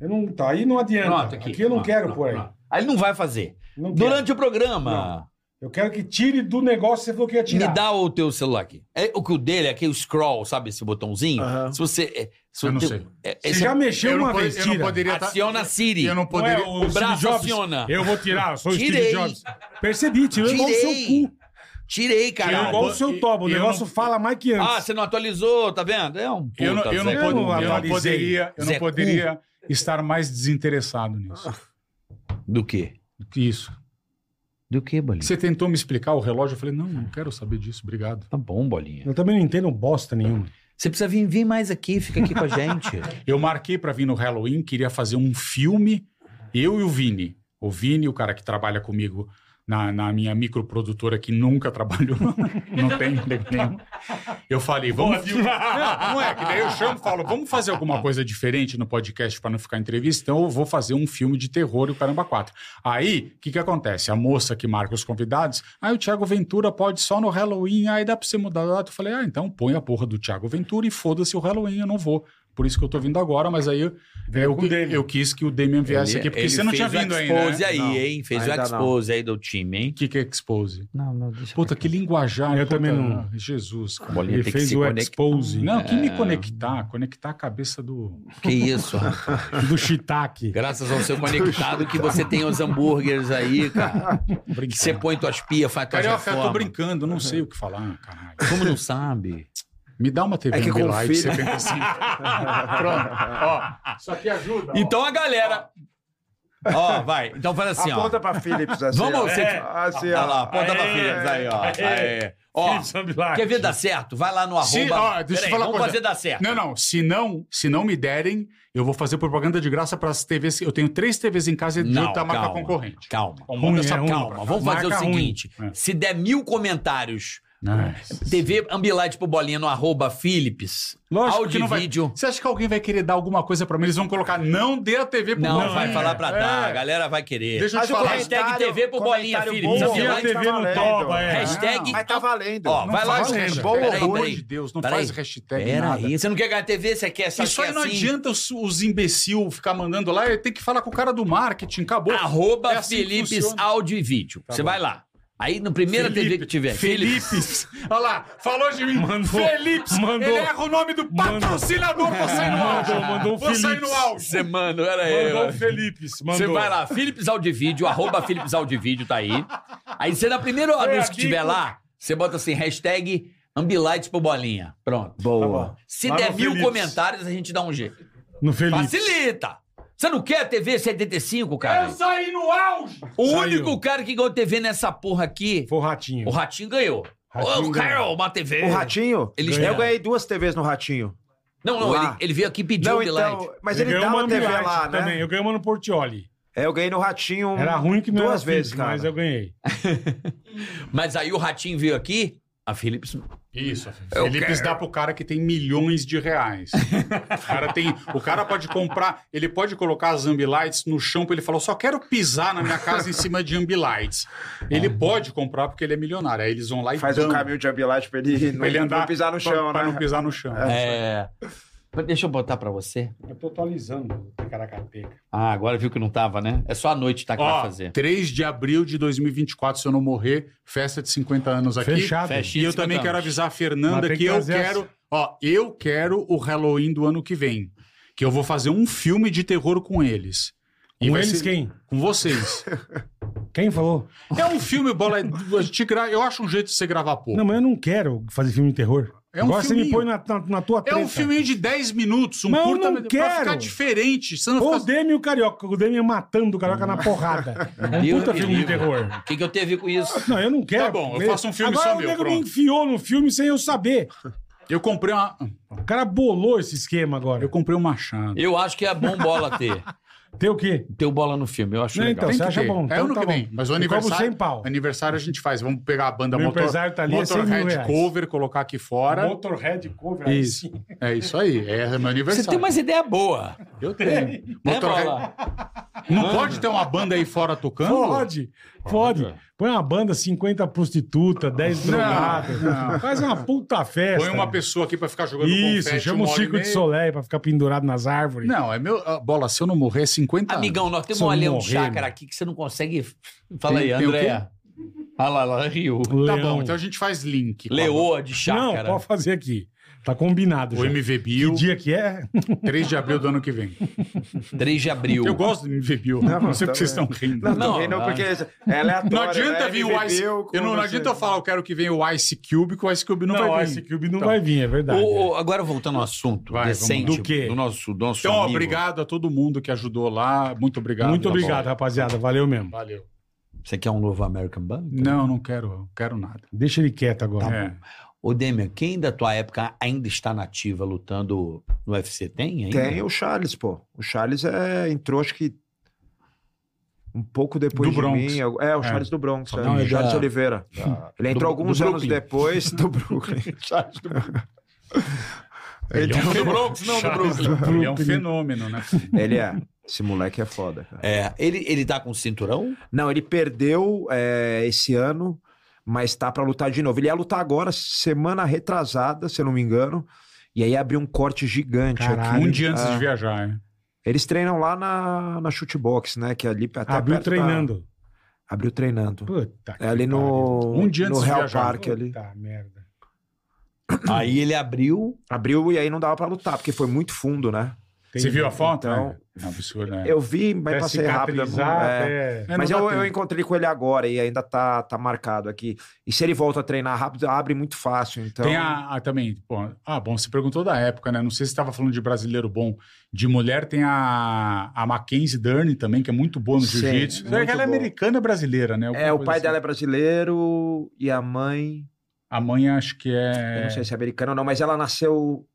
Speaker 15: Eu não, tá, aí não adianta.
Speaker 6: Pronto,
Speaker 15: aqui.
Speaker 6: aqui.
Speaker 15: eu não
Speaker 6: Pronto,
Speaker 15: quero
Speaker 6: pronto,
Speaker 15: pôr aí.
Speaker 6: pronto. Aí não vai fazer.
Speaker 15: Não quero.
Speaker 6: Durante o programa,
Speaker 15: Eu quero que tire do negócio que você falou que ia tirar.
Speaker 6: me dá o teu celular aqui. É, o que o dele é aquele scroll, sabe esse botãozinho?
Speaker 2: Aham.
Speaker 6: Se você. é, se
Speaker 5: Eu
Speaker 6: o
Speaker 5: não
Speaker 6: teu-
Speaker 5: sei.
Speaker 6: é,
Speaker 15: Você
Speaker 6: esse
Speaker 15: já mexeu
Speaker 5: Eu não,
Speaker 15: uma
Speaker 5: pod-
Speaker 15: vez,
Speaker 5: eu não
Speaker 15: tira.
Speaker 5: poderia estar.
Speaker 6: Aciona a Siri.
Speaker 5: Eu não
Speaker 15: Não é
Speaker 5: poderia.
Speaker 6: o braço
Speaker 15: Steve Jobs.
Speaker 6: aciona.
Speaker 15: Eu vou tirar, eu sou o Steve
Speaker 6: Tirei.
Speaker 15: Jobs. Percebi, tirou igual o seu
Speaker 6: Tirei.
Speaker 15: cu.
Speaker 6: Tirei,
Speaker 15: Tirou
Speaker 6: caralho.
Speaker 15: igual o seu tobo. O
Speaker 5: eu
Speaker 15: negócio
Speaker 5: não-
Speaker 15: fala mais que antes.
Speaker 6: Ah, você não atualizou, tá vendo? É um puta,
Speaker 5: Eu não, eu não
Speaker 6: Zé.
Speaker 5: pod-
Speaker 15: Eu não
Speaker 5: eu não
Speaker 15: analisei.
Speaker 5: poderia, eu
Speaker 6: Zé
Speaker 5: não
Speaker 6: Cu.
Speaker 5: poderia estar mais desinteressado nisso.
Speaker 6: Do quê?
Speaker 5: do que Isso.
Speaker 6: Do quê, Bolinha?
Speaker 5: Você tentou me explicar o relógio, eu falei, não, não quero saber disso, obrigado.
Speaker 6: Tá bom, Bolinha.
Speaker 15: Eu também não entendo bosta nenhuma.
Speaker 6: Você precisa vir, vir mais aqui, fica aqui com a gente.
Speaker 5: Eu marquei pra vir no Halloween, queria fazer um filme, eu e o Vini. O Vini, o cara que trabalha comigo na, na minha microprodutora, que nunca trabalhou, não tem emprego nenhum. Eu falei, vamos. Não, não é, que daí eu chamo e falo, vamos fazer alguma coisa diferente no podcast pra não ficar entrevista, então eu vou fazer um filme de terror e o Caramba 4. Aí, o que que acontece? A moça que marca os convidados, aí o Thiago Ventura pode só no Halloween, aí dá pra você mudar a data. Eu falei, ah, então põe a porra do Thiago Ventura e foda-se o Halloween, eu não vou. Por isso que eu tô vindo agora, mas aí eu, eu,
Speaker 15: com o Demian.
Speaker 5: eu quis que o Demian viesse aqui, porque
Speaker 6: Ele
Speaker 5: você não tinha
Speaker 6: fez
Speaker 5: vindo né?
Speaker 6: o
Speaker 5: ainda. O
Speaker 6: expose aí,
Speaker 2: Não,
Speaker 6: hein? Fez o
Speaker 2: ainda não.
Speaker 6: expose aí do time, hein?
Speaker 5: O que, que é expose?
Speaker 6: Não, não, deixa
Speaker 5: Puta, que linguajar.
Speaker 15: Eu
Speaker 5: puta,
Speaker 15: também não-
Speaker 5: né? Jesus, cara.
Speaker 6: Bolinha
Speaker 15: Ele
Speaker 6: tem
Speaker 15: fez
Speaker 6: que se
Speaker 15: o
Speaker 6: conectar. É.
Speaker 15: expose
Speaker 5: Não, que me conectar, conectar a cabeça do.
Speaker 6: Que isso, rapaz.
Speaker 15: do shiitake.
Speaker 6: Graças ao seu conectado que você tem os hambúrgueres aí, cara. Que você
Speaker 5: Brincar.
Speaker 6: põe tuas pias, faz tuas
Speaker 5: Carioca, eu
Speaker 6: reformas.
Speaker 5: tô brincando, eu não sei o que falar, caralho.
Speaker 6: Como não sabe?
Speaker 5: Me dá uma TV
Speaker 2: É que com
Speaker 5: Ambilight
Speaker 2: filho-
Speaker 5: 75. Pronto. Ó, isso aqui ajuda. ó.
Speaker 6: Então a galera... Ó, vai. Então faz assim, ó.
Speaker 2: Aponta pra Philips assim.
Speaker 6: Vamos,
Speaker 2: ó.
Speaker 6: você-
Speaker 2: É, assim,
Speaker 6: Olha
Speaker 2: ó.
Speaker 6: lá, aponta pra
Speaker 15: Aê,
Speaker 6: Philips aí, ó.
Speaker 15: aê.
Speaker 6: Aê. Ó,
Speaker 8: é um
Speaker 6: quer ver dar certo? Vai lá no arroba.
Speaker 5: Se- ó, deixa eu falar
Speaker 6: vamos
Speaker 5: uma coisa.
Speaker 6: fazer dar certo.
Speaker 5: Não, não. Se não, se não me derem, eu vou fazer propaganda de graça para as TVs. Eu tenho três TVs em casa e de
Speaker 6: Não,
Speaker 5: outra marca
Speaker 6: calma,
Speaker 5: tá concorrente.
Speaker 6: Calma.
Speaker 5: Então,
Speaker 15: Ruim,
Speaker 5: manda essa
Speaker 15: é ruim.
Speaker 5: calma.
Speaker 6: Calma, vamos fazer o
Speaker 15: Marca ruim.
Speaker 6: seguinte:
Speaker 5: É.
Speaker 6: se der mil comentários,
Speaker 5: Nice.
Speaker 6: TV Ambilight pro Bolinha no arroba Philips,
Speaker 5: Lógico
Speaker 6: áudio
Speaker 5: que
Speaker 6: e
Speaker 5: não vai.
Speaker 6: vídeo.
Speaker 5: Você acha que alguém vai querer dar alguma coisa pra mim? Eles vão colocar não dê a TV pro
Speaker 6: Não,
Speaker 5: Bolinha.
Speaker 6: vai falar pra
Speaker 5: É.
Speaker 6: dar, a galera vai querer.
Speaker 5: Deixa eu te
Speaker 2: Mas o
Speaker 5: falar.
Speaker 2: um comentário-
Speaker 6: Hashtag TV pro Bolinha,
Speaker 2: comentário
Speaker 6: Philips.
Speaker 2: bom,
Speaker 6: Ambilight
Speaker 2: tá
Speaker 15: TV no
Speaker 2: valendo.
Speaker 15: toba, é.
Speaker 6: Hashtag-
Speaker 2: Mas tá valendo.
Speaker 6: Ó,
Speaker 5: Não
Speaker 6: vai lá,
Speaker 5: faz
Speaker 6: escreve.
Speaker 5: hashtag,
Speaker 6: Peraí,
Speaker 5: pelo amor
Speaker 6: peraí.
Speaker 5: de Deus, não
Speaker 6: Peraí.
Speaker 5: faz hashtag
Speaker 6: Pera
Speaker 5: nada.
Speaker 6: aí, você não quer ganhar TV, você quer só
Speaker 5: Isso
Speaker 6: quer
Speaker 5: aí não
Speaker 6: assim?
Speaker 5: adianta os, os imbecil ficar mandando lá, ele tem que falar com o cara do marketing, acabou.
Speaker 6: Arroba
Speaker 5: É assim que
Speaker 6: Philips
Speaker 5: funciona.
Speaker 6: áudio e vídeo. você vai lá. Aí na primeira TV que tiver.
Speaker 5: Felipe. Olha lá, falou de mim.
Speaker 15: Mandou,
Speaker 5: Felipe.
Speaker 15: mandou.
Speaker 5: ele erra o nome do patrocinador. Vou sair no áudio.
Speaker 15: Mandou, mandou um
Speaker 5: Vou sair no
Speaker 15: Philips.
Speaker 5: áudio.
Speaker 6: Você manda, era
Speaker 15: Mandou
Speaker 6: eu.
Speaker 15: o Felipe.
Speaker 6: Você vai lá, Philips Audivídeo, arroba Philips Audivídeo, tá aí. Aí você, na primeira anúncio que tiver lá, você bota assim, hashtag Ambilight pro Bolinha. Pronto.
Speaker 2: Boa.
Speaker 6: Se
Speaker 15: Lá
Speaker 6: der
Speaker 15: no
Speaker 6: mil
Speaker 15: Philips.
Speaker 6: comentários, a gente dá um jeito.
Speaker 15: No Felipe.
Speaker 6: Facilita! Você não quer TV 75, cara?
Speaker 5: Eu saí no auge.
Speaker 6: O
Speaker 15: Saiu.
Speaker 6: único cara que ganhou TV nessa porra aqui,
Speaker 15: Foi o Ratinho.
Speaker 6: o Ratinho ganhou.
Speaker 15: Ratinho
Speaker 6: Ô, Carol, uma TV.
Speaker 2: É. O Ratinho?
Speaker 6: Ele
Speaker 2: eu
Speaker 6: ganhou.
Speaker 2: ganhei duas TVs no Ratinho.
Speaker 6: Não, não,
Speaker 2: Lá.
Speaker 6: ele, ele veio aqui pedir
Speaker 2: Não,
Speaker 6: Ambilight.
Speaker 2: então. Mas
Speaker 15: Eu
Speaker 2: ele
Speaker 15: ganhei
Speaker 2: dá uma TV
Speaker 15: Ambilight
Speaker 2: lá, né?
Speaker 15: Também. Eu ganhei uma no Portioli.
Speaker 2: É, eu ganhei no Ratinho
Speaker 6: Hum,
Speaker 15: Era ruim que não
Speaker 2: duas
Speaker 15: era Philips,
Speaker 2: vezes, cara.
Speaker 15: mas eu ganhei.
Speaker 6: Mas aí o Ratinho veio aqui A Philips.
Speaker 5: Isso.
Speaker 2: É,
Speaker 6: Eu
Speaker 5: Philips
Speaker 6: quero.
Speaker 5: dá pro cara que tem milhões de reais. o, cara tem, o cara pode comprar, ele pode colocar as Ambilights no chão pra ele falar, "Eu só quero pisar na minha casa em cima de Ambilights. Ele pode comprar porque ele é milionário. Aí eles vão lá e
Speaker 2: É. Faz um caminho de ambilagem pra ele, não,
Speaker 5: Pra ele andar,
Speaker 2: não pisar no
Speaker 5: pra-
Speaker 2: chão,
Speaker 5: pra
Speaker 2: né?
Speaker 5: não pisar no chão.
Speaker 6: É. Deixa eu botar pra você.
Speaker 4: Eu tô atualizando o Tá Caracateca.
Speaker 6: Ah, agora viu que não tava, né? É só a noite tá que vai
Speaker 5: Ó,
Speaker 6: fazer.
Speaker 5: 3 de abril de 2024, se eu não morrer, festa de 50 anos aqui.
Speaker 4: Fechado.
Speaker 5: E
Speaker 6: Festinha
Speaker 5: eu
Speaker 6: de 50
Speaker 5: também quero
Speaker 6: anos.
Speaker 5: avisar a
Speaker 4: Mas
Speaker 5: Fernanda
Speaker 4: tem
Speaker 5: que,
Speaker 4: que
Speaker 5: eu
Speaker 4: trazer
Speaker 5: quero. Ó, eu quero o Halloween do ano que vem. Que eu vou fazer um filme de terror com eles. E
Speaker 4: Com
Speaker 5: vai
Speaker 4: eles
Speaker 5: ser-
Speaker 4: quem?
Speaker 5: Com vocês.
Speaker 4: Quem falou?
Speaker 5: É um filme, bola. a gente gra- Eu acho um jeito de você gravar pouco.
Speaker 4: Não, mas eu não quero fazer filme de terror.
Speaker 5: É um
Speaker 4: Agora você me
Speaker 5: filminho.
Speaker 4: põe na, na, na tua
Speaker 5: é
Speaker 4: treta.
Speaker 5: um filminho de 10 minutos, um
Speaker 4: Mas eu
Speaker 5: curta
Speaker 4: não
Speaker 5: pra ficar
Speaker 4: quero.
Speaker 5: diferente. Você não
Speaker 4: Ou
Speaker 5: fica-
Speaker 4: o Demi e o Carioca. O Demi é matando o Carioca na porrada. É um
Speaker 6: Hum. Deus
Speaker 4: puta
Speaker 6: me
Speaker 4: filme de
Speaker 6: livre.
Speaker 4: terror.
Speaker 6: O que, que eu tenho a ver com isso?
Speaker 4: Não, eu não quero.
Speaker 5: Tá bom, eu faço um filme
Speaker 4: Agora
Speaker 5: só
Speaker 4: o
Speaker 5: meu,
Speaker 4: nego me
Speaker 5: pronto.
Speaker 4: enfiou no filme sem eu saber.
Speaker 5: Eu comprei uma.
Speaker 4: O cara bolou esse esquema agora.
Speaker 5: Eu comprei um machado.
Speaker 6: Eu acho que é bom bola ter.
Speaker 4: Tem o quê?
Speaker 6: Ter o bola no filme, eu acho
Speaker 4: Não,
Speaker 6: legal.
Speaker 4: então,
Speaker 5: Tem
Speaker 4: você
Speaker 5: que
Speaker 4: acha
Speaker 5: ter.
Speaker 4: bom.
Speaker 5: É
Speaker 4: então
Speaker 5: ano
Speaker 4: tá
Speaker 5: que
Speaker 4: bom.
Speaker 5: vem. Mas o
Speaker 4: Eu
Speaker 5: aniversário.
Speaker 4: cobro 100 pau.
Speaker 5: Aniversário a gente faz. Vamos pegar a banda
Speaker 4: Meu
Speaker 5: Motor,
Speaker 4: empresário tá ali, é 100 mil
Speaker 5: Motorhead
Speaker 4: reais.
Speaker 5: Cover, colocar aqui fora.
Speaker 4: Motorhead cover.
Speaker 5: Isso. É isso aí. É meu aniversário.
Speaker 6: Você tem umas ideias boas.
Speaker 5: Eu tenho.
Speaker 6: Né,
Speaker 5: Motorhead-
Speaker 6: bola?
Speaker 5: Não pode ter uma banda aí fora tocando?
Speaker 4: Ah. Pode, pode. Põe uma banda, 50 prostituta, 10
Speaker 5: Não,
Speaker 4: drogadas.
Speaker 5: não.
Speaker 4: Faz uma puta festa.
Speaker 5: Põe uma pessoa aqui pra ficar jogando
Speaker 4: Isso,
Speaker 5: confete,
Speaker 4: chama o
Speaker 5: uma hora e
Speaker 4: Circo de
Speaker 5: meia.
Speaker 4: Soleil pra ficar pendurado nas árvores.
Speaker 5: Não, é meu. ah, Bola, se eu não morrer, é 50 anos.
Speaker 6: Amigão, nós temos
Speaker 4: Se eu
Speaker 6: um leão
Speaker 4: morrer,
Speaker 6: chácara
Speaker 4: mano.
Speaker 6: aqui que você não consegue. Fala
Speaker 5: Tem-
Speaker 6: aí,
Speaker 5: tem o
Speaker 6: André. Olha lá, lá, Rio.
Speaker 5: Tá
Speaker 4: Leão.
Speaker 5: bom, então a gente faz link. com a-
Speaker 6: Leoa de
Speaker 4: Não,
Speaker 6: chácara.
Speaker 4: pode fazer aqui. Tá combinado.
Speaker 5: O
Speaker 4: já. Que
Speaker 5: MV Bill,
Speaker 4: dia que é?
Speaker 5: 3 de abril do ano que vem.
Speaker 6: 3 de abril.
Speaker 5: Eu gosto do MV Bill. Não, sei porque vocês estão rindo.
Speaker 2: Não,
Speaker 6: Não,
Speaker 2: não, não,
Speaker 6: não.
Speaker 2: porque é aleatório.
Speaker 5: Não adianta
Speaker 2: né?
Speaker 5: vir
Speaker 2: Ele
Speaker 5: o Ice.
Speaker 2: bebeu com
Speaker 5: Eu não, não
Speaker 2: você.
Speaker 5: adianta eu falar, eu quero que venha o Ice Cube, que o Ice Cube não, vai
Speaker 4: o
Speaker 5: vir.
Speaker 4: Ice Cube não
Speaker 5: Então.
Speaker 4: vai vir, é verdade.
Speaker 6: Ô, ô, agora voltando ao assunto
Speaker 5: Vai, vamos lá.
Speaker 6: decente
Speaker 4: Do quê?
Speaker 6: do nosso, do nosso
Speaker 5: Então,
Speaker 6: amigo.
Speaker 5: obrigado a todo mundo que ajudou lá. Muito obrigado.
Speaker 4: Muito
Speaker 5: Tá bom.
Speaker 4: obrigado, rapaziada. Valeu mesmo.
Speaker 5: Valeu.
Speaker 6: Você quer um novo American Bank?
Speaker 5: Não, não quero, não quero nada.
Speaker 4: Deixa ele quieto agora.
Speaker 5: É.
Speaker 6: Ô, Demian, quem da tua época ainda está nativa lutando no UFC? Tem ainda?
Speaker 2: Tem o Charles, pô. O Charles é, entrou, acho que um pouco depois
Speaker 5: Do Bronx.
Speaker 2: de mim. eu- É, o Charles do Bronx. é.
Speaker 6: Não, é
Speaker 2: o Charles
Speaker 6: da-
Speaker 2: Oliveira. Ele entrou
Speaker 6: do
Speaker 2: alguns anos
Speaker 6: Brooklyn.
Speaker 2: depois do Brooklyn. Charles do Brooklyn.
Speaker 4: é
Speaker 2: Ele,
Speaker 4: um
Speaker 5: do Bronx, não, do Bronx. Ele é um fenômeno, né?
Speaker 2: ele é. Esse moleque é foda, cara.
Speaker 6: É, ele, ele tá com cinturão?
Speaker 2: Não, ele perdeu é, esse ano, mas tá pra lutar de novo. Ele ia lutar agora, semana retrasada, se eu não me engano. E aí abriu um corte gigante
Speaker 4: Caralho.
Speaker 2: aqui.
Speaker 5: Um dia antes
Speaker 2: Ah.
Speaker 5: de viajar, hein?
Speaker 2: Eles treinam lá na, na shootbox, né? Que é ali até
Speaker 4: Abriu
Speaker 2: perto da-
Speaker 4: treinando.
Speaker 2: Abriu treinando.
Speaker 4: Puta que
Speaker 2: É ali no,
Speaker 5: Um dia
Speaker 2: no
Speaker 5: antes de
Speaker 2: Real
Speaker 5: viajar.
Speaker 2: Park
Speaker 4: pariu.
Speaker 2: ali.
Speaker 4: Puta merda.
Speaker 6: Aí ele abriu.
Speaker 2: Abriu e aí não dava pra lutar, porque foi muito fundo, né?
Speaker 5: Você viu a foto?
Speaker 2: Então-
Speaker 5: É um absurdo, né?
Speaker 2: Eu vi, mas
Speaker 4: Até
Speaker 2: passei rápido.
Speaker 4: cicatrizar,
Speaker 2: é.
Speaker 4: até-
Speaker 5: É,
Speaker 2: Mas
Speaker 5: não dá
Speaker 2: eu, eu
Speaker 5: tempo.
Speaker 2: encontrei com ele agora e ainda tá, tá marcado aqui. E se ele volta a treinar rápido, abre muito fácil. Então,
Speaker 5: Tem a, a também. pô, ah, bom, você perguntou da época, né? Não sei se você estava falando de brasileiro bom. De mulher tem a, a Mackenzie Durney também, que é muito boa no
Speaker 2: Sim,
Speaker 5: jiu-jitsu.
Speaker 2: muito
Speaker 5: Ela é
Speaker 2: boa.
Speaker 5: americana e brasileira, né? Alguma
Speaker 2: é, o
Speaker 5: coisa
Speaker 2: pai
Speaker 5: assim.
Speaker 2: dela é brasileiro e a mãe,
Speaker 5: A mãe acho que
Speaker 2: eu
Speaker 5: é.
Speaker 2: não sei se é americana ou não, mas ela nasceu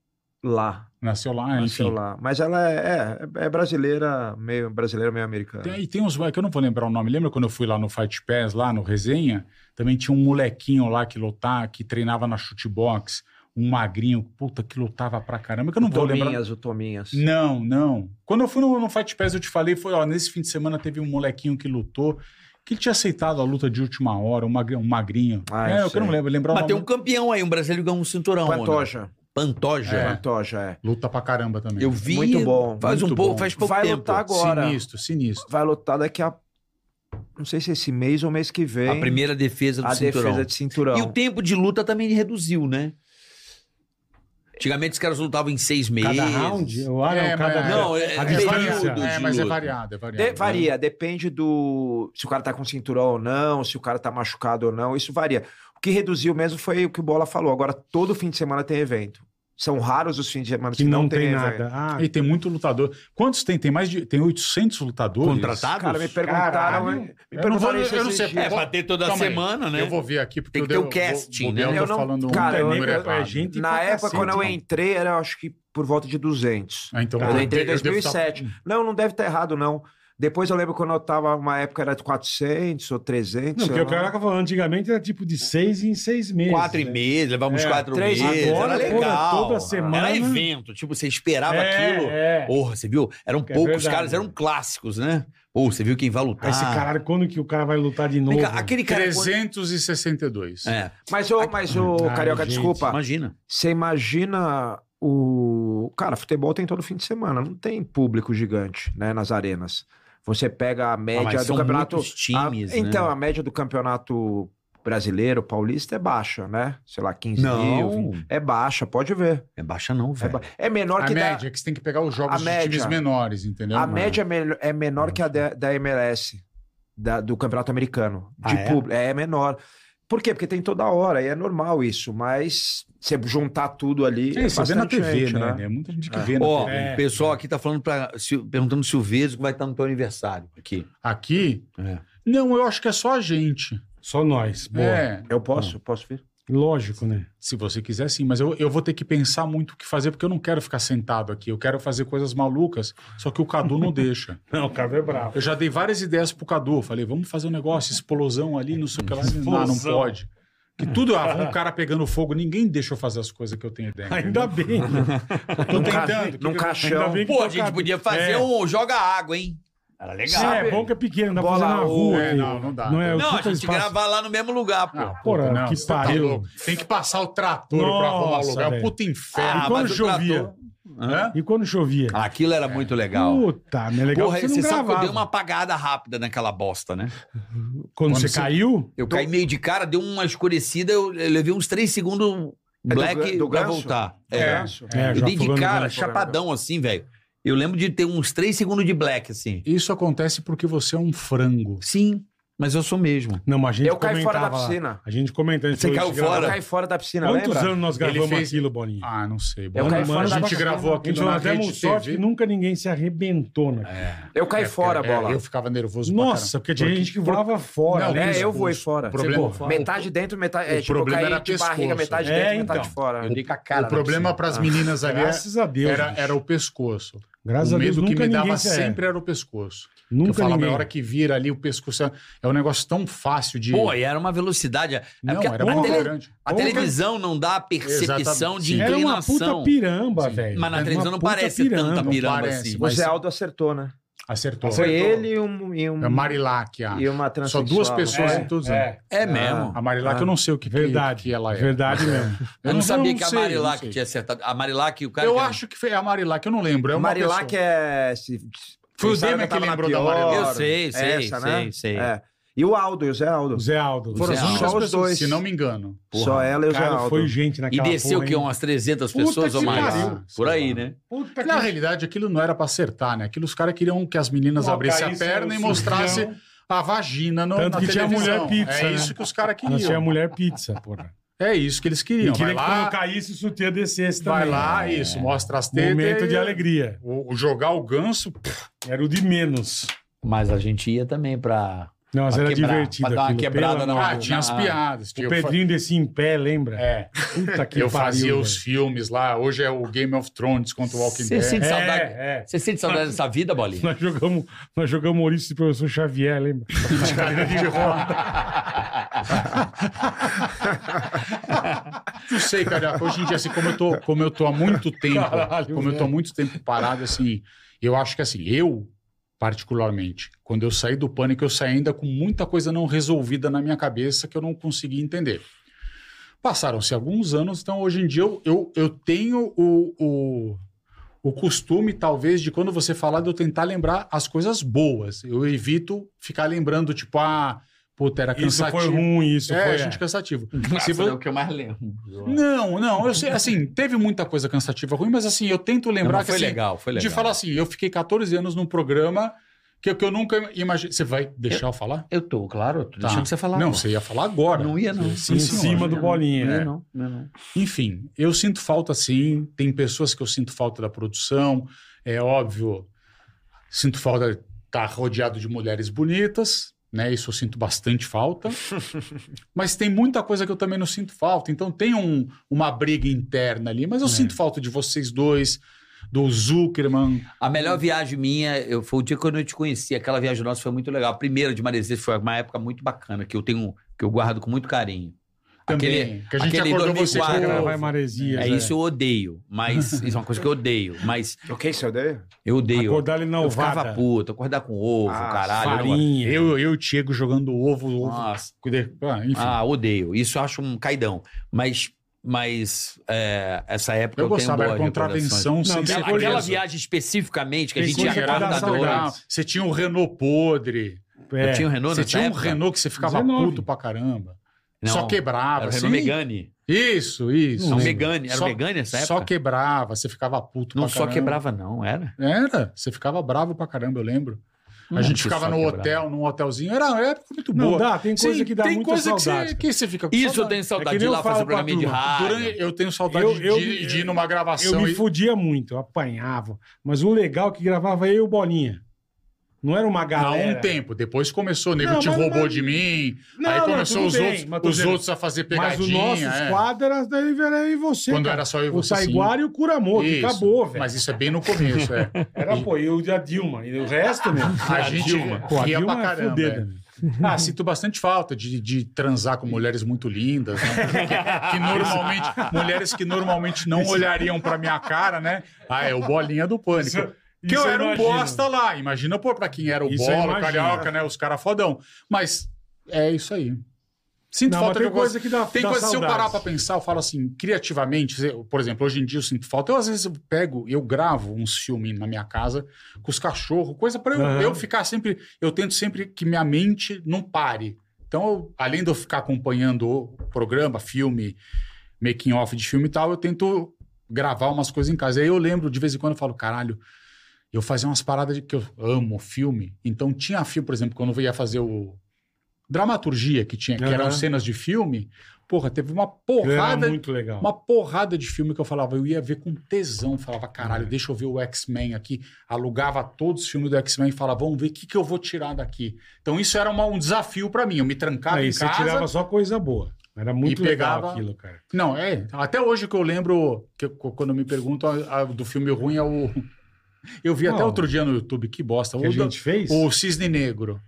Speaker 2: lá.
Speaker 5: Nasceu lá,
Speaker 2: Nasceu
Speaker 5: Ah, enfim.
Speaker 2: lá. Mas ela é, é- é brasileira, meio brasileira, meio americana.
Speaker 5: Tem, e tem uns é que eu não vou lembrar o nome. Lembra quando eu fui lá no Fight Pass, lá no Resenha? Também tinha um molequinho lá que lotava, que treinava na shootbox, um magrinho, puta, que lotava pra caramba, que eu não
Speaker 2: o
Speaker 5: vou lembrar.
Speaker 2: Tominhas, o Tominhas.
Speaker 5: Não, não. Quando eu fui no, no Fight Pass, eu te falei, foi, ó, nesse fim de semana teve um molequinho que lutou, que ele tinha aceitado a luta de última hora, um magrinho. Um magrinho.
Speaker 2: Ah,
Speaker 5: é,
Speaker 2: eu
Speaker 5: eu que eu não
Speaker 2: sei.
Speaker 5: lembro, lembrar
Speaker 6: Mas
Speaker 5: o
Speaker 6: tem
Speaker 5: nome.
Speaker 6: um campeão aí, um brasileiro ganhou um cinturão. ou não?
Speaker 2: Pantoja.
Speaker 6: Pantoja.
Speaker 2: Pantoja, é.
Speaker 5: Luta pra caramba também.
Speaker 6: Eu vi.
Speaker 2: Muito bom,
Speaker 6: Faz
Speaker 5: muito
Speaker 6: um pouco,
Speaker 5: bom.
Speaker 6: faz pouco
Speaker 2: Vai
Speaker 6: tempo.
Speaker 2: lutar agora.
Speaker 5: Sinistro, sinistro.
Speaker 2: Vai lutar daqui a. Não sei se é esse mês ou mês que vem.
Speaker 6: A primeira defesa do
Speaker 2: a
Speaker 6: cinturão.
Speaker 2: defesa de cinturão.
Speaker 6: E o tempo de luta também reduziu, né? Antigamente os caras lutavam em seis meses.
Speaker 4: Cada round? Eu acho
Speaker 5: É,
Speaker 4: não, cada...
Speaker 5: mas-
Speaker 6: um Não, é-
Speaker 4: a
Speaker 6: é
Speaker 4: distância.
Speaker 6: período.
Speaker 5: É, mas é
Speaker 6: Luta.
Speaker 5: variado, é variado.
Speaker 2: De- varia, depende do. Se o cara tá com cinturão ou não, se o cara tá machucado ou não, isso varia. O que reduziu mesmo foi o que o Bola falou. Agora, todo fim de semana tem evento. São raros os fins de semana
Speaker 4: Que não, tem, nada. Ah,
Speaker 5: E tem muito lutador. Quantos tem? Tem mais de. Tem 800 lutadores.
Speaker 6: Contratados?
Speaker 2: Cara, me perguntaram.
Speaker 5: Caralho.
Speaker 2: me
Speaker 5: Eu não vou-
Speaker 2: perguntaram isso
Speaker 5: eu não
Speaker 2: esses
Speaker 5: sei,
Speaker 2: dias.
Speaker 6: É, pra ter toda
Speaker 5: Calma aí.
Speaker 6: semana, né?
Speaker 5: Eu vou ver aqui, porque
Speaker 6: Tem que
Speaker 5: eu
Speaker 6: ter o casting,
Speaker 5: vou-
Speaker 6: né?
Speaker 5: vou-
Speaker 2: Eu
Speaker 5: tô
Speaker 2: não-
Speaker 5: falando
Speaker 2: Cara, eu-
Speaker 5: um número
Speaker 2: eu-
Speaker 5: errado.
Speaker 4: é gente
Speaker 2: Na
Speaker 4: pra
Speaker 2: época,
Speaker 4: cacete,
Speaker 2: quando eu
Speaker 4: mano.
Speaker 2: entrei, era acho que por volta de 200.
Speaker 5: Ah, então
Speaker 2: eu entrei em
Speaker 5: devo- eu devo estar-
Speaker 2: 2007. Não, não deve estar errado, não. Depois eu lembro quando eu tava, uma época era de 400 ou 300.
Speaker 4: Não,
Speaker 2: sei
Speaker 4: porque o
Speaker 2: lá.
Speaker 4: cara falando antigamente era tipo de seis em seis meses.
Speaker 6: Quatro
Speaker 4: né?
Speaker 6: meses, levávamos
Speaker 4: É,
Speaker 6: quatro
Speaker 4: três
Speaker 6: meses.
Speaker 4: agora,
Speaker 6: era
Speaker 4: toda-
Speaker 6: legal.
Speaker 4: toda semana.
Speaker 6: Era evento, tipo, você esperava
Speaker 4: É,
Speaker 6: aquilo.
Speaker 4: é.
Speaker 6: Porra, você viu? Eram
Speaker 4: Que é
Speaker 6: poucos
Speaker 4: verdade,
Speaker 6: caras, eram clássicos, né? Pô, você viu quem vai lutar.
Speaker 4: Aí esse caralho, quando que o cara vai lutar de novo?
Speaker 6: Vem cá, aquele cara.
Speaker 5: 362.
Speaker 6: É.
Speaker 2: Mas, ô, mas ô,
Speaker 4: Ai,
Speaker 2: Carioca,
Speaker 4: gente,
Speaker 2: desculpa.
Speaker 6: Imagina.
Speaker 2: Você imagina o. Cara, futebol tem todo fim de semana, não tem público gigante, né, nas arenas. Você pega a
Speaker 6: mas
Speaker 2: média do
Speaker 6: são
Speaker 2: campeonato.
Speaker 6: muitos times,
Speaker 2: a-
Speaker 6: né?
Speaker 2: Então, a média do campeonato brasileiro, paulista, é baixa, né? Sei lá, 15 mil.
Speaker 6: Não.
Speaker 2: 20. É baixa, pode ver.
Speaker 6: É baixa, não,
Speaker 2: É,
Speaker 6: velho.
Speaker 2: ba- é menor
Speaker 5: A
Speaker 2: que da-
Speaker 5: média é que você tem que pegar os
Speaker 2: A
Speaker 5: jogos de
Speaker 2: média.
Speaker 5: times menores, entendeu?
Speaker 2: A média é, mel- é menor que a da, da MLS, da- do Campeonato Americano. De
Speaker 6: Ah, é?
Speaker 2: público. É? menor. Por quê? Porque tem toda hora, e é normal isso, mas você juntar tudo ali.
Speaker 5: É, você vê na
Speaker 2: bastante
Speaker 5: TV,
Speaker 2: gente,
Speaker 5: né? É muita gente que vê na
Speaker 6: Ó,
Speaker 5: TV.
Speaker 4: é.
Speaker 6: o pessoal aqui tá falando pra, se- perguntando se o Vesgo vai estar no teu aniversário aqui.
Speaker 5: Aqui?
Speaker 6: É.
Speaker 5: Não, eu acho que é só a gente.
Speaker 4: Só nós. Boa.
Speaker 5: É.
Speaker 2: Eu posso? Posso vir?
Speaker 4: Lógico, né?
Speaker 5: Se você quiser, sim. Mas eu, eu vou ter que pensar muito o que fazer, porque eu não quero ficar sentado aqui. Eu quero fazer coisas malucas, só que o Cadu não deixa.
Speaker 4: Não, o cara é bravo.
Speaker 5: Eu já dei várias ideias pro Cadu. Eu Falei, vamos fazer um negócio, explosão ali, não sei o que lá. Ele, Não, não
Speaker 4: Explosão.
Speaker 5: pode. Que tudo, ah, um cara pegando fogo. Ninguém deixa eu fazer as coisas que eu tenho ideia.
Speaker 4: Ainda bem. né?
Speaker 5: Eu tô
Speaker 2: Num ca-
Speaker 5: tentando.
Speaker 2: Num
Speaker 4: Ainda
Speaker 2: caixão.
Speaker 4: bem que
Speaker 6: Pô,
Speaker 4: tá
Speaker 6: a gente
Speaker 4: cabe-
Speaker 6: podia fazer
Speaker 4: É.
Speaker 6: um joga água, hein? Era legal.
Speaker 4: Sim, é bom que é pequeno, dá pra
Speaker 2: Bola
Speaker 4: fazer na
Speaker 2: ou-
Speaker 4: rua.
Speaker 5: É,
Speaker 4: filho.
Speaker 5: não, não dá.
Speaker 4: Não é o
Speaker 6: Não, a
Speaker 4: puta
Speaker 6: gente
Speaker 4: espaço.
Speaker 6: gravar lá no mesmo lugar, pô.
Speaker 5: Ah,
Speaker 6: Ah,
Speaker 5: puta,
Speaker 4: Porra, que
Speaker 5: você tá
Speaker 4: pariu.
Speaker 5: louco. Tem que passar o trator pra arrumar o
Speaker 4: Nossa,
Speaker 5: lugar.
Speaker 4: velho.
Speaker 5: Puta inferno.
Speaker 4: e quando
Speaker 6: Ah, mas o
Speaker 4: chovia?
Speaker 6: trator-
Speaker 5: Hã?
Speaker 4: E quando chovia?
Speaker 6: Ah, Aquilo era muito legal.
Speaker 4: Puta, né? Legal
Speaker 6: Porra,
Speaker 4: que
Speaker 6: você,
Speaker 4: você não
Speaker 6: sabe que eu
Speaker 4: gravava.
Speaker 6: dei uma apagada rápida naquela bosta, né?
Speaker 4: Quando, você caiu,
Speaker 6: Eu caí meio de cara, deu uma escurecida, eu eu levei uns três segundos
Speaker 2: do
Speaker 6: black
Speaker 2: gan- do
Speaker 6: pra
Speaker 2: ganso?
Speaker 6: voltar. É.
Speaker 2: É.
Speaker 4: É,
Speaker 6: eu
Speaker 4: já
Speaker 6: dei de
Speaker 4: afogando
Speaker 6: cara,
Speaker 4: ganso.
Speaker 6: chapadão assim, velho. Eu lembro de ter uns três segundos de black, assim.
Speaker 5: Isso acontece porque você é um frango.
Speaker 6: Sim, mas eu sou mesmo.
Speaker 4: não, mas a gente
Speaker 2: Eu caí fora da
Speaker 4: comentava lá.
Speaker 2: piscina.
Speaker 4: A gente comentando.
Speaker 6: Você caiu
Speaker 2: Eu
Speaker 6: fora?
Speaker 2: caí fora da piscina,
Speaker 4: Quantos
Speaker 2: lembra?
Speaker 4: anos nós
Speaker 5: Ele
Speaker 4: gravamos
Speaker 5: fez-
Speaker 4: aquilo, Bolinha?
Speaker 5: Ah, não sei.
Speaker 2: Eu
Speaker 5: Bom,
Speaker 2: caí
Speaker 5: mas
Speaker 2: fora
Speaker 5: a
Speaker 2: da
Speaker 5: gente
Speaker 2: piscina.
Speaker 5: gravou
Speaker 4: A
Speaker 5: aqui
Speaker 4: gente
Speaker 5: no na
Speaker 4: nós
Speaker 5: Rede
Speaker 4: demos sorte que
Speaker 5: TV.
Speaker 4: nunca ninguém se arrebentou naquilo.
Speaker 2: Eu caí fora,
Speaker 5: É,
Speaker 2: bola.
Speaker 5: Eu ficava nervoso É, pra
Speaker 4: Nossa, porque tinha
Speaker 5: Porque-
Speaker 4: gente que voava fora.
Speaker 5: Não,
Speaker 4: né?
Speaker 2: É, eu voei fora.
Speaker 5: Problema-
Speaker 2: Você, pô, metade dentro, metade. É,
Speaker 5: o
Speaker 2: tipo,
Speaker 5: problema
Speaker 2: eu caí
Speaker 5: era
Speaker 2: de
Speaker 5: pescoço.
Speaker 2: barriga, metade
Speaker 4: É,
Speaker 2: dentro, metade
Speaker 4: então.
Speaker 2: de fora.
Speaker 5: Eu dei
Speaker 2: com a
Speaker 5: caralho. O
Speaker 2: na
Speaker 5: problema
Speaker 2: piscina.
Speaker 5: pras
Speaker 2: Ah.
Speaker 5: meninas ali era,
Speaker 4: Graças a Deus.
Speaker 5: era,
Speaker 4: bicho.
Speaker 5: era o pescoço.
Speaker 4: Graças
Speaker 5: o
Speaker 4: a Deus,
Speaker 5: medo que
Speaker 4: nunca
Speaker 5: me dava
Speaker 4: ninguém se- é,
Speaker 5: sempre era o pescoço. eu
Speaker 4: Nunca
Speaker 5: falava,
Speaker 4: ninguém.
Speaker 5: a hora que vira ali o pescoço é- é um negócio tão fácil de.
Speaker 6: Pô, e era uma velocidade. É
Speaker 5: não,
Speaker 6: porque
Speaker 5: era
Speaker 6: a,
Speaker 5: muito
Speaker 6: tele-
Speaker 5: grande.
Speaker 6: a televisão não dá a percepção
Speaker 5: Exatamente.
Speaker 6: de
Speaker 4: Era uma
Speaker 6: inclinação.
Speaker 4: puta piramba,
Speaker 5: Sim.
Speaker 4: velho.
Speaker 6: Mas na
Speaker 4: Era uma
Speaker 6: televisão não
Speaker 4: puta
Speaker 6: parece tanta
Speaker 5: não
Speaker 6: piramba
Speaker 5: parece,
Speaker 6: assim.
Speaker 2: O
Speaker 5: mas-
Speaker 2: Zé Aldo acertou, né?
Speaker 5: Acertou. É
Speaker 2: Foi ele e um. E um...
Speaker 5: A Marilac, a...
Speaker 2: E uma
Speaker 5: Só
Speaker 2: transexual. né?
Speaker 5: duas pessoas
Speaker 4: É,
Speaker 5: então, em todos os
Speaker 4: é.
Speaker 5: anos.
Speaker 6: É mesmo.
Speaker 5: A Marilac, eu não sei o que, que-
Speaker 4: Verdade.
Speaker 5: que ela é.
Speaker 4: Verdade
Speaker 5: Mas é.
Speaker 4: mesmo.
Speaker 6: Eu não sabia que a
Speaker 5: sei, eu não
Speaker 6: Marilac
Speaker 5: sei.
Speaker 6: tinha acertado. A Marilac, o cara.
Speaker 5: Eu
Speaker 6: que era- um
Speaker 5: acho que foi a Marilac, eu não lembro. É uma
Speaker 2: Marilac
Speaker 5: pessoa.
Speaker 2: é. Se, se-
Speaker 5: Foi o
Speaker 2: pensaram
Speaker 5: Demer
Speaker 2: eu tava
Speaker 5: que
Speaker 2: na
Speaker 5: lembrou da
Speaker 2: pior,
Speaker 5: Marilac.
Speaker 6: Eu sei, sei, sei, sei.
Speaker 2: É. E o Aldo, e o Zé Aldo.
Speaker 4: O Zé Aldo.
Speaker 5: Foram
Speaker 6: Zé
Speaker 5: as
Speaker 6: Aldo.
Speaker 5: únicas
Speaker 2: Só os
Speaker 5: pessoas,
Speaker 2: dois.
Speaker 5: se não me engano.
Speaker 2: Só
Speaker 6: é.
Speaker 2: ela e o Zé
Speaker 4: Cara,
Speaker 2: Aldo.
Speaker 4: foi gente naquela
Speaker 6: E desceu
Speaker 4: porra,
Speaker 6: que
Speaker 4: hein?
Speaker 6: umas 300
Speaker 4: Puta
Speaker 6: pessoas
Speaker 4: que
Speaker 6: ou mais.
Speaker 4: pariu.
Speaker 6: Por aí, né?
Speaker 4: Puta
Speaker 5: Na realidade, aquilo não era pra acertar, né? Aquilo os caras queriam que as meninas
Speaker 4: Colocar
Speaker 5: abrissem a
Speaker 4: isso, é
Speaker 5: perna e
Speaker 4: o
Speaker 5: mostrassem
Speaker 4: cirurgião.
Speaker 5: a vagina no,
Speaker 4: Tanto
Speaker 5: na
Speaker 4: que tinha
Speaker 5: televisão.
Speaker 4: mulher pizza,
Speaker 5: é
Speaker 4: né?
Speaker 5: isso que os caras
Speaker 4: Não tinha
Speaker 5: queriam.
Speaker 4: mulher pizza, porra.
Speaker 5: É isso que eles
Speaker 4: E
Speaker 5: queriam.
Speaker 4: queria
Speaker 5: Vai
Speaker 4: que
Speaker 5: lá,
Speaker 4: quando caísse o sutiã descesse também. É.
Speaker 5: vai lá, isso, mostra as tetas.
Speaker 4: Momento
Speaker 5: e-
Speaker 6: né?
Speaker 4: de alegria.
Speaker 5: O, o jogar o ganso,
Speaker 4: Era o de menos.
Speaker 6: Mas a gente ia também pra.
Speaker 4: Não, mas
Speaker 6: Pra
Speaker 4: era
Speaker 6: quebrar,
Speaker 4: divertido.
Speaker 6: pra dar uma
Speaker 4: aquilo,
Speaker 6: quebrada
Speaker 4: pelo
Speaker 6: na-
Speaker 4: amor
Speaker 5: ah,
Speaker 4: de
Speaker 5: tinha as
Speaker 6: na-
Speaker 5: piadas.
Speaker 4: Deus.
Speaker 5: tinha-
Speaker 4: O Pedrinho descia em pé, lembra?
Speaker 5: É,
Speaker 4: Puta que pariu,
Speaker 5: eu fazia
Speaker 4: velho.
Speaker 5: os filmes lá. Hoje é o Game of Thrones contra o Walking
Speaker 6: Você
Speaker 5: Dead.
Speaker 6: sente
Speaker 4: É,
Speaker 6: saudade?
Speaker 4: é.
Speaker 6: Você sente saudade dessa vida, Bolinha?
Speaker 4: Nós jogamos, nós jogamos Maurício e professor Xavier, lembra?
Speaker 6: Tá
Speaker 5: de cadeira de roda. Não sei, cara. Hoje em dia, assim, como eu tô, como eu tô há muito tempo,
Speaker 4: Caralho,
Speaker 5: como eu tô há muito tempo parado, assim, eu acho que assim, eu, particularmente, quando eu saí do pânico, eu saí ainda com muita coisa não resolvida na minha cabeça que eu não consegui entender. Passaram-se alguns anos, então hoje em dia eu, eu, eu tenho o, o, o costume, talvez, de quando você falar, de eu tentar lembrar as coisas boas. Eu evito ficar lembrando, tipo, ah, puta, era
Speaker 4: Isso
Speaker 5: cansativo.
Speaker 4: foi ruim, isso
Speaker 5: é,
Speaker 4: foi.
Speaker 5: gente, cansativo. Se
Speaker 6: Nossa,
Speaker 5: vo-
Speaker 6: é o que eu mais lembro.
Speaker 5: Não, não, eu sei, assim, teve muita coisa cansativa ruim, mas assim, eu tento
Speaker 6: Não,
Speaker 5: lembrar
Speaker 6: mas
Speaker 5: que
Speaker 6: foi
Speaker 5: assim,
Speaker 6: legal, foi legal.
Speaker 5: de falar assim, eu fiquei 14 anos num programa que, que eu nunca imaginei. Você vai deixar eu, falar?
Speaker 6: Eu tô, claro, eu tô
Speaker 5: Tá.
Speaker 6: deixando você falar.
Speaker 5: Não,
Speaker 6: pô.
Speaker 5: você ia falar agora.
Speaker 6: Não ia, não.
Speaker 5: Sim,
Speaker 4: em
Speaker 5: senhor.
Speaker 4: cima do bolinha.
Speaker 6: Não,
Speaker 4: né?
Speaker 6: não, não, não.
Speaker 5: Enfim, eu sinto falta sim. Tem pessoas que eu sinto falta da produção. É óbvio, sinto falta de estar rodeado de mulheres bonitas, né? Isso eu sinto bastante falta. mas tem muita coisa que eu também não
Speaker 6: É.
Speaker 5: sinto falta. Então tem um- uma briga interna ali, mas eu sinto falta de vocês dois. do Zuckerman.
Speaker 6: A melhor viagem minha eu, foi o dia que eu não te conheci. Aquela viagem nossa foi muito legal. A primeira de Maresias foi uma época muito bacana, que eu tenho, que eu guardo com muito carinho.
Speaker 5: Também, que a gente acordou vocês pra gravar em
Speaker 6: Maresias. É,
Speaker 5: é.
Speaker 6: isso eu odeio, mas isso é uma coisa que eu odeio, mas
Speaker 2: O que você odeia?
Speaker 6: eu odeio.
Speaker 4: Acordar ele na
Speaker 6: eu
Speaker 4: ovada.
Speaker 6: ficava puto, acordar com ovo,
Speaker 2: Ah,
Speaker 6: caralho. eu não-
Speaker 4: Farinha.
Speaker 5: Eu, eu e o Diego jogando ovo, ovo.
Speaker 6: Nossa.
Speaker 5: Ah, enfim.
Speaker 6: Ah, odeio. Isso eu acho um caidão. Mas, mas é, essa época
Speaker 5: eu,
Speaker 6: eu,
Speaker 5: gostava,
Speaker 6: tenho
Speaker 5: era
Speaker 6: boas recordações.
Speaker 5: contravenção sem
Speaker 4: Não,
Speaker 5: ser
Speaker 4: tem
Speaker 6: Aquela
Speaker 5: preso.
Speaker 6: viagem especificamente que a
Speaker 4: Tem
Speaker 6: gente ia
Speaker 4: coisa que dá
Speaker 6: acordar
Speaker 4: saudade.
Speaker 6: doido.
Speaker 5: Ah, Você tinha um Renault podre.
Speaker 4: É.
Speaker 6: Eu tinha um Renault
Speaker 5: você
Speaker 6: nessa
Speaker 5: tinha um
Speaker 6: época?
Speaker 5: Renault que você ficava
Speaker 4: 19.
Speaker 5: puto pra caramba.
Speaker 6: Não,
Speaker 5: só quebrava.
Speaker 6: Era o
Speaker 5: assim.
Speaker 6: Renault Megane.
Speaker 5: Isso, isso.
Speaker 6: Não, Megane. Era
Speaker 5: Só-
Speaker 6: o Megane nessa época?
Speaker 5: Só quebrava, você ficava puto
Speaker 6: Não
Speaker 5: pra
Speaker 6: só
Speaker 5: caramba.
Speaker 6: quebrava não, era?
Speaker 5: Era, você ficava bravo pra caramba, eu lembro.
Speaker 6: Não
Speaker 5: a
Speaker 6: era
Speaker 5: gente
Speaker 6: que
Speaker 5: ficava
Speaker 6: só
Speaker 5: no
Speaker 6: quebrava.
Speaker 5: hotel, num hotelzinho. Era uma época muito
Speaker 4: Não
Speaker 5: boa.
Speaker 4: dá, tem coisa
Speaker 5: Sim,
Speaker 4: que dá
Speaker 5: tem
Speaker 4: muita
Speaker 5: coisa
Speaker 4: saudade,
Speaker 5: que você,
Speaker 4: cara.
Speaker 5: que você fica com
Speaker 6: Isso eu
Speaker 5: saudade.
Speaker 6: tenho saudade
Speaker 4: É que
Speaker 6: de ir
Speaker 4: nem
Speaker 6: lá
Speaker 4: eu falo
Speaker 6: fazer o
Speaker 4: pra
Speaker 6: programinha de
Speaker 4: turma,
Speaker 6: rádio.
Speaker 5: Durante- eu tenho saudade
Speaker 4: Eu- eu-
Speaker 5: de, de ir numa
Speaker 4: Eu
Speaker 5: gravação.
Speaker 4: me
Speaker 5: e-
Speaker 4: fudia muito, eu apanhava. Mas o legal é que gravava eu e o Bolinha. Não era uma
Speaker 5: Há
Speaker 4: galera.
Speaker 5: um tempo, depois começou, o nego
Speaker 4: Não,
Speaker 5: te
Speaker 4: mas-
Speaker 5: roubou
Speaker 4: mas-
Speaker 5: de mim,
Speaker 4: Não,
Speaker 5: aí
Speaker 4: não,
Speaker 5: começou
Speaker 4: tudo
Speaker 5: os,
Speaker 4: bem, mas tô
Speaker 5: outros, os
Speaker 4: dizendo-
Speaker 5: outros a fazer
Speaker 4: Mas
Speaker 5: pegadinha.
Speaker 4: o nosso
Speaker 5: é.
Speaker 4: quadro era daí era eu e você.
Speaker 5: Quando
Speaker 4: cara.
Speaker 5: era só eu e
Speaker 4: O
Speaker 5: você, sim.
Speaker 4: Saiguara e o Curamoto.
Speaker 5: Isso.
Speaker 4: Acabou, velho.
Speaker 5: Mas isso é bem no começo, é.
Speaker 4: Era, pô, eu e a Dilma. E o resto, meu.
Speaker 5: A gente
Speaker 4: Pô, a
Speaker 5: ria
Speaker 4: Dilma
Speaker 5: pra
Speaker 4: é
Speaker 5: caramba.
Speaker 4: fudida,
Speaker 5: é.
Speaker 4: meu.
Speaker 5: Ah, sinto bastante falta de, de transar com mulheres muito lindas, né? Que, que normalmente, mulheres que normalmente não olhariam pra minha cara, né? Ah, é o bolinha do pânico. que
Speaker 4: isso é
Speaker 5: eu
Speaker 4: eu
Speaker 5: era um
Speaker 4: imagino.
Speaker 5: bosta lá. Imagina, pô, pra quem era o
Speaker 4: Isso eu
Speaker 5: bola, o
Speaker 4: imagino.
Speaker 5: carioca, né? Os caras fodão. Mas é isso aí. Sinto
Speaker 4: Não, mas
Speaker 5: falta de
Speaker 4: tem
Speaker 5: algumas-
Speaker 4: coisa que dá
Speaker 5: Tem
Speaker 4: dá
Speaker 5: coisa, se eu
Speaker 4: saudade.
Speaker 5: parar pra pensar, eu falo assim, criativamente, eu- por exemplo, hoje em dia eu sinto falta. Eu às vezes eu pego, eu gravo uns filmes na minha casa com os cachorros, coisa pra eu,
Speaker 4: Aham.
Speaker 5: eu ficar sempre. Eu tento sempre que minha mente não pare. Então, eu- além de eu ficar acompanhando o programa, filme, making off de filme e tal, eu tento gravar umas coisas em casa. Aí eu lembro, de vez em quando, eu falo, caralho, eu fazia umas paradas de que eu amo filme. Então tinha filme, por exemplo, quando eu ia fazer o dramaturgia que tinha, que
Speaker 4: Aham.
Speaker 5: eram cenas de filme, porra, teve uma
Speaker 4: Era
Speaker 5: porrada,
Speaker 4: muito legal.
Speaker 5: uma porrada de filme que eu falava, eu ia ver com tesão, falava, caralho,
Speaker 4: É.
Speaker 5: deixa eu ver o X-Men aqui, alugava todos os filmes do X-Men e falava, vamos ver o que, que eu vou tirar daqui. Então isso era uma- um desafio pra mim, eu me trancava
Speaker 4: Aí
Speaker 5: em
Speaker 4: É, você
Speaker 5: casa.
Speaker 4: tirava só coisa boa. Era muito
Speaker 5: E pegava-
Speaker 4: legal aquilo, cara.
Speaker 5: Não, é, até hoje que eu lembro, que eu- quando me perguntam a- a do filme ruim é o eu vi até
Speaker 4: Qual?
Speaker 5: outro dia no YouTube, que bosta,
Speaker 4: Que
Speaker 5: o,
Speaker 4: a
Speaker 5: da-
Speaker 4: gente fez?
Speaker 5: o Cisne Negro.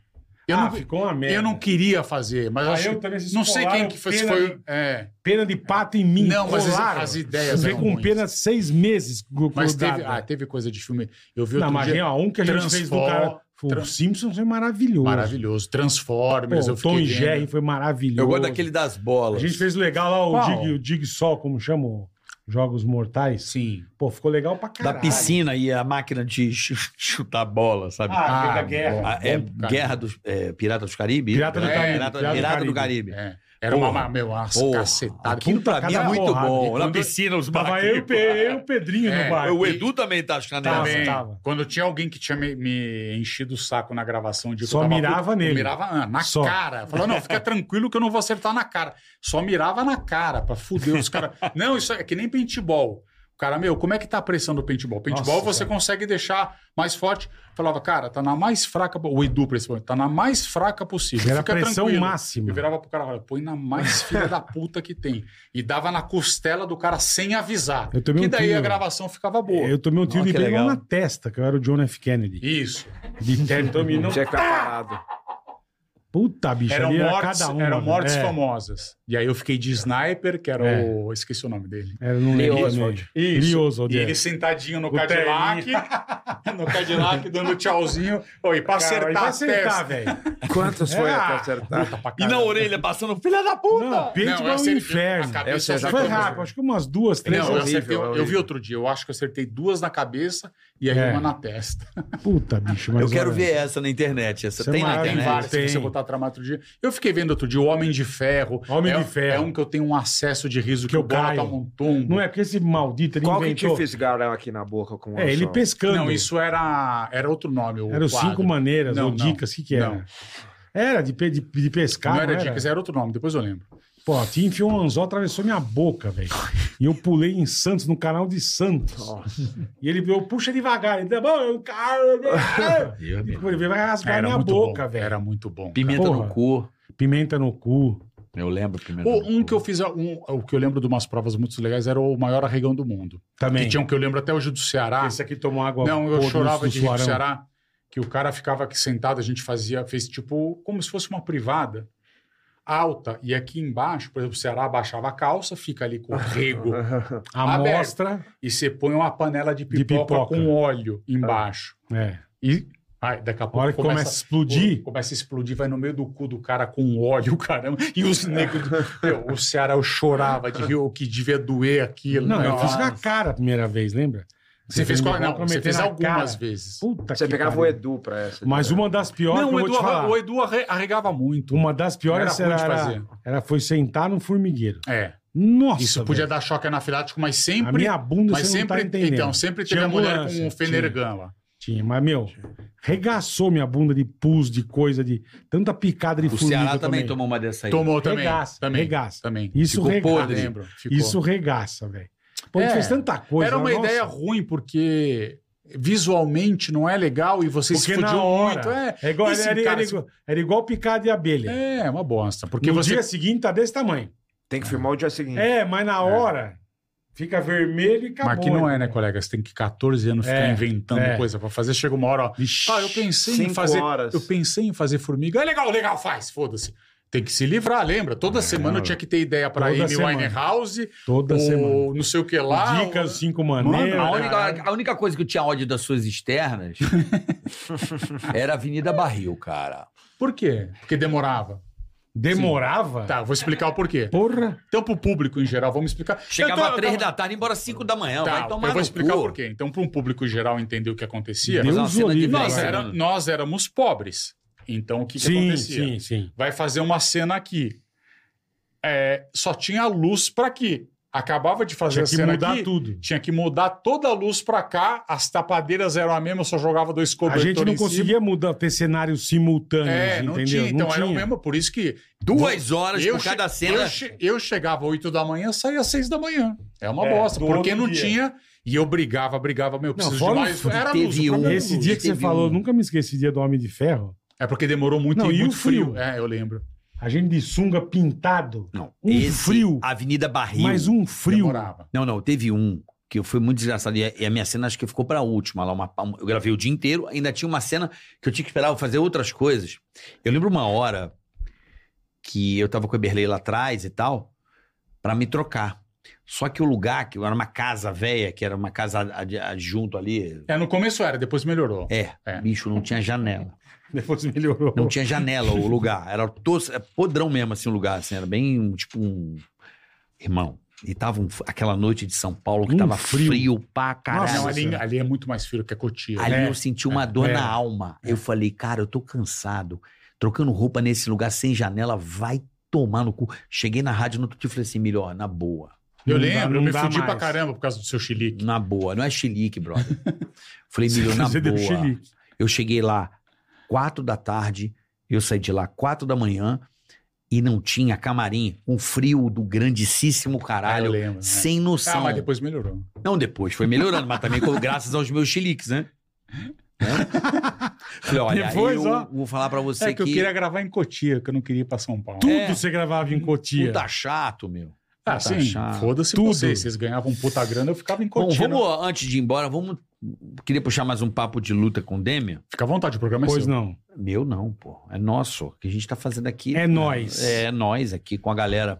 Speaker 5: Eu
Speaker 4: ah,
Speaker 5: não-
Speaker 4: ficou uma merda.
Speaker 5: eu não queria fazer, mas
Speaker 4: Ah,
Speaker 5: acho
Speaker 4: eu
Speaker 5: que-
Speaker 4: também, vocês
Speaker 5: não sei
Speaker 4: colaram
Speaker 5: quem que foi. se
Speaker 4: pena
Speaker 5: foi-
Speaker 4: de-
Speaker 5: é.
Speaker 4: Pena de pato em mim.
Speaker 5: Não, mas as-
Speaker 4: colaram.
Speaker 5: as ideias
Speaker 4: Eu
Speaker 5: eram
Speaker 4: com
Speaker 5: ruins.
Speaker 4: pena seis meses. gru-
Speaker 5: Mas
Speaker 4: grudada.
Speaker 5: teve, ah, teve coisa de filme. Eu vi
Speaker 4: Não,
Speaker 5: outro
Speaker 4: mas
Speaker 5: dia.
Speaker 4: ó, um que a gente fez do
Speaker 5: Transform-
Speaker 4: cara. Foi o
Speaker 5: Tran-
Speaker 4: Simpsons foi maravilhoso.
Speaker 5: Maravilhoso.
Speaker 4: Pô,
Speaker 5: Transformers. eu
Speaker 4: o
Speaker 5: fiquei
Speaker 4: Tom e
Speaker 5: vendo.
Speaker 4: Jerry foi maravilhoso.
Speaker 6: Eu gosto daquele das
Speaker 4: A
Speaker 6: bolas.
Speaker 4: gente fez legal lá o
Speaker 5: Qual?
Speaker 4: Dig, o Dig Sol, como chama? o Jogos Mortais.
Speaker 5: Sim.
Speaker 4: Pô, ficou legal pra
Speaker 6: Da
Speaker 4: caralho.
Speaker 6: piscina e a máquina de chu- chutar bola, sabe?
Speaker 4: Ah,
Speaker 5: Ah,
Speaker 4: da guerra.
Speaker 6: Ah, é
Speaker 5: bom, cara.
Speaker 6: Guerra dos é, Pirata dos Caribe?
Speaker 4: Pirata do
Speaker 6: É,
Speaker 4: Caribe,
Speaker 6: Pirata,
Speaker 4: Pirata do
Speaker 6: Pirata do
Speaker 4: Caribe.
Speaker 6: Caribe.
Speaker 5: É. Era
Speaker 6: Porra.
Speaker 5: uma, meu, uma
Speaker 6: Porra.
Speaker 5: cacetada.
Speaker 6: Aquilo pra
Speaker 4: Cada
Speaker 6: mim é muito
Speaker 4: porrada. E
Speaker 6: bom.
Speaker 4: quando-
Speaker 6: Na piscina, os
Speaker 4: Tava eu, e o Pe- eu e o Pedrinho
Speaker 5: É,
Speaker 4: no bar.
Speaker 6: O Edu também tá achando
Speaker 4: Tava,
Speaker 5: Também,
Speaker 4: tava.
Speaker 5: Quando tinha alguém que tinha me, me enchido o saco na gravação de
Speaker 4: Só mirava nele.
Speaker 5: Mirava ah, na
Speaker 4: Só.
Speaker 5: cara. Falava, não, fica tranquilo que eu não vou acertar na cara. Só mirava na cara pra fuder os caras. não, isso é que nem paintball. O cara, meu, como é que tá a pressão do paintball? Paintball
Speaker 4: Nossa,
Speaker 5: você
Speaker 4: cara.
Speaker 5: consegue deixar mais forte. Falava, cara, tá na mais fraca. O Edu, principalmente, tá na mais fraca possível.
Speaker 4: Era
Speaker 5: fica
Speaker 4: pressão
Speaker 5: tranquilo.
Speaker 4: máxima.
Speaker 5: Eu virava pro cara e falava, põe na mais filha da puta que tem. E dava na costela do cara sem avisar.
Speaker 4: Eu tomei
Speaker 5: que
Speaker 4: um
Speaker 5: daí
Speaker 4: tiro.
Speaker 5: a gravação ficava boa.
Speaker 4: Eu tomei um tiro
Speaker 6: Ó,
Speaker 4: de
Speaker 6: que
Speaker 4: bem
Speaker 6: legal.
Speaker 4: na testa, que eu era o John F. Kennedy.
Speaker 5: Isso.
Speaker 4: De terno, então, me não...
Speaker 2: Tinha que
Speaker 5: Ah!
Speaker 2: ficar parado.
Speaker 4: Puta, bicho,
Speaker 5: Eram
Speaker 4: ali era
Speaker 5: mortes,
Speaker 4: cada um.
Speaker 5: eram mortes
Speaker 4: é.
Speaker 5: famosas. E aí eu fiquei de sniper, que era
Speaker 4: É.
Speaker 5: o. Esqueci o nome dele.
Speaker 4: Era no Lee
Speaker 6: Lee Oswald.
Speaker 4: Oswald. Lee Oswald,
Speaker 5: E
Speaker 4: é.
Speaker 5: ele sentadinho no
Speaker 4: O
Speaker 5: Cadillac, no Cadillac, dando tchauzinho. Oi, pra
Speaker 4: Cara,
Speaker 5: acertar
Speaker 4: vai
Speaker 5: a
Speaker 4: acertar,
Speaker 5: testa.
Speaker 4: velho.
Speaker 2: Quantas foi
Speaker 4: É.
Speaker 2: até acertar?
Speaker 5: ah, Puta pra
Speaker 6: E na
Speaker 5: caralho.
Speaker 6: orelha passando, filha da
Speaker 4: Não,
Speaker 6: puta!
Speaker 5: Não,
Speaker 4: paintball
Speaker 5: eu
Speaker 4: é um
Speaker 5: acertei-
Speaker 4: inferno. é
Speaker 5: a cabeça
Speaker 2: Essa
Speaker 5: eu
Speaker 2: já
Speaker 4: Foi
Speaker 5: acertei-
Speaker 4: rápido, acho que umas duas, três.
Speaker 5: Não, eu,
Speaker 2: horrível,
Speaker 5: acertei, um, eu- eu vi
Speaker 2: horrível.
Speaker 5: outro dia, eu acho que eu acertei duas na cabeça e aí
Speaker 4: É.
Speaker 5: uma na testa.
Speaker 4: Puta, bicho, mas
Speaker 6: Eu quero
Speaker 4: olha,
Speaker 6: ver essa na internet. Essa
Speaker 4: Isso é
Speaker 6: tem na
Speaker 5: Tem
Speaker 4: maravilhoso.
Speaker 6: internet.
Speaker 5: várias, se você
Speaker 4: tem.
Speaker 5: botar tramar outro dia. Eu fiquei vendo outro dia o Homem de Ferro.
Speaker 4: Homem
Speaker 5: é,
Speaker 4: de Ferro.
Speaker 5: É um que eu tenho um acesso de riso que,
Speaker 4: Que
Speaker 5: o
Speaker 4: eu
Speaker 5: bola
Speaker 4: caio.
Speaker 5: toma um tombo.
Speaker 4: Não é porque esse maldito ele
Speaker 2: Qual que
Speaker 4: inventou.
Speaker 2: te fisgaram aqui na boca com um o
Speaker 4: É, ele
Speaker 2: anzol?
Speaker 4: pescando.
Speaker 5: Não, isso era, era outro nome. O
Speaker 4: Era os
Speaker 5: quadro.
Speaker 4: cinco maneiras,
Speaker 5: Não,
Speaker 4: ou
Speaker 5: não.
Speaker 4: dicas, o que que era?
Speaker 5: Não.
Speaker 4: Era de, pe- de, de pescar,
Speaker 5: não era dicas, era outro nome, depois eu lembro.
Speaker 4: Pô, te enfiou um anzol, atravessou minha boca, velho. E eu pulei em Santos, no canal de Santos. E ele veio, puxa devagar. Ele deu, bom, eu... Ele veio, vai rasgar minha
Speaker 5: muito
Speaker 4: boca,
Speaker 5: bom,
Speaker 4: velho.
Speaker 5: Era muito bom.
Speaker 6: Pimenta
Speaker 4: Porra.
Speaker 6: no cu.
Speaker 4: Pimenta no cu.
Speaker 6: Eu lembro primeiro.
Speaker 5: O- um que eu fiz, um- o que eu lembro de umas provas muito legais era o maior arregão do mundo.
Speaker 4: Também.
Speaker 5: Que tinha um que eu lembro até hoje do Ceará.
Speaker 4: Esse é aqui tomou água.
Speaker 5: Não, eu
Speaker 4: podre
Speaker 5: chorava
Speaker 4: do
Speaker 5: de rir do
Speaker 4: Suarão.
Speaker 5: Ceará, que o cara ficava aqui sentado, a gente fazia, fez tipo, como se fosse uma privada alta, e aqui embaixo, por exemplo, o Ceará abaixava a calça, fica ali com o rego
Speaker 4: A
Speaker 5: aberto,
Speaker 4: amostra.
Speaker 5: e você põe uma panela de pipoca,
Speaker 4: pipoca.
Speaker 5: com óleo embaixo.
Speaker 4: É.
Speaker 5: E ai, daqui a pouco
Speaker 4: hora que começa a explodir.
Speaker 5: Começa a explodir, vai no meio do cu do cara com óleo, caramba. E os negros. Meu, o Ceará eu chorava de rir, o que devia doer aquilo. né?
Speaker 4: Não, é eu
Speaker 5: Nossa.
Speaker 4: fiz na cara a primeira vez, lembra?
Speaker 5: Você fez qual? Não, você
Speaker 4: Prometer
Speaker 5: fez
Speaker 4: na
Speaker 5: algumas
Speaker 4: cara.
Speaker 5: vezes.
Speaker 4: Puta
Speaker 2: Você
Speaker 4: que
Speaker 2: pegava
Speaker 4: pariu.
Speaker 2: o Edu né? pra essa.
Speaker 4: Mas uma das piores
Speaker 5: Não,
Speaker 4: que eu
Speaker 5: o
Speaker 4: vou
Speaker 5: Edu,
Speaker 4: te
Speaker 5: arre-
Speaker 4: falar.
Speaker 5: o Edu arre- arregava muito.
Speaker 4: Uma das piores
Speaker 5: Era
Speaker 4: era,
Speaker 5: ruim de
Speaker 4: era,
Speaker 5: fazer.
Speaker 4: era- foi sentar num formigueiro.
Speaker 5: É.
Speaker 4: Nossa,
Speaker 5: Isso podia
Speaker 4: velho.
Speaker 5: dar choque anafilático, mas sempre.
Speaker 4: A minha bunda
Speaker 5: mas
Speaker 4: você não
Speaker 5: sempre,
Speaker 4: tá entendendo.
Speaker 5: Então, sempre teve
Speaker 4: Tinha
Speaker 5: a mulher com
Speaker 4: ambulância,
Speaker 5: o Fenergan lá.
Speaker 4: Tinha, mas, meu, regaçou minha bunda de pus, de coisa, de tanta picada de
Speaker 6: O
Speaker 4: formiga
Speaker 6: Ceará também tomou uma dessa aí.
Speaker 5: Tomou também.
Speaker 4: Regaça,
Speaker 5: também.
Speaker 4: regaça.
Speaker 5: Também.
Speaker 4: Isso
Speaker 5: Ficou
Speaker 4: regaça.
Speaker 5: podre. Lembro. Ficou.
Speaker 4: Isso regaça, velho. Pô, a gente
Speaker 5: É.
Speaker 4: fez tanta coisa.
Speaker 5: Era uma
Speaker 4: nossa.
Speaker 5: ideia ruim, porque visualmente não é legal e você
Speaker 4: Porque
Speaker 5: se
Speaker 4: na
Speaker 5: fudiu
Speaker 4: hora,
Speaker 5: muito. É,
Speaker 4: É igual,
Speaker 5: esse
Speaker 4: era,
Speaker 5: cara-
Speaker 4: era igual, era igual picada de abelha.
Speaker 5: É, uma bosta. Porque
Speaker 4: no
Speaker 5: você. Hum.
Speaker 4: dia seguinte tá desse tamanho.
Speaker 2: Tem que filmar o dia seguinte.
Speaker 4: É, mas na hora fica vermelho e acabou.
Speaker 5: Mas que não é, né, colega? Você tem que 14 anos ficar
Speaker 4: É,
Speaker 5: inventando
Speaker 4: é.
Speaker 5: coisa pra fazer. Chega uma hora, ó. Ah, eu pensei em
Speaker 2: cinco
Speaker 5: fazer.
Speaker 2: horas.
Speaker 5: Eu pensei em fazer formiga. É legal, legal, faz, foda-se. Tem que se livrar, lembra? Toda semana eu tinha que ter ideia pra
Speaker 4: Toda
Speaker 5: Amy
Speaker 4: semana.
Speaker 5: Winehouse,
Speaker 4: Toda
Speaker 5: ou
Speaker 4: semana.
Speaker 5: não sei o que lá.
Speaker 4: Dica,
Speaker 5: ou-
Speaker 4: os cinco maneiras.
Speaker 6: A única, a única coisa que eu tinha ódio das suas externas era a Avenida Barril, cara.
Speaker 5: Por quê? Porque demorava.
Speaker 4: Demorava?
Speaker 5: Tá, eu vou explicar o porquê.
Speaker 4: Porra.
Speaker 5: Então, pro público em geral, vamos explicar.
Speaker 6: Chegava
Speaker 5: Então,
Speaker 6: às três da tarde, embora cinco da manhã.
Speaker 5: Tá,
Speaker 6: vai tomar
Speaker 5: eu vou
Speaker 6: no
Speaker 5: explicar
Speaker 6: cu.
Speaker 5: por quê. Então, para um público geral entender o que acontecia,
Speaker 4: Deus
Speaker 6: Fazer uma
Speaker 4: o
Speaker 6: cena de
Speaker 4: livre,
Speaker 5: nós,
Speaker 6: dez
Speaker 5: era-
Speaker 6: segundos.
Speaker 5: nós éramos pobres. Então, o que, que
Speaker 4: Sim,
Speaker 5: acontecia?
Speaker 4: sim, sim.
Speaker 5: Vai fazer uma cena aqui. É, só tinha luz para aqui. Acabava de fazer
Speaker 4: Tinha
Speaker 5: a
Speaker 4: que
Speaker 5: cena
Speaker 4: mudar
Speaker 5: aqui,
Speaker 4: tudo.
Speaker 5: Tinha que mudar toda a luz para cá. As tapadeiras eram a mesma, eu só jogava dois
Speaker 4: A
Speaker 5: cobertores
Speaker 4: gente não
Speaker 5: em cima.
Speaker 4: conseguia mudar, ter cenários simultâneos,
Speaker 5: É, não
Speaker 4: entendeu?
Speaker 5: tinha. Então,
Speaker 4: não
Speaker 5: era o
Speaker 4: tinha.
Speaker 5: mesmo. Por isso que...
Speaker 6: Duas horas
Speaker 5: Eu
Speaker 6: por
Speaker 5: che-
Speaker 6: cada cena.
Speaker 5: Eu, che- eu chegava às 8 da manhã, saía às 6 da manhã. É uma
Speaker 4: É,
Speaker 5: bosta,
Speaker 4: do
Speaker 5: porque
Speaker 4: outro
Speaker 5: não
Speaker 4: dia.
Speaker 5: tinha. E eu brigava, brigava, meu, preciso de
Speaker 4: fora
Speaker 5: mais.
Speaker 4: o-
Speaker 5: Era
Speaker 6: teve
Speaker 5: luz, o problema
Speaker 6: um-
Speaker 5: era
Speaker 4: Esse
Speaker 5: luz.
Speaker 4: dia que você
Speaker 6: Teve
Speaker 4: falou,
Speaker 6: um-
Speaker 4: nunca me esqueci, dia do Homem de Ferro.
Speaker 5: É porque demorou muito
Speaker 4: Não,
Speaker 5: e,
Speaker 4: e
Speaker 5: muito
Speaker 4: o frio?
Speaker 5: frio. É, eu lembro.
Speaker 4: A gente de sunga pintado.
Speaker 6: Não,
Speaker 4: Um frio.
Speaker 6: Avenida Barril.
Speaker 4: Mas um frio.
Speaker 5: Demorava.
Speaker 6: Não, não, teve um que foi muito desgraçado. E a, e a minha cena acho que ficou pra última lá. Uma, eu gravei o dia inteiro, ainda tinha uma cena que eu tinha que esperar eu fazer outras coisas. Eu lembro uma hora que eu tava com a Eberlei lá atrás e tal, pra me trocar. Só que o lugar, que era uma casa velha, que era uma casa ad- adjunto ali.
Speaker 5: É, no começo era, depois melhorou.
Speaker 6: É,
Speaker 5: É.
Speaker 6: bicho, não tinha janela.
Speaker 4: Depois melhorou.
Speaker 6: Não tinha janela o lugar. Era tos, é podrão mesmo, assim, o lugar. Assim, era bem, um, tipo, um... Irmão, e tava um f- aquela noite de São Paulo que
Speaker 4: Um
Speaker 6: tava
Speaker 4: frio.
Speaker 6: frio, pra caralho.
Speaker 5: Não, ali, ali é muito mais frio que a Cotia.
Speaker 6: Ali
Speaker 5: É.
Speaker 6: eu senti uma dor
Speaker 4: é.
Speaker 6: na alma. Eu falei, cara, eu tô cansado. Trocando roupa nesse lugar sem janela, vai tomar no cu. Cheguei na rádio no outro dia e falei assim, melhor, na boa.
Speaker 5: Eu
Speaker 4: Não dá-
Speaker 5: lembro, eu
Speaker 4: não
Speaker 5: me
Speaker 4: dá
Speaker 5: fudi pra
Speaker 4: mais.
Speaker 5: caramba por causa do seu chilique.
Speaker 6: Na boa. Não é chilique, brother. falei, melhor, na
Speaker 4: Você deu
Speaker 6: boa.
Speaker 4: xilique.
Speaker 6: Eu cheguei lá quatro da tarde, eu saí de lá quatro da manhã e não tinha camarim. Um frio do grandíssimo
Speaker 5: eu
Speaker 6: caralho.
Speaker 5: lembro. né?
Speaker 6: sem noção.
Speaker 5: Ah, mas depois melhorou.
Speaker 6: Não, depois foi melhorando, mas também com- graças aos meus chiliques, né? Né? Falei, olha,
Speaker 4: Depois,
Speaker 6: eu
Speaker 4: ó.
Speaker 6: vou falar pra você
Speaker 5: é que, eu queria gravar em Cotia, que eu não queria ir pra São Paulo.
Speaker 4: Tudo
Speaker 6: É. Então,
Speaker 4: você gravava em Cotia.
Speaker 6: puta tá chato, meu.
Speaker 5: Ah,
Speaker 6: Puta
Speaker 5: sim.
Speaker 6: chato.
Speaker 5: Foda-se
Speaker 4: Tudo.
Speaker 5: vocês. Vocês ganhavam puta grana, eu ficava em
Speaker 6: Bom,
Speaker 5: Cotia.
Speaker 6: vamos,
Speaker 5: não-
Speaker 6: antes de ir embora, vamos. Queria puxar mais um papo de luta com o Demian?
Speaker 5: Fica à vontade, o programa é
Speaker 4: Pois
Speaker 5: seu.
Speaker 4: não.
Speaker 6: Meu não, pô. É nosso. O que a gente tá fazendo aqui.
Speaker 4: É nós.
Speaker 6: É nós aqui com a galera.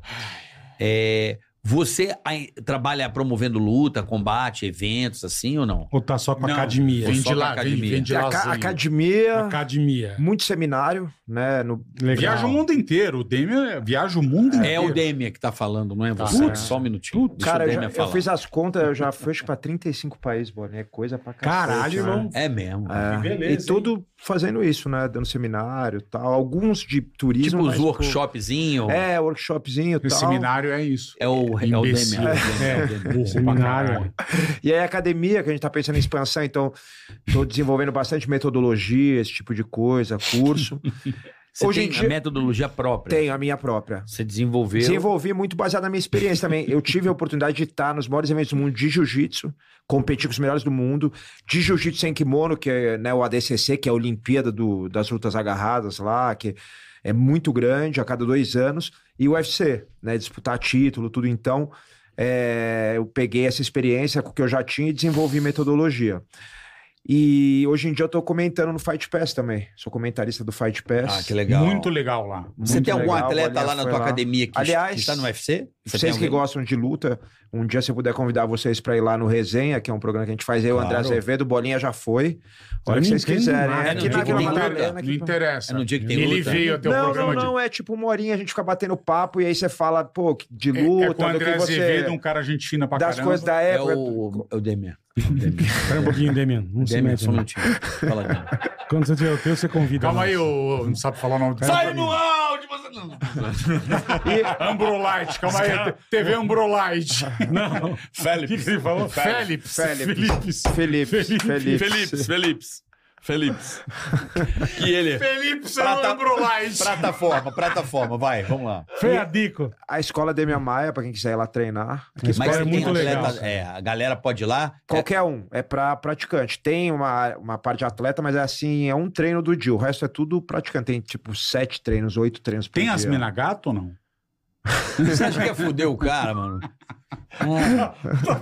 Speaker 6: É, você aí, trabalha promovendo luta, combate, eventos, assim ou não?
Speaker 4: Ou tá só com a
Speaker 5: Não,
Speaker 4: academia?
Speaker 5: Vem
Speaker 6: Só
Speaker 5: de
Speaker 6: pra
Speaker 5: lá, vem,
Speaker 6: academia.
Speaker 5: vem de
Speaker 2: E É a
Speaker 5: lá.
Speaker 2: ca- academia,
Speaker 4: Academia.
Speaker 2: muito seminário, né? No,
Speaker 4: Legal.
Speaker 5: Viaja o mundo inteiro. O Demian viaja o mundo
Speaker 6: É,
Speaker 5: inteiro.
Speaker 6: o Demian que tá falando, não é você?
Speaker 4: Putz.
Speaker 6: Só um minutinho. Deixa
Speaker 2: cara, eu,
Speaker 6: o
Speaker 2: já-
Speaker 6: Demian
Speaker 2: eu
Speaker 6: falar.
Speaker 2: fiz as contas, eu já fui acho, pra 35 países, Boné. É coisa pra cacete,
Speaker 4: Caralho,
Speaker 2: né?
Speaker 4: irmão.
Speaker 6: É mesmo.
Speaker 2: É,
Speaker 4: Que beleza,
Speaker 2: e tudo fazendo isso, né? Dando seminário e tal. Alguns de turismo.
Speaker 6: Tipo os
Speaker 2: mas, pô,
Speaker 6: workshopzinho. É,
Speaker 2: É, workshopzinho e
Speaker 5: O
Speaker 2: tal.
Speaker 5: seminário é isso.
Speaker 6: o, é o
Speaker 5: Imbecil.
Speaker 6: Demian. é o Demian, é o Demian.
Speaker 5: Burro
Speaker 4: Seminário.
Speaker 5: pra caralho.
Speaker 2: E aí, a academia, que a gente tá pensando em expansão, então, tô desenvolvendo bastante metodologia, esse tipo de coisa, curso.
Speaker 6: Você
Speaker 2: Hoje
Speaker 6: tem
Speaker 2: em
Speaker 6: a
Speaker 2: dia-
Speaker 6: metodologia própria.
Speaker 2: Tenho a minha própria.
Speaker 6: Você desenvolveu.
Speaker 2: Desenvolvi muito baseado na minha experiência também. Eu tive a oportunidade de estar nos maiores eventos do mundo de jiu-jitsu, competir com os melhores do mundo, de jiu-jitsu sem kimono, que é né, o ADCC, que é a Olimpíada do- das Lutas Agarradas lá, que é muito grande a cada dois anos, e o UFC, né, disputar título, tudo. Então, é, eu peguei essa experiência com o que eu já tinha e desenvolvi metodologia. E hoje em dia eu tô comentando no Fight Pass também. Sou comentarista do Fight Pass.
Speaker 6: Ah, que legal.
Speaker 5: Muito legal lá.
Speaker 6: Você
Speaker 2: Muito
Speaker 6: tem algum
Speaker 2: legal,
Speaker 6: atleta
Speaker 2: aliás,
Speaker 6: lá na
Speaker 2: foi
Speaker 6: tua academia que,
Speaker 2: Aliás,
Speaker 6: que está no UFC? Você
Speaker 2: vocês
Speaker 6: tem
Speaker 2: que
Speaker 6: alguém?
Speaker 2: gostam de luta, um dia se eu puder convidar vocês pra ir lá no Resenha, que é um programa que a gente faz, eu,
Speaker 6: Claro.
Speaker 2: André Azevedo, Bolinha já foi. A hora
Speaker 15: Eu
Speaker 2: que
Speaker 15: não
Speaker 2: vocês
Speaker 15: entendo
Speaker 2: quiserem.
Speaker 15: nada,
Speaker 2: É
Speaker 6: né?
Speaker 2: aqui na
Speaker 6: Não
Speaker 2: Vila
Speaker 6: tem luta,
Speaker 2: Madalena.
Speaker 5: Tipo, Não
Speaker 2: aqui pra-
Speaker 5: interessa.
Speaker 6: É no dia que tem
Speaker 5: Ele
Speaker 6: luta?
Speaker 5: veio até o
Speaker 2: Não, não,
Speaker 5: um programa
Speaker 2: não, é tipo uma horinha, a gente fica batendo papo e aí você fala, pô, de
Speaker 5: de... é, é com
Speaker 2: luta,
Speaker 5: o
Speaker 2: do que
Speaker 5: André
Speaker 2: você...
Speaker 5: Azevedo, um cara gente fina pra
Speaker 2: das
Speaker 5: caramba.
Speaker 2: coisas da
Speaker 6: É
Speaker 2: época.
Speaker 6: o, é o Demian.
Speaker 15: Espera um pouquinho, Demian. Não se
Speaker 6: Demian,
Speaker 15: mete.
Speaker 6: só um
Speaker 15: né?
Speaker 6: minutinho. Fala, Demian.
Speaker 15: Quando você tiver o teu, você convida.
Speaker 5: Calma
Speaker 15: nós.
Speaker 5: aí, ô, ô, não sabe falar o nome do cara.
Speaker 8: Sai no áudio, você não.
Speaker 5: Ambrolite, calma aí. TV Ambrolite.
Speaker 15: Não.
Speaker 5: O que, que ele falou? Félix.
Speaker 2: Félix. Felipe. Felipe.
Speaker 8: Felipe, Felipe. Felipe. Que ele.
Speaker 5: Felipe, você
Speaker 6: Prata-
Speaker 5: não Ambrolite.
Speaker 6: Plataforma, plataforma, vai, vamos lá.
Speaker 15: Feadico.
Speaker 2: A escola da minha Maia, pra quem quiser ir lá treinar.
Speaker 15: Mas
Speaker 6: Mas
Speaker 15: é
Speaker 6: tem
Speaker 15: muito legal.
Speaker 6: atleta- é, a galera pode ir lá.
Speaker 2: Qualquer um, é pra praticante. Tem uma, uma parte de atleta, mas é assim, é um treino do dia. O resto é tudo praticante. Tem tipo sete treinos, oito treinos por
Speaker 5: Tem
Speaker 2: dia.
Speaker 5: as menagato ou não?
Speaker 6: É, Você acha que ia foder o cara, mano?
Speaker 15: Uma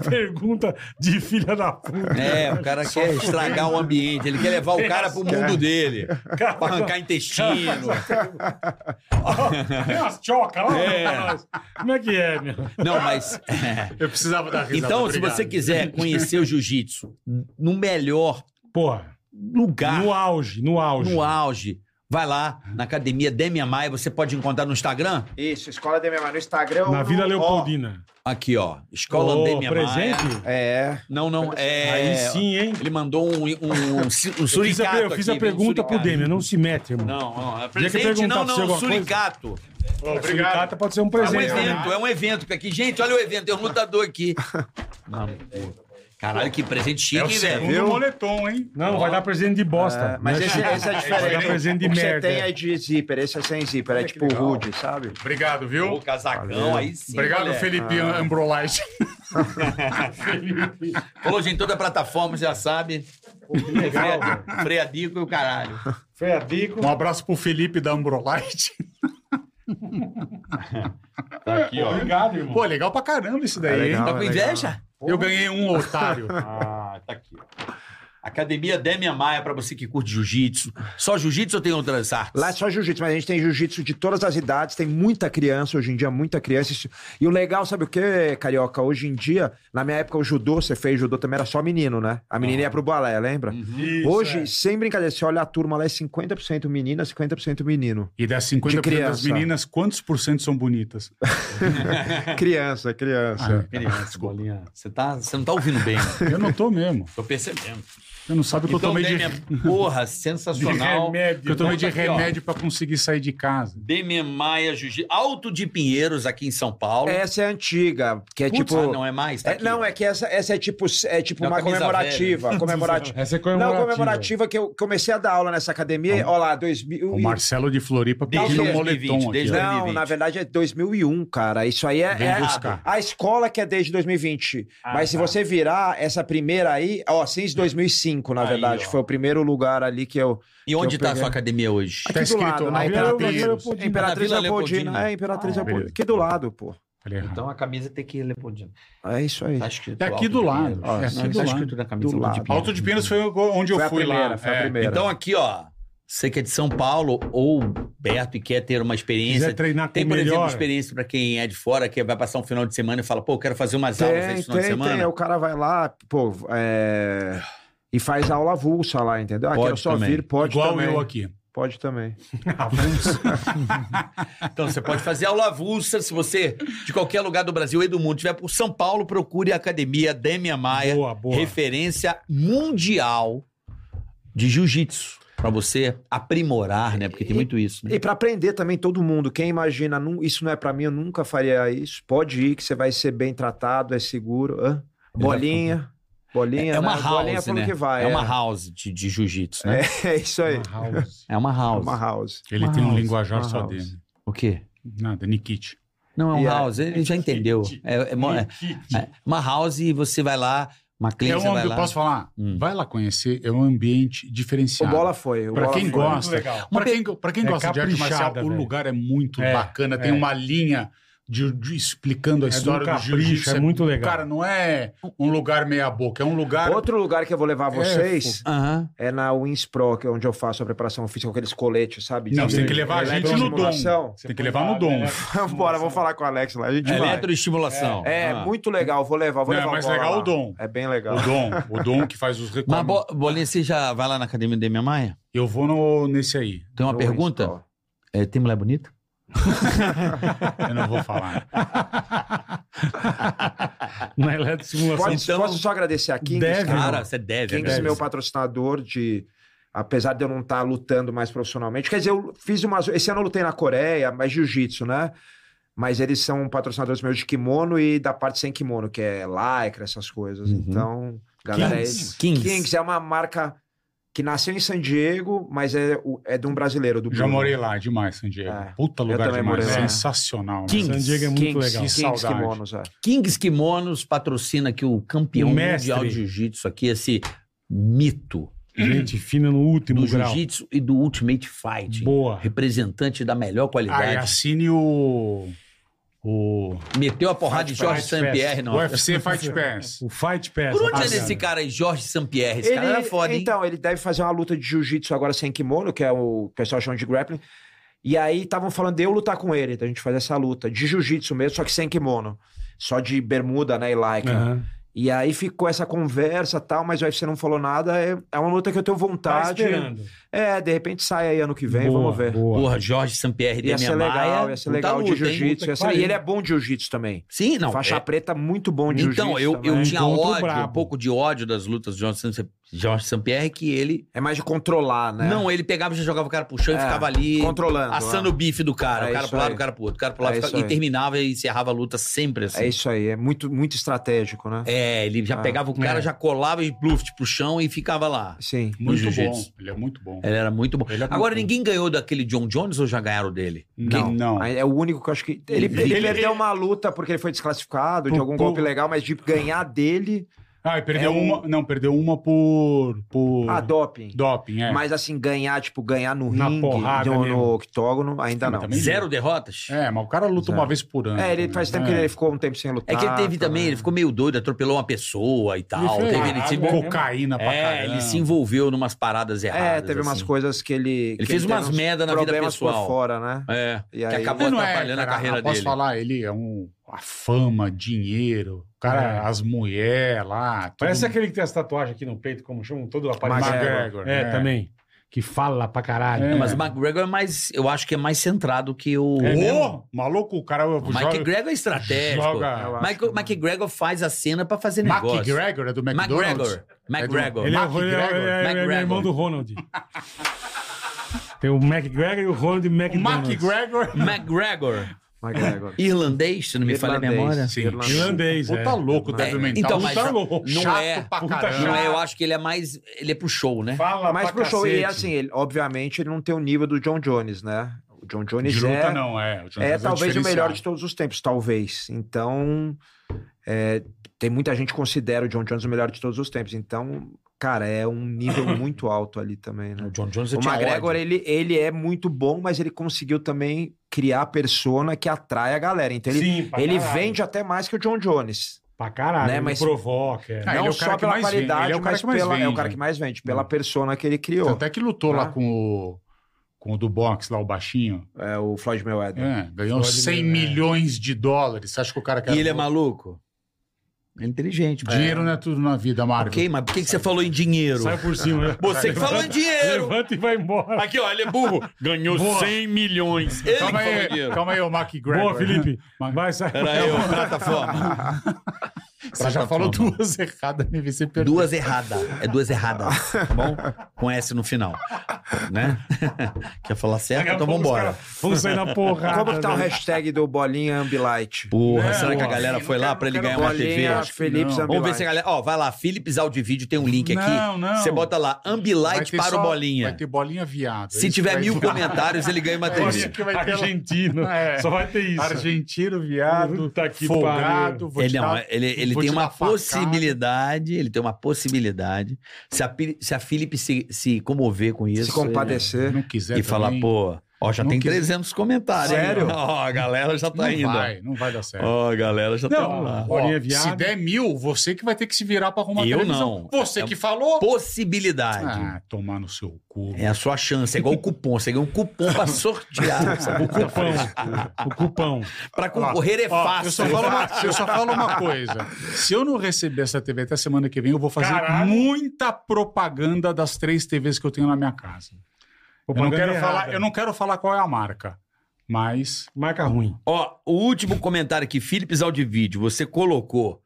Speaker 15: pergunta de filha da puta.
Speaker 6: É, o cara quer estragar o ambiente, ele quer levar o cara pro mundo dele. Pra arrancar intestino.
Speaker 2: É.
Speaker 15: Tem umas chocas lá. Como é que é, meu?
Speaker 6: Não, mas. é.
Speaker 5: Eu precisava dar risada.
Speaker 6: Então, se
Speaker 5: obrigado.
Speaker 6: você quiser conhecer o jiu-jitsu no melhor
Speaker 15: Porra,
Speaker 6: lugar,
Speaker 15: no auge, no auge.
Speaker 6: no auge, vai lá na academia Demian Maia. Você pode encontrar no Instagram?
Speaker 2: Isso, escola da minha Maia no Instagram. ou
Speaker 15: Na
Speaker 2: no-
Speaker 15: Vila
Speaker 2: ó,
Speaker 15: Leopoldina.
Speaker 6: Aqui, ó. Escola
Speaker 15: Ô,
Speaker 6: Demian Maia.
Speaker 15: presente?
Speaker 2: É.
Speaker 6: Não, não. É...
Speaker 15: Aí sim, hein?
Speaker 6: Ele mandou um, um, um,
Speaker 2: É.
Speaker 6: um
Speaker 15: Eu fiz a,
Speaker 6: suricato.
Speaker 15: eu fiz a
Speaker 6: aqui, veio um
Speaker 15: pergunta pro
Speaker 6: suricato.
Speaker 15: Demian, não se mete, irmão.
Speaker 6: Não, não. é
Speaker 15: Tinha que
Speaker 6: Presente,
Speaker 15: perguntar
Speaker 6: não,
Speaker 15: pra você
Speaker 6: não.
Speaker 15: alguma coisa.
Speaker 6: Suricato.
Speaker 15: Carta pode ser um
Speaker 6: É um
Speaker 15: presente. né?
Speaker 6: evento, é um evento. Porque aqui, gente, olha o evento. Tem um lutador aqui. Mano, pô. Caralho, que presente
Speaker 5: É o
Speaker 6: chique, né? hein, velho.
Speaker 5: segundo moletom, hein?
Speaker 15: Não, vai dar presente de bosta.
Speaker 2: É, mas
Speaker 15: né?
Speaker 2: esse, esse é diferente.
Speaker 15: Vai dar presente de
Speaker 2: o que
Speaker 15: merda.
Speaker 2: você tem é de zíper, esse é sem zíper, é tipo rude, sabe?
Speaker 5: Obrigado, viu?
Speaker 6: Pô, casacão, aí sim.
Speaker 5: Obrigado,
Speaker 6: moleque.
Speaker 5: Felipe Ambrolite.
Speaker 6: Hoje em toda plataforma, já sabe.
Speaker 15: legal,
Speaker 6: Freia- Freadico e o caralho.
Speaker 15: Ah, Feadico.
Speaker 5: Um abraço pro Felipe da Ambrolite. Tá
Speaker 8: Aqui, ó.
Speaker 15: Obrigado, irmão.
Speaker 5: Pô, legal pra caramba isso
Speaker 2: É
Speaker 5: daí, hein?
Speaker 2: legal.
Speaker 6: Tá com inveja?
Speaker 5: Eu ganhei um otário.
Speaker 8: Ah, tá aqui. ó.
Speaker 6: Academia Demian Maia, pra você que curte jiu-jitsu. Só jiu-jitsu ou tem outras artes?
Speaker 2: Lá é só jiu-jitsu, mas a gente tem jiu-jitsu de todas as idades, tem muita criança hoje em dia, muita criança. Isso- E o legal, sabe o que, Carioca? Hoje em dia, na minha época, o judô, você fez judô também, era só menino, né? A menina ia pro balé, lembra? hoje, sem brincadeira, você olha a turma lá, é 50% menina, 50% menino.
Speaker 5: E das
Speaker 2: De
Speaker 5: 50% das
Speaker 2: criança.
Speaker 5: meninas, quantos por cento são bonitas? Ah,
Speaker 2: criança, criança.
Speaker 6: Criança, você, tá, você não tá ouvindo bem, né?
Speaker 5: Eu não tô mesmo.
Speaker 6: Tô percebendo.
Speaker 5: Você não sabe o que
Speaker 6: Então,
Speaker 5: eu
Speaker 6: né,
Speaker 5: tomei de,
Speaker 6: Demian, porra, sensacional.
Speaker 5: que eu tomei de
Speaker 6: Volta aqui, ó.
Speaker 5: remédio pra conseguir sair de casa.
Speaker 6: Demian Maia Jiu-Jitsu. Alto de Pinheiros, aqui em São Paulo.
Speaker 2: Essa é antiga, que é
Speaker 6: Putz,
Speaker 2: tipo.
Speaker 6: ah, não é mais? Tá
Speaker 2: É,
Speaker 6: aqui.
Speaker 2: não, é que essa, essa é tipo, é tipo
Speaker 6: É uma
Speaker 2: uma
Speaker 6: camisa
Speaker 2: comemorativa. comemorativa.
Speaker 15: Essa é
Speaker 2: Não,
Speaker 15: comemorativa.
Speaker 2: comemorativa que eu comecei a dar aula nessa academia, ó lá, 2000.
Speaker 5: O
Speaker 2: e-
Speaker 5: Marcelo de Floripa
Speaker 6: Desde
Speaker 5: pedindo um
Speaker 6: 2020,
Speaker 5: moletom aqui.
Speaker 6: desde
Speaker 5: ó.
Speaker 6: 2020.
Speaker 2: Não, na verdade é 2001, cara. Isso aí é,
Speaker 5: Vem
Speaker 2: é
Speaker 5: buscar. Ah, tá.
Speaker 2: a, a escola que é desde 2020. Mas se você virar essa primeira aí, ó, since
Speaker 5: É.
Speaker 2: 2005, na
Speaker 6: Aí,
Speaker 2: verdade,
Speaker 6: ó.
Speaker 2: foi o primeiro lugar ali que eu
Speaker 6: E onde
Speaker 2: eu
Speaker 6: tá a
Speaker 2: peguei.
Speaker 6: sua academia hoje?
Speaker 5: Tá
Speaker 2: Aqui do
Speaker 5: escrito
Speaker 2: lado,
Speaker 5: lá,
Speaker 2: na Imperatriz, Imperatriz
Speaker 5: Imperatriz.
Speaker 6: Na Vila Leopoldina.
Speaker 2: Leopoldina, é Imperatriz
Speaker 5: Ah,
Speaker 2: Leopoldina,
Speaker 5: beleza.
Speaker 2: aqui do lado, pô.
Speaker 5: Falei é errado.
Speaker 6: Então a camisa tem que ir Leopoldina.
Speaker 2: É isso aí.
Speaker 6: Tá escrito.
Speaker 5: É aqui
Speaker 6: Alto
Speaker 5: do
Speaker 6: de
Speaker 5: lado. É
Speaker 6: Pinheiros. Não,
Speaker 5: aqui do
Speaker 6: tá
Speaker 5: lado.
Speaker 6: escrito na
Speaker 2: Do
Speaker 6: camisa Alto de
Speaker 2: lado.
Speaker 6: Pinheiros.
Speaker 5: Alto de Pinas foi onde eu
Speaker 2: Foi a
Speaker 5: fui
Speaker 2: primeira,
Speaker 5: lá.
Speaker 2: foi a
Speaker 5: É.
Speaker 2: primeira.
Speaker 6: Então aqui, ó. Você que é de São Paulo ou perto e quer ter uma experiência.
Speaker 15: Quiser treinar com
Speaker 6: Tem,
Speaker 15: o
Speaker 6: por exemplo,
Speaker 15: melhor.
Speaker 6: experiência pra quem é de fora, que vai passar um final de semana e fala, pô, eu quero fazer umas aulas
Speaker 2: Tem,
Speaker 6: esse final de
Speaker 2: tem,
Speaker 6: semana.
Speaker 2: tem. O cara vai lá, pô, é, e faz aula avulsa lá, entendeu? Aqui
Speaker 6: Pode
Speaker 2: é só
Speaker 6: também.
Speaker 2: vir, pode
Speaker 5: Igual
Speaker 2: também.
Speaker 5: eu aqui.
Speaker 2: Pode também.
Speaker 15: ah,
Speaker 6: Então você pode fazer aula avulsa, se você, de qualquer lugar do Brasil e do mundo, estiver por São Paulo, procure a academia
Speaker 2: Ah,
Speaker 6: Demian
Speaker 2: é.
Speaker 6: Maia.
Speaker 15: Boa, boa.
Speaker 6: referência mundial de jiu-jitsu. Pra você aprimorar, né? Porque tem muito isso, né?
Speaker 2: E pra aprender também todo mundo, quem imagina, "Não, isso não é pra mim, eu nunca faria isso, pode ir que você vai ser bem tratado, é seguro. Hã? Bolinha. Bolinha,
Speaker 6: é uma
Speaker 2: né?
Speaker 6: house,
Speaker 2: Bolinha pelo
Speaker 6: né?
Speaker 2: que vai,
Speaker 6: é uma
Speaker 2: é.
Speaker 6: house de, de jiu-jitsu, né?
Speaker 2: É, é isso aí.
Speaker 6: É uma house.
Speaker 2: É uma house.
Speaker 5: Ele
Speaker 6: Uma
Speaker 5: tem um
Speaker 6: house,
Speaker 5: linguajar
Speaker 6: uma
Speaker 5: só
Speaker 6: house.
Speaker 5: dele.
Speaker 6: O quê?
Speaker 5: Nada, Nikit.
Speaker 6: Não, é um
Speaker 5: E é-
Speaker 6: house, ele já entendeu. É, é mo- é- é uma house e você vai lá, uma
Speaker 5: É
Speaker 6: clínica
Speaker 5: um,
Speaker 6: vai
Speaker 5: eu
Speaker 6: lá. Hum.
Speaker 5: posso falar? Vai lá conhecer, é um ambiente diferenciado.
Speaker 2: O Bola foi, o
Speaker 5: Pra
Speaker 2: Bola
Speaker 5: quem
Speaker 2: foi. Muito
Speaker 5: gosta,
Speaker 2: legal.
Speaker 5: pra quem, pra quem
Speaker 2: É
Speaker 5: gosta de arte marcial,
Speaker 2: caprichada,
Speaker 5: o
Speaker 2: velho.
Speaker 5: lugar é muito
Speaker 2: É,
Speaker 5: bacana, tem
Speaker 2: é.
Speaker 5: uma linha de, de- explicando a
Speaker 2: É de um
Speaker 5: história do,
Speaker 2: capricho,
Speaker 5: jiu-jitsu.
Speaker 2: é muito legal.
Speaker 5: Cara, não é um lugar meia boca, é um lugar...
Speaker 2: Outro lugar que eu vou levar vocês
Speaker 5: É,
Speaker 2: é, na Winspro, que é onde eu faço a preparação física com aqueles coletes, sabe?
Speaker 5: Não, você tem que levar a gente no dom.
Speaker 2: Electroestimulação.
Speaker 5: Você tem que levar no dom.
Speaker 2: Bora, vou falar com o Alex lá. A
Speaker 6: É
Speaker 2: gente vai.
Speaker 6: Eletroestimulação.
Speaker 2: É,
Speaker 6: Ah.
Speaker 2: muito legal. Vou levar, vou
Speaker 6: Não, é
Speaker 2: levar.
Speaker 6: mais
Speaker 2: bola
Speaker 6: legal
Speaker 2: lá.
Speaker 6: o dom.
Speaker 2: É bem legal.
Speaker 5: O Dom, o Dom que faz os
Speaker 6: Mas,
Speaker 5: recordes.
Speaker 6: Bo- Bolinha, você já vai lá na academia de minha Maia?
Speaker 5: Eu vou no, nesse aí.
Speaker 6: Tem uma
Speaker 5: No
Speaker 6: pergunta? É, tem mulher bonita?
Speaker 5: Eu não vou falar.
Speaker 15: Na eletroestimulação.
Speaker 2: Pode- posso só agradecer a Kings?
Speaker 15: Deve,
Speaker 6: Cara, você Então, deve, é
Speaker 2: Kings,
Speaker 6: deve.
Speaker 2: meu patrocinador de... Apesar de eu não estar lutando mais profissionalmente. Quer dizer, eu fiz umas... Esse ano eu lutei na Coreia, mas jiu-jitsu, né? Mas eles são patrocinadores meus de kimono e da parte sem kimono, que é lycra, essas coisas. Então, galera... é
Speaker 6: Kings.
Speaker 2: eles.
Speaker 6: Kings.
Speaker 2: é uma marca que nasceu em San Diego, mas é, o- é de um brasileiro, do
Speaker 5: Já
Speaker 2: Bruno.
Speaker 5: morei lá, demais, San Diego. Puta
Speaker 2: É. Eu
Speaker 5: lugar
Speaker 2: também
Speaker 5: demais,
Speaker 2: morei lá.
Speaker 5: sensacional. né?
Speaker 6: Kings. San Diego é muito
Speaker 2: Kings,
Speaker 6: legal.
Speaker 2: Kings,
Speaker 5: Que saudade.
Speaker 2: Kimonos, é.
Speaker 6: Kings Kimonos patrocina aqui o campeão
Speaker 15: O mestre.
Speaker 6: mundial de jiu-jitsu aqui, esse mito
Speaker 15: Gente fina no último
Speaker 6: do
Speaker 15: grau.
Speaker 6: jiu-jitsu e do Ultimate Fighting.
Speaker 15: Boa.
Speaker 6: Representante da melhor
Speaker 5: Aí
Speaker 6: qualidade.
Speaker 5: assine o. O.
Speaker 6: Meteu a porrada de Jorge Sampierre, não.
Speaker 5: O UFC Fight Pass.
Speaker 15: O Fight Pass.
Speaker 6: Por onde é
Speaker 15: rapaziada.
Speaker 6: esse cara aí, Jorge Sampierre? Esse cara era foda, hein?
Speaker 2: Então, ele deve fazer uma luta de jiu-jitsu agora sem kimono, que é o, que o pessoal chama de grappling. E aí estavam falando de eu lutar com ele, da gente fazer essa luta de jiu-jitsu mesmo, só que sem kimono. Só de bermuda, né, e lycra.
Speaker 15: Aham.
Speaker 2: E aí ficou essa conversa tal, mas o UFC não falou nada. É, é uma luta que eu tenho
Speaker 15: Tá
Speaker 2: vontade.
Speaker 15: esperando.
Speaker 2: é, de repente sai aí ano que vem,
Speaker 15: Boa,
Speaker 2: vamos ver.
Speaker 15: boa.
Speaker 6: Porra, Jorge Sampierre de
Speaker 2: Ia
Speaker 6: minha
Speaker 2: ser legal,
Speaker 6: Maia.
Speaker 2: ia ser
Speaker 6: puta
Speaker 2: legal de
Speaker 6: luta, hein?
Speaker 2: jiu-jitsu. ia ser- E ele é bom de jiu-jitsu também.
Speaker 6: Sim, não.
Speaker 2: Faixa
Speaker 6: é-
Speaker 2: preta, muito bom de jiu-jitsu.
Speaker 6: Então, eu, eu
Speaker 2: também.
Speaker 6: tinha
Speaker 15: Encontro
Speaker 6: ódio,
Speaker 15: brabo.
Speaker 6: um pouco de ódio das lutas de Jorge Samp- Jorge Sampierre, que ele.
Speaker 2: É mais de controlar, né?
Speaker 6: Não, ele pegava e já jogava o cara pro chão e
Speaker 2: É,
Speaker 6: ficava ali.
Speaker 2: controlando,
Speaker 6: Assando
Speaker 2: é.
Speaker 6: o bife do cara.
Speaker 2: É
Speaker 6: o cara
Speaker 2: isso
Speaker 6: pro lado,
Speaker 2: aí.
Speaker 6: o cara pro outro. O cara pro lado.
Speaker 2: É
Speaker 6: ficava-
Speaker 2: isso
Speaker 6: e
Speaker 2: aí.
Speaker 6: terminava e encerrava a luta sempre assim.
Speaker 2: É isso aí, é muito, muito estratégico, né?
Speaker 6: É, ele já
Speaker 2: Ah,
Speaker 6: pegava o cara,
Speaker 15: é.
Speaker 6: já colava e bluft pro chão e ficava lá.
Speaker 2: Sim.
Speaker 5: Muito bom.
Speaker 6: jiu-jitsu.
Speaker 5: Ele é muito bom.
Speaker 6: Ele era muito bom.
Speaker 5: Ele é muito
Speaker 6: Agora,
Speaker 5: bom.
Speaker 6: ninguém ganhou daquele John Jones ou já ganharam dele?
Speaker 5: Não. não.
Speaker 2: É o único que eu acho que. Ele,
Speaker 6: Ele-
Speaker 2: ele
Speaker 6: ele-
Speaker 2: perdeu uma luta porque ele foi desclassificado de
Speaker 5: Por-
Speaker 2: algum
Speaker 5: por-
Speaker 2: golpe legal, mas de ganhar dele
Speaker 5: Ah, e perdeu
Speaker 2: É um-
Speaker 5: uma. Não, perdeu uma por. por...
Speaker 2: a doping.
Speaker 5: Doping, é.
Speaker 2: Mas assim, ganhar, tipo, ganhar no
Speaker 15: Na
Speaker 2: ringue,
Speaker 15: porrada
Speaker 2: no,
Speaker 15: mesmo.
Speaker 2: no octógono, ainda
Speaker 5: Mas
Speaker 2: não.
Speaker 5: também-
Speaker 6: Zero derrotas?
Speaker 5: É, mas o cara luta uma vez por ano.
Speaker 2: É, ele faz tempo
Speaker 5: né?
Speaker 2: que ele ficou um tempo sem lutar.
Speaker 6: É que ele teve também, ele ficou meio doido, atropelou uma pessoa e tal.
Speaker 5: fez-
Speaker 6: teve, ele se
Speaker 5: Caralho, cocaína pra
Speaker 6: É,
Speaker 5: caramba.
Speaker 6: ele se envolveu numas paradas erradas.
Speaker 2: É, teve umas
Speaker 6: assim.
Speaker 2: coisas que ele. que
Speaker 6: fez
Speaker 2: teve
Speaker 6: umas
Speaker 2: uns
Speaker 6: merda na vida
Speaker 2: problemas
Speaker 6: pessoal.
Speaker 2: por fora, né?
Speaker 6: É,
Speaker 2: E
Speaker 6: que
Speaker 2: aí-
Speaker 6: acabou
Speaker 5: Ele não é,
Speaker 6: atrapalhando
Speaker 5: cara,
Speaker 6: a carreira
Speaker 5: posso
Speaker 6: dele.
Speaker 5: falar, ele é um. A fama, dinheiro, o cara, as mulheres lá. tudo-
Speaker 15: Parece aquele que tem as tatuagens aqui no peito, como chamam, todo aparecido.
Speaker 5: McGregor,
Speaker 15: É,
Speaker 5: é.
Speaker 15: também. Que fala pra caralho.
Speaker 5: É. É
Speaker 6: Não, Mas o McGregor é mais, eu acho que é mais centrado que o...
Speaker 5: Ô,
Speaker 6: o
Speaker 5: maluco, o cara.
Speaker 6: o Mike Gregor é estratégico.
Speaker 5: joga.
Speaker 6: Mike,
Speaker 2: é
Speaker 6: Mike Gregor faz a cena pra fazer um negócio.
Speaker 5: Mike Gregor é do McDonald's?
Speaker 6: McGregor. McGregor.
Speaker 15: Ele, é,
Speaker 5: Mac
Speaker 15: ele é- ele
Speaker 5: Gregor.
Speaker 15: é- ele é
Speaker 6: Mac
Speaker 15: irmão
Speaker 6: Gregor.
Speaker 15: do Ronald. Tem o McGregor e o Ronald
Speaker 5: O Mac
Speaker 15: McDonald's.
Speaker 5: Gregor.
Speaker 6: McGregor.
Speaker 2: McGregor.
Speaker 6: Irlandês, se não me falha a
Speaker 2: Irlandês.
Speaker 6: memória.
Speaker 5: Sim.
Speaker 2: Irlandês.
Speaker 15: Irlandês,
Speaker 5: Puta
Speaker 15: é.
Speaker 5: louco,
Speaker 2: É,
Speaker 5: deve mental.
Speaker 6: Então,
Speaker 5: Puta
Speaker 6: mas
Speaker 5: louco.
Speaker 6: não
Speaker 5: chato
Speaker 6: é,
Speaker 5: pra
Speaker 15: puta
Speaker 5: caramba.
Speaker 6: não é, eu acho que ele é mais, ele é pro show, né?
Speaker 15: Fala
Speaker 2: Mas
Speaker 15: pra
Speaker 2: pro show, e
Speaker 15: cacete.
Speaker 2: assim, ele, obviamente, ele não tem o nível do John Jones, né? O John Jones
Speaker 5: De
Speaker 2: é.
Speaker 5: luta não, é. O John
Speaker 2: É
Speaker 5: Jones
Speaker 2: talvez o melhor de
Speaker 5: diferenciado.
Speaker 2: todos os tempos, talvez. Então, é, tem muita gente que considera o John Jones o melhor de todos os tempos. Então, cara, é um nível muito alto ali também, né?
Speaker 6: John Jones
Speaker 2: O McGregor, ele, ele é muito bom, mas ele conseguiu também criar a persona que atrai a galera. Então, ele,
Speaker 15: Sim, pra
Speaker 2: ele
Speaker 15: caralho.
Speaker 2: vende até mais que o John Jones.
Speaker 15: Pra caralho,
Speaker 2: né,
Speaker 15: ele
Speaker 2: mas-
Speaker 15: provoca. é.
Speaker 5: Ah, ele é
Speaker 2: Não
Speaker 5: o cara
Speaker 2: só
Speaker 5: que
Speaker 2: pela
Speaker 5: mais vende,
Speaker 2: qualidade,
Speaker 5: ele é o cara
Speaker 2: mas
Speaker 5: que mais
Speaker 2: pela, é o
Speaker 5: vende. Hum. Então,
Speaker 2: cara que mais vende, pela persona que ele criou.
Speaker 5: Até que lutou lá
Speaker 2: Tá?
Speaker 5: com o. Com o do boxe lá, o baixinho.
Speaker 2: É o Floyd Mayweather.
Speaker 5: É, ganhou
Speaker 15: Floyd
Speaker 5: 100
Speaker 15: Mayweather.
Speaker 5: milhões de dólares. Você acha que o cara quer.
Speaker 6: E ele é maluco? É inteligente. pô.
Speaker 5: Dinheiro não é tudo na vida, Marvel.
Speaker 6: Ok, mas por que, que você falou em dinheiro?
Speaker 15: Sai por cima. né?
Speaker 6: Você que falou em dinheiro!
Speaker 15: Levanta e vai embora.
Speaker 6: Aqui, ó, ele é burro.
Speaker 12: Ganhou
Speaker 5: Boa.
Speaker 12: 100 milhões.
Speaker 6: Ele
Speaker 5: Calma
Speaker 6: que falou em
Speaker 5: aí,
Speaker 6: dinheiro.
Speaker 5: calma aí, o Mac Gregor.
Speaker 15: Boa, Felipe. Vai, sai.
Speaker 6: Era eu, plataforma.
Speaker 5: Você já falou duas erradas, né? MVC perfeito.
Speaker 6: tá Duas erradas. É duas erradas, tá bom? Com S no final. Né? Quer falar certo? Então vambora.
Speaker 2: Vamos sair na porrada. Como que
Speaker 15: né?
Speaker 2: tá o hashtag do Bolinha Ambilight?
Speaker 6: Porra, será que a galera foi lá pra ele ganhar uma TV?
Speaker 2: Bolinha Philips
Speaker 6: Não. Vamos ver se a
Speaker 2: Ambilight.
Speaker 6: galera. Ó, vai lá, Philips Audiovídeo tem um link aqui.
Speaker 5: Não, não.
Speaker 6: Você bota lá,
Speaker 5: Vai
Speaker 6: Ambilight
Speaker 5: ter
Speaker 6: para
Speaker 5: só-
Speaker 6: o Bolinha.
Speaker 5: Vai ter bolinha viado.
Speaker 6: Se
Speaker 5: Isso
Speaker 6: tiver
Speaker 5: vai
Speaker 6: mil
Speaker 5: ter-
Speaker 6: comentários, ele ganha uma
Speaker 5: É isso
Speaker 6: TV.
Speaker 5: que vai ter lá.
Speaker 15: Argentino.
Speaker 5: É.
Speaker 15: Só vai ter isso.
Speaker 5: Argentino, viado,
Speaker 15: Puta que
Speaker 5: folgado. vou te
Speaker 6: Ele, não, é.
Speaker 5: dar-
Speaker 6: ele, ele
Speaker 5: vou
Speaker 6: tem
Speaker 5: te
Speaker 6: uma
Speaker 5: dar facada.
Speaker 6: possibilidade, ele tem uma possibilidade. Se a, Pi- se a Philip se, se comover com isso
Speaker 2: Se compadecer.
Speaker 5: Não quiser
Speaker 6: e falar,
Speaker 5: também,
Speaker 6: pô, ó, já
Speaker 5: Não
Speaker 6: tem
Speaker 5: quiser.
Speaker 6: 300 comentários. hein?
Speaker 5: Sério?
Speaker 6: Ó, a galera já tá
Speaker 5: não
Speaker 6: indo.
Speaker 5: vai, não vai dar certo.
Speaker 6: Ó, a galera já tá
Speaker 5: Não,
Speaker 6: lá.
Speaker 5: ó,
Speaker 15: Bolinha é
Speaker 5: se
Speaker 15: viada.
Speaker 5: der mil, você que vai ter que se virar pra arrumar
Speaker 6: Eu
Speaker 5: televisão.
Speaker 6: não.
Speaker 5: Você
Speaker 6: É-
Speaker 5: que falou.
Speaker 6: Possibilidade.
Speaker 5: Ah, tomar no seu cu.
Speaker 6: É a sua chance, é igual o cupom. Você ganha um cupom pra sortear. sabe?
Speaker 15: O cupão. o cupão.
Speaker 6: pra concorrer é
Speaker 5: é Ó, eu,
Speaker 6: fácil.
Speaker 5: só falo uma, eu só falo uma coisa. Se eu não receber essa TV até semana que vem, eu vou fazer
Speaker 15: Caralho.
Speaker 5: muita propaganda das três TVs que eu tenho na minha casa. Eu não,
Speaker 15: Propaganda
Speaker 5: quero
Speaker 15: errada.
Speaker 5: falar, eu não quero falar qual é a marca, mas
Speaker 15: Marca ruim.
Speaker 6: Ó, o último comentário aqui, Philips Audiovídeo, você colocou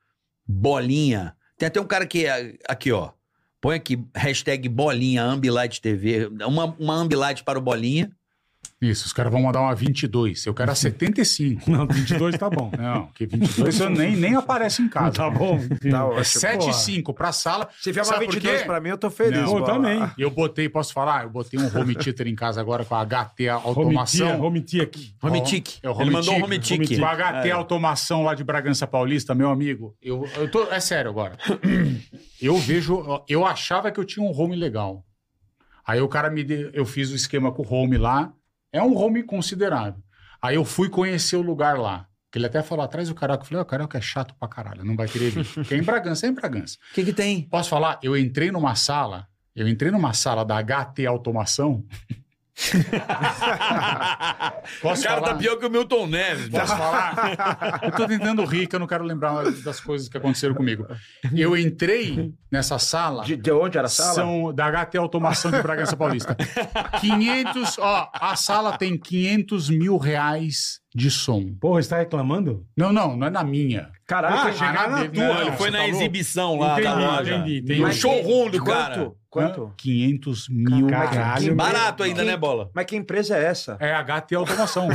Speaker 6: bolinha. Tem até um cara que, é- aqui, ó, põe aqui, hashtag bolinha, Ambilight TV, uma, uma Ambilight para o bolinha.
Speaker 5: isso, os caras vão mandar uma 22. Eu quero a 75.
Speaker 15: Não, 22 tá bom.
Speaker 5: Não, que 22 eu nem, nem aparece em casa.
Speaker 15: Tá bom.
Speaker 2: Tá
Speaker 5: É
Speaker 2: ótimo.
Speaker 5: 7 e 5 pra sala.
Speaker 2: Se vier uma
Speaker 5: Sabe por
Speaker 2: 22
Speaker 5: quê?
Speaker 2: pra mim, eu tô feliz.
Speaker 5: Não,
Speaker 15: eu
Speaker 2: bola.
Speaker 15: também.
Speaker 5: Eu botei, posso falar? Eu botei um home theater em casa agora com a HT
Speaker 15: Romitia,
Speaker 5: automação.
Speaker 15: romitia aqui.
Speaker 6: Romitic.
Speaker 5: É o
Speaker 6: Ele mandou um
Speaker 5: Romitic.
Speaker 6: Romitic.
Speaker 5: Com a HT automação lá de Bragança Paulista, meu amigo. Eu, eu tô, é sério agora. Eu vejo, eu achava que eu tinha um home legal. Aí o cara me deu, eu fiz o esquema com o home lá. É um home considerável. Aí eu fui conhecer o lugar lá. Que ele até falou atrás do Caraca. Eu falei, ó, Caraca é chato pra caralho, não vai querer vir. Porque é em Bragança, é em Bragança.
Speaker 6: O que que tem?
Speaker 5: Posso falar? Eu entrei numa sala, eu entrei numa sala da HT Automação.
Speaker 6: o
Speaker 5: Posso
Speaker 6: cara
Speaker 5: falar?
Speaker 6: tá pior que o Milton Neves.
Speaker 5: Posso falar? Eu tô tentando rir, que eu não quero lembrar das coisas que aconteceram comigo. Eu entrei nessa sala.
Speaker 2: De, de onde era a sala?
Speaker 5: São da HT Automação de Bragança Paulista. 500, ó, a sala tem 500 mil reais de som.
Speaker 15: Porra, está reclamando?
Speaker 5: Não, não, não é na minha.
Speaker 2: Caraca,
Speaker 5: Eu fui chegar
Speaker 15: na
Speaker 5: dele-
Speaker 15: tua,
Speaker 5: não,
Speaker 6: Ele foi
Speaker 5: você
Speaker 6: na
Speaker 5: tá louco?
Speaker 6: exibição lá da
Speaker 15: Entendi,
Speaker 6: loja.
Speaker 15: entendi, entendi.
Speaker 6: No
Speaker 15: Mas-
Speaker 6: showroom do
Speaker 2: quanto?
Speaker 6: cara.
Speaker 2: Quanto?
Speaker 5: 500 mil
Speaker 15: Caralho,
Speaker 5: reais.
Speaker 15: meu.
Speaker 6: Barato ainda, né, Bola?
Speaker 2: Mas que empresa é essa?
Speaker 5: É HT Automação.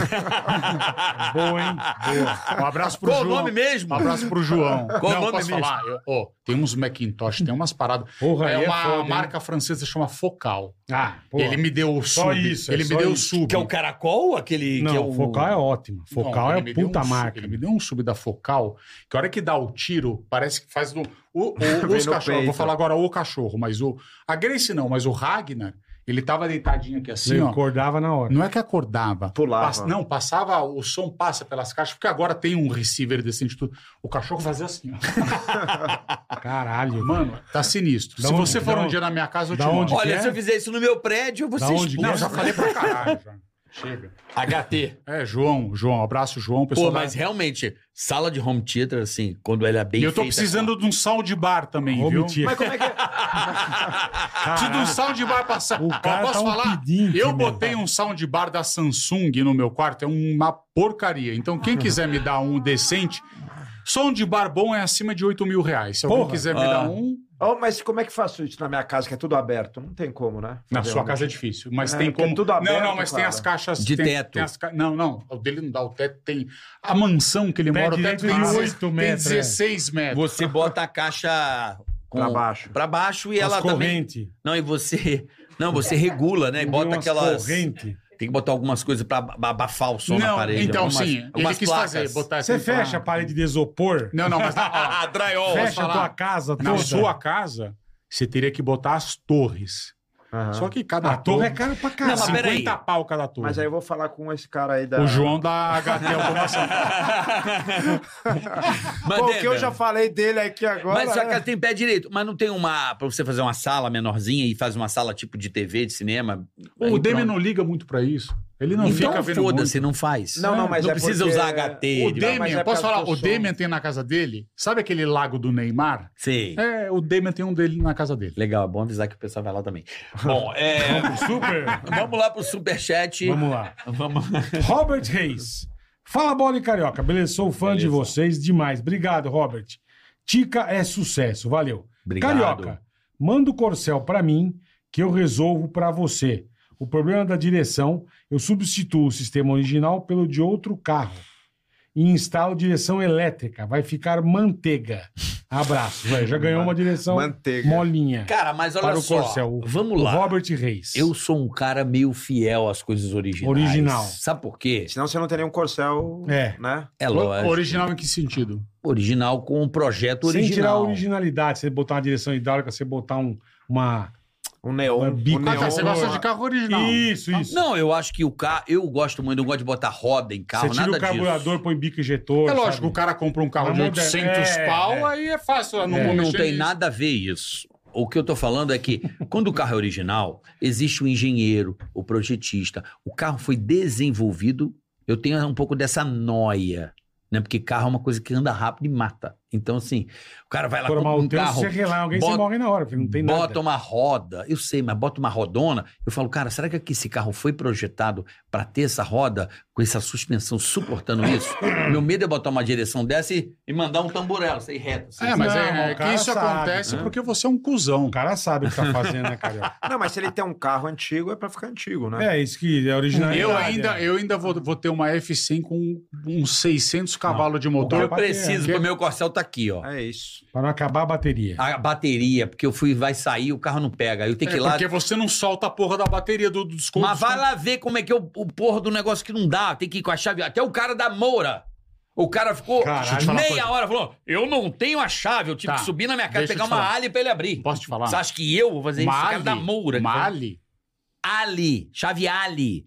Speaker 15: Boa, hein?
Speaker 5: Boa. Um abraço pro
Speaker 6: Qual o
Speaker 5: João.
Speaker 6: nome mesmo?
Speaker 5: Um abraço pro João.
Speaker 6: Qual o
Speaker 5: Não,
Speaker 6: nome
Speaker 5: posso
Speaker 6: mesmo?
Speaker 5: falar? Eu- ó, tem uns Macintosh, tem umas paradas.
Speaker 15: Porra,
Speaker 5: é
Speaker 15: aí é
Speaker 5: uma
Speaker 15: foda, hein?
Speaker 5: marca francesa que chama Focal.
Speaker 15: Ah, porra.
Speaker 5: Ele me deu o sub.
Speaker 15: Só isso, é
Speaker 5: ele
Speaker 15: só
Speaker 5: me deu o
Speaker 15: isso.
Speaker 5: sub.
Speaker 6: Que é o caracol? Aquele. que é
Speaker 15: Não,
Speaker 6: o...
Speaker 15: focal é ótimo.
Speaker 5: Não,
Speaker 15: Focal
Speaker 5: ele
Speaker 15: é
Speaker 5: me deu
Speaker 15: puta
Speaker 5: um sub,
Speaker 15: marca.
Speaker 5: Ele me deu um sub da Focal, que a hora que dá o tiro, parece que faz... No, o, o-
Speaker 2: Vem
Speaker 5: os
Speaker 2: no
Speaker 5: cachorros, vou
Speaker 2: peito.
Speaker 5: falar agora o cachorro, mas o... A Grace não, mas o Ragnar, ele tava deitadinho aqui assim,
Speaker 15: Ele
Speaker 5: ó.
Speaker 15: acordava na hora.
Speaker 5: Não é que acordava.
Speaker 2: Pulava.
Speaker 5: Pass- não, passava, o som passa pelas caixas, porque agora tem um receiver decente. Tudo. O cachorro fazia assim, ó.
Speaker 15: Caralho.
Speaker 5: Mano, tá sinistro.
Speaker 15: Da
Speaker 5: Se
Speaker 15: onde-
Speaker 5: você for
Speaker 15: da
Speaker 5: um
Speaker 15: onde-
Speaker 5: dia na minha casa, eu te
Speaker 15: da onde-
Speaker 5: mando.
Speaker 6: Olha,
Speaker 15: que
Speaker 6: se
Speaker 15: é?
Speaker 6: eu fizer isso no meu prédio, eu vou
Speaker 15: Da
Speaker 6: ser
Speaker 15: onde que
Speaker 5: Não,
Speaker 15: é?
Speaker 6: expulso.
Speaker 5: já falei pra caralho. já. Chega.
Speaker 6: HT.
Speaker 5: É, João, João, abraço, João, pessoal.
Speaker 6: Pô, mas
Speaker 5: da-
Speaker 6: realmente, sala de home theater, assim, quando ela é bem
Speaker 5: E eu tô
Speaker 6: feita,
Speaker 5: precisando de um soundbar também,
Speaker 15: Ô,
Speaker 5: viu?
Speaker 15: mentira.
Speaker 2: Mas como é que é?
Speaker 5: Preciso de um soundbar pra sa-
Speaker 15: O
Speaker 5: Ó,
Speaker 15: cara
Speaker 5: Posso
Speaker 15: tá um
Speaker 5: falar?
Speaker 15: pedinte,
Speaker 5: eu
Speaker 15: meu.
Speaker 5: botei um soundbar da Samsung no meu quarto, é uma porcaria. Então, quem quiser me dar um decente, soundbar bom é acima de 8 mil reais. Se alguém
Speaker 15: Porra.
Speaker 5: quiser me
Speaker 6: Ah.
Speaker 5: dar um,
Speaker 2: Oh, mas como é que faço isso na minha casa, que é tudo aberto? Não tem como, né?
Speaker 5: Na
Speaker 2: Fazer
Speaker 5: sua
Speaker 2: uma-
Speaker 5: casa é difícil, mas
Speaker 2: É,
Speaker 5: tem
Speaker 2: porque
Speaker 5: como.
Speaker 2: tudo aberto,
Speaker 5: não, não, mas tem
Speaker 2: cara.
Speaker 5: as caixas.
Speaker 6: De
Speaker 5: tem-
Speaker 6: teto.
Speaker 5: tem as ca- Não, não. O dele não dá. O teto tem. A mansão que ele
Speaker 15: Pé
Speaker 5: mora, o
Speaker 15: direito
Speaker 5: teto
Speaker 15: tem
Speaker 5: tem,
Speaker 15: oito
Speaker 5: 8
Speaker 15: metros, é.
Speaker 5: tem 16 metros.
Speaker 6: Você bota a caixa com-
Speaker 2: Pra baixo.
Speaker 6: pra baixo e
Speaker 15: As
Speaker 6: ela também.
Speaker 15: corrente.
Speaker 6: Não, e você. Não, você regula, né? E
Speaker 15: Tem
Speaker 6: bota
Speaker 15: umas
Speaker 6: aquelas.
Speaker 15: Corrente.
Speaker 6: Tem que botar algumas coisas pra ab- abafar o som na parede.
Speaker 5: então
Speaker 6: algumas-
Speaker 5: sim. Ele
Speaker 6: algumas
Speaker 5: quis
Speaker 6: placas.
Speaker 5: fazer. Botar
Speaker 15: Você
Speaker 5: aquele
Speaker 15: fecha a
Speaker 5: pra-
Speaker 15: parede de isopor,
Speaker 5: Não, não, mas. na-
Speaker 6: Ah,
Speaker 5: ó,
Speaker 6: drywall.
Speaker 5: Posso
Speaker 15: fecha a tua
Speaker 5: falar?
Speaker 15: casa toda.
Speaker 5: na sua casa, você teria que botar as torres.
Speaker 2: Aham.
Speaker 5: Só que cada
Speaker 15: A torre é cara pra
Speaker 6: Não, mas
Speaker 15: caralho.
Speaker 6: peraí.
Speaker 5: 50 pau cada torre.
Speaker 2: Mas aí eu vou falar com esse cara aí da.
Speaker 5: O João da HT
Speaker 6: Então,
Speaker 5: Automação.
Speaker 6: Mas,
Speaker 2: Bom,
Speaker 6: Denner,
Speaker 2: que eu já falei dele aqui agora.
Speaker 6: Mas só que
Speaker 2: né?
Speaker 6: ela tem pé direito. Mas não tem uma. Pra você fazer uma sala menorzinha e faz uma sala tipo de TV, de cinema.
Speaker 5: O
Speaker 6: aí
Speaker 5: Demi
Speaker 6: pronto.
Speaker 5: não liga muito pra isso. Ele não
Speaker 6: Então
Speaker 5: fica vendo. muito.
Speaker 6: foda-se, não faz.
Speaker 2: Não, não, mas
Speaker 6: Não
Speaker 2: é
Speaker 6: precisa
Speaker 2: porque-
Speaker 6: usar HT.
Speaker 5: O
Speaker 6: de-
Speaker 2: Não, mas
Speaker 5: Demian,
Speaker 2: é por
Speaker 5: posso
Speaker 2: causa
Speaker 5: falar?
Speaker 2: do
Speaker 5: O
Speaker 2: som.
Speaker 5: Demian tem na casa dele. Sabe aquele lago do Neymar?
Speaker 6: Sim.
Speaker 5: É, o Demian tem um dele na casa dele.
Speaker 6: Legal, é bom avisar que o pessoal vai lá também. Bom, é,
Speaker 15: Super.
Speaker 6: vamos lá pro superchat.
Speaker 15: Vamos lá.
Speaker 6: Vamos.
Speaker 15: Robert Reis. Fala bola e carioca, beleza? Sou fã de vocês demais. Obrigado, Robert.
Speaker 4: Tica é sucesso. Valeu. Carioca, manda o Corcel pra mim que eu resolvo pra você. O problema da direção, eu substituo o sistema original pelo de outro carro e instalo direção elétrica. Vai ficar manteiga. Abraço, velho. Já ganhou uma direção
Speaker 6: Manteiga.
Speaker 4: molinha.
Speaker 6: Cara, mas olha
Speaker 4: Para o
Speaker 6: só.
Speaker 4: Corcel, o-
Speaker 6: vamos
Speaker 4: o
Speaker 6: lá.
Speaker 4: Robert Reis.
Speaker 6: Eu sou um cara meio fiel às coisas originais.
Speaker 4: Original.
Speaker 6: Sabe por quê?
Speaker 2: Senão você não tem nenhum corcel,
Speaker 4: É.
Speaker 2: né?
Speaker 6: É lógico.
Speaker 5: Original em que sentido?
Speaker 6: Original com um projeto
Speaker 4: Sem tirar a
Speaker 6: original.
Speaker 4: originalidade, você botar uma direção hidráulica, você botar um, uma.
Speaker 2: Um neon.
Speaker 4: Uma bico.
Speaker 2: um
Speaker 5: Ah, tá,
Speaker 2: neon.
Speaker 5: você gosta de carro original.
Speaker 4: Isso, isso.
Speaker 6: Não, eu acho que o carro. Eu gosto muito, eu gosto de botar roda em carro,
Speaker 4: você tira
Speaker 6: nada
Speaker 4: o carburador,
Speaker 6: disso.
Speaker 4: põe bico injetor.
Speaker 5: É lógico, o
Speaker 4: sabe?
Speaker 5: cara compra um carro
Speaker 4: Mas
Speaker 5: de
Speaker 4: muda-
Speaker 5: 800
Speaker 4: é,
Speaker 5: pau,
Speaker 4: é.
Speaker 5: aí é fácil. eu Não, vou
Speaker 6: Não
Speaker 5: mexer
Speaker 6: tem
Speaker 5: nisso.
Speaker 6: nada a ver isso. O que eu tô falando é que quando o carro é original, existe o engenheiro, o projetista. O carro foi desenvolvido. Eu tenho um pouco dessa noia, né? Porque carro é uma coisa que anda rápido e mata. Então, assim, o cara
Speaker 5: tá
Speaker 6: vai lá
Speaker 4: Formar
Speaker 6: compra
Speaker 4: o
Speaker 6: um
Speaker 4: teu, se
Speaker 6: carro.
Speaker 4: você relar em alguém,
Speaker 6: bota-
Speaker 4: você morre na hora, porque não tem
Speaker 6: bota
Speaker 4: nada.
Speaker 6: uma roda, eu sei, mas bota uma rodona. Eu falo, cara, será que aqui esse carro foi projetado pra ter essa roda com essa suspensão suportando isso? Meu medo é botar uma direção dessa e, e mandar um tamborelo, sei reto. assim.
Speaker 5: É, mas
Speaker 4: Não,
Speaker 5: é,
Speaker 4: o
Speaker 5: é que
Speaker 4: cara
Speaker 5: isso
Speaker 4: sabe,
Speaker 5: acontece
Speaker 4: né?
Speaker 5: porque você é um cuzão.
Speaker 4: O cara sabe o que tá fazendo, né, cara?
Speaker 2: Não, mas se ele tem um carro antigo, é pra ficar antigo, né?
Speaker 4: É, isso que é original.
Speaker 5: Eu ainda,
Speaker 6: é.
Speaker 5: eu ainda vou, vou ter uma F100 com uns 600 cavalos de motor.
Speaker 6: Eu preciso,
Speaker 5: Que-
Speaker 6: porque o meu corcel tá aqui, ó.
Speaker 2: É isso.
Speaker 4: Pra não acabar a bateria.
Speaker 6: A bateria, porque eu fui, vai sair, o carro não pega. Aí Eu tenho que
Speaker 5: É, né?
Speaker 6: ir lá.
Speaker 5: Porque você não solta a porra da bateria do, do desconto.
Speaker 6: Mas vai lá ver como é que é o, o porra do negócio que não dá. Tem que ir com a chave. Até o cara da Moura. O cara ficou
Speaker 4: Caralho, deixa eu te falar uma
Speaker 6: meia hora falou: Eu não tenho a chave, eu tive
Speaker 5: Tá,
Speaker 6: que subir na minha casa
Speaker 5: deixa eu
Speaker 6: pegar
Speaker 5: te
Speaker 6: uma
Speaker 5: falar.
Speaker 6: alha pra ele abrir.
Speaker 5: Posso te falar?
Speaker 6: Você acha que eu vou fazer isso? O cara da Moura. que falou,
Speaker 5: Mali.
Speaker 6: Ali, chave Ali.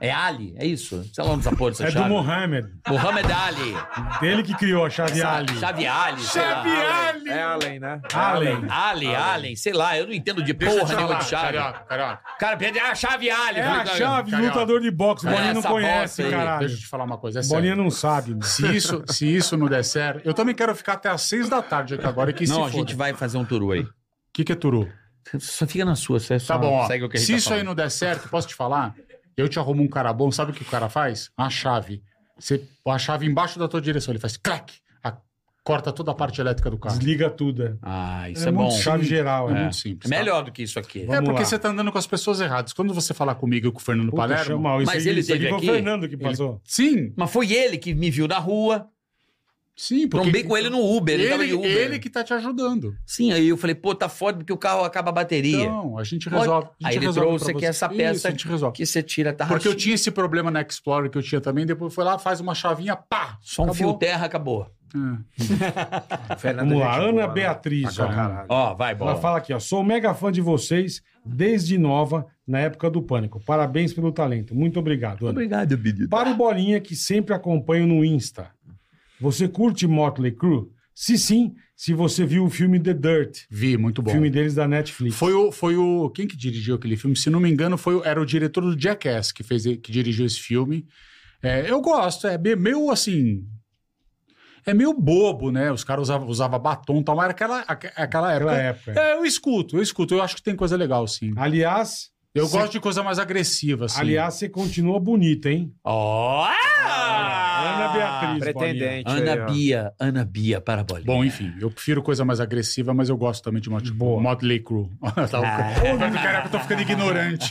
Speaker 6: É Ali, é isso? Sei lá onde essa porra dessa
Speaker 4: É do
Speaker 6: chave.
Speaker 4: Mohamed.
Speaker 6: Mohamed Ali.
Speaker 4: Dele que criou a chave
Speaker 6: Essa-
Speaker 4: Ali.
Speaker 6: Chave Ali. sei lá.
Speaker 5: Allen.
Speaker 2: É além, né?
Speaker 4: Allen.
Speaker 6: Ali, Allen, sei lá, eu não entendo de
Speaker 5: Deixa eu te
Speaker 6: porra nenhuma
Speaker 5: falar,
Speaker 6: de chave.
Speaker 5: Carioca, carioca.
Speaker 6: Cara, pede a chave Ali.
Speaker 4: É
Speaker 6: vai,
Speaker 4: a
Speaker 6: vai.
Speaker 4: chave do
Speaker 5: Carioca.
Speaker 4: lutador de boxe. O
Speaker 6: É,
Speaker 4: Bolinha não
Speaker 6: essa bosta
Speaker 4: conhece,
Speaker 6: aí.
Speaker 4: caralho.
Speaker 5: Deixa eu te falar uma coisa, é
Speaker 4: Bolinha
Speaker 5: sério.
Speaker 4: não sabe. mano.
Speaker 5: Se isso, se isso não der certo, eu também quero ficar até às seis da tarde aqui agora. Que
Speaker 6: Não,
Speaker 5: se
Speaker 6: a gente
Speaker 5: O
Speaker 6: vai fazer um tour aí.
Speaker 5: que, que é turu?
Speaker 6: Só fica na sua, você é só
Speaker 5: Tá bom, ó.
Speaker 6: segue o que a gente
Speaker 5: Se
Speaker 6: tá
Speaker 5: isso aí
Speaker 6: falando.
Speaker 5: não der certo, posso te falar? Eu te arrumo um cara bom, sabe o que o cara faz? A chave. Você põe a chave embaixo da tua direção, ele faz clac, a- corta toda a parte elétrica do carro.
Speaker 4: Desliga tudo. é.
Speaker 6: Ah, isso
Speaker 4: é
Speaker 6: é, bom.
Speaker 4: muito chave geral, é.
Speaker 5: muito simples.
Speaker 6: É
Speaker 5: tá?
Speaker 6: melhor do que isso aqui.
Speaker 5: É
Speaker 4: Vamos
Speaker 5: porque
Speaker 4: lá.
Speaker 5: você tá andando com as pessoas erradas. Quando você falar comigo e com o Fernando
Speaker 4: Puta,
Speaker 5: Palermo.
Speaker 4: chama- isso
Speaker 6: Mas
Speaker 4: aqui-
Speaker 6: ele
Speaker 4: isso
Speaker 6: teve
Speaker 4: aqui
Speaker 6: aqui?
Speaker 4: foi o Fernando que passou.
Speaker 5: Sim,
Speaker 6: Mas foi ele que me viu na rua.
Speaker 5: sim, porque.
Speaker 6: Trombei com ele no Uber. Ele, tava de
Speaker 5: Ele,
Speaker 6: Uber.
Speaker 5: ele que tá te ajudando.
Speaker 6: Sim, aí eu falei, pô, tá foda porque o carro acaba a bateria.
Speaker 5: Então, a gente resolve. A gente
Speaker 6: é. aí ele
Speaker 5: resolve
Speaker 6: trouxe
Speaker 5: pra
Speaker 6: aqui
Speaker 5: você.
Speaker 6: essa peça
Speaker 5: Isso, a gente resolve.
Speaker 6: que você tira, tá
Speaker 5: Porque eu
Speaker 6: rachado.
Speaker 5: tinha esse problema na Explorer que eu tinha também, depois foi lá, faz uma chavinha, pá! É.
Speaker 6: Só um fio terra, acabou.
Speaker 2: Fernanda
Speaker 4: Vamos lá,
Speaker 2: gente
Speaker 4: Ana
Speaker 2: boa, né?
Speaker 4: Beatriz.
Speaker 2: Pra
Speaker 4: ó.
Speaker 2: caralho.
Speaker 6: Ó, vai,
Speaker 4: Ela
Speaker 6: bola.
Speaker 4: fala aqui, ó. Sou mega fã de vocês desde nova, na época do pânico. Parabéns pelo talento. Muito obrigado, Ana.
Speaker 6: Obrigado, pedido.
Speaker 4: Para o Bolinha, que sempre acompanho no Insta. Você curte Motley Crue? Se sim, se você viu o filme The Dirt,
Speaker 5: Vi, muito bom.
Speaker 4: filme deles da Netflix.
Speaker 5: Foi o, foi o. Quem que dirigiu aquele filme? Se não me engano, foi, o- era o diretor do Jackass que, fez, que dirigiu esse filme. É, eu gosto, é be- meio assim. É meio bobo, né? Os caras usavam usava batom e tal, mas era aquela, aque- aquela época.
Speaker 4: Aquela época.
Speaker 5: É, eu escuto, eu escuto. Eu acho que tem coisa legal, sim.
Speaker 4: Aliás,
Speaker 5: Eu
Speaker 4: Cê-
Speaker 5: gosto de coisa mais agressiva, assim.
Speaker 4: aliás, você continua bonita, hein?
Speaker 6: Ó! Ah,
Speaker 4: Ana Beatriz.
Speaker 2: Pretendente. aí,
Speaker 6: Ana
Speaker 2: ó.
Speaker 6: Bia, Ana Bia, para a bolinha.
Speaker 5: Bom, enfim, eu prefiro coisa mais agressiva, mas eu gosto também de uma tipo
Speaker 4: Boa. Ah.
Speaker 5: Motley Crue. Tá, o cara-
Speaker 6: É
Speaker 5: Ô, Caraca, eu tô ficando ignorante.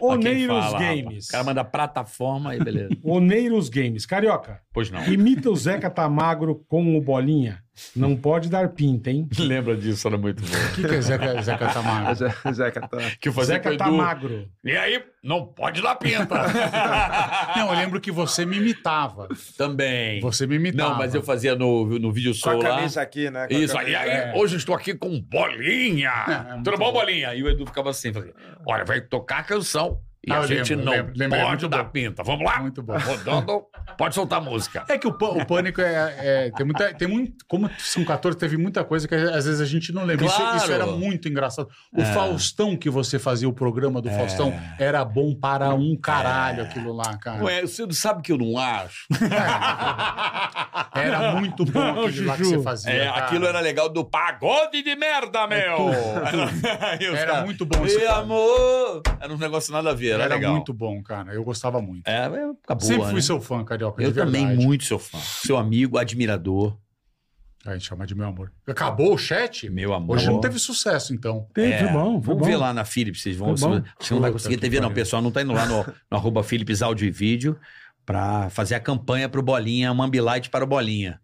Speaker 4: Oneiros
Speaker 6: Ó, quem fala,
Speaker 4: Games.
Speaker 6: rapaz. O cara manda plataforma e beleza.
Speaker 4: Oneiros Games. Carioca,
Speaker 6: Pois não.
Speaker 4: imita o Zeca Tamagro com o Bolinha. Não pode dar pinta, hein?
Speaker 8: Lembra disso, era muito bom.
Speaker 5: O que, que é Zeca, Zeca Camargo?
Speaker 2: Zé- Zeca tá.
Speaker 8: Que eu
Speaker 6: é,
Speaker 8: fazia com o
Speaker 4: Zeca
Speaker 8: Edu.
Speaker 4: Tamagro.
Speaker 8: E aí, não pode dar pinta.
Speaker 4: é-
Speaker 5: Não, eu lembro que você me imitava.
Speaker 6: Também.
Speaker 5: Você me imitava.
Speaker 6: Não, mas eu fazia no, no vídeo
Speaker 2: Com
Speaker 6: show
Speaker 2: a
Speaker 6: lá.
Speaker 2: camisa aqui, né? Com a
Speaker 8: Isso,
Speaker 2: camisa.
Speaker 8: e aí, hoje eu estou aqui com bolinha. Tudo bom, bolinha? E o Edu ficava assim, fazia, olha, vai tocar a canção. E
Speaker 5: Ah,
Speaker 8: a
Speaker 5: eu
Speaker 8: gente
Speaker 5: lembro,
Speaker 8: não
Speaker 5: lembro, lembro, é
Speaker 8: pode
Speaker 5: muito
Speaker 8: dar
Speaker 5: bom.
Speaker 8: pinta. Vamos lá?
Speaker 5: Muito bom.
Speaker 8: Rodando, pode soltar a música.
Speaker 5: É que o, pã- o pânico é, é- Tem muita. Tem muito, como são 14, teve muita coisa que às vezes a gente não lembra. Isso-
Speaker 6: Claro. É.
Speaker 5: Isso, era muito engraçado. O Faustão que você fazia, o programa do Faustão, era bom para um caralho aquilo lá, cara.
Speaker 6: É. Ué, você não sabe que eu não acho?
Speaker 5: Era muito bom aquilo lá que
Speaker 4: Juju.
Speaker 5: você fazia.
Speaker 8: É,
Speaker 5: cara.
Speaker 8: aquilo era legal do pagode de merda,
Speaker 6: É
Speaker 8: meu! E os
Speaker 5: Era
Speaker 8: caras,
Speaker 5: muito bom esse
Speaker 8: Meu
Speaker 5: cara.
Speaker 8: amor! Era um negócio nada a ver, era,
Speaker 5: Era
Speaker 8: legal.
Speaker 5: muito bom, cara. Eu gostava muito.
Speaker 6: É, é época boa,
Speaker 5: Sempre fui
Speaker 6: né?
Speaker 5: seu fã, Carioca.
Speaker 6: Eu
Speaker 5: de verdade.
Speaker 6: também, muito seu fã. Seu amigo, admirador.
Speaker 5: Aí chama de meu amor. Acabou o chat?
Speaker 6: Meu amor.
Speaker 5: Hoje não teve sucesso, então.
Speaker 6: É, Vamos ver lá na Philips, vocês vão.
Speaker 5: Foi
Speaker 6: Você
Speaker 5: bom.
Speaker 6: você não vai
Speaker 5: Puta
Speaker 6: conseguir
Speaker 5: que
Speaker 6: TV, não,
Speaker 5: pariu.
Speaker 6: pessoal. Não tá indo lá no, no arroba Philips áudio e vídeo pra fazer a campanha pro Bolinha, uma Ambilight para o Bolinha.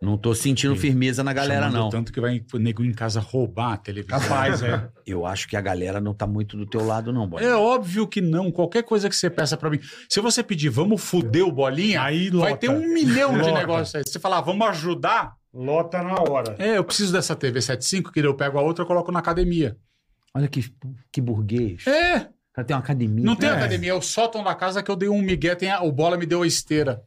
Speaker 6: Não tô sentindo firmeza na galera,
Speaker 5: Chamando
Speaker 6: não.
Speaker 5: Tanto que vai o nego em casa roubar a televisão.
Speaker 6: Capaz, é. Eu acho que a galera não tá muito do teu lado, não, Bolinha.
Speaker 5: É óbvio que não. Qualquer coisa que você peça pra mim. Se você pedir, vamos fuder o bolinha, vai
Speaker 4: lota.
Speaker 5: ter um milhão de
Speaker 4: Lota.
Speaker 5: negócios aí. Se você falar, vamos ajudar.
Speaker 4: Lota na hora.
Speaker 5: É, eu preciso dessa TV 75, que daí eu pego a outra e coloco na academia.
Speaker 6: Olha que, que burguês.
Speaker 5: É.
Speaker 6: O cara tem uma academia.
Speaker 5: Não tem
Speaker 6: É.
Speaker 5: academia, é o sótão da casa que eu dei um migué, tem a- o bola me deu a esteira.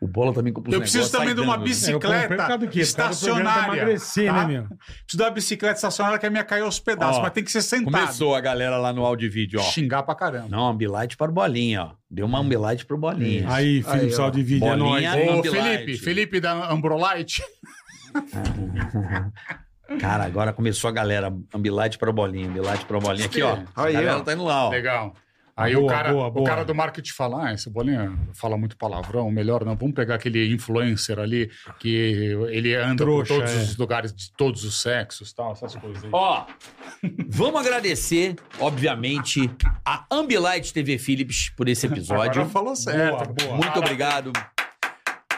Speaker 6: O Bola também comprou
Speaker 5: eu
Speaker 6: uns
Speaker 5: preciso
Speaker 6: negócios,
Speaker 5: também
Speaker 6: sai
Speaker 5: de uma
Speaker 6: dando, né?
Speaker 4: É,
Speaker 5: bicicleta estacionária.
Speaker 4: né,
Speaker 5: tá? Preciso de uma bicicleta estacionária que a minha caiu aos pedaços,
Speaker 6: Ó,
Speaker 5: mas tem que ser sentado.
Speaker 6: Começou a galera lá no áudio e vídeo, ó.
Speaker 5: Xingar pra caramba.
Speaker 6: Não, Ambilight para o Bolinha, ó. Deu uma Ambilight pro Bolinha.
Speaker 4: Aí, Philips
Speaker 6: ó.
Speaker 4: áudio e vídeo, é
Speaker 6: Bolinha,
Speaker 4: nóis.
Speaker 6: é
Speaker 5: Ô, Felipe, Felipe da Ambrolite.
Speaker 6: Cara, agora começou a galera. Ambilight para o Bolinha, Ambilight para o Bolinha. Aqui, ó. a galera tá indo lá, ó.
Speaker 5: Legal. Aí
Speaker 6: Boa,
Speaker 5: o, cara,
Speaker 6: boa, boa.
Speaker 5: o cara do marketing fala: ah, esse bolinha fala muito palavrão, melhor não. Vamos pegar aquele influencer ali que ele anda
Speaker 6: Trouxa,
Speaker 5: por todos
Speaker 6: é.
Speaker 5: os lugares, de todos os sexos tal, essas coisas aí.
Speaker 6: Ó, vamos agradecer, obviamente, a Ambilight TV Philips por esse episódio.
Speaker 5: Agora
Speaker 4: Tá
Speaker 5: falou certo. Boa, boa.
Speaker 6: Muito obrigado.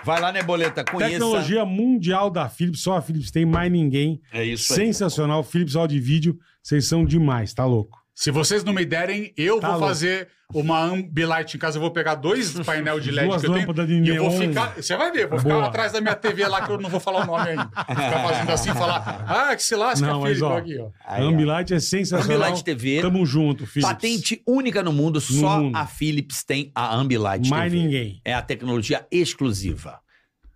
Speaker 6: Vai lá, né, Boleta? Conheça.
Speaker 4: Tecnologia mundial da Philips, só a Philips tem, mais ninguém.
Speaker 6: É isso aí.
Speaker 4: Sensacional, Philips áudio e vídeo, vocês são demais, tá louco?
Speaker 5: Se vocês não me derem, eu
Speaker 4: Tá
Speaker 5: vou
Speaker 4: louco.
Speaker 5: fazer uma Ambilight em casa. Eu vou pegar dois painel de LED
Speaker 4: Duas
Speaker 5: que eu
Speaker 4: lâmpadas
Speaker 5: tenho.
Speaker 4: de
Speaker 5: e eu vou
Speaker 4: neon.
Speaker 5: ficar. Você vai ver, eu vou ficar
Speaker 4: Boa.
Speaker 5: lá atrás da minha TV lá que eu não vou falar o nome ainda. Ficar fazendo assim e falar. Ah, que se lasca,
Speaker 4: Não, mas
Speaker 5: filho,
Speaker 4: ó,
Speaker 5: tô aqui, ó.
Speaker 4: a Ambilight é sensacional.
Speaker 6: Ambilight TV.
Speaker 4: Tamo junto, Philips.
Speaker 6: Patente única no mundo, só
Speaker 4: mundo.
Speaker 6: a Philips tem a Ambilight
Speaker 4: Mais
Speaker 6: TV.
Speaker 4: ninguém.
Speaker 6: É a tecnologia exclusiva.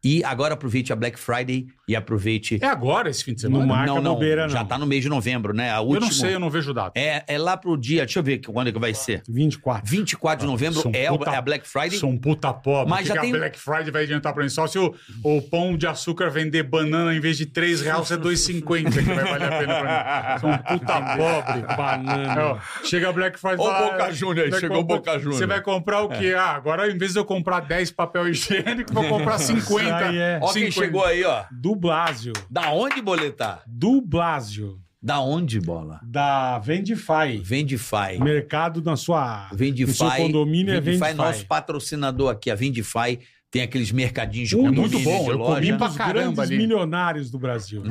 Speaker 6: E agora aproveite a Black Friday e aproveite.
Speaker 5: É agora esse fim de semana?
Speaker 6: Não, não, Já tá no mês de novembro, né? A
Speaker 5: Eu
Speaker 6: última...
Speaker 5: não sei, eu não vejo data.
Speaker 6: É, é lá pro dia, deixa eu ver que- quando é que vai ser.
Speaker 4: 24.
Speaker 6: 24 de novembro
Speaker 5: Sou um
Speaker 6: é, o-
Speaker 5: puta-
Speaker 6: é a Black Friday.
Speaker 5: Sou um puta pobre.
Speaker 6: Mas
Speaker 5: Mas
Speaker 6: já
Speaker 5: que
Speaker 6: tem-
Speaker 5: a Black Friday vai adiantar pra mim? Só se o, o pão de açúcar vender banana em vez de 3 reais, é 2,50 que vai valer a pena pra mim. Sou um puta pobre.
Speaker 4: Banana.
Speaker 5: É, ó, chega a Black Friday e
Speaker 19: Ô,
Speaker 5: fala,
Speaker 19: Boca
Speaker 5: ah,
Speaker 19: Júnior aí,
Speaker 5: vai
Speaker 19: chegou o Boca Júnior.
Speaker 5: Você vai comprar o quê? Ah, agora em vez de eu comprar 10 papel higiênico, vou comprar 50.
Speaker 4: Isso aí é.
Speaker 6: Ó quem
Speaker 5: 50.
Speaker 6: chegou aí, ó.
Speaker 4: Do Blasio.
Speaker 6: Da onde, Boletar?
Speaker 4: Do Blasio.
Speaker 6: Da onde, Bola?
Speaker 4: Da Vendify.
Speaker 6: Vendify.
Speaker 4: Mercado na sua. No
Speaker 6: Vendify.
Speaker 4: seu condomínio é Vendify.
Speaker 6: nosso patrocinador aqui. A Vendify tem aqueles mercadinhos de
Speaker 4: Um
Speaker 5: muito
Speaker 6: condomínio,
Speaker 5: bom,
Speaker 6: de
Speaker 5: eu
Speaker 6: loja.
Speaker 5: comi pra
Speaker 4: Os Um grandes
Speaker 5: caramba ali.
Speaker 4: milionários do Brasil.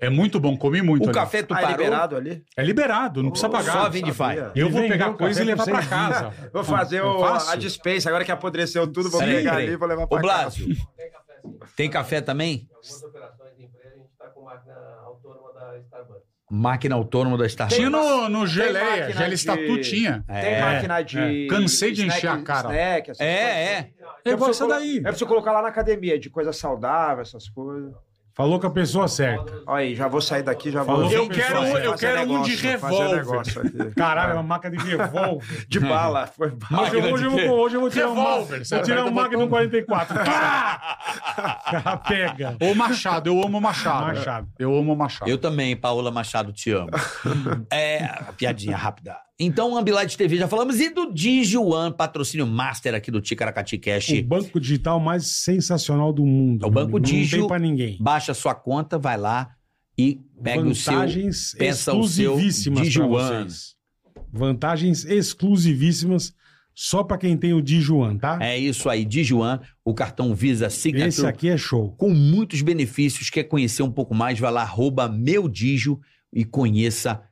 Speaker 5: É muito bom, comi muito
Speaker 6: O
Speaker 5: ali.
Speaker 6: café tu
Speaker 2: Ah, é
Speaker 6: parou?
Speaker 2: liberado ali?
Speaker 5: É liberado, não precisa pagar.
Speaker 6: Só a Vendify.
Speaker 2: sabia.
Speaker 5: Eu vou
Speaker 4: Ele vendeu
Speaker 5: pegar
Speaker 4: o
Speaker 5: coisa
Speaker 4: café
Speaker 5: e levar
Speaker 4: pra
Speaker 5: pra
Speaker 4: vocês.
Speaker 5: casa. É
Speaker 2: Vou fazer
Speaker 5: Eu
Speaker 2: o-
Speaker 5: faço?
Speaker 2: a dispensa, agora que apodreceu tudo, vou
Speaker 6: Sempre.
Speaker 2: pegar ali e vou levar pra
Speaker 6: Ô,
Speaker 2: cá.
Speaker 6: Blasio, tem café também?
Speaker 10: Algumas operações de empresa, a gente está com máquina autônoma da Starbucks.
Speaker 6: Máquina autônoma da
Speaker 5: Tinha
Speaker 6: Starbucks.
Speaker 5: no, no Geleia,
Speaker 2: máquina
Speaker 5: Geleia
Speaker 2: de-
Speaker 5: Statu tinha.
Speaker 2: Tem máquina de.
Speaker 5: é. Cansei de
Speaker 2: snack-
Speaker 5: encher a cara.
Speaker 2: snack, essas coisas.
Speaker 6: É, é.
Speaker 5: É
Speaker 2: pra
Speaker 5: igual essa
Speaker 2: você colo-
Speaker 5: daí.
Speaker 2: É pra você colocar lá na academia, de coisa saudável, essas coisas.
Speaker 4: Falou com a pessoa certa.
Speaker 2: Olha aí, já vou sair daqui, já vou.
Speaker 4: Falou
Speaker 5: Eu
Speaker 4: com a
Speaker 5: quero,
Speaker 4: pessoa
Speaker 5: um-
Speaker 4: certa.
Speaker 5: eu
Speaker 2: Fazer
Speaker 5: quero um de
Speaker 2: negócio, fazer
Speaker 5: revólver.
Speaker 2: negócio aqui.
Speaker 4: Caralho, é uma máquina de revólver.
Speaker 2: De bala. Foi bala.
Speaker 4: Hoje, eu- hoje eu vou, hoje eu vou tirar um
Speaker 5: Revólver,
Speaker 4: Mag-
Speaker 5: você
Speaker 4: Vou tirar
Speaker 5: vai
Speaker 4: um
Speaker 5: botar
Speaker 4: Magnum 44. Pá! Pega.
Speaker 5: Ou Machado, eu amo Machado.
Speaker 4: Machado.
Speaker 5: Eu amo
Speaker 4: Tá.
Speaker 5: Machado.
Speaker 6: Eu também, Paola Machado, te amo. é, piadinha rápida. Então, Ambilight TV, já falamos. E do DigiOne, patrocínio master aqui do Ticaracati Cash.
Speaker 4: O banco digital mais sensacional do mundo.
Speaker 6: É o Banco
Speaker 4: meu amigo.
Speaker 6: Digio.
Speaker 4: Não tem pra ninguém.
Speaker 6: Baixa sua conta, vai lá e pega o
Speaker 4: Vantagens
Speaker 6: seu... Peça o seu
Speaker 4: exclusivíssimas pra
Speaker 6: DigiOne.
Speaker 4: vocês. Vantagens exclusivíssimas só pra quem tem o Dijuan, tá?
Speaker 6: É isso aí, DigiOne, o cartão Visa Signature.
Speaker 4: Esse aqui é show.
Speaker 6: com muitos benefícios. Quer conhecer um pouco mais? Vai lá, arroba meu Digio e conheça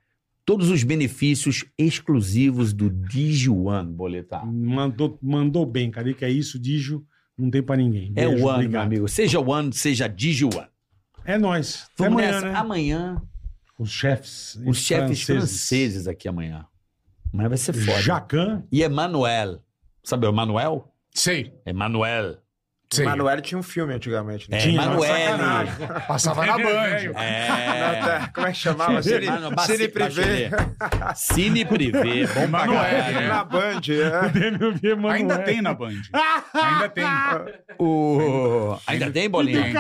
Speaker 6: todos os benefícios exclusivos do DigiOne, boletar.
Speaker 4: Um Mandou, mandou bem, cara. E Que é isso, Dijo. Não tem pra ninguém.
Speaker 6: É
Speaker 4: Beijo,
Speaker 6: o ano, meu
Speaker 4: obrigado.
Speaker 6: amigo. Seja o ano, seja DigiOne.
Speaker 4: É nóis. Até
Speaker 6: Vamos
Speaker 4: amanhã,
Speaker 6: nessa.
Speaker 4: né?
Speaker 6: Amanhã,
Speaker 4: Os chefes
Speaker 6: os chefes franceses aqui amanhã. Amanhã vai ser foda.
Speaker 4: Jacan.
Speaker 6: E Emanuel. Sabe é o Emanuel?
Speaker 5: Sei,
Speaker 6: Emanuel.
Speaker 5: sei.
Speaker 2: Manoel tinha um filme antigamente, né?
Speaker 6: É,
Speaker 4: Tinha,
Speaker 6: Emanuel.
Speaker 4: sacanagem.
Speaker 5: Passava na Band.
Speaker 6: É.
Speaker 2: Até- né? Como é que chamava? Cine,
Speaker 6: Mano,
Speaker 2: Cine
Speaker 6: Baci-
Speaker 2: Privé.
Speaker 6: Bachelet. Cine Privé. Bom pra
Speaker 5: Emanuel,
Speaker 6: caralho.
Speaker 5: né?
Speaker 2: Na Band, é.
Speaker 4: Meu irmão,
Speaker 5: Ainda
Speaker 4: é.
Speaker 5: tem na Band. Ainda tem.
Speaker 6: O... Ainda tem,
Speaker 5: Tem.
Speaker 6: Bolinha?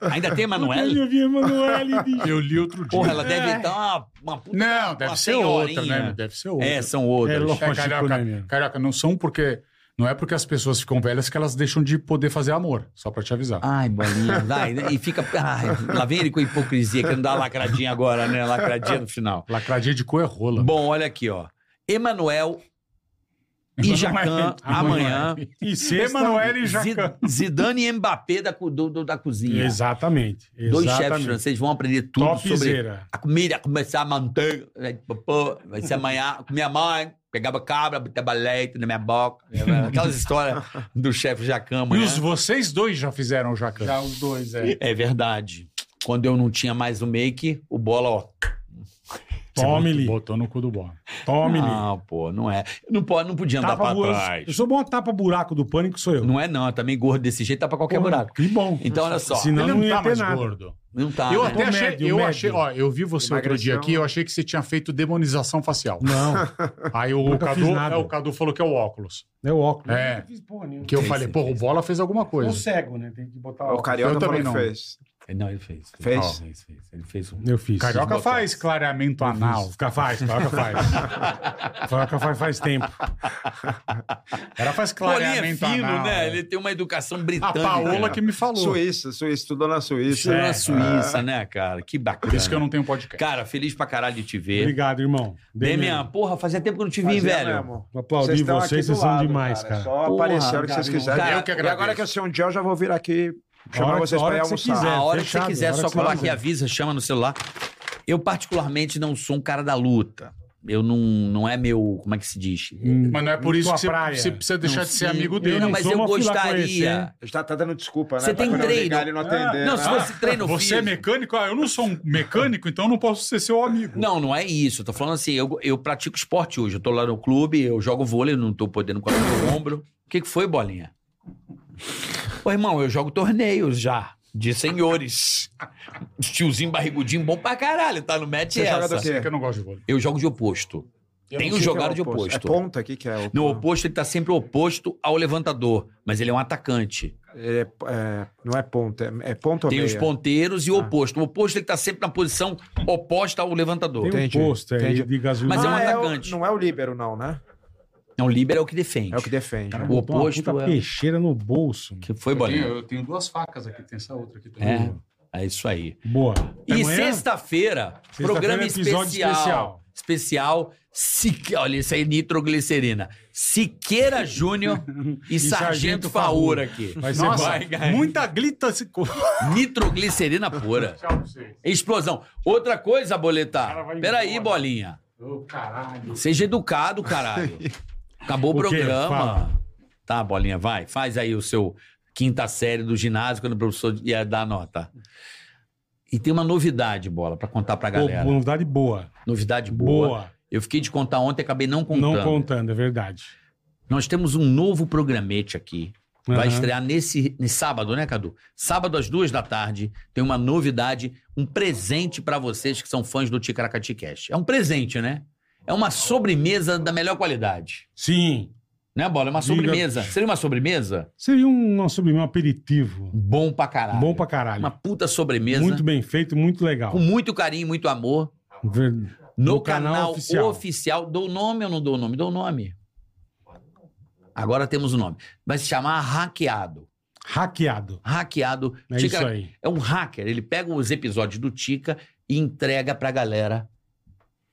Speaker 6: Ainda tem Emanuel?
Speaker 4: Eu vi Emanuele, bicho.
Speaker 5: Eu li outro dia.
Speaker 6: Porra, ela deve estar uma, uma puta.
Speaker 5: Não,
Speaker 6: uma
Speaker 5: deve ser outra,
Speaker 6: senhorinha.
Speaker 5: né? Deve ser outra.
Speaker 6: É, são
Speaker 4: É
Speaker 6: outras.
Speaker 4: lógico,
Speaker 5: É, carioca,
Speaker 4: né, meu?
Speaker 5: carioca, não são porque Não é porque as pessoas ficam velhas que elas deixam de poder fazer amor, só pra te avisar.
Speaker 6: Ai, bolinha, vai. né? E fica. Ai, lá vem ele com hipocrisia, querendo dar lacradinha agora, né? Lacradinha no final.
Speaker 5: Lacradinha de cu é rola.
Speaker 6: Bom, olha aqui, ó. Emanuel e Jacan amanhã.
Speaker 5: E sexta, Emanuel e
Speaker 6: Zi-
Speaker 5: Jacan.
Speaker 6: Zidane e Mbappé da, cu- do- do- da cozinha.
Speaker 15: Exatamente.
Speaker 6: Dois chefes
Speaker 15: exatamente.
Speaker 6: franceses vão aprender tudo sobre
Speaker 15: Topzera.
Speaker 6: a comida, começar a manteiga, né, pô, pô, vai ser amanhã. com Minha mãe pegava cabra, botava leite na minha boca. Aquelas histórias do chefe Jacan
Speaker 5: E
Speaker 6: amanhã.
Speaker 5: os, vocês dois já fizeram o Jacan.
Speaker 15: Já os dois, é.
Speaker 6: É verdade. Quando eu não tinha mais o make, o bola, ó.
Speaker 5: Você
Speaker 15: Tome-lhe.
Speaker 5: Botou no cu do bola.
Speaker 15: Tome-lhe.
Speaker 6: Não, pô, não é. Não, pode, não podia andar Ah, pra
Speaker 15: Tapa bu-
Speaker 6: trás.
Speaker 15: Eu sou bom a tapa-buraco do pânico, sou eu.
Speaker 6: Não é, não. Eu também gordo desse jeito, tá pra qualquer
Speaker 15: Porra,
Speaker 6: buraco.
Speaker 15: Que bom.
Speaker 6: Então, olha só.
Speaker 15: Senão
Speaker 5: Ele
Speaker 15: não,
Speaker 5: não,
Speaker 15: ia
Speaker 5: tá
Speaker 15: ter
Speaker 5: mais
Speaker 15: nada.
Speaker 5: gordo.
Speaker 6: Não tá.
Speaker 5: eu
Speaker 6: né?
Speaker 5: até
Speaker 15: Médio,
Speaker 5: achei, eu
Speaker 15: médio.
Speaker 5: achei, ó, eu vi você outro dia
Speaker 2: Emagreção.
Speaker 5: aqui, eu achei que você tinha feito demonização facial.
Speaker 15: Não,
Speaker 5: Aí o
Speaker 15: Nunca fiz
Speaker 5: Cadu,
Speaker 15: nada.
Speaker 5: é, o Cadu falou que é o óculos.
Speaker 15: é o óculos.
Speaker 5: É.
Speaker 15: Não fiz porra nenhuma.
Speaker 5: Que eu
Speaker 6: Fez,
Speaker 5: falei,
Speaker 6: você
Speaker 5: porra, o
Speaker 6: fez.
Speaker 5: Bola fez alguma
Speaker 15: Eu
Speaker 5: coisa. É
Speaker 15: cego, né? Tem que botar
Speaker 2: O Carioca falou
Speaker 5: Eu também
Speaker 2: que
Speaker 5: não.
Speaker 2: fez.
Speaker 6: Não, ele fez.
Speaker 2: Fez?
Speaker 6: Não, fez, fez. Ele fez um.
Speaker 15: Eu fiz.
Speaker 5: Carioca faz clareamento anal.
Speaker 15: Fica- Faz, Carioca faz. Carioca faz faz tempo.
Speaker 5: O cara faz
Speaker 6: Bolinha é
Speaker 5: clareamento
Speaker 6: fino,
Speaker 5: anal.
Speaker 6: né? Ele tem uma educação
Speaker 5: A
Speaker 6: britânica.
Speaker 5: Paola que me falou.
Speaker 2: Suíça, Suíça, É. estudou na Suíça.
Speaker 6: Isso é. na Suíça, né, cara? Que bacana.
Speaker 5: Por isso que eu não tenho podcast.
Speaker 6: Cara, feliz pra caralho de te ver.
Speaker 15: Obrigado, irmão.
Speaker 6: Demian, porra, fazia tempo que eu não te vi, velho.
Speaker 15: Vou aplaudir vocês,
Speaker 2: estão aqui
Speaker 15: vocês,
Speaker 2: do
Speaker 15: são
Speaker 2: lado, é
Speaker 15: demais, cara.
Speaker 2: Só
Speaker 6: Porra,
Speaker 2: aparecer a hora que vocês
Speaker 6: obrigado,
Speaker 2: quiserem.
Speaker 6: irmão.
Speaker 5: Eu que
Speaker 2: E agora
Speaker 5: agradeço.
Speaker 2: que eu sei onde é, eu já vou vir aqui chamar
Speaker 15: Hora que-
Speaker 2: vocês
Speaker 15: hora
Speaker 2: pra ir
Speaker 15: que você
Speaker 2: almoçar.
Speaker 15: quiser. É,
Speaker 6: a hora que
Speaker 15: fechado,
Speaker 6: você quiser,
Speaker 15: a hora
Speaker 6: só
Speaker 15: que você
Speaker 6: colar aqui,
Speaker 15: quiser.
Speaker 6: avisa, chama no celular. Eu, particularmente, não sou um cara da luta. Eu não, não é meu. Como é que se diz?
Speaker 5: Mas não é por isso
Speaker 15: Tua
Speaker 5: que você,
Speaker 15: praia.
Speaker 5: você precisa deixar de ser
Speaker 6: Sim,
Speaker 5: amigo
Speaker 6: eu
Speaker 5: dele.
Speaker 6: não, mas
Speaker 15: sou
Speaker 6: eu
Speaker 15: uma fila
Speaker 6: gostaria.
Speaker 2: Já tá dando desculpa, né?
Speaker 6: Você tem
Speaker 2: pra quando eu
Speaker 6: treino.
Speaker 2: ligar, ele não atender.
Speaker 6: Não,
Speaker 2: né?
Speaker 6: se você treina o
Speaker 5: Você é
Speaker 6: físico-
Speaker 5: mecânico? Ah, eu não sou um mecânico, então eu não posso ser seu amigo.
Speaker 6: Não, não é isso. Eu tô falando assim, eu, eu pratico esporte hoje. Eu tô lá no clube, eu jogo vôlei, não tô podendo colocar meu ombro. O que, que foi, bolinha? Ô, irmão, eu jogo torneios já. De senhores. Tiozinho barrigudinho bom pra caralho, tá? Não mete
Speaker 2: Você joga
Speaker 6: essa.
Speaker 2: do quê?
Speaker 5: Porque É eu não gosto de vôlei.
Speaker 6: Eu jogo de oposto.
Speaker 2: Eu
Speaker 6: Tem
Speaker 2: não
Speaker 6: o
Speaker 2: sei
Speaker 6: jogar
Speaker 2: que
Speaker 6: de
Speaker 2: é o oposto.
Speaker 6: oposto.
Speaker 2: É ponta aqui que é o
Speaker 6: No oposto, ele tá sempre oposto ao levantador, mas ele é um atacante.
Speaker 2: Ele é- é- não é ponta, é, é ponta ou
Speaker 6: Tem
Speaker 2: meia?
Speaker 6: os ponteiros e
Speaker 2: Ah.
Speaker 6: o oposto. O oposto, ele tá sempre na posição oposta ao levantador.
Speaker 15: Tem um
Speaker 2: Entendi,
Speaker 15: posto aí
Speaker 2: entendi.
Speaker 15: de gasolina.
Speaker 6: Mas é um
Speaker 2: Ah,
Speaker 6: atacante.
Speaker 2: não é o líbero, não, né?
Speaker 6: Não, o líbero é o que defende.
Speaker 2: É o que defende. né?
Speaker 6: O
Speaker 15: Botou uma
Speaker 6: oposto
Speaker 15: puta
Speaker 6: é-
Speaker 15: peixeira no bolso.
Speaker 6: Que foi, bolinha?
Speaker 5: duas facas aqui, tem essa outra aqui
Speaker 6: É, é isso aí.
Speaker 15: Boa. Até
Speaker 6: E
Speaker 15: amanhã?
Speaker 6: sexta-feira,
Speaker 15: É Sexta-feira, é
Speaker 6: programa especial.
Speaker 15: episódio
Speaker 6: Especial.
Speaker 15: especial.
Speaker 6: Sique- olha, isso aí, nitroglicerina. Siqueira Júnior e, Sargento
Speaker 15: Sargento
Speaker 6: Faura
Speaker 15: Faura.
Speaker 6: aqui.
Speaker 15: Vai ser
Speaker 5: Nossa,
Speaker 6: Vai, cara.
Speaker 5: muita glita se...
Speaker 6: Nitroglicerina pura.
Speaker 5: Tchau pra vocês.
Speaker 6: Explosão. Outra coisa, Boletar.
Speaker 15: cara vai
Speaker 6: Peraí,
Speaker 15: embora.
Speaker 6: bolinha.
Speaker 5: Ô, caralho.
Speaker 6: Seja educado, caralho. Acabou o
Speaker 15: O quê?
Speaker 6: programa.
Speaker 15: Fala.
Speaker 6: Tá, bolinha, vai. Faz aí o seu quinta série do ginásio, quando o professor ia dar a nota. E tem uma novidade, bola, pra contar pra
Speaker 15: Pô,
Speaker 6: galera.
Speaker 15: Novidade boa.
Speaker 6: Novidade boa.
Speaker 15: Boa.
Speaker 6: Eu fiquei de contar ontem, acabei não contando.
Speaker 15: Não contando, é verdade.
Speaker 6: Nós temos um novo programete aqui. Vai
Speaker 15: Aham.
Speaker 6: estrear nesse, nesse sábado, né, Cadu? Sábado às duas da tarde tem uma novidade, um presente pra vocês que são fãs do Ticaracati Cash. É um presente, né? É uma sobremesa da melhor qualidade.
Speaker 15: Sim.
Speaker 6: Né, Bola? É uma
Speaker 15: Diga.
Speaker 6: sobremesa. Seria uma sobremesa?
Speaker 15: Seria um, um sobremesa, um aperitivo.
Speaker 6: Bom pra caralho.
Speaker 15: Bom pra caralho.
Speaker 6: Uma puta sobremesa.
Speaker 15: Muito bem feito, muito legal. Um
Speaker 6: Com muito carinho, muito amor.
Speaker 15: Ver-
Speaker 6: No,
Speaker 15: No
Speaker 6: canal,
Speaker 15: canal
Speaker 6: oficial.
Speaker 15: oficial.
Speaker 6: Dou nome ou não dou nome? Dou nome. Agora temos o nome. Vai se chamar Hackeado.
Speaker 15: Hackeado.
Speaker 6: Hackeado.
Speaker 15: É
Speaker 6: Tica-
Speaker 15: isso aí.
Speaker 6: é um hacker. Ele pega os episódios do Tica e entrega pra galera.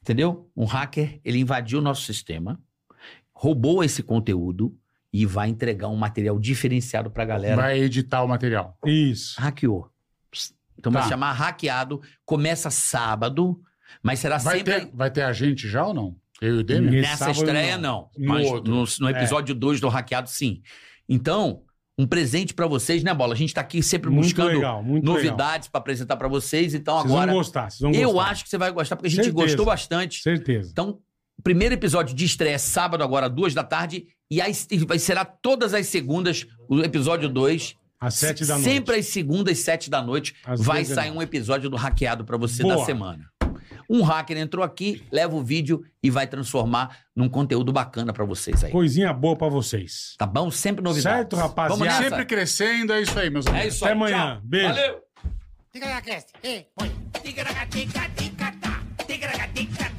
Speaker 6: Entendeu? Um hacker, ele invadiu o nosso sistema, roubou esse conteúdo e vai entregar um material diferenciado pra galera.
Speaker 5: Vai editar o material.
Speaker 15: Isso.
Speaker 6: Hackeou. Então vai
Speaker 5: Tá.
Speaker 6: chamar hackeado. Começa sábado, mas será
Speaker 5: Vai,
Speaker 6: sempre.
Speaker 5: ter, vai ter a gente já ou não? Eu e o Demi?
Speaker 15: Ninguém. Esse
Speaker 6: Nessa
Speaker 15: sábado,
Speaker 6: estreia, não.
Speaker 5: No
Speaker 6: Mas
Speaker 5: outro.
Speaker 6: no,
Speaker 15: É.
Speaker 6: no episódio 2 do Hackeado, sim. Então, um presente pra vocês, né, Bola? A gente tá aqui sempre
Speaker 15: Muito
Speaker 6: buscando
Speaker 15: legal, muito legal.
Speaker 6: novidades pra apresentar pra vocês. Então,
Speaker 15: Vocês
Speaker 6: agora,
Speaker 15: vão gostar, vocês vão
Speaker 6: eu
Speaker 15: gostar.
Speaker 6: acho que você vai gostar, porque a gente
Speaker 15: Certeza.
Speaker 6: gostou bastante.
Speaker 15: Certeza.
Speaker 6: Então, primeiro episódio de estreia, sábado agora, duas da tarde. E aí e vai- será todas as segundas, o episódio 2.
Speaker 15: Às sete da noite.
Speaker 6: Sempre às segundas, sete da noite,
Speaker 15: Às
Speaker 6: vai
Speaker 15: duas da
Speaker 6: sair um episódio do hackeado pra você da
Speaker 15: Boa.
Speaker 6: semana. Um hacker entrou aqui, leva o vídeo e vai transformar num conteúdo bacana pra vocês aí.
Speaker 15: Coisinha boa pra vocês.
Speaker 6: Tá bom? Sempre novidade.
Speaker 15: Certo, rapaziada.
Speaker 6: Vamos nessa?
Speaker 5: Sempre crescendo, é isso aí, meus amigos.
Speaker 6: É isso
Speaker 15: Até
Speaker 6: aí.
Speaker 15: amanhã.
Speaker 6: tchau.
Speaker 15: Beijo.
Speaker 6: Valeu.
Speaker 11: Tica na cast. Ei, oi. Tica na tica, tica tá. Tica na tica, tica